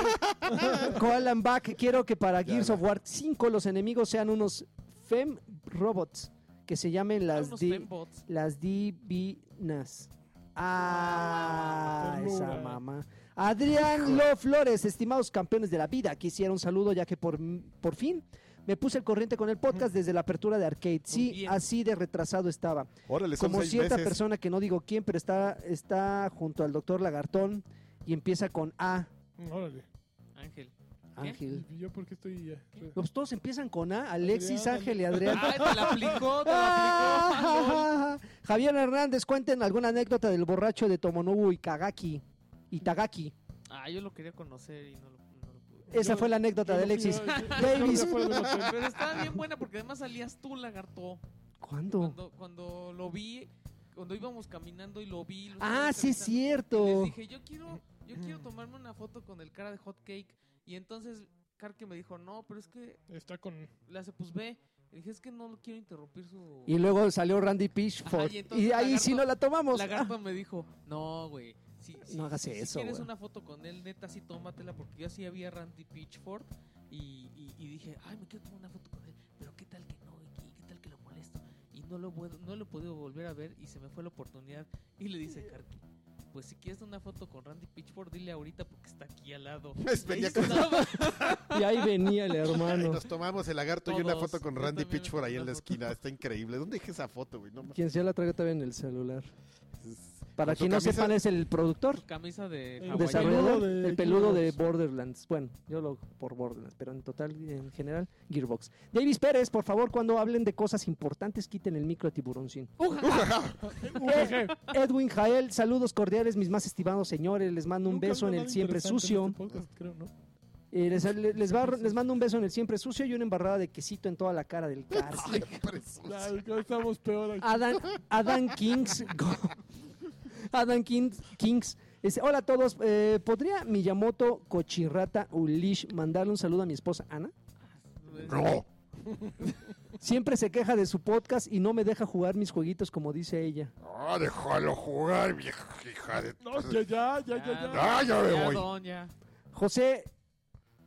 Speaker 4: Call and back, quiero que para
Speaker 1: Ya,
Speaker 4: Gears
Speaker 1: ya.
Speaker 4: of War 5 los enemigos sean unos Fem Robots que se llamen
Speaker 2: Son
Speaker 4: las
Speaker 2: unos
Speaker 4: D.
Speaker 2: fembots.
Speaker 4: Las divinas. Ah,
Speaker 3: Ternura.
Speaker 4: esa mamá. Adrián Lo Flores, estimados campeones de la vida, quisiera un saludo ya que por, por fin me puse el corriente con el podcast desde la apertura de Arcade. Sí,
Speaker 2: bien.
Speaker 4: así de retrasado estaba.
Speaker 1: Órale, son
Speaker 4: Como
Speaker 1: seis
Speaker 4: cierta
Speaker 1: veces.
Speaker 4: persona que no digo quién, pero está, está junto al doctor Lagartón y empieza con A,
Speaker 3: no. Órale.
Speaker 2: Ángel.
Speaker 4: Ángel.
Speaker 3: ¿Y yo por qué estoy.? eh,
Speaker 4: No, pues todos empiezan con A, Alexis,
Speaker 3: Adrián.
Speaker 4: Ángel y Adrián.
Speaker 2: Ay, Ah, te la aplicó, te la
Speaker 3: <laughs>
Speaker 2: aplicó. Manuel.
Speaker 4: <laughs> Ah, Javier Hernández, cuenten alguna anécdota del borracho de Tomonobu y Kagaki. Itagaki.
Speaker 2: Ah, yo lo quería conocer y no lo, no lo pude.
Speaker 4: Esa
Speaker 3: Yo-
Speaker 4: fue la anécdota de
Speaker 3: yo no fui, yo-
Speaker 4: Alexis. <laughs>
Speaker 3: yo- yo
Speaker 4: Davis.
Speaker 3: fui al hotel.
Speaker 2: Pero estaba bien buena porque además salías tú, lagarto.
Speaker 4: ¿Cuándo?
Speaker 2: Cuando, cuando lo vi, cuando íbamos caminando y lo vi. lo
Speaker 4: Ah,
Speaker 2: estábamos
Speaker 4: sí, es
Speaker 2: entrevistando,
Speaker 4: cierto. Mm.
Speaker 2: Les dije, yo quiero, yo quiero tomarme una foto con el cara de hot cake. Y entonces Karki me dijo, no, pero es que
Speaker 3: Está
Speaker 4: <laughs>
Speaker 3: con.
Speaker 2: le hace, pues ve. Le dije, es que no lo quiero interrumpir su...
Speaker 4: Y luego salió Randy
Speaker 2: Ajá,
Speaker 4: Pitchford.
Speaker 2: y
Speaker 4: Y,
Speaker 2: entonces
Speaker 4: ahí
Speaker 2: Lagarto-
Speaker 4: sí no la tomamos.
Speaker 2: Lagarto me dijo, no, güey. Si, si-
Speaker 4: Pues, ah. No hagas
Speaker 2: si
Speaker 4: eso,
Speaker 2: quieres
Speaker 4: güey.
Speaker 2: una foto con él, neta, sí tómatela, porque yo así había Randy Pitchford y, y- y dije, ay, me quiero tomar una foto con él, pero qué tal que no, y qué, qué tal que lo molesto. Y no lo, puedo- no lo he podido volver a ver y se me fue la oportunidad. Y le dice Karki, pues si quieres una foto con Randy Pitchford, dile ahorita porque está aquí al
Speaker 3: <laughs>
Speaker 2: lado.
Speaker 1: Es
Speaker 2: Y ahí
Speaker 1: pendejo.
Speaker 2: estaba.
Speaker 4: <laughs> Y ahí venía el
Speaker 1: <laughs> Ay,
Speaker 4: hermano.
Speaker 1: nos tomamos el lagarto y una
Speaker 2: Todos.
Speaker 1: foto con
Speaker 2: Yo
Speaker 1: Randy
Speaker 2: también me
Speaker 1: Pitch por ahí
Speaker 2: tomé
Speaker 1: en la
Speaker 2: una foto.
Speaker 1: esquina. Está increíble. ¿Dónde dejé esa foto, güey? No
Speaker 4: <laughs>
Speaker 1: mames.
Speaker 4: Quien sea la traigo también en el celular. Para
Speaker 1: Con su
Speaker 4: quien no
Speaker 1: camisa-
Speaker 4: sepan, es el productor.
Speaker 2: Su camisa de
Speaker 3: El
Speaker 4: El
Speaker 3: Hawaiiano
Speaker 4: desarrollador,
Speaker 3: de
Speaker 4: el peludo de
Speaker 3: Gearbox.
Speaker 4: Borderlands. Bueno, yo lo por Borderlands, pero en total, en general, Gearbox. Davis Pérez, por favor, cuando hablen de cosas importantes, quiten el micro a Tiburoncín.
Speaker 3: UGG.
Speaker 4: Edwin Jael, saludos cordiales, mis más estimados señores. Les mando un
Speaker 3: Nunca
Speaker 4: beso en
Speaker 3: habló
Speaker 4: el
Speaker 3: nada
Speaker 4: siempre
Speaker 3: interesante en
Speaker 4: sucio.
Speaker 3: este podcast, creo,
Speaker 4: <laughs>
Speaker 3: ¿no?
Speaker 4: Eh, les, le- les va- les mando un beso en el siempre sucio y una embarrada de quesito en toda la
Speaker 3: <laughs>
Speaker 4: cara del
Speaker 1: Ay,
Speaker 4: cárcel.
Speaker 1: presucio.
Speaker 3: Ay, que estamos peor aquí.
Speaker 4: Adam, Adam Kings. Adam Kings. Kings. dice, Hola a todos. eh, ¿Podría Miyamoto Cochirrata Ulish mandarle un saludo a mi esposa Ana?
Speaker 1: No.
Speaker 4: Siempre se queja de su podcast y no me deja jugar mis jueguitos como dice ella.
Speaker 1: Ah, déjalo jugar, vieja hija de...
Speaker 3: No, ya, ya, ya, ya. ya.
Speaker 1: Ah, ya me voy.
Speaker 2: don, ya.
Speaker 4: José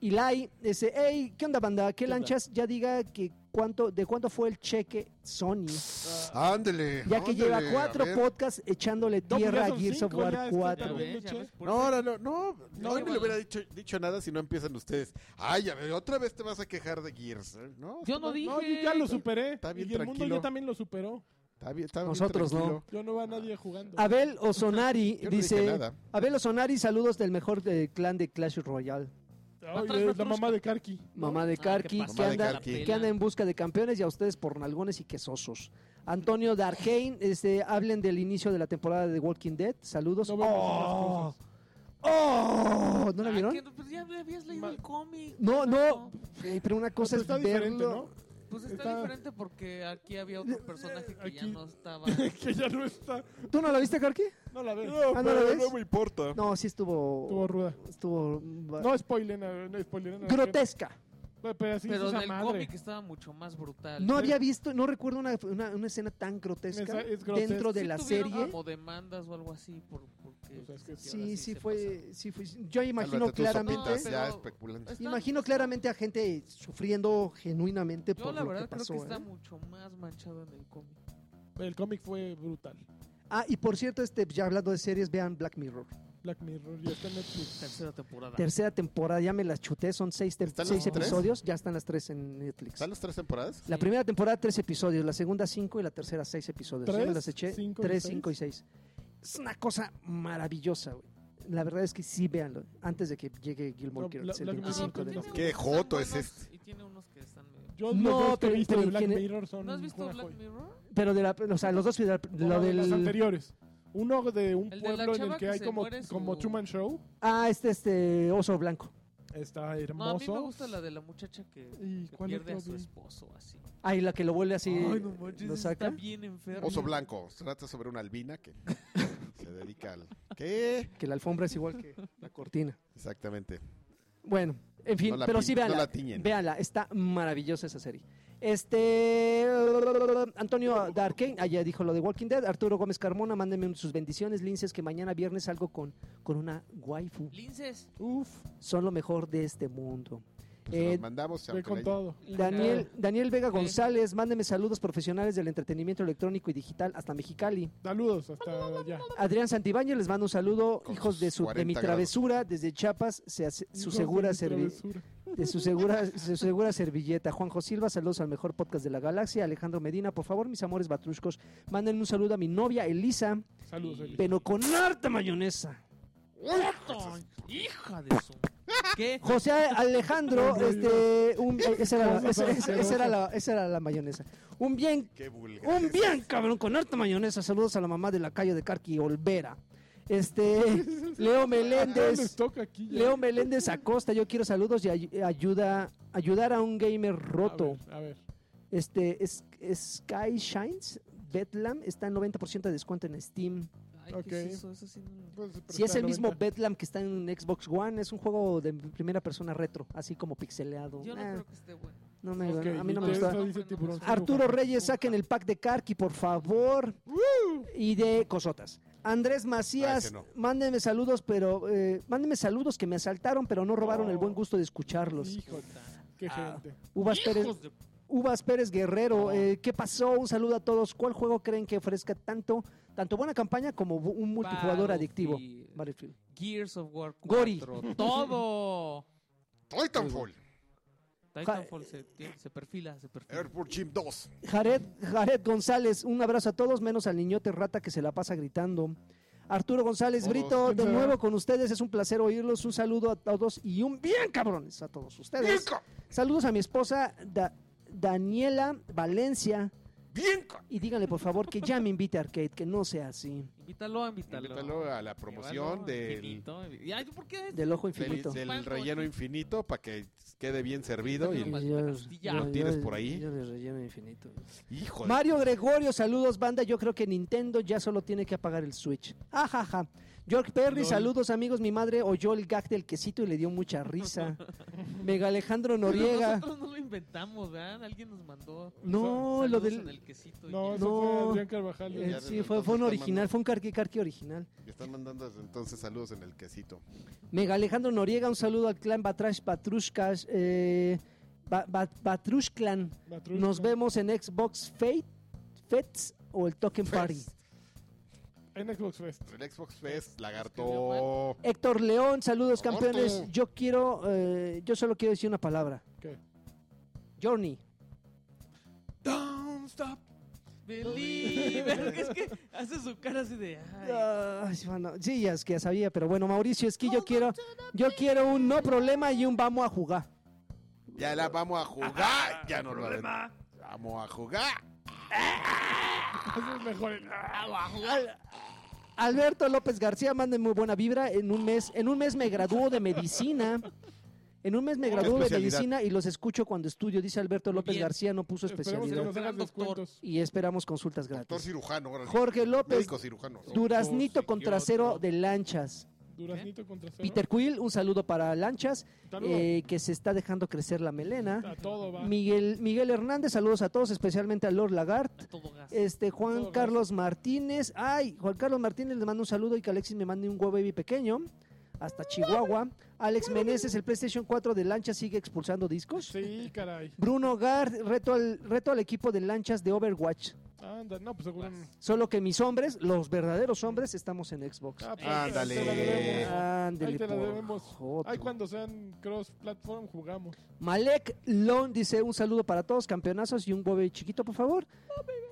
Speaker 4: Ilay dice, hey, ¿qué onda banda? ¿Qué
Speaker 3: onda?
Speaker 4: lanchas? Ya diga que cuánto, de cuánto fue el cheque Sony.
Speaker 1: Ándele.
Speaker 4: Ya que lleva
Speaker 1: ándele, a
Speaker 4: cuatro
Speaker 1: ver.
Speaker 4: podcasts echándole
Speaker 3: No, pues
Speaker 4: tierra
Speaker 3: ya
Speaker 4: a
Speaker 3: son
Speaker 4: Gears of
Speaker 3: cinco,
Speaker 4: War
Speaker 3: ya, este
Speaker 4: 4.
Speaker 3: también.
Speaker 2: ¿Ves? Ya ves, por
Speaker 1: No,
Speaker 2: eso- Ah,
Speaker 1: ahora no, no,
Speaker 2: No,
Speaker 1: no, no me
Speaker 2: bueno.
Speaker 1: le hubiera dicho, dicho nada si no empiezan ustedes. Ay, a ver, otra vez te vas a quejar de Gears. ¿eh? No,
Speaker 2: Yo no dije...
Speaker 3: No, yo ya lo superé.
Speaker 1: Está bien
Speaker 3: y el mundo
Speaker 1: tranquilo.
Speaker 3: ya también lo superó.
Speaker 1: está bien, está bien
Speaker 4: Nosotros no.
Speaker 1: tranquilo.
Speaker 3: Yo
Speaker 4: Ah.
Speaker 3: no va a nadie jugando.
Speaker 4: Abel Osonari
Speaker 1: Yo no dije
Speaker 4: dice,
Speaker 1: nada.
Speaker 4: Abel Osonari, saludos del mejor eh, clan de Clash Royale.
Speaker 3: Ay,
Speaker 2: Atrás
Speaker 3: eh,
Speaker 2: nos
Speaker 3: la
Speaker 2: vemos-
Speaker 3: mamá de Karki. ¿no?
Speaker 4: Mamá de
Speaker 2: Ah,
Speaker 4: Karki,
Speaker 2: pasó
Speaker 4: que,
Speaker 1: Mamá de
Speaker 4: anda,
Speaker 1: Karki.
Speaker 4: que anda en busca de campeones y a ustedes por nalgones y quesosos. Antonio de Arkane, este, hablen del inicio de la temporada de Walking Dead. Saludos.
Speaker 3: No vemos
Speaker 4: ¡Oh! ¡Oh! ¿No la
Speaker 2: Ah,
Speaker 4: vieron?
Speaker 2: que no, pues ya me habías leído
Speaker 3: Ma-
Speaker 2: el cómic.
Speaker 4: No,
Speaker 2: pues,
Speaker 4: no. Ey, pero una cosa
Speaker 3: Pero
Speaker 4: es
Speaker 3: está diferente,
Speaker 4: verlo.
Speaker 3: ¿no? <laughs>
Speaker 2: Pues está,
Speaker 3: Está-
Speaker 2: diferente porque aquí había
Speaker 4: <laughs>
Speaker 2: otro personaje que ya
Speaker 3: aquí.
Speaker 2: no estaba.
Speaker 3: que ya no está.
Speaker 4: ¿Tú no la viste, Karki?
Speaker 3: No la veo.
Speaker 1: No,
Speaker 4: "Ah, ¿no
Speaker 1: pero
Speaker 4: lo ves?
Speaker 1: no me importa.
Speaker 4: No, sí estuvo.
Speaker 3: Estuvo
Speaker 4: Estuvo.
Speaker 3: ruda.
Speaker 4: Ah.
Speaker 3: No spoilen, a- no spoilen. a-
Speaker 4: grotesca.
Speaker 3: Pero, pero así
Speaker 2: Pero
Speaker 3: es
Speaker 2: en
Speaker 3: esa
Speaker 2: el
Speaker 3: madre.
Speaker 2: cómic estaba mucho más brutal.
Speaker 4: No había visto, no recuerdo una, una- una escena tan grotesca
Speaker 3: Esa- es grotesca.
Speaker 4: dentro de
Speaker 2: Sí
Speaker 4: la
Speaker 2: tuvieron
Speaker 4: serie.
Speaker 2: Como demandas o algo así. Por, porque
Speaker 3: O sea, es que-
Speaker 2: ahora
Speaker 4: Sí, sí
Speaker 2: se
Speaker 4: fue, sí fue. Yo imagino
Speaker 1: Sálvate tus
Speaker 4: claramente.
Speaker 1: sopitas,
Speaker 2: No,
Speaker 1: ya
Speaker 2: pero-
Speaker 1: especulando.
Speaker 2: pasaron. Está-
Speaker 4: Imagino claramente a gente sufriendo genuinamente
Speaker 2: Yo
Speaker 4: por
Speaker 2: la
Speaker 4: lo
Speaker 2: verdad
Speaker 4: que pasó.
Speaker 2: creo que está
Speaker 4: ¿eh?
Speaker 2: mucho más manchado en el cómic.
Speaker 3: El cómic fue brutal.
Speaker 4: Ah, y por cierto, este, ya hablando de series, vean Black Mirror.
Speaker 3: Black Mirror ya está en Netflix.
Speaker 2: Tercera temporada.
Speaker 4: Tercera temporada, ya me las chuté, son seis, tem-
Speaker 1: ¿Están
Speaker 4: seis
Speaker 2: las tres?
Speaker 4: episodios, ya están las tres en Netflix.
Speaker 1: ¿Están las tres temporadas?
Speaker 4: La
Speaker 2: Sí.
Speaker 4: primera temporada, tres episodios, la segunda, cinco y la tercera, seis episodios. Yo me
Speaker 3: ¿Tres,
Speaker 4: las eché,
Speaker 3: cinco y
Speaker 4: tres,
Speaker 3: seis?
Speaker 4: cinco y seis. Es una cosa maravillosa, güey. La verdad es que sí, véanlo, antes de que llegue Gilmore
Speaker 3: No,
Speaker 4: Girls el
Speaker 2: Ah,
Speaker 3: Black Mirror
Speaker 2: pues
Speaker 4: 25 de
Speaker 3: tiene-
Speaker 4: noviembre.
Speaker 1: Qué
Speaker 2: unos que están
Speaker 1: joto es
Speaker 2: buenos
Speaker 1: este.
Speaker 2: Y tiene unos que están medio...
Speaker 3: Yo
Speaker 4: No,
Speaker 3: los dos que
Speaker 4: pero-
Speaker 3: he visto de
Speaker 4: pero
Speaker 3: Black
Speaker 4: tiene-
Speaker 3: Mirror son
Speaker 2: ¿No has visto
Speaker 3: una
Speaker 2: Black
Speaker 3: joya.
Speaker 2: Mirror?
Speaker 4: Pero de la, o sea, los dos, de la-
Speaker 3: O
Speaker 4: lo
Speaker 3: de los
Speaker 4: del...
Speaker 3: anteriores. Uno de un
Speaker 2: El de la
Speaker 3: pueblo en
Speaker 2: chava
Speaker 3: el que
Speaker 2: que
Speaker 3: hay
Speaker 2: se
Speaker 3: como,
Speaker 2: muere su-
Speaker 3: como Truman Show.
Speaker 4: Ah, este, este, oso blanco.
Speaker 3: Está
Speaker 2: No, a mí me
Speaker 3: hermoso.
Speaker 2: gusta la de la muchacha que,
Speaker 3: ¿Y
Speaker 2: que
Speaker 3: cuál
Speaker 2: pierde a
Speaker 3: otro
Speaker 2: su
Speaker 3: vi?
Speaker 2: esposo así.
Speaker 4: Ay, la que lo vuelve así,
Speaker 2: Ay, no manches,
Speaker 4: lo
Speaker 2: esa
Speaker 4: saca.
Speaker 2: Está bien enfermo.
Speaker 1: Oso Blanco. <laughs> Se trata sobre una albina que se dedica al... ¿Qué?
Speaker 4: Que la alfombra es igual que la cortina.
Speaker 1: Exactamente.
Speaker 4: Bueno, en fin,
Speaker 1: No la
Speaker 4: pero
Speaker 1: pi-
Speaker 4: sí
Speaker 1: no
Speaker 4: véanla.
Speaker 1: la tiñen.
Speaker 4: Véanla, está maravillosa esa serie. Este Antonio Darkane, ah, ya dijo lo de Walking Dead, Arturo Gómez Carmona, mándenme sus bendiciones, linces, que mañana viernes salgo con, con una waifu.
Speaker 2: Linces.
Speaker 4: Uf, son lo mejor de este mundo.
Speaker 1: Pues se
Speaker 4: Eh,
Speaker 1: los mandamos.
Speaker 3: Ve con
Speaker 1: aunque la-
Speaker 3: todo.
Speaker 4: Daniel, Daniel Vega
Speaker 2: Sí.
Speaker 4: González, mándeme saludos profesionales del entretenimiento electrónico y digital hasta Mexicali.
Speaker 3: Saludos hasta allá.
Speaker 4: Adrián Santibáñez les mando un saludo,
Speaker 1: Con
Speaker 4: hijos de,
Speaker 1: sus
Speaker 4: su, de mi
Speaker 1: 40
Speaker 4: travesura, desde Chiapas, se hace- su
Speaker 3: Hijos
Speaker 4: segura
Speaker 3: de mi
Speaker 4: servi-
Speaker 3: travesura.
Speaker 4: de su segura, su segura servilleta. Juanjo Silva, saludos al mejor podcast de la galaxia. Alejandro Medina, por favor, mis amores batruscos, mándenme un saludo a mi novia Elisa,
Speaker 3: Saludos,
Speaker 2: Y-
Speaker 3: Eli. <laughs>
Speaker 4: pero con harta mayonesa.
Speaker 2: ¡Puto! ¡Hija de su!
Speaker 4: <laughs>
Speaker 2: ¿Qué?
Speaker 4: José Alejandro, este, un- eh, esa, era la,
Speaker 3: Cosa
Speaker 4: esa-
Speaker 3: tan
Speaker 4: esa- esa era la- esa era la mayonesa. Un bien
Speaker 1: Qué vulgar.
Speaker 4: Un bien, cabrón, con harta mayonesa. Saludos a la mamá de la calle de Carqui Olvera.
Speaker 3: <laughs>
Speaker 4: Este, Leo
Speaker 3: Todos les
Speaker 4: Meléndez.
Speaker 3: toca aquí ya.
Speaker 4: Leo Meléndez Acosta, yo quiero saludos y ay- ayuda, ayudar a un gamer roto.
Speaker 3: A ver, a ver.
Speaker 4: Este, es, Sky Shines, Bedlam, está en 90% de descuento en Steam.
Speaker 2: Ay,
Speaker 3: Ok.
Speaker 2: ¿qué es eso? Eso sí no-
Speaker 3: Pues, pero
Speaker 4: Si es
Speaker 3: está
Speaker 4: el mismo
Speaker 3: 90.
Speaker 4: Bedlam que está en Xbox One, es un juego de primera persona retro, así como pixeleado.
Speaker 2: Yo no
Speaker 4: Nah,
Speaker 2: creo que esté bueno.
Speaker 4: no me-
Speaker 3: Ok,
Speaker 4: a mí no me
Speaker 3: y
Speaker 4: gusta.
Speaker 3: eso dice tiburón.
Speaker 4: Arturo Reyes, saquen el pack de Karki, por favor. Y de cosotas.
Speaker 1: Ah,
Speaker 4: Andrés
Speaker 1: ese
Speaker 4: Macías,
Speaker 1: no.
Speaker 4: mándenme saludos, pero eh, mándenme saludos que me asaltaron, pero no robaron el buen gusto de escucharlos.
Speaker 3: Híjole, qué
Speaker 4: Ah.
Speaker 3: gente.
Speaker 4: Uvas Pérez,
Speaker 2: ¡Hijos de p-
Speaker 4: Uvas Pérez Guerrero,
Speaker 2: No.
Speaker 4: eh, ¿qué pasó? Un saludo a todos. ¿Cuál juego creen que ofrezca tanto, tanto buena campaña como bu- un multijugador adictivo?
Speaker 2: Battlefield,
Speaker 4: Battlefield.
Speaker 2: Gears of War 4.
Speaker 4: Gori. <laughs>
Speaker 2: ¡Todo!
Speaker 1: Titanfall.
Speaker 2: Titanfall se, tiene- se perfila, se perfila.
Speaker 1: Airport Gym 2.
Speaker 4: Jared, Jared González, un abrazo a todos, menos al niñote rata que se la pasa gritando. Arturo González
Speaker 1: Todos.
Speaker 4: Brito, de
Speaker 3: Hola.
Speaker 4: nuevo con ustedes, es un placer oírlos. Un saludo a todos y un bien cabrones a todos ustedes.
Speaker 1: Bienca.
Speaker 4: Saludos a mi esposa Da- Daniela Valencia
Speaker 1: Bienca.
Speaker 4: y díganle por favor que ya me invite a Arcade, que no sea así.
Speaker 2: Invítalo, invítalo.
Speaker 1: Invítalo a la promoción
Speaker 2: Llévalo,
Speaker 1: del,
Speaker 2: infinito, invi- ¿Y ay, ¿tú por qué?
Speaker 4: Del ojo
Speaker 1: del,
Speaker 4: infinito.
Speaker 1: del relleno infinito para que quede bien servido.
Speaker 2: Del-
Speaker 1: Y,
Speaker 2: Maldita pastilla. ¿Lo
Speaker 1: tienes por ahí?
Speaker 4: yo de relleno infinito.
Speaker 1: híjole.
Speaker 4: Mario Gregorio, saludos banda. Yo creo que Nintendo ya solo tiene que apagar el Switch. Ajaja. York Perry,
Speaker 2: Lol.
Speaker 4: saludos amigos. Mi madre oyó el gag del quesito y le dio mucha risa. Mega Alejandro
Speaker 2: Pero
Speaker 4: Noriega.
Speaker 2: Nosotros no lo inventamos, ¿verdad? Alguien nos mandó.
Speaker 4: No,
Speaker 2: saludos
Speaker 4: lo
Speaker 2: en
Speaker 4: del...
Speaker 2: el quesito. y
Speaker 3: No,
Speaker 2: ya.
Speaker 3: eso fue
Speaker 4: No.
Speaker 3: Adrián Carvajal.
Speaker 4: eh,
Speaker 1: Ya desde
Speaker 4: sí, fue, fue un
Speaker 1: entonces
Speaker 4: original,
Speaker 1: está
Speaker 4: fue un carqui carqui original.
Speaker 1: Están mandando desde entonces saludos en el quesito.
Speaker 4: Mega Alejandro Noriega, un saludo al clan Batrash Batrushkas. Eh, Ba- Ba- Batrush Clan.
Speaker 3: Matrushka.
Speaker 4: Nos vemos en Xbox Fate, Fets o el Token Party.
Speaker 3: En Xbox Fest.
Speaker 1: El Xbox Fest, lagarto.
Speaker 4: Héctor León, saludos
Speaker 1: Orto.
Speaker 4: campeones. Yo quiero, eh, yo solo quiero decir una palabra.
Speaker 3: ¿Qué?
Speaker 4: Journey.
Speaker 2: Don't stop. Believe. <laughs> es que hace su cara así de. Ay,
Speaker 4: Ay, bueno, sí, ya es que ya sabía, pero bueno, Mauricio, es que yo quiero, yo quiero un no problema y un vamos a jugar.
Speaker 1: Ya la vamos a jugar. Ya no lo Vamos a jugar.
Speaker 3: Eso es mejor. el-
Speaker 4: Al- Alberto López García, mándenme muy buena vibra. En un mes, en un mes me gradúo de medicina. En un mes me
Speaker 1: ¿Qué
Speaker 4: gradúo de
Speaker 1: especialidad?
Speaker 4: medicina y los escucho cuando estudio, dice Alberto
Speaker 2: Muy
Speaker 4: López
Speaker 2: bien.
Speaker 4: García, no puso
Speaker 3: Esperemos que
Speaker 4: especialidad.
Speaker 3: nos
Speaker 2: Gran
Speaker 3: hagan
Speaker 2: doctor.
Speaker 3: descuentos.
Speaker 4: Y esperamos consultas
Speaker 1: Doctor
Speaker 4: gratis.
Speaker 1: cirujano. ahora sí.
Speaker 4: Jorge López,
Speaker 1: Médico cirujano.
Speaker 4: Duraznito
Speaker 2: Doctor,
Speaker 4: con trasero
Speaker 2: psiquiatra.
Speaker 4: de lanchas.
Speaker 2: ¿Eh?
Speaker 3: Duraznito contra cero.
Speaker 4: Peter Quill, un saludo para lanchas,
Speaker 3: Saludos.
Speaker 4: eh, que se está dejando crecer la melena.
Speaker 3: A todo va.
Speaker 4: Miguel, Miguel Hernández, saludos a todos, especialmente a Lord Lagart.
Speaker 2: a todo gas.
Speaker 4: Este, Juan
Speaker 3: Todo
Speaker 4: Carlos Martínez. Ay, Juan Carlos Martínez le mando un saludo y que Alexis me mande un huevo baby pequeño. Hasta Chihuahua. Alex Meneses, el PlayStation 4 de lancha sigue expulsando discos.
Speaker 3: Sí, caray.
Speaker 4: Bruno Gard, reto al, reto al equipo de lanchas de Overwatch.
Speaker 3: Anda, no, pues seguro.
Speaker 2: Vas.
Speaker 4: Solo que mis hombres, los verdaderos hombres, estamos en Xbox.
Speaker 3: Ah, pues,
Speaker 1: Ándale.
Speaker 3: ahí te la debemos.
Speaker 4: Ándele,
Speaker 3: Ahí te la
Speaker 4: por
Speaker 3: debemos.
Speaker 4: joto.
Speaker 3: Ay, cuando sean cross-platform jugamos.
Speaker 4: Malek Lon dice un saludo para todos, campeonazos y un bobe chiquito, por favor.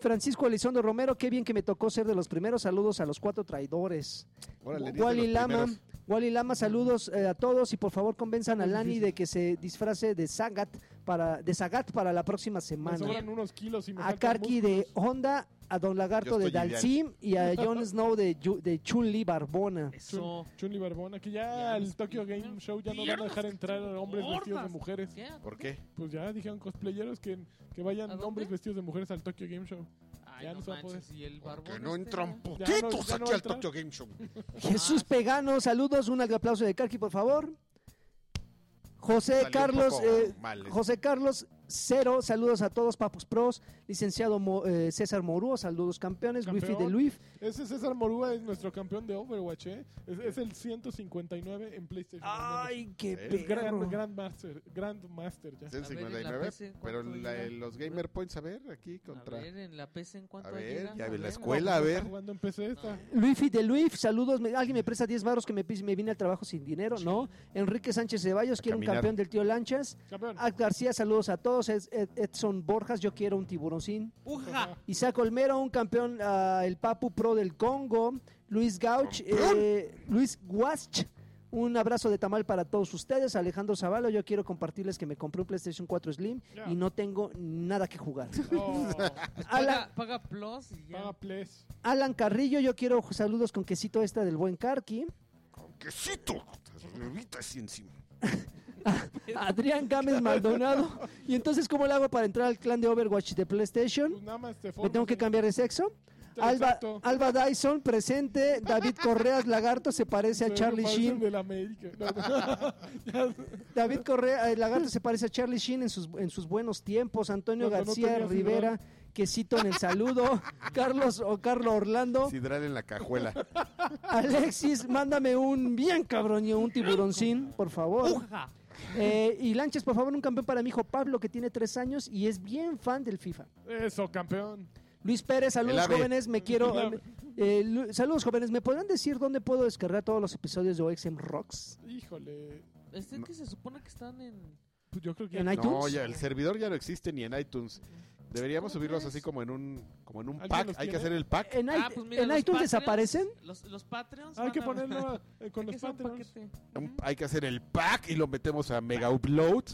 Speaker 4: Francisco Elizondo Romero, qué bien que me tocó ser de los primeros. Saludos a los cuatro traidores.
Speaker 1: Órale, dice
Speaker 4: Wally
Speaker 1: los
Speaker 4: Lama,
Speaker 1: primeros.
Speaker 4: Wally Lama, saludos eh, a todos y por favor convenzan a Lani de que se disfrace de Zagat para, de Zagat para la próxima
Speaker 3: Me
Speaker 4: semana.
Speaker 3: sobran unos kilos y me
Speaker 4: A
Speaker 3: faltan
Speaker 4: Karki de
Speaker 3: músculos.
Speaker 4: Honda, a Don Lagarto
Speaker 1: Yo
Speaker 4: de
Speaker 1: estoy
Speaker 4: Dalsim y a Jon Snow de, Yu- de Chun-Li Barbona.
Speaker 2: Eso.
Speaker 3: Chun y Barbona, que ya
Speaker 2: Ya
Speaker 3: al
Speaker 2: nos
Speaker 3: Tokyo
Speaker 2: pidió
Speaker 3: Game Show ya no van a dejar
Speaker 2: piernas,
Speaker 3: entrar a hombres
Speaker 2: gordas.
Speaker 3: vestidos de mujeres.
Speaker 2: ¿Qué?
Speaker 1: ¿Por qué?
Speaker 3: Pues ya dijeron cosplayeros que, que
Speaker 2: ¿A
Speaker 3: vayan
Speaker 2: dónde?
Speaker 3: hombres vestidos de mujeres al Tokyo Game Show.
Speaker 2: Ah,
Speaker 3: Ya no
Speaker 2: no
Speaker 3: se va a
Speaker 2: manches, y el barbón.
Speaker 1: Que no
Speaker 2: este,
Speaker 1: entran
Speaker 2: ¿no?
Speaker 3: Ya no-
Speaker 1: putitos
Speaker 3: ya no
Speaker 1: aquí al
Speaker 3: entra.
Speaker 1: Tokyo Game Show.
Speaker 4: Jesús Pegano, saludos, un aplauso de Karki, por favor. José
Speaker 1: Salió
Speaker 4: Carlos,
Speaker 1: un poco
Speaker 4: eh,
Speaker 1: mal, eh.
Speaker 4: José Carlos Cero, saludos a todos, Papus Pros, licenciado Mo- eh, César Morúa, saludos campeones, Wifi
Speaker 3: Campeón.
Speaker 4: de Luif,
Speaker 3: Ese César Morúa es nuestro campeón de Overwatch, ¿eh? Es, es el 159 en PlayStation.
Speaker 4: Ay, qué
Speaker 1: Sí.
Speaker 3: Es
Speaker 4: perro.
Speaker 3: Grand, Grandmaster, Grandmaster ya.
Speaker 1: Es en
Speaker 2: A ver, en la
Speaker 1: 59,
Speaker 2: PC, ¿cuánto
Speaker 1: pero la-
Speaker 2: llega?
Speaker 1: los Gamer Points, a ver, aquí contra...
Speaker 2: A ver, en la PC en cuanto
Speaker 1: A ver, ya ve la escuela, a
Speaker 3: Está
Speaker 1: ver.
Speaker 3: jugando en PC esta.
Speaker 4: Luifi de Luif, saludos. me- Alguien me presta 10 varos que me, pis- me vine al trabajo sin dinero, ¿no? Enrique Sánchez Ceballos,
Speaker 1: A
Speaker 4: quiero
Speaker 1: caminar.
Speaker 4: un campeón del tío Lanchas.
Speaker 3: Campeón.
Speaker 4: Ad García, saludos a todos. Ed- Ed- Edson Borjas, yo quiero un tiburoncín.
Speaker 3: <laughs>
Speaker 2: ¡Uja!
Speaker 4: Isaac Olmero, un campeón, ah, el Papu Pro del Congo. Luis Gauch, eh, Luis Guach, un abrazo de tamal para todos ustedes. Alejandro Zavalo, yo quiero compartirles que me compré un PlayStation 4 Slim
Speaker 3: Ya.
Speaker 4: y no tengo nada
Speaker 3: <laughs>
Speaker 4: que jugar.
Speaker 3: Oh,
Speaker 4: Alan,
Speaker 2: Paga, paga Plus y ya.
Speaker 3: paga Ples.
Speaker 4: Alan Carrillo, yo quiero saludos con quesito esta del
Speaker 3: <laughs>
Speaker 4: buen Karki.
Speaker 1: Con quesito, revita así encima.
Speaker 4: Adrián Gámez Maldonado. Y entonces, ¿cómo le hago para entrar al clan de Overwatch de
Speaker 3: Pues
Speaker 4: PlayStation?
Speaker 3: nada más te
Speaker 4: ¿Me
Speaker 3: formas
Speaker 4: tengo que
Speaker 3: en-
Speaker 4: cambiar de sexo? Alba, ah,
Speaker 3: Exacto.
Speaker 4: Alba Dyson, presente. David Correas, lagarto, se parece a
Speaker 3: Pero
Speaker 4: Charlie
Speaker 3: parece
Speaker 4: Sheen.
Speaker 3: de la América. No, <laughs> no. Ya,
Speaker 4: David Correa, el lagarto se parece a Charlie Sheen en sus, en sus buenos tiempos. Antonio
Speaker 3: Cuando no
Speaker 4: García
Speaker 3: tenía
Speaker 4: Rivera, quesito en
Speaker 3: <laughs>
Speaker 4: el saludo. Carlos o Carlos Orlando.
Speaker 1: Sidral en la cajuela.
Speaker 4: Alexis, mándame un bien cabrón y un tiburoncín, por favor.
Speaker 2: ¡Uja!
Speaker 4: Eh, y Lanches, por favor, un campeón para mi hijo Pablo, que tiene tres años y es bien fan del FIFA.
Speaker 3: Eso, campeón.
Speaker 4: Luis Pérez, saludos
Speaker 1: ave.
Speaker 4: jóvenes, me quiero...
Speaker 3: El ave.
Speaker 4: eh, Lu- saludos jóvenes, ¿me podrán decir dónde puedo descargar todos los episodios de OXM Rocks?
Speaker 3: Híjole.
Speaker 2: Este
Speaker 1: No.
Speaker 2: que se supone que están en.
Speaker 3: Pues yo creo que
Speaker 4: <laughs> ¿En iTunes?
Speaker 1: No, ya, el servidor ya no existe ni en iTunes. Deberíamos
Speaker 2: ¿Cómo
Speaker 1: subirlos
Speaker 2: crees?
Speaker 1: así como en un como en un
Speaker 3: ¿Alguien
Speaker 1: pack.
Speaker 3: los
Speaker 1: Hay que
Speaker 3: tiene?
Speaker 1: hacer el pack.
Speaker 4: ¿En,
Speaker 2: Ah,
Speaker 4: i-
Speaker 2: pues mira,
Speaker 4: en
Speaker 2: los
Speaker 4: iTunes
Speaker 2: Patreons,
Speaker 4: desaparecen?
Speaker 2: Los, los Patreons.
Speaker 3: hay
Speaker 2: van
Speaker 3: que
Speaker 2: a-
Speaker 3: ponerlo eh, con
Speaker 2: hay que
Speaker 3: los
Speaker 2: hacer un
Speaker 3: Patreons.
Speaker 2: paquete.
Speaker 1: Un- hay que hacer el pack y lo metemos a Mega Upload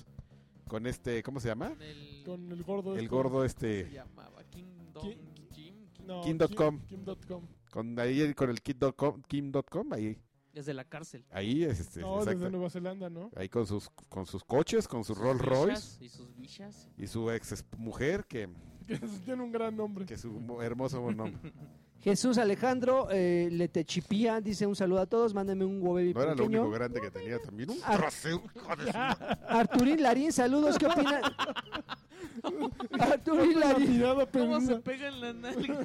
Speaker 1: con este, ¿cómo se llama?
Speaker 2: El-
Speaker 3: Ah, Con el gordo.
Speaker 1: El
Speaker 3: este.
Speaker 1: gordo
Speaker 2: se
Speaker 1: este
Speaker 2: llamaba Kingdom
Speaker 3: ¿Quién?
Speaker 2: Jim. Kim-
Speaker 3: No,
Speaker 1: Kim.com.
Speaker 3: Kim- Kim.com.
Speaker 1: con ahí el- con el kid.com, kim.com ahí
Speaker 2: Desde la cárcel.
Speaker 1: ahí es este,
Speaker 3: No,
Speaker 1: exacto.
Speaker 3: desde Nueva Zelanda, ¿no? <laughs>
Speaker 1: Ahí con sus con sus coches, con sus Rolls Royce
Speaker 2: bichas Y sus
Speaker 3: <laughs>
Speaker 2: bichas.
Speaker 1: y su ex mujer que
Speaker 3: Que tiene un gran nombre.
Speaker 1: que su mo- hermoso
Speaker 4: <laughs>
Speaker 1: nombre.
Speaker 4: Jesús Alejandro eh, Letechipía dice un saludo a todos, mándame un huevo
Speaker 1: No era lo
Speaker 4: pequeño.
Speaker 1: único grande que tenía también un
Speaker 4: Ah.
Speaker 1: trasero. hijo de su-
Speaker 4: Arturín Larín, saludos,
Speaker 1: <laughs>
Speaker 4: ¿qué opinan? Arturín
Speaker 3: La
Speaker 4: Larín,
Speaker 3: mirada
Speaker 2: ¿Cómo se
Speaker 3: perdida.
Speaker 2: pega en la
Speaker 3: <laughs>
Speaker 2: nalga?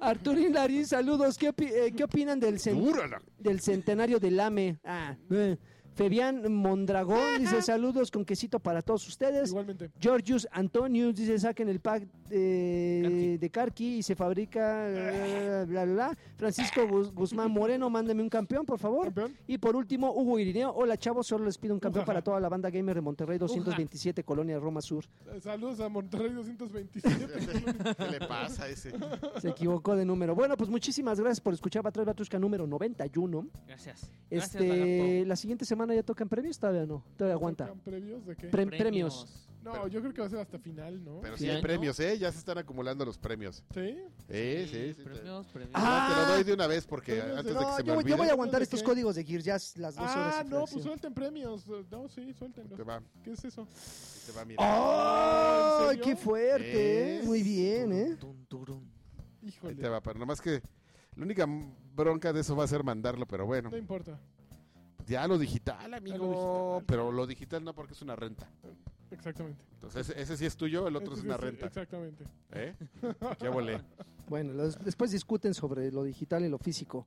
Speaker 4: Arturín Larín, saludos, ¿qué, opi- eh, qué opinan del, cen-
Speaker 1: Dura
Speaker 4: <laughs>
Speaker 1: la-
Speaker 4: del centenario del AME? Ah, eh. Fabián Mondragón dice saludos con quesito para todos ustedes.
Speaker 3: Igualmente.
Speaker 4: Georgius Antonius dice saquen el pack eh,
Speaker 2: Carqui.
Speaker 4: de Carqui y se fabrica eh, bla bla bla. Francisco Gus- Guzmán Moreno, mándame un campeón, por favor.
Speaker 3: Campeón.
Speaker 4: Y por último, Hugo Irineo, hola chavos, solo les pido un campeón
Speaker 3: Ujaja.
Speaker 4: para toda la banda gamer de Monterrey 227, Colonia Roma Sur.
Speaker 3: Eh, Saludos a Monterrey 227.
Speaker 1: ¿Qué le pasa a ese?
Speaker 4: Se equivocó de número. Bueno, pues muchísimas gracias por escuchar Batrás Batrusca número 91.
Speaker 2: Gracias. Gracias,
Speaker 4: Este,
Speaker 2: lagarto.
Speaker 4: la siguiente semana ya tocan previos, todavía no, todavía aguanta.
Speaker 3: ¿Tocan ¿Previos de qué?
Speaker 4: Pre- premios.
Speaker 3: No,
Speaker 1: Pero-
Speaker 3: yo creo que va a ser hasta final, ¿no?
Speaker 1: Pero
Speaker 2: Sí,
Speaker 1: sí hay
Speaker 2: ¿no?
Speaker 1: premios, ¿eh? Ya se están acumulando los premios.
Speaker 3: Sí.
Speaker 1: Sí, sí, sí.
Speaker 2: Premios, premios.
Speaker 1: Te... No, te
Speaker 4: Ah.
Speaker 1: lo doy de una vez porque
Speaker 3: Premios de-
Speaker 1: antes de que
Speaker 4: No,
Speaker 1: se me
Speaker 4: yo, yo
Speaker 1: olvide.
Speaker 4: voy a aguantar
Speaker 3: ¿De
Speaker 4: estos
Speaker 3: qué?
Speaker 4: códigos de Gears ya es las dos horas.
Speaker 3: Ah, no,
Speaker 4: de
Speaker 3: pues
Speaker 4: fracción.
Speaker 3: suelten premios. Eh, No, sí, suéltenlos.
Speaker 1: Te va,
Speaker 3: ¿Qué es eso?
Speaker 1: te va, mira.
Speaker 3: Ah,
Speaker 4: ¡Ay,
Speaker 3: ¿en serio?
Speaker 4: qué fuerte!
Speaker 1: Es-
Speaker 4: Muy bien, ¿eh?
Speaker 2: Tun, turun.
Speaker 1: Ahí
Speaker 3: Híjole.
Speaker 1: te va, pero nomás que la única bronca de eso va a ser mandarlo, pero bueno.
Speaker 3: No importa.
Speaker 1: Ya lo digital, amigo.
Speaker 3: digital.
Speaker 1: Pero lo digital no porque es una renta.
Speaker 3: Exactamente. Este
Speaker 1: Entonces ese, ese sí es tuyo, el otro
Speaker 3: Ese
Speaker 1: es una
Speaker 3: sí,
Speaker 1: renta.
Speaker 3: Exactamente.
Speaker 1: ¿Eh? Qué volé.
Speaker 4: Bueno, los- después discuten sobre lo digital y lo físico.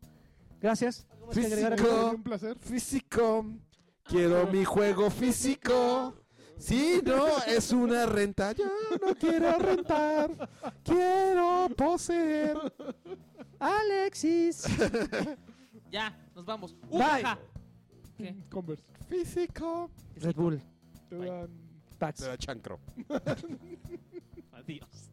Speaker 4: Gracias. ¿Algo más que agregar,
Speaker 1: Físico.
Speaker 4: amigo?
Speaker 3: Fue Un placer.
Speaker 1: Físico. Quiero mi juego físico. Si no, es una renta. Yo no quiero rentar. Quiero poseer.
Speaker 4: Alexis.
Speaker 2: Ya, nos vamos.
Speaker 4: Bye.
Speaker 2: ¡Uja! ¿Qué?
Speaker 3: Converse.
Speaker 1: Físico.
Speaker 4: Red Bull.
Speaker 3: Te
Speaker 2: Bye.
Speaker 3: dan
Speaker 4: Pax.
Speaker 1: Será chancro.
Speaker 2: Adiós.